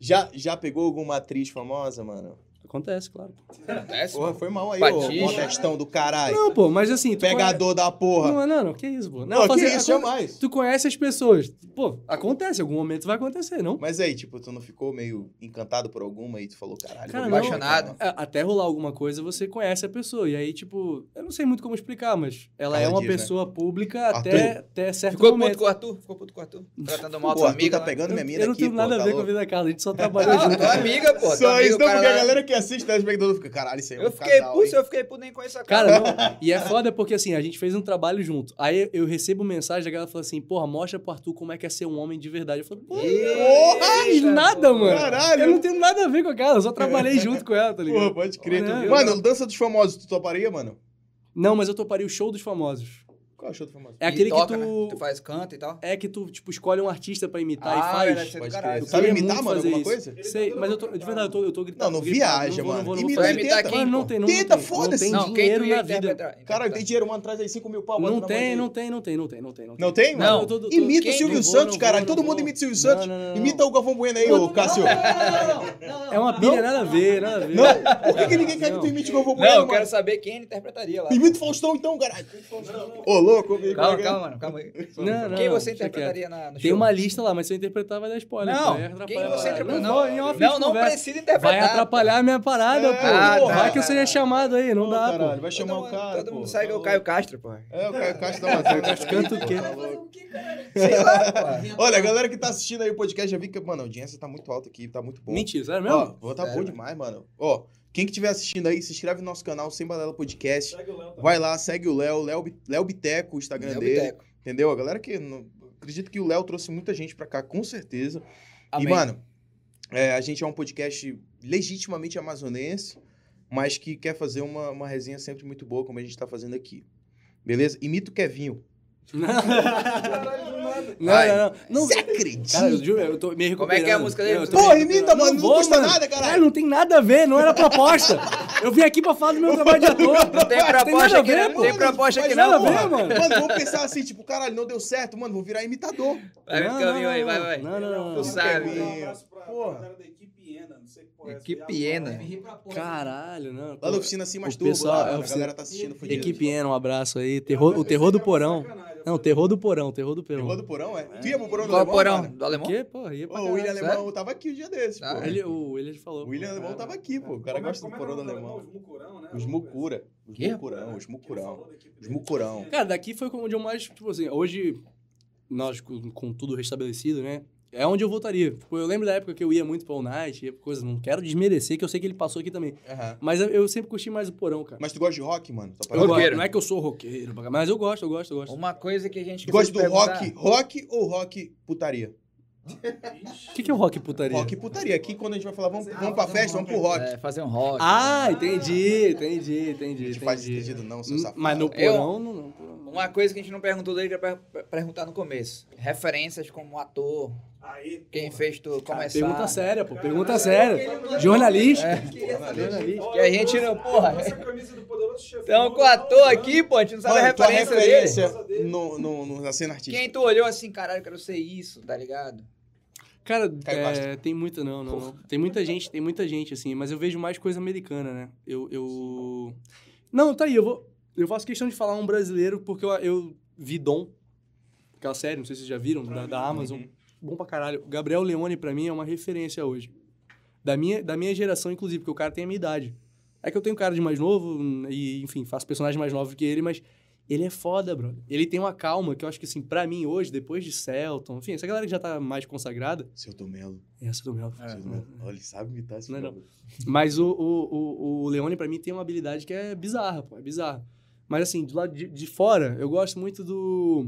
Speaker 2: já, já pegou alguma atriz famosa, mano?
Speaker 4: Acontece, claro.
Speaker 2: Acontece. Porra, foi mal aí, ô
Speaker 7: Batista.
Speaker 2: contestão do caralho.
Speaker 4: Não, pô, mas assim... tu
Speaker 2: Pegador da
Speaker 4: conhece-
Speaker 2: porra.
Speaker 4: Não, não, não, que isso, pô.
Speaker 2: Não, que
Speaker 4: fazer-
Speaker 2: isso,
Speaker 4: aconte-
Speaker 2: jamais.
Speaker 4: Tu conhece as pessoas. Pô, acontece, em algum momento vai acontecer, não?
Speaker 2: Mas aí, tipo, tu não ficou meio encantado por alguma e tu falou, caralho,
Speaker 4: Cara,
Speaker 2: vou né?"
Speaker 4: não.
Speaker 2: apaixonado.
Speaker 4: É, Até rolar alguma coisa, você conhece a pessoa. E aí, tipo, eu não sei muito como explicar, mas ela
Speaker 2: Carla
Speaker 4: é uma
Speaker 2: Dias, né?
Speaker 4: pessoa pública
Speaker 2: Arthur.
Speaker 4: até, até certo
Speaker 7: Ficou puto
Speaker 4: momento.
Speaker 7: com o Arthur? Ficou puto com o Arthur? Tratando mal a
Speaker 2: Pô,
Speaker 7: tua
Speaker 2: amiga
Speaker 7: amiga
Speaker 2: tá
Speaker 7: lá.
Speaker 2: pegando minha mina
Speaker 4: eu não
Speaker 2: aqui,
Speaker 4: tenho
Speaker 2: pô,
Speaker 4: nada
Speaker 2: tá
Speaker 4: a ver com a
Speaker 2: louco?
Speaker 4: vida da Carla, a gente só trabalha
Speaker 7: Ah,
Speaker 4: junto.
Speaker 7: tua amiga, pô. tua
Speaker 2: Só
Speaker 7: amiga,
Speaker 2: isso,
Speaker 7: o
Speaker 2: não,
Speaker 7: cara
Speaker 2: porque a
Speaker 7: lá-
Speaker 2: galera que assiste telespectador fica, caralho, isso aí é um
Speaker 1: Eu fiquei
Speaker 2: casal,
Speaker 1: puto,
Speaker 2: hein?
Speaker 1: eu fiquei puto nem com essa cara.
Speaker 4: Cara, não. E é foda porque, assim, a gente fez um trabalho junto. Aí eu recebo mensagem da galera fala assim, porra, mostra pro Arthur como é que é ser um homem de verdade. Eu falo, porra,
Speaker 2: Eita,
Speaker 4: nada, mano.
Speaker 2: Caralho.
Speaker 4: Eu não tenho nada a ver com a Carla, eu só trabalhei junto com ela, tá ligado?
Speaker 2: Porra, pode crer.
Speaker 4: Não,
Speaker 2: tu...
Speaker 4: eu-
Speaker 2: Mano, dança dos famosos, tu toparia, mano?
Speaker 4: Não, mas eu toparia o show dos famosos.
Speaker 2: Qual é o show do famoso?
Speaker 4: É
Speaker 7: E
Speaker 4: aquele
Speaker 7: toca,
Speaker 4: que tu...
Speaker 7: né? Tu faz canto e tal.
Speaker 4: É que tu, tipo, escolhe um artista pra imitar
Speaker 7: Ah,
Speaker 4: e faz.
Speaker 7: verdade, você é do
Speaker 2: Pode
Speaker 7: caralho.
Speaker 2: crer.
Speaker 7: Eu
Speaker 2: Sabe
Speaker 4: queria
Speaker 2: imitar,
Speaker 4: muito
Speaker 2: mano,
Speaker 4: fazer
Speaker 2: alguma
Speaker 4: isso.
Speaker 2: coisa?
Speaker 4: Sei, mas eu tô, de verdade, eu tô, eu tô gritando.
Speaker 2: Não, não
Speaker 4: tô gritando,
Speaker 2: viaja,
Speaker 4: vou-
Speaker 2: mano.
Speaker 4: vou-
Speaker 2: Imita
Speaker 4: vou
Speaker 7: Vai
Speaker 4: fazer.
Speaker 2: quem
Speaker 7: imitar
Speaker 2: tenta.
Speaker 7: quem,
Speaker 4: Mano, não
Speaker 7: pô?
Speaker 4: tem, não
Speaker 2: Tenta,
Speaker 4: tem.
Speaker 2: foda-se.
Speaker 4: Não
Speaker 7: Não,
Speaker 4: tem
Speaker 7: quem tu
Speaker 4: dinheiro
Speaker 7: ia
Speaker 4: na vida.
Speaker 7: interpretar?
Speaker 2: Caralho, tem dinheiro, mano, traz aí 5 mil pau. bota
Speaker 4: Não
Speaker 2: na
Speaker 4: tem,
Speaker 2: mão
Speaker 4: não
Speaker 2: dele.
Speaker 4: tem, não tem, não tem, não tem, não tem.
Speaker 2: Não tem,
Speaker 7: Não.
Speaker 2: mano?
Speaker 4: Eu tô- tô-
Speaker 2: Imita
Speaker 4: quem?
Speaker 2: o Silvio
Speaker 4: Não vou,
Speaker 2: Santos,
Speaker 4: não
Speaker 2: caralho.
Speaker 4: vou,
Speaker 2: Todo
Speaker 4: não
Speaker 2: mundo
Speaker 4: vou.
Speaker 2: imita o Silvio
Speaker 4: Não,
Speaker 2: Santos.
Speaker 4: não, não, não.
Speaker 2: Imita o Galvão Bueno aí, ô Cássio.
Speaker 4: É uma pilha, nada a ver, nada a ver.
Speaker 2: Não? Por que, que ninguém quer que
Speaker 4: Não.
Speaker 2: tu imite o Galvão
Speaker 7: Não,
Speaker 2: Bueno,
Speaker 7: eu quero
Speaker 2: mano?
Speaker 7: saber quem ele interpretaria lá.
Speaker 2: Imita o Faustão então, caralho. Ô, louco. é me-
Speaker 7: Calma, calma, mano. Calma aí.
Speaker 4: Não, não,
Speaker 7: Quem
Speaker 4: não,
Speaker 7: você
Speaker 4: deixa
Speaker 7: interpretaria na, no
Speaker 4: Tem
Speaker 7: show?
Speaker 4: uma lista lá, mas se eu interpretar vai dar spoiler.
Speaker 7: Não,
Speaker 4: vai
Speaker 7: quem
Speaker 4: atrapalhar a
Speaker 7: você
Speaker 4: parada.
Speaker 7: interpretaria?
Speaker 4: Não, vou, em off a
Speaker 7: Não,
Speaker 4: gente
Speaker 7: não
Speaker 4: conversa.
Speaker 7: precisa interpretar.
Speaker 4: Vai atrapalhar a minha parada, pô.
Speaker 2: Ah,
Speaker 7: tá.
Speaker 4: Vai que eu seria chamado aí, não dá, pô.
Speaker 2: Caralho, vai
Speaker 7: Todo
Speaker 2: chamar o
Speaker 7: mundo-
Speaker 2: cara.
Speaker 7: Todo
Speaker 2: pô,
Speaker 7: mundo sabe que é o
Speaker 2: tá
Speaker 7: Caio Castro, pô.
Speaker 2: louco. É, o Caio Castro dá uma zica.
Speaker 4: Canta o quê?
Speaker 2: Tá
Speaker 6: Fazer
Speaker 2: louco.
Speaker 6: o quê, cara?
Speaker 7: Sei lá, pô.
Speaker 2: Olha, a galera que tá assistindo aí o podcast, já vi que, mano, a audiência tá muito alta aqui, tá muito bom.
Speaker 4: Mentira, sério
Speaker 2: Ó,
Speaker 4: mesmo?
Speaker 2: ó, tá bom
Speaker 7: Sério.
Speaker 2: demais, mano. Ó, quem que estiver assistindo aí, se inscreve no nosso canal Sem Balela Podcast.
Speaker 3: Segue o Léo também.
Speaker 2: Vai lá, segue o Léo, Léo Bi- Léo Biteco, é o Instagram
Speaker 7: Léo
Speaker 2: dele.
Speaker 7: Biteco.
Speaker 2: Entendeu? A galera que. não- Acredito que o Léo trouxe muita gente pra cá, com certeza.
Speaker 7: Amém.
Speaker 2: E, mano, é, a gente é um podcast legitimamente amazonense, mas que quer fazer uma, uma resenha sempre muito boa, como a gente tá fazendo aqui. Beleza? Imita o Kevinho.
Speaker 4: Não, não, não.
Speaker 2: Você
Speaker 4: não.
Speaker 2: acredita?
Speaker 4: Cara, eu juro, eu tô me recuperando.
Speaker 7: Como é que é a música dele?
Speaker 4: Eu tô me
Speaker 2: Porra,
Speaker 4: recuperando.
Speaker 2: imita, mano, não
Speaker 4: vou,
Speaker 2: custa
Speaker 4: mano.
Speaker 2: nada, caralho.
Speaker 4: Cara, É, não tem nada a ver, não era proposta. Eu vim aqui pra falar do meu trabalho de ator.
Speaker 7: Não tem proposta
Speaker 4: nada a
Speaker 7: aqui,
Speaker 4: ver,
Speaker 7: não.
Speaker 4: pô.
Speaker 7: Tem proposta
Speaker 2: Mas
Speaker 7: aqui,
Speaker 4: nada
Speaker 7: não,
Speaker 4: a ver,
Speaker 7: pô.
Speaker 4: mano.
Speaker 2: Mano, vamos pensar assim, tipo, caralho, não deu certo, mano, vou virar imitador.
Speaker 7: Vai
Speaker 4: Não,
Speaker 7: pro
Speaker 4: não,
Speaker 7: caminho aí,
Speaker 4: não,
Speaker 7: vai,
Speaker 4: não.
Speaker 7: vai.
Speaker 4: Não, não,
Speaker 7: Tu
Speaker 4: não.
Speaker 7: sabe.
Speaker 3: Um abraço pra, pra
Speaker 2: Porra.
Speaker 3: galera da equipe Iena, não sei que porra é essa.
Speaker 7: Equipe
Speaker 3: E a-
Speaker 7: Iena.
Speaker 4: Caralho, não.
Speaker 2: Lá
Speaker 4: pô.
Speaker 2: na oficina assim, mas
Speaker 4: O
Speaker 2: tu,
Speaker 4: pessoal-
Speaker 2: lá,
Speaker 4: a
Speaker 2: a
Speaker 4: oficina-
Speaker 2: galera tá assistindo, fudido.
Speaker 4: Equipe Ena, um abraço aí. Terror, o terror do porão. Não, o terror do porão, o terror do
Speaker 2: Terror
Speaker 4: porão.
Speaker 2: do porão, é? Tu ia pro porão do
Speaker 7: Qual o
Speaker 2: alemão,
Speaker 7: porão?
Speaker 2: cara?
Speaker 7: Do alemão?
Speaker 4: Que, porra, ia pra
Speaker 2: Ô, o
Speaker 4: caralho.
Speaker 2: William
Speaker 7: Sério?
Speaker 2: Alemão tava aqui o dia desses,
Speaker 7: Ah,
Speaker 2: pô.
Speaker 4: Tá, Ele- O William falou.
Speaker 2: O William Alemão tava aqui, pô. é O cara gosta do porão do alemão.
Speaker 3: Os mucurão, né?
Speaker 2: Os mucura. Os
Speaker 7: Que?
Speaker 2: mucurão, os mucurão. Os mucurão.
Speaker 4: Cara, daqui foi onde eu mais, tipo assim, hoje, nós com, com tudo restabelecido, né? É onde eu voltaria. Tipo, eu lembro da época que eu ia muito pra All Night, ia pra coisa, não quero desmerecer, que eu sei que ele passou aqui também.
Speaker 2: Aham.
Speaker 4: Mas eu, eu sempre curti mais o porão, cara.
Speaker 2: Mas tu gosta de rock, mano? Tá
Speaker 4: Eu
Speaker 2: parado?
Speaker 4: gosto,
Speaker 7: Roqueiro.
Speaker 4: não é que eu sou roqueiro, pra cá, mas eu gosto, eu gosto, eu gosto.
Speaker 7: Uma coisa que a gente
Speaker 2: Tu gosta do
Speaker 7: quis perguntar-
Speaker 2: rock, rock ou rock putaria?
Speaker 4: O que, que é o rock putaria?
Speaker 2: Rock putaria. Aqui quando a gente vai falar, vamos, vamos pra festa, vamos pro rock.
Speaker 7: É, fazer um rock.
Speaker 4: Ah, entendi, entendi, entendi.
Speaker 2: A gente
Speaker 4: entendi.
Speaker 2: faz sentido não, seu
Speaker 4: Hum,
Speaker 2: safado.
Speaker 4: Mas no
Speaker 7: Eu-
Speaker 4: porão, não, não. porão.
Speaker 7: Uma coisa que a gente não perguntou dele que eu ia per- per- perguntar no começo. Referências como ator,
Speaker 3: Aí,
Speaker 7: quem fez tu
Speaker 4: Cara,
Speaker 7: começar. É.
Speaker 4: pergunta séria, pô, pergunta
Speaker 3: Caralho,
Speaker 4: séria.
Speaker 3: aquele-
Speaker 4: Jornalista.
Speaker 3: ó,
Speaker 7: Que a
Speaker 3: eu
Speaker 7: gente
Speaker 3: trouxe-
Speaker 7: não- porra.
Speaker 3: Essa camisa do poderoso chefão.
Speaker 7: Então, com o ator aqui, pô, a gente não sabe
Speaker 2: Mano,
Speaker 7: a
Speaker 2: tua
Speaker 7: referência, é dele.
Speaker 2: referência no, no, no- na cena artística.
Speaker 7: Quem tu olhou assim, caralho, eu quero ser isso, tá ligado?
Speaker 4: Cara,
Speaker 2: Caio
Speaker 4: é,
Speaker 2: Castro.
Speaker 4: tem muita, não, não, não. Tem muita gente, tem muita gente, assim, mas eu vejo mais coisa americana, né? Eu. eu... Não, tá aí, eu vou. Eu faço questão de falar um brasileiro porque eu, eu vi Dom, aquela série, não sei se vocês já viram, da, da Amazon. Bom pra caralho. Gabriel Leone, pra mim, é uma referência hoje. Da minha, da minha geração, inclusive, porque o cara tem a minha idade. É que eu tenho cara de mais novo, hum, e, enfim, faço personagens mais novos que ele, mas ele é foda, brother. Ele tem uma calma que eu acho que, assim, pra mim hoje, depois de Celton, enfim, essa galera que já tá mais consagrada,
Speaker 2: Seu Tomelo.
Speaker 4: essa do Mel.
Speaker 2: Seu Tomelo. Olha, ele sabe imitar esse
Speaker 4: Não é não.
Speaker 2: povo.
Speaker 4: Mas o, o, o, o Leone, pra mim, tem uma habilidade que é bizarra, pô. É bizarra. Mas, assim, do lado de, de fora, eu gosto muito do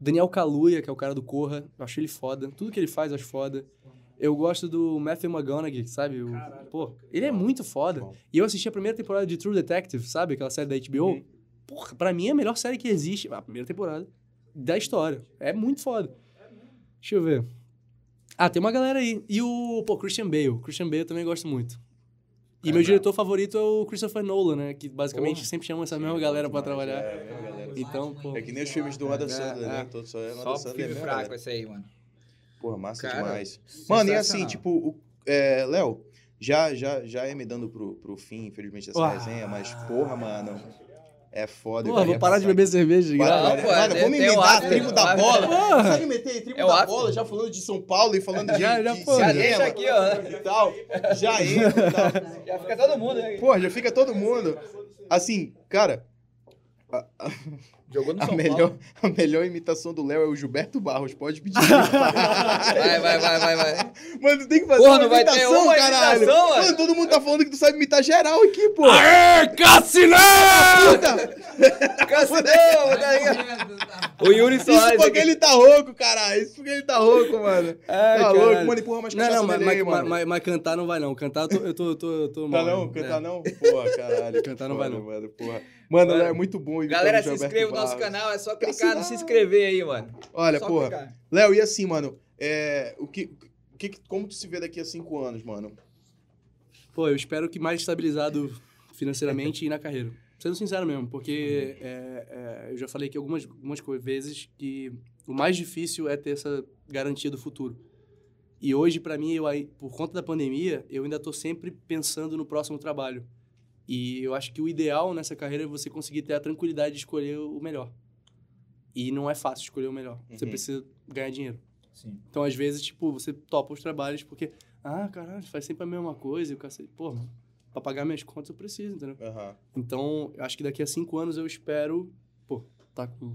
Speaker 4: Daniel Kaluuya, que é o cara do Corra. Eu acho ele foda. Tudo que ele faz, eu acho foda. Eu gosto do Matthew McGonaghy, sabe? O-
Speaker 3: Caralho,
Speaker 4: pô, ele é muito foda.
Speaker 2: Bom.
Speaker 4: E eu assisti a primeira temporada de True Detective, sabe? Aquela série da HBO. Porra, pra mim é a melhor série que existe. A primeira temporada da história. É muito foda. Deixa eu ver. Ah, tem uma galera aí. E o, pô, Christian Bale. Christian Bale eu também gosto muito. E meu diretor favorito é o Christopher Nolan, né? Que basicamente
Speaker 7: Porra.
Speaker 4: sempre chama essa mesma galera pra
Speaker 2: É,
Speaker 4: trabalhar.
Speaker 2: é, galera.
Speaker 4: Então, pô.
Speaker 2: É que nem os filmes do Adam
Speaker 7: É,
Speaker 2: Sandler,
Speaker 7: é.
Speaker 2: né? Todo só é
Speaker 7: Só
Speaker 2: Adam
Speaker 7: filme
Speaker 2: Sandler mesmo,
Speaker 7: fraco
Speaker 2: galera.
Speaker 7: esse aí, mano.
Speaker 2: Porra, massa
Speaker 7: Cara,
Speaker 2: demais. Mano, e assim,
Speaker 7: sensacional.
Speaker 2: tipo, o- é, Léo, Já, já, já emendando pro, pro fim, infelizmente, dessa
Speaker 4: Uau.
Speaker 2: resenha, mas porra, mano. É foda. eu
Speaker 4: Porra,
Speaker 2: queria
Speaker 4: vou parar de
Speaker 2: passar-
Speaker 4: beber cerveja,
Speaker 2: Para,
Speaker 4: ligado?
Speaker 7: Não,
Speaker 2: galera.
Speaker 7: pô,
Speaker 2: Mano,
Speaker 7: é-
Speaker 2: vamos
Speaker 7: tem o
Speaker 2: emendar a
Speaker 7: hábito,
Speaker 2: tribo
Speaker 7: é
Speaker 2: da
Speaker 7: o hábito.
Speaker 2: bola.
Speaker 4: Porra.
Speaker 2: Consegue meter aí, tribo
Speaker 7: É o
Speaker 2: da
Speaker 7: hábito.
Speaker 2: bola, já falando de São Paulo e falando de,
Speaker 4: Já- já
Speaker 2: de
Speaker 4: foi,
Speaker 7: Já
Speaker 4: Já
Speaker 7: deixa
Speaker 2: cinema
Speaker 7: aqui, ó.
Speaker 2: e tal. Já entra e tal.
Speaker 7: Já fica todo mundo aí.
Speaker 2: Porra, já fica todo mundo. Assim, cara,
Speaker 7: Jogou no
Speaker 2: a
Speaker 7: São
Speaker 2: melhor,
Speaker 7: Paulo.
Speaker 2: a melhor imitação do Léo é o Gilberto Barros. Pode pedir.
Speaker 7: Vai, vai, vai, vai, vai.
Speaker 2: Mano, tem que fazer
Speaker 7: Porra,
Speaker 2: uma
Speaker 7: não vai ter
Speaker 2: imitação,
Speaker 7: uma
Speaker 2: caralho.
Speaker 7: imitação,
Speaker 2: mano,
Speaker 7: mano?
Speaker 2: todo mundo tá falando que tu sabe imitar geral aqui, pô.
Speaker 4: Aê, Cassinão!
Speaker 2: Puta,
Speaker 7: Cassinão, tá ligado? O Yuri
Speaker 2: isso
Speaker 7: Soares.
Speaker 2: porque ele tá rouco, caralho. Isso porque ele tá rouco, mano.
Speaker 4: Ai,
Speaker 2: tá
Speaker 4: É, caralho.
Speaker 2: louco, mano. Empurra mais
Speaker 4: Não,
Speaker 2: cachaça
Speaker 4: não, mas,
Speaker 2: dele aí,
Speaker 4: mas,
Speaker 2: mano.
Speaker 4: mas, mas cantar não vai não. Cantar eu tô, eu tô, eu tô, eu tô
Speaker 2: Tá
Speaker 4: mal.
Speaker 2: não?
Speaker 4: né?
Speaker 2: Cantar não? Porra, caralho.
Speaker 4: Cantar não vai não.
Speaker 2: Mano, porra. Mano,
Speaker 7: Mano.
Speaker 2: é muito bom. imitar
Speaker 7: Galera,
Speaker 2: o
Speaker 7: se
Speaker 2: Gilberto
Speaker 7: inscreva no nosso
Speaker 2: Barros.
Speaker 7: canal. É só clicar
Speaker 2: Cassinão.
Speaker 7: no se inscrever aí, mano.
Speaker 2: Olha,
Speaker 7: Só
Speaker 2: porra.
Speaker 7: clicar.
Speaker 2: Léo, e assim, mano, é, o que, o que, como tu se vê daqui a cinco anos, mano?
Speaker 4: Pô, eu espero que mais estabilizado financeiramente e na carreira. Sendo sincero mesmo, porque é, é, eu já falei aqui algumas, algumas co- vezes que o mais difícil é ter essa garantia do futuro. E hoje, pra mim, eu, aí- por conta da pandemia, eu ainda tô sempre pensando no próximo trabalho. E eu acho que o ideal nessa carreira é você conseguir ter a tranquilidade de escolher o melhor. E não é fácil escolher o melhor. Você
Speaker 2: Uhum.
Speaker 4: precisa ganhar dinheiro.
Speaker 1: Sim.
Speaker 4: Então, às vezes, tipo, você topa os trabalhos porque, ah, caralho, faz sempre a mesma coisa e o cacete. Pô, mano, pra pagar minhas contas eu preciso, entendeu?
Speaker 2: Aham.
Speaker 4: Então, eu acho que daqui a cinco anos eu espero, pô, tá com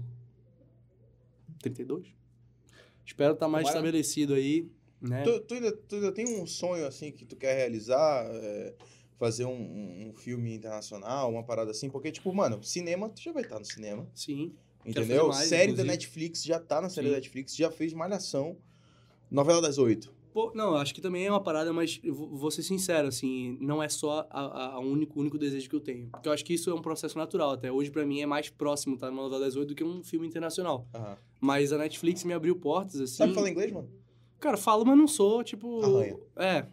Speaker 4: 32? Espero estar tá mais
Speaker 1: Tomara.
Speaker 4: estabelecido aí, né?
Speaker 2: Tu, tu ainda, tu ainda tem um sonho, assim, que tu quer realizar? é, fazer um, um- um filme internacional, uma parada assim? Porque, tipo, mano, cinema, tu já vai estar no cinema,
Speaker 4: Sim. Quero
Speaker 2: entendeu?
Speaker 4: fazer mais,
Speaker 2: série da
Speaker 4: inclusive.
Speaker 2: Netflix, já tá na série
Speaker 4: Sim.
Speaker 2: da Netflix, já fez Malhação, Novela das Oito.
Speaker 4: Pô, não, eu acho que também é uma parada, mas eu vou vou ser sincero, assim, não é só a, a- a único, o único desejo que eu tenho. Porque eu acho que isso é um processo natural até. Hoje, pra mim, é mais próximo estar tá, numa novela das oito do que um filme internacional.
Speaker 2: Aham.
Speaker 4: Mas a Netflix me abriu portas, assim.
Speaker 2: Sabe falar inglês, mano?
Speaker 4: Cara, falo, mas não sou, tipo.
Speaker 2: Arranha.
Speaker 4: É.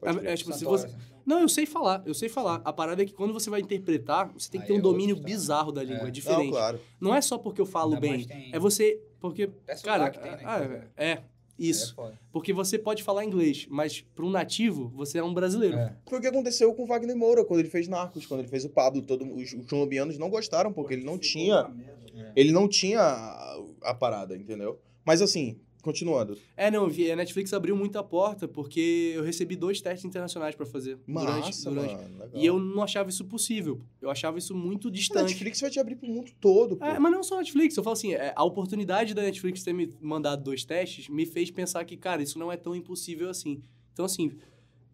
Speaker 2: Pode
Speaker 4: É,
Speaker 2: crer.
Speaker 4: é, tipo, se você... Não, eu sei falar, eu sei falar. A parada é que quando você vai interpretar, você tem que
Speaker 1: Aí
Speaker 4: ter um
Speaker 1: é
Speaker 4: domínio
Speaker 1: outro, tá?
Speaker 4: bizarro da língua, é,
Speaker 2: Não,
Speaker 4: diferente.
Speaker 2: claro.
Speaker 4: Não é só porque eu falo
Speaker 1: Ainda mais
Speaker 4: bem,
Speaker 1: tem-
Speaker 4: é você. Porque,
Speaker 1: Até
Speaker 4: cara,
Speaker 1: sotaque tem, né,
Speaker 4: ah,
Speaker 1: inclusive.
Speaker 4: é, é, isso. Porque você pode falar inglês, mas para um nativo, você é um brasileiro.
Speaker 1: É.
Speaker 2: Foi o que aconteceu com o Wagner Moura quando ele fez Narcos, quando ele fez o Pablo. Todo, os, os colombianos não gostaram, porque ele não tinha.
Speaker 3: é
Speaker 2: Ele não tinha a, a parada, entendeu? Mas assim, continuando.
Speaker 4: É, não, vi- a Netflix abriu muita porta porque eu recebi dois testes internacionais para fazer durante,
Speaker 2: Massa,
Speaker 4: durante.
Speaker 2: mano. Legal.
Speaker 4: E eu não achava isso possível. Eu achava isso muito
Speaker 2: A
Speaker 4: distante.
Speaker 2: Netflix vai te abrir pro mundo todo, pô.
Speaker 4: É, mas não só a Netflix, eu falo assim, é, a oportunidade da Netflix ter me mandado dois testes me fez pensar que, cara, isso não é tão impossível assim. Então, assim,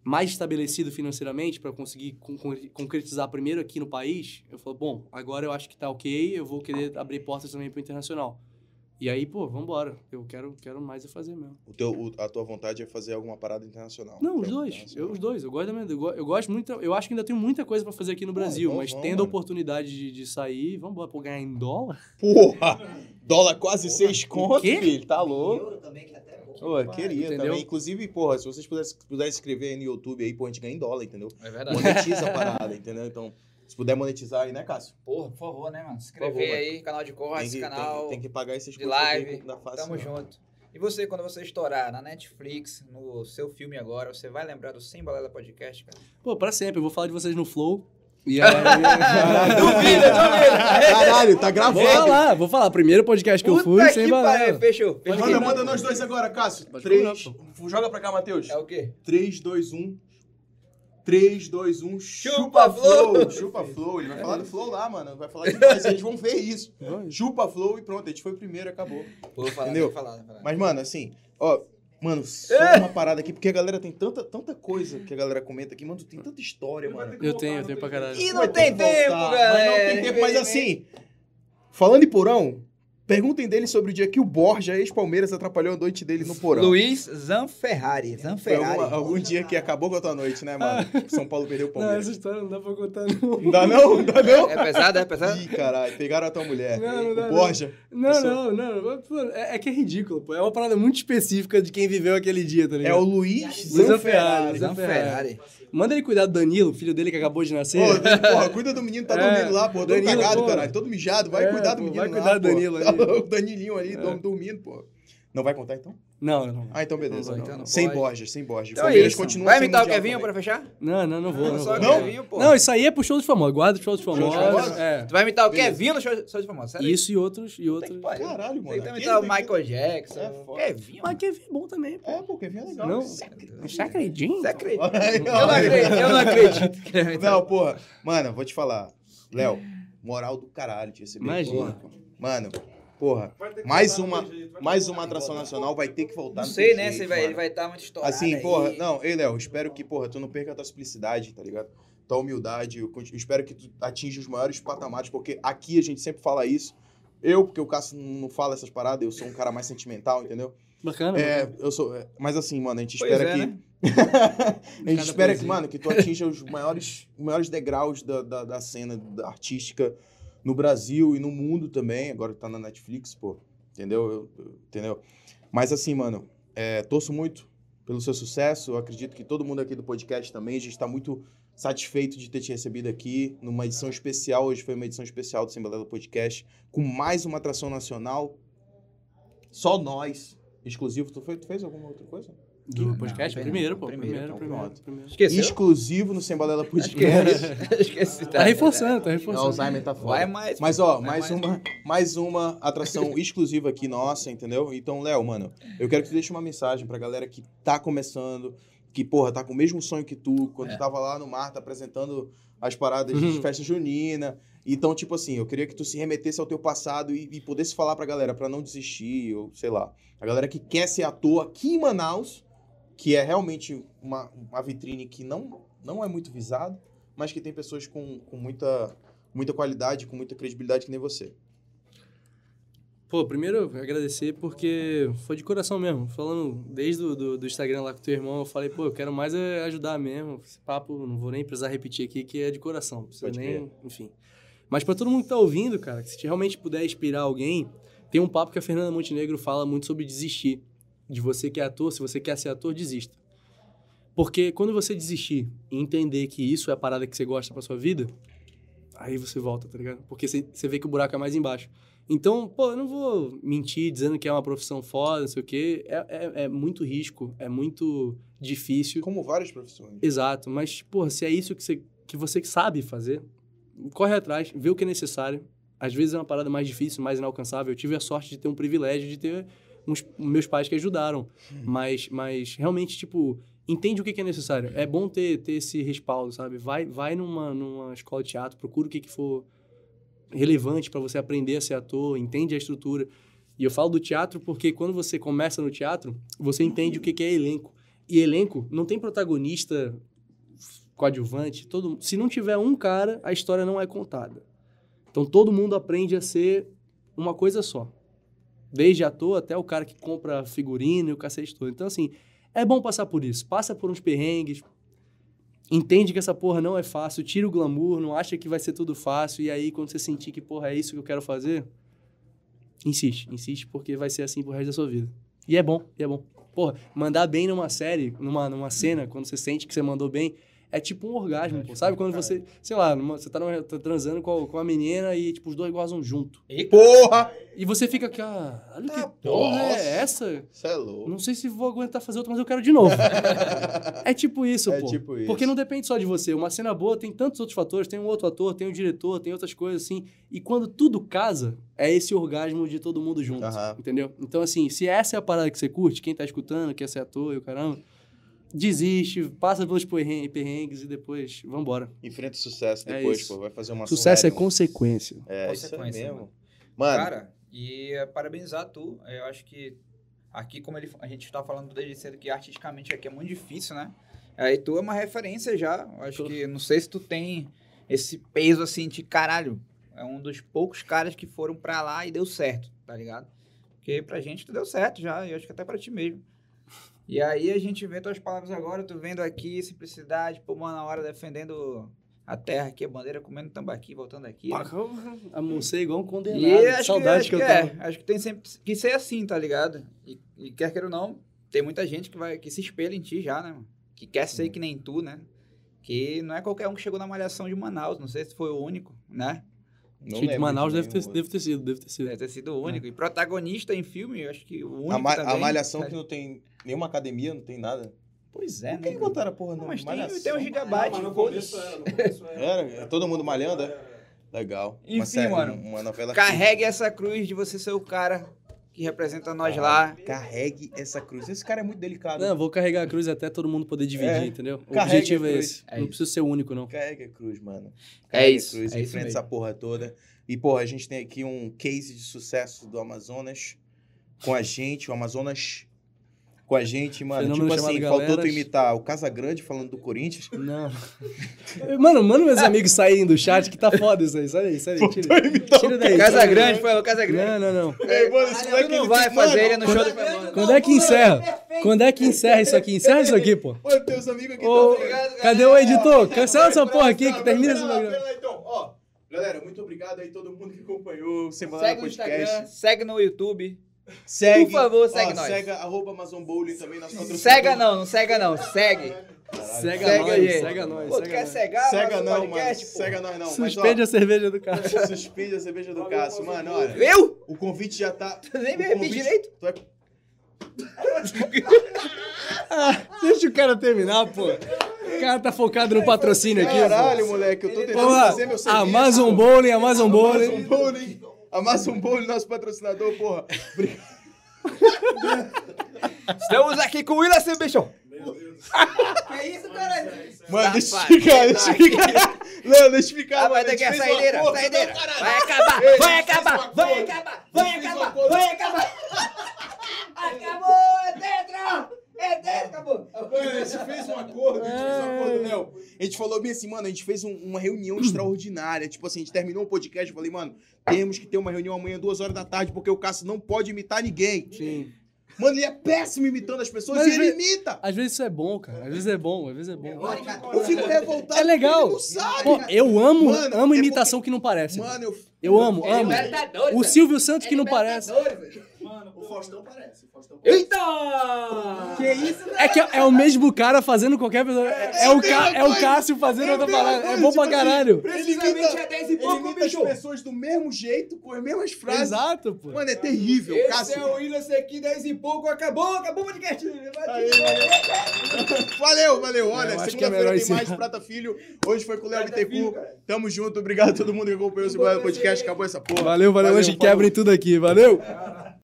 Speaker 4: mais estabelecido financeiramente para conseguir con- con- concretizar primeiro aqui no país, eu falo, bom, agora eu acho que tá ok, eu vou querer abrir portas também pro internacional. E aí, pô, vambora. Eu quero, quero mais é fazer mesmo.
Speaker 2: O teu, o- a tua vontade é fazer alguma parada internacional.
Speaker 4: Não, os
Speaker 2: Então,
Speaker 4: dois.
Speaker 2: internacional.
Speaker 4: Eu, os dois. Eu gosto, da minha- eu go- eu gosto muito. Eu acho que ainda tenho muita coisa para fazer aqui no
Speaker 2: Pô,
Speaker 4: Brasil,
Speaker 2: então
Speaker 4: mas
Speaker 2: vamos,
Speaker 4: tendo a
Speaker 2: mano.
Speaker 4: oportunidade de, de sair, vambora, pô, ganhar em dólar.
Speaker 2: Porra! Dólar quase
Speaker 6: Porra,
Speaker 2: seis conto,
Speaker 4: quê?
Speaker 2: filho. Tá louco.
Speaker 6: Euro também, que é até bom.
Speaker 2: Ô, queria
Speaker 4: entendeu?
Speaker 2: também. Inclusive, porra, se vocês pudessem pudessem escrever aí no YouTube aí, pô, a gente ganha em dólar, entendeu?
Speaker 7: É verdade.
Speaker 2: Monetiza a parada, entendeu? Então, se puder monetizar aí, né, Cássio?
Speaker 1: Porra, por favor, né, mano? Se
Speaker 2: Por favor,
Speaker 1: inscrever
Speaker 2: mano.
Speaker 1: aí, canal de
Speaker 2: Tem
Speaker 1: cortes,
Speaker 2: que,
Speaker 1: canal.
Speaker 2: tem, que- assim, tem que pagar esses
Speaker 1: de
Speaker 2: custos aqui
Speaker 1: live.
Speaker 2: da face,
Speaker 1: Tamo
Speaker 2: não.
Speaker 1: junto. E você, quando você estourar na Netflix, no seu filme agora, você vai lembrar do Sem Balela Podcast, cara?
Speaker 4: Pô, pra sempre. Eu vou falar de vocês no Flow. E
Speaker 2: Caralho.
Speaker 4: aí...
Speaker 2: Caralho, tá
Speaker 4: vou
Speaker 2: gravado.
Speaker 4: falar, vou falar. Primeiro podcast que eu fui, sem
Speaker 1: pariu,
Speaker 4: balela.
Speaker 1: fechou. fechou.
Speaker 2: Manda, manda nós dois agora, Cássio.
Speaker 4: Pode
Speaker 2: Três.
Speaker 4: colocar,
Speaker 2: Joga pra cá, Matheus.
Speaker 1: É o quê?
Speaker 2: 3, 2, 1. 3, 2, 1.
Speaker 1: Chupa
Speaker 2: Chupa
Speaker 1: Flow.
Speaker 2: Flow. Chupa Flow. Ele vai falar do Flow lá, mano. Vai falar de nós. Eles vão ver isso.
Speaker 4: Vai.
Speaker 2: Chupa Flow e pronto. A gente foi primeiro, acabou.
Speaker 1: Vou falar,
Speaker 2: Entendeu?
Speaker 1: vou falar, vou falar.
Speaker 2: Mas, mano, assim, ó. Mano, só
Speaker 1: É.
Speaker 2: uma parada aqui, porque a galera tem tanta, tanta coisa que a galera comenta aqui, mano, tem tanta história, mano.
Speaker 4: Eu tenho, eu tenho pra caralho.
Speaker 1: E
Speaker 2: Vai
Speaker 1: não
Speaker 2: ter
Speaker 1: tem
Speaker 2: que
Speaker 1: tempo,
Speaker 2: voltar,
Speaker 1: galera.
Speaker 2: Mas não tem tempo, mas assim, falando em porão, perguntem dele sobre o dia que o Borja, ex-Palmeiras, atrapalhou a noite dele no porão.
Speaker 1: Luiz Zanferrari.
Speaker 2: Foi algum-
Speaker 1: Zanferrari.
Speaker 2: algum dia que acabou com a tua noite, né, mano? São Paulo perdeu o
Speaker 4: Não,
Speaker 2: Palmeiras.
Speaker 4: essa história não dá pra contar, não.
Speaker 2: Não dá não? Não dá não?
Speaker 7: É pesado, é pesado?
Speaker 2: Ih, caralho, pegaram a tua mulher.
Speaker 4: Não, não
Speaker 2: o
Speaker 4: dá, não.
Speaker 2: Borja.
Speaker 4: Não, não, não. Pô, É, é que é ridículo, pô. É uma parada muito específica de quem viveu aquele dia, tá
Speaker 2: É
Speaker 4: ligado?
Speaker 2: o Luiz
Speaker 4: Luiz
Speaker 2: Zanferrari.
Speaker 4: Zanferrari. Manda ele cuidar do Danilo, filho dele que acabou de nascer.
Speaker 2: Pô, Deus, porra, cuida do menino, tá
Speaker 4: É,
Speaker 2: dormindo lá, pô. Todo
Speaker 4: Danilo,
Speaker 2: cagado,
Speaker 4: pô.
Speaker 2: caralho. Todo mijado. Vai
Speaker 4: É,
Speaker 2: cuidar do
Speaker 4: pô,
Speaker 2: menino
Speaker 4: vai
Speaker 2: lá,
Speaker 4: cuidar do
Speaker 2: pô.
Speaker 4: Danilo
Speaker 2: Tá
Speaker 4: ali.
Speaker 2: louco, O Danilinho ali, dorme dormindo, pô. Não vai contar, então?
Speaker 4: Não, não, não.
Speaker 2: Ah, então beleza.
Speaker 4: Não,
Speaker 2: Não,
Speaker 4: então não
Speaker 2: sem
Speaker 1: pode.
Speaker 2: Borges, sem Borges.
Speaker 1: Então é
Speaker 2: Palmeiras
Speaker 1: isso.
Speaker 2: continua
Speaker 1: Vai
Speaker 2: sem
Speaker 1: imitar o
Speaker 2: Mundial
Speaker 1: Kevinho pra
Speaker 2: também.
Speaker 1: fechar?
Speaker 4: Não, não, não vou. Não,
Speaker 1: Só
Speaker 4: vou.
Speaker 1: o
Speaker 2: Não?
Speaker 1: Kevinho, pô.
Speaker 4: Não, isso aí é pro show dos famosos. Guarda pro show dos famosos.
Speaker 2: famosos?
Speaker 4: É.
Speaker 1: Tu vai imitar o
Speaker 2: Beleza.
Speaker 1: Kevinho no show, show de famoso, sério?
Speaker 4: Isso e outros. E
Speaker 1: Puta que
Speaker 4: outros.
Speaker 1: pariu.
Speaker 2: Caralho,
Speaker 1: Tem
Speaker 2: mano.
Speaker 1: que
Speaker 2: Aquele
Speaker 1: imitar o
Speaker 2: daqui-
Speaker 1: Michael Jackson.
Speaker 2: É, foda.
Speaker 1: Kevinho,
Speaker 4: Mas Kevin é bom também, pô.
Speaker 2: É, pô, Kevinho é legal.
Speaker 4: Não?
Speaker 1: mano.
Speaker 4: Você acredita?
Speaker 1: Você acredita?
Speaker 2: Eu
Speaker 1: Eu não acredito, eu não acredito. que ele-
Speaker 2: Não, tá porra. Mano, vou te falar. Léo, moral do caralho te receber.
Speaker 4: Imagina.
Speaker 2: Porra. Mano, porra.
Speaker 3: Vai ter que
Speaker 2: Mais
Speaker 3: voltar, não
Speaker 2: uma-
Speaker 3: tem jeito, vai
Speaker 2: Mais
Speaker 3: ter que
Speaker 2: uma
Speaker 3: voltar.
Speaker 2: atração nacional vai ter que voltar.
Speaker 1: Não
Speaker 2: tem
Speaker 1: sei, né?
Speaker 2: jeito,
Speaker 1: se vai- ele
Speaker 2: mano.
Speaker 1: vai estar muito estourado.
Speaker 2: Assim,
Speaker 1: aí.
Speaker 2: porra, não, ei, Léo, espero que, porra, tu não perca a tua simplicidade, tá ligado? Tua humildade, eu conti- eu espero que tu atinja os maiores patamares, porque aqui a gente sempre fala isso. Eu, porque o Cássio não não fala essas paradas, eu sou um cara mais sentimental, entendeu?
Speaker 4: Bacana.
Speaker 2: É, eu sou. é, Mas assim, mano, a gente
Speaker 1: Pois
Speaker 2: espera
Speaker 1: é,
Speaker 2: que.
Speaker 1: né?
Speaker 2: a gente
Speaker 4: Cada
Speaker 2: espera que,
Speaker 4: poesia.
Speaker 2: mano, que tu atinja os maiores, os maiores degraus da, da, da cena da artística no Brasil e no mundo também. Agora tá na Netflix, pô. Entendeu? Eu- eu- entendeu? Mas assim, mano, é, torço muito pelo seu sucesso. Eu acredito que todo mundo aqui do podcast também. A gente tá muito satisfeito de ter te recebido aqui numa edição especial. Hoje foi uma edição especial do Assembleia do Podcast, com mais uma atração nacional. Só nós. Exclusivo. Tu, foi, tu fez alguma outra coisa?
Speaker 4: Do podcast?
Speaker 1: Não,
Speaker 4: primeiro,
Speaker 1: não,
Speaker 4: pô.
Speaker 1: primeiro,
Speaker 4: Primeiro,
Speaker 1: então,
Speaker 4: primeiro,
Speaker 2: pronto.
Speaker 4: primeiro.
Speaker 1: Esqueceu?
Speaker 2: Exclusivo no Sembalela Podcast.
Speaker 1: Esqueci.
Speaker 4: Tá reforçando, tá
Speaker 2: é O
Speaker 4: reforçando.
Speaker 2: Alzheimer tá
Speaker 1: Vai
Speaker 2: foda.
Speaker 1: mais.
Speaker 2: Mas ó,
Speaker 1: Vai mais.
Speaker 2: mais
Speaker 1: um.
Speaker 2: uma, mais uma atração exclusiva aqui nossa, entendeu? Então, Léo, mano, eu quero que tu deixe uma mensagem pra galera que tá começando, que porra, tá com o mesmo sonho que tu,
Speaker 1: É.
Speaker 2: quando tu tava lá no mar, tá apresentando as paradas de
Speaker 4: Uhum.
Speaker 2: festa junina. Então, tipo assim, eu queria que tu se remetesse ao teu passado e, e pudesse falar pra galera pra não desistir, ou sei lá. A galera que quer ser ator aqui em Manaus, que é realmente uma, uma vitrine que não, não é muito visada, mas que tem pessoas com, com muita, muita qualidade, com muita credibilidade, que nem você.
Speaker 4: Pô, primeiro agradecer porque foi de coração mesmo. Falando desde o do, do Instagram lá com teu irmão, eu falei, pô, eu quero mais é ajudar mesmo. Esse papo, não vou nem precisar repetir aqui, que é de coração. Não precisa
Speaker 2: Pode
Speaker 4: nem, enfim. Mas pra todo mundo que tá ouvindo, cara, que se te- realmente puder inspirar alguém, tem um papo que a Fernanda Montenegro fala muito sobre desistir. De você que é ator, se você quer ser ator, desista. Porque quando você desistir e entender que isso é a parada que você gosta pra sua vida, aí você volta, tá ligado? Porque você você vê que o buraco é mais embaixo. Então, pô, eu não vou mentir dizendo que é uma profissão foda, não sei o quê. É, é, é muito risco, é muito difícil.
Speaker 2: Como várias profissões.
Speaker 4: Exato, mas, porra, se é isso que você, que você sabe fazer, corre atrás, vê o que é necessário. Às vezes é uma parada mais difícil, mais inalcançável. Eu tive a sorte de ter um privilégio de ter uns, meus pais que ajudaram. Mas, mas realmente, tipo, entende o que que é necessário. É bom ter, ter esse respaldo, sabe? Vai, vai numa, numa escola de teatro, procura o que, que for relevante para você aprender a ser ator, entende a estrutura. E eu falo do teatro porque quando você começa no teatro, você entende o que, que é elenco. E elenco não tem protagonista coadjuvante, todo se não tiver um cara, a história não é contada. Então todo mundo aprende a ser uma coisa só. Desde ator até o cara que compra figurino e o cacete todo. Então assim, é bom passar por isso. Passa por uns perrengues, entende que essa porra não é fácil, tira o glamour, não acha que vai ser tudo fácil e aí quando você sentir que porra é isso que eu quero fazer, insiste, insiste porque vai ser assim pro resto da sua vida. E é bom, e é bom. Porra, mandar bem numa série, numa, numa cena, quando você sente que você mandou bem, é tipo um orgasmo, pô. Sabe quando você, sei lá, numa- você tá, numa- tá transando com a, com a menina e, tipo, os dois gozam junto.
Speaker 2: Porra!
Speaker 4: E você fica, caralho, que
Speaker 2: Ah,
Speaker 4: porra
Speaker 2: nossa.
Speaker 4: é essa?
Speaker 2: Você é louco.
Speaker 4: Não sei se vou aguentar fazer outra, mas eu quero de novo. é tipo isso,
Speaker 2: É
Speaker 4: pô.
Speaker 2: tipo isso.
Speaker 4: Porque não depende só de você. Uma cena boa tem tantos outros fatores, tem um outro ator, tem o diretor, tem outras coisas assim. E quando tudo casa, é esse orgasmo de todo mundo junto,
Speaker 2: Aham.
Speaker 4: entendeu? Então assim, se essa é a parada que você curte, quem tá escutando, quer ser ator e o caramba, desiste, passa pelos perren- perrengues e depois vambora.
Speaker 2: Enfrenta o sucesso
Speaker 4: É
Speaker 2: depois,
Speaker 4: isso.
Speaker 2: pô. Vai fazer uma ação
Speaker 4: Sucesso é
Speaker 2: aérea, um-
Speaker 4: consequência.
Speaker 2: É, isso aí
Speaker 1: Consequência,
Speaker 2: mesmo.
Speaker 1: mano.
Speaker 2: Mano,
Speaker 1: Cara, e eh, parabenizar tu. Eu acho que aqui, como ele, a gente está falando desde cedo, que artisticamente aqui é muito difícil, né? Aí tu é uma referência já. Eu acho
Speaker 4: Tô.
Speaker 1: que, não sei se tu tem esse peso assim de caralho. É um dos poucos caras que foram pra lá e deu certo, tá ligado? Porque pra gente tu deu certo já, e eu acho que até pra ti mesmo. E aí a gente vê tuas palavras agora, tu vendo aqui, simplicidade, pô, mano, na hora defendendo a terra aqui, a bandeira, comendo tambaqui, voltando aqui. né?
Speaker 4: Amocei igual um condenado.
Speaker 1: E acho
Speaker 4: Saudade
Speaker 1: que,
Speaker 4: que,
Speaker 1: acho
Speaker 4: eu
Speaker 1: que
Speaker 4: tava.
Speaker 1: é, acho que tem sempre que ser assim, tá ligado? E, e quer queira ou não, tem muita gente que vai que se espelha em ti já, né? mano? Que quer ser que nem tu, né? Que não é qualquer um que chegou na malhação de Manaus, não sei se foi o único, né?
Speaker 2: Não
Speaker 4: Cheio de
Speaker 2: lembro
Speaker 4: Manaus deve
Speaker 2: nenhum
Speaker 4: ter,
Speaker 2: outro.
Speaker 4: deve ter sido, deve ter sido.
Speaker 1: Deve ter sido o único. E protagonista em filme, eu acho que o único
Speaker 2: A, ma- a
Speaker 1: também.
Speaker 2: malhação
Speaker 1: Sabe?
Speaker 2: que não tem nenhuma academia, não tem nada.
Speaker 1: Pois é,
Speaker 2: Por que
Speaker 1: né?
Speaker 2: que botaram a porra
Speaker 1: Não,
Speaker 2: não?
Speaker 1: mas tem-
Speaker 2: malhação,
Speaker 1: tem um gigabyte.
Speaker 3: mas no
Speaker 1: foda-se.
Speaker 3: começo era, no começo é.
Speaker 2: Era, é todo mundo malhando, é? Legal.
Speaker 1: Enfim, mano.
Speaker 2: Uma novela
Speaker 1: Carregue essa cruz de você ser o cara que representa nós lá.
Speaker 2: Carregue essa cruz. Esse cara é muito delicado.
Speaker 4: Não, vou carregar a cruz até todo mundo poder dividir,
Speaker 2: É.
Speaker 4: entendeu? O
Speaker 2: Carrega
Speaker 4: objetivo
Speaker 2: a
Speaker 4: é
Speaker 2: cruz.
Speaker 4: esse.
Speaker 1: É
Speaker 4: não
Speaker 1: isso.
Speaker 4: precisa ser único, não.
Speaker 2: Carrega a cruz, mano.
Speaker 1: É isso,
Speaker 2: Carrega a cruz,
Speaker 1: é isso
Speaker 2: enfrenta
Speaker 1: mesmo.
Speaker 2: essa porra toda. E, porra, a gente tem aqui um case de sucesso do Amazonas com a gente, o Amazonas com a gente, mano.
Speaker 4: Fenômeno
Speaker 2: tipo assim,
Speaker 4: chamado
Speaker 2: faltou tu
Speaker 4: Galeras.
Speaker 2: imitar o Casagrande falando do Corinthians.
Speaker 4: Não. mano, manda meus amigos saírem do chat que tá foda isso aí. Sai daí, sai daí. Tira, tira daí.
Speaker 1: Casa
Speaker 4: tira daí.
Speaker 1: Grande, foi o Casa Grande.
Speaker 4: Não, não, não.
Speaker 2: Ei, mano, esse
Speaker 6: Tu
Speaker 2: moleque,
Speaker 1: Tu não
Speaker 2: ele
Speaker 1: vai
Speaker 2: tem-
Speaker 1: fazer ele
Speaker 2: mano,
Speaker 1: no show do
Speaker 4: Quando é que encerra? Quando é que encerra isso aqui? Encerra isso aqui, pô.
Speaker 2: Mano, teus amigos aqui
Speaker 4: Ô,
Speaker 2: tão-
Speaker 4: é- cadê o editor? Cancela essa
Speaker 2: Pera-
Speaker 4: porra aqui
Speaker 2: não,
Speaker 4: que
Speaker 2: pera-
Speaker 4: termina esse
Speaker 2: pera lá,
Speaker 4: programa.
Speaker 2: pera lá, então, ó. Galera, muito obrigado aí todo mundo que acompanhou o Semana
Speaker 1: Segue no
Speaker 2: Podcast.
Speaker 1: Instagram, é segue no YouTube.
Speaker 2: Segue.
Speaker 1: Por favor, segue nós.
Speaker 2: Segue arroba Amazon Bowling também nas
Speaker 1: Cega não, não cega não, segue.
Speaker 4: Cega
Speaker 1: Segue
Speaker 4: nós,
Speaker 1: aí.
Speaker 4: cega nós.
Speaker 1: Pô, tu quer
Speaker 4: Cega nós.
Speaker 1: cegar?
Speaker 2: Cega
Speaker 1: Faz um
Speaker 2: não, mano.
Speaker 1: podcast, pô.
Speaker 2: Cega nós não.
Speaker 4: Suspende a cerveja do cara.
Speaker 2: Mas, ó, suspende a cerveja do Cássio. Mano, olha.
Speaker 1: Eu?
Speaker 2: O convite já tá.
Speaker 1: Tu nem me
Speaker 2: o
Speaker 1: bebi
Speaker 2: convite-
Speaker 1: direito?
Speaker 2: Tu é-
Speaker 4: Deixa o cara terminar, pô. O cara tá focado no patrocínio aqui. pô.
Speaker 2: Caralho, moleque. Eu tô tentando
Speaker 4: Vamos lá.
Speaker 2: fazer meu serviço. um
Speaker 4: Amazon Bowling, Amazon
Speaker 2: Amazon
Speaker 4: Bowling.
Speaker 2: Bowling. Amazon Bowling, um nosso patrocinador, porra.
Speaker 1: Estamos aqui com o Willa Sebastião.
Speaker 6: Que isso, caralho?
Speaker 2: Mano, deixa eu explicar, deixa eu explicar. Não, deixa eu explicar.
Speaker 1: Ah,
Speaker 2: mano,
Speaker 1: vai
Speaker 2: a gente
Speaker 1: daqui
Speaker 4: é
Speaker 1: a
Speaker 2: fez uma
Speaker 1: saideira,
Speaker 2: porra,
Speaker 1: saideira.
Speaker 2: não, caralho.
Speaker 1: Vai acabar,
Speaker 2: Ei,
Speaker 1: vai
Speaker 2: fez uma
Speaker 1: acabar, vai
Speaker 2: porra.
Speaker 1: acabar, vai
Speaker 2: Fez uma
Speaker 1: acabar,
Speaker 2: porra.
Speaker 1: vai acabar.
Speaker 6: Acabou, Tetra! É Tetra, acabou!
Speaker 2: Mano, a gente fez um acordo, a gente fez
Speaker 4: Ah.
Speaker 2: um acordo, Léo. A gente falou bem assim, mano, a gente fez um- uma reunião extraordinária. Tipo assim, a gente terminou um podcast, eu falei, mano, temos que ter uma reunião amanhã, duas horas da tarde, porque o Cássio não pode imitar ninguém.
Speaker 4: Sim.
Speaker 2: Mano, ele é péssimo imitando as pessoas
Speaker 4: Mas
Speaker 2: e ele
Speaker 4: ele-
Speaker 2: imita.
Speaker 4: Às vezes isso é bom, cara. Às vezes é bom, às vezes é bom.
Speaker 2: Eu fico revoltado.
Speaker 4: É legal.
Speaker 2: porque Ele não sabe.
Speaker 4: Pô, eu amo,
Speaker 2: Mano,
Speaker 4: amo
Speaker 2: é
Speaker 4: imitação que não parece.
Speaker 2: Mano, eu... é
Speaker 4: Eu amo, amo.
Speaker 7: Libertadores,
Speaker 4: O
Speaker 7: velho.
Speaker 4: Silvio
Speaker 6: é
Speaker 4: Santos que não parece.
Speaker 3: Mano,
Speaker 6: O Faustão parece, o Faustão parece.
Speaker 7: Eita!
Speaker 6: Que isso,
Speaker 4: É que é o mesmo cara fazendo qualquer pessoa. É, o, Ca- é o Cássio fazendo outra parada. É
Speaker 2: tipo
Speaker 4: bom pra caralho.
Speaker 2: Ele
Speaker 7: Precisamente
Speaker 2: imita,
Speaker 7: é 10 e
Speaker 2: ele
Speaker 7: pouco,
Speaker 2: imita assim, as
Speaker 7: bicho.
Speaker 2: pessoas do mesmo jeito, com as mesmas frases.
Speaker 4: Exato, pô.
Speaker 2: Mano, é terrível.
Speaker 7: Esse
Speaker 2: Cássio.
Speaker 7: é o Willis aqui, 10 e pouco, acabou, acabou o podcast.
Speaker 2: Valeu, valeu.
Speaker 4: Eu
Speaker 2: Olha,
Speaker 4: acho que é
Speaker 2: segunda-feira
Speaker 4: melhor
Speaker 2: tem mais
Speaker 4: encerrar.
Speaker 2: Prata Filho. Hoje foi com o Léo Bittencourt. Tamo junto. Obrigado a todo mundo que acompanhou o Semana Podcast. Acabou essa porra.
Speaker 4: Valeu, valeu. Hoje
Speaker 2: falou.
Speaker 4: quebrem tudo aqui. Valeu.